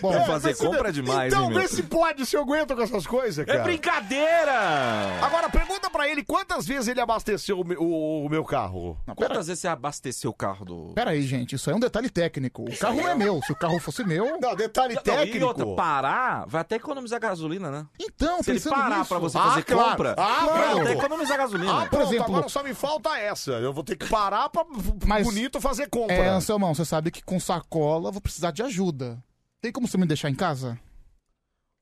Bom, Bom, fazer mas se- compra é demais, Então hein, vê meu? se pode, se aguenta com essas coisas, É cara. brincadeira! Agora pergunta pra ele quantas vezes ele abasteceu o meu, o- o meu carro. Quantas vezes você abasteceu o carro do. Peraí, gente, isso aí é um detalhe técnico. O carro não é meu. Se o carro fosse meu. um Não, detalhe Não, E outra, parar vai até economizar gasolina, né? Então, Se ele pensando parar nisso. pra você Ah, fazer claro. compra, Ah, vai claro. até economizar gasolina. Ah, por exemplo, agora só me falta essa. Eu vou ter que parar pra Mas- bonito fazer compra. É, Anselmão, você sabe que com sacola eu vou precisar de ajuda. Tem como você me deixar em casa?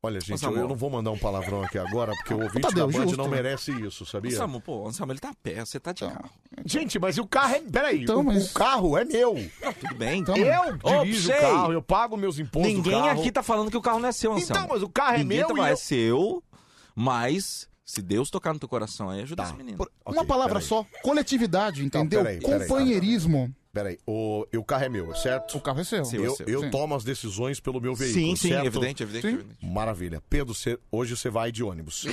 Olha, gente, Ô, eu, Samuel. eu não vou mandar um palavrão aqui agora, porque o ouvinte Tadeu, da Band justo. não merece isso, sabia? Anselmo, pô, Anselmo, ele tá a pé, você tá de carro. Gente, mas o carro é. Peraí, Então, o, mas- o carro é meu. Tudo bem. Então, eu dirijo Ô, o sei. carro, eu pago meus impostos. do Ninguém carro. aqui tá falando que o carro não é seu, Anselmo. Então, mas o carro é Ninguém meu Tá e falando, eu- É seu, mas se Deus tocar no teu coração aí, Tá. ajuda esse menino. Uma palavra só: coletividade, entendeu? peraí, peraí, Companheirismo. Peraí, o, e o carro é meu, certo? O carro é seu. eu Seu, eu sim. tomo as decisões pelo meu Sim, veículo, sim, certo? evidente, evidente, Sim. evidente. Maravilha. Pedro, você- hoje você vai de ônibus.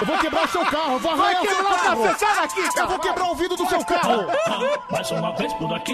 Eu vou quebrar o seu carro, eu vou Vai arranhar o seu quebrar o carro. café, sai daqui, Eu cara, vou vai. quebrar o vidro do seu carro. Mais uma vez por aqui.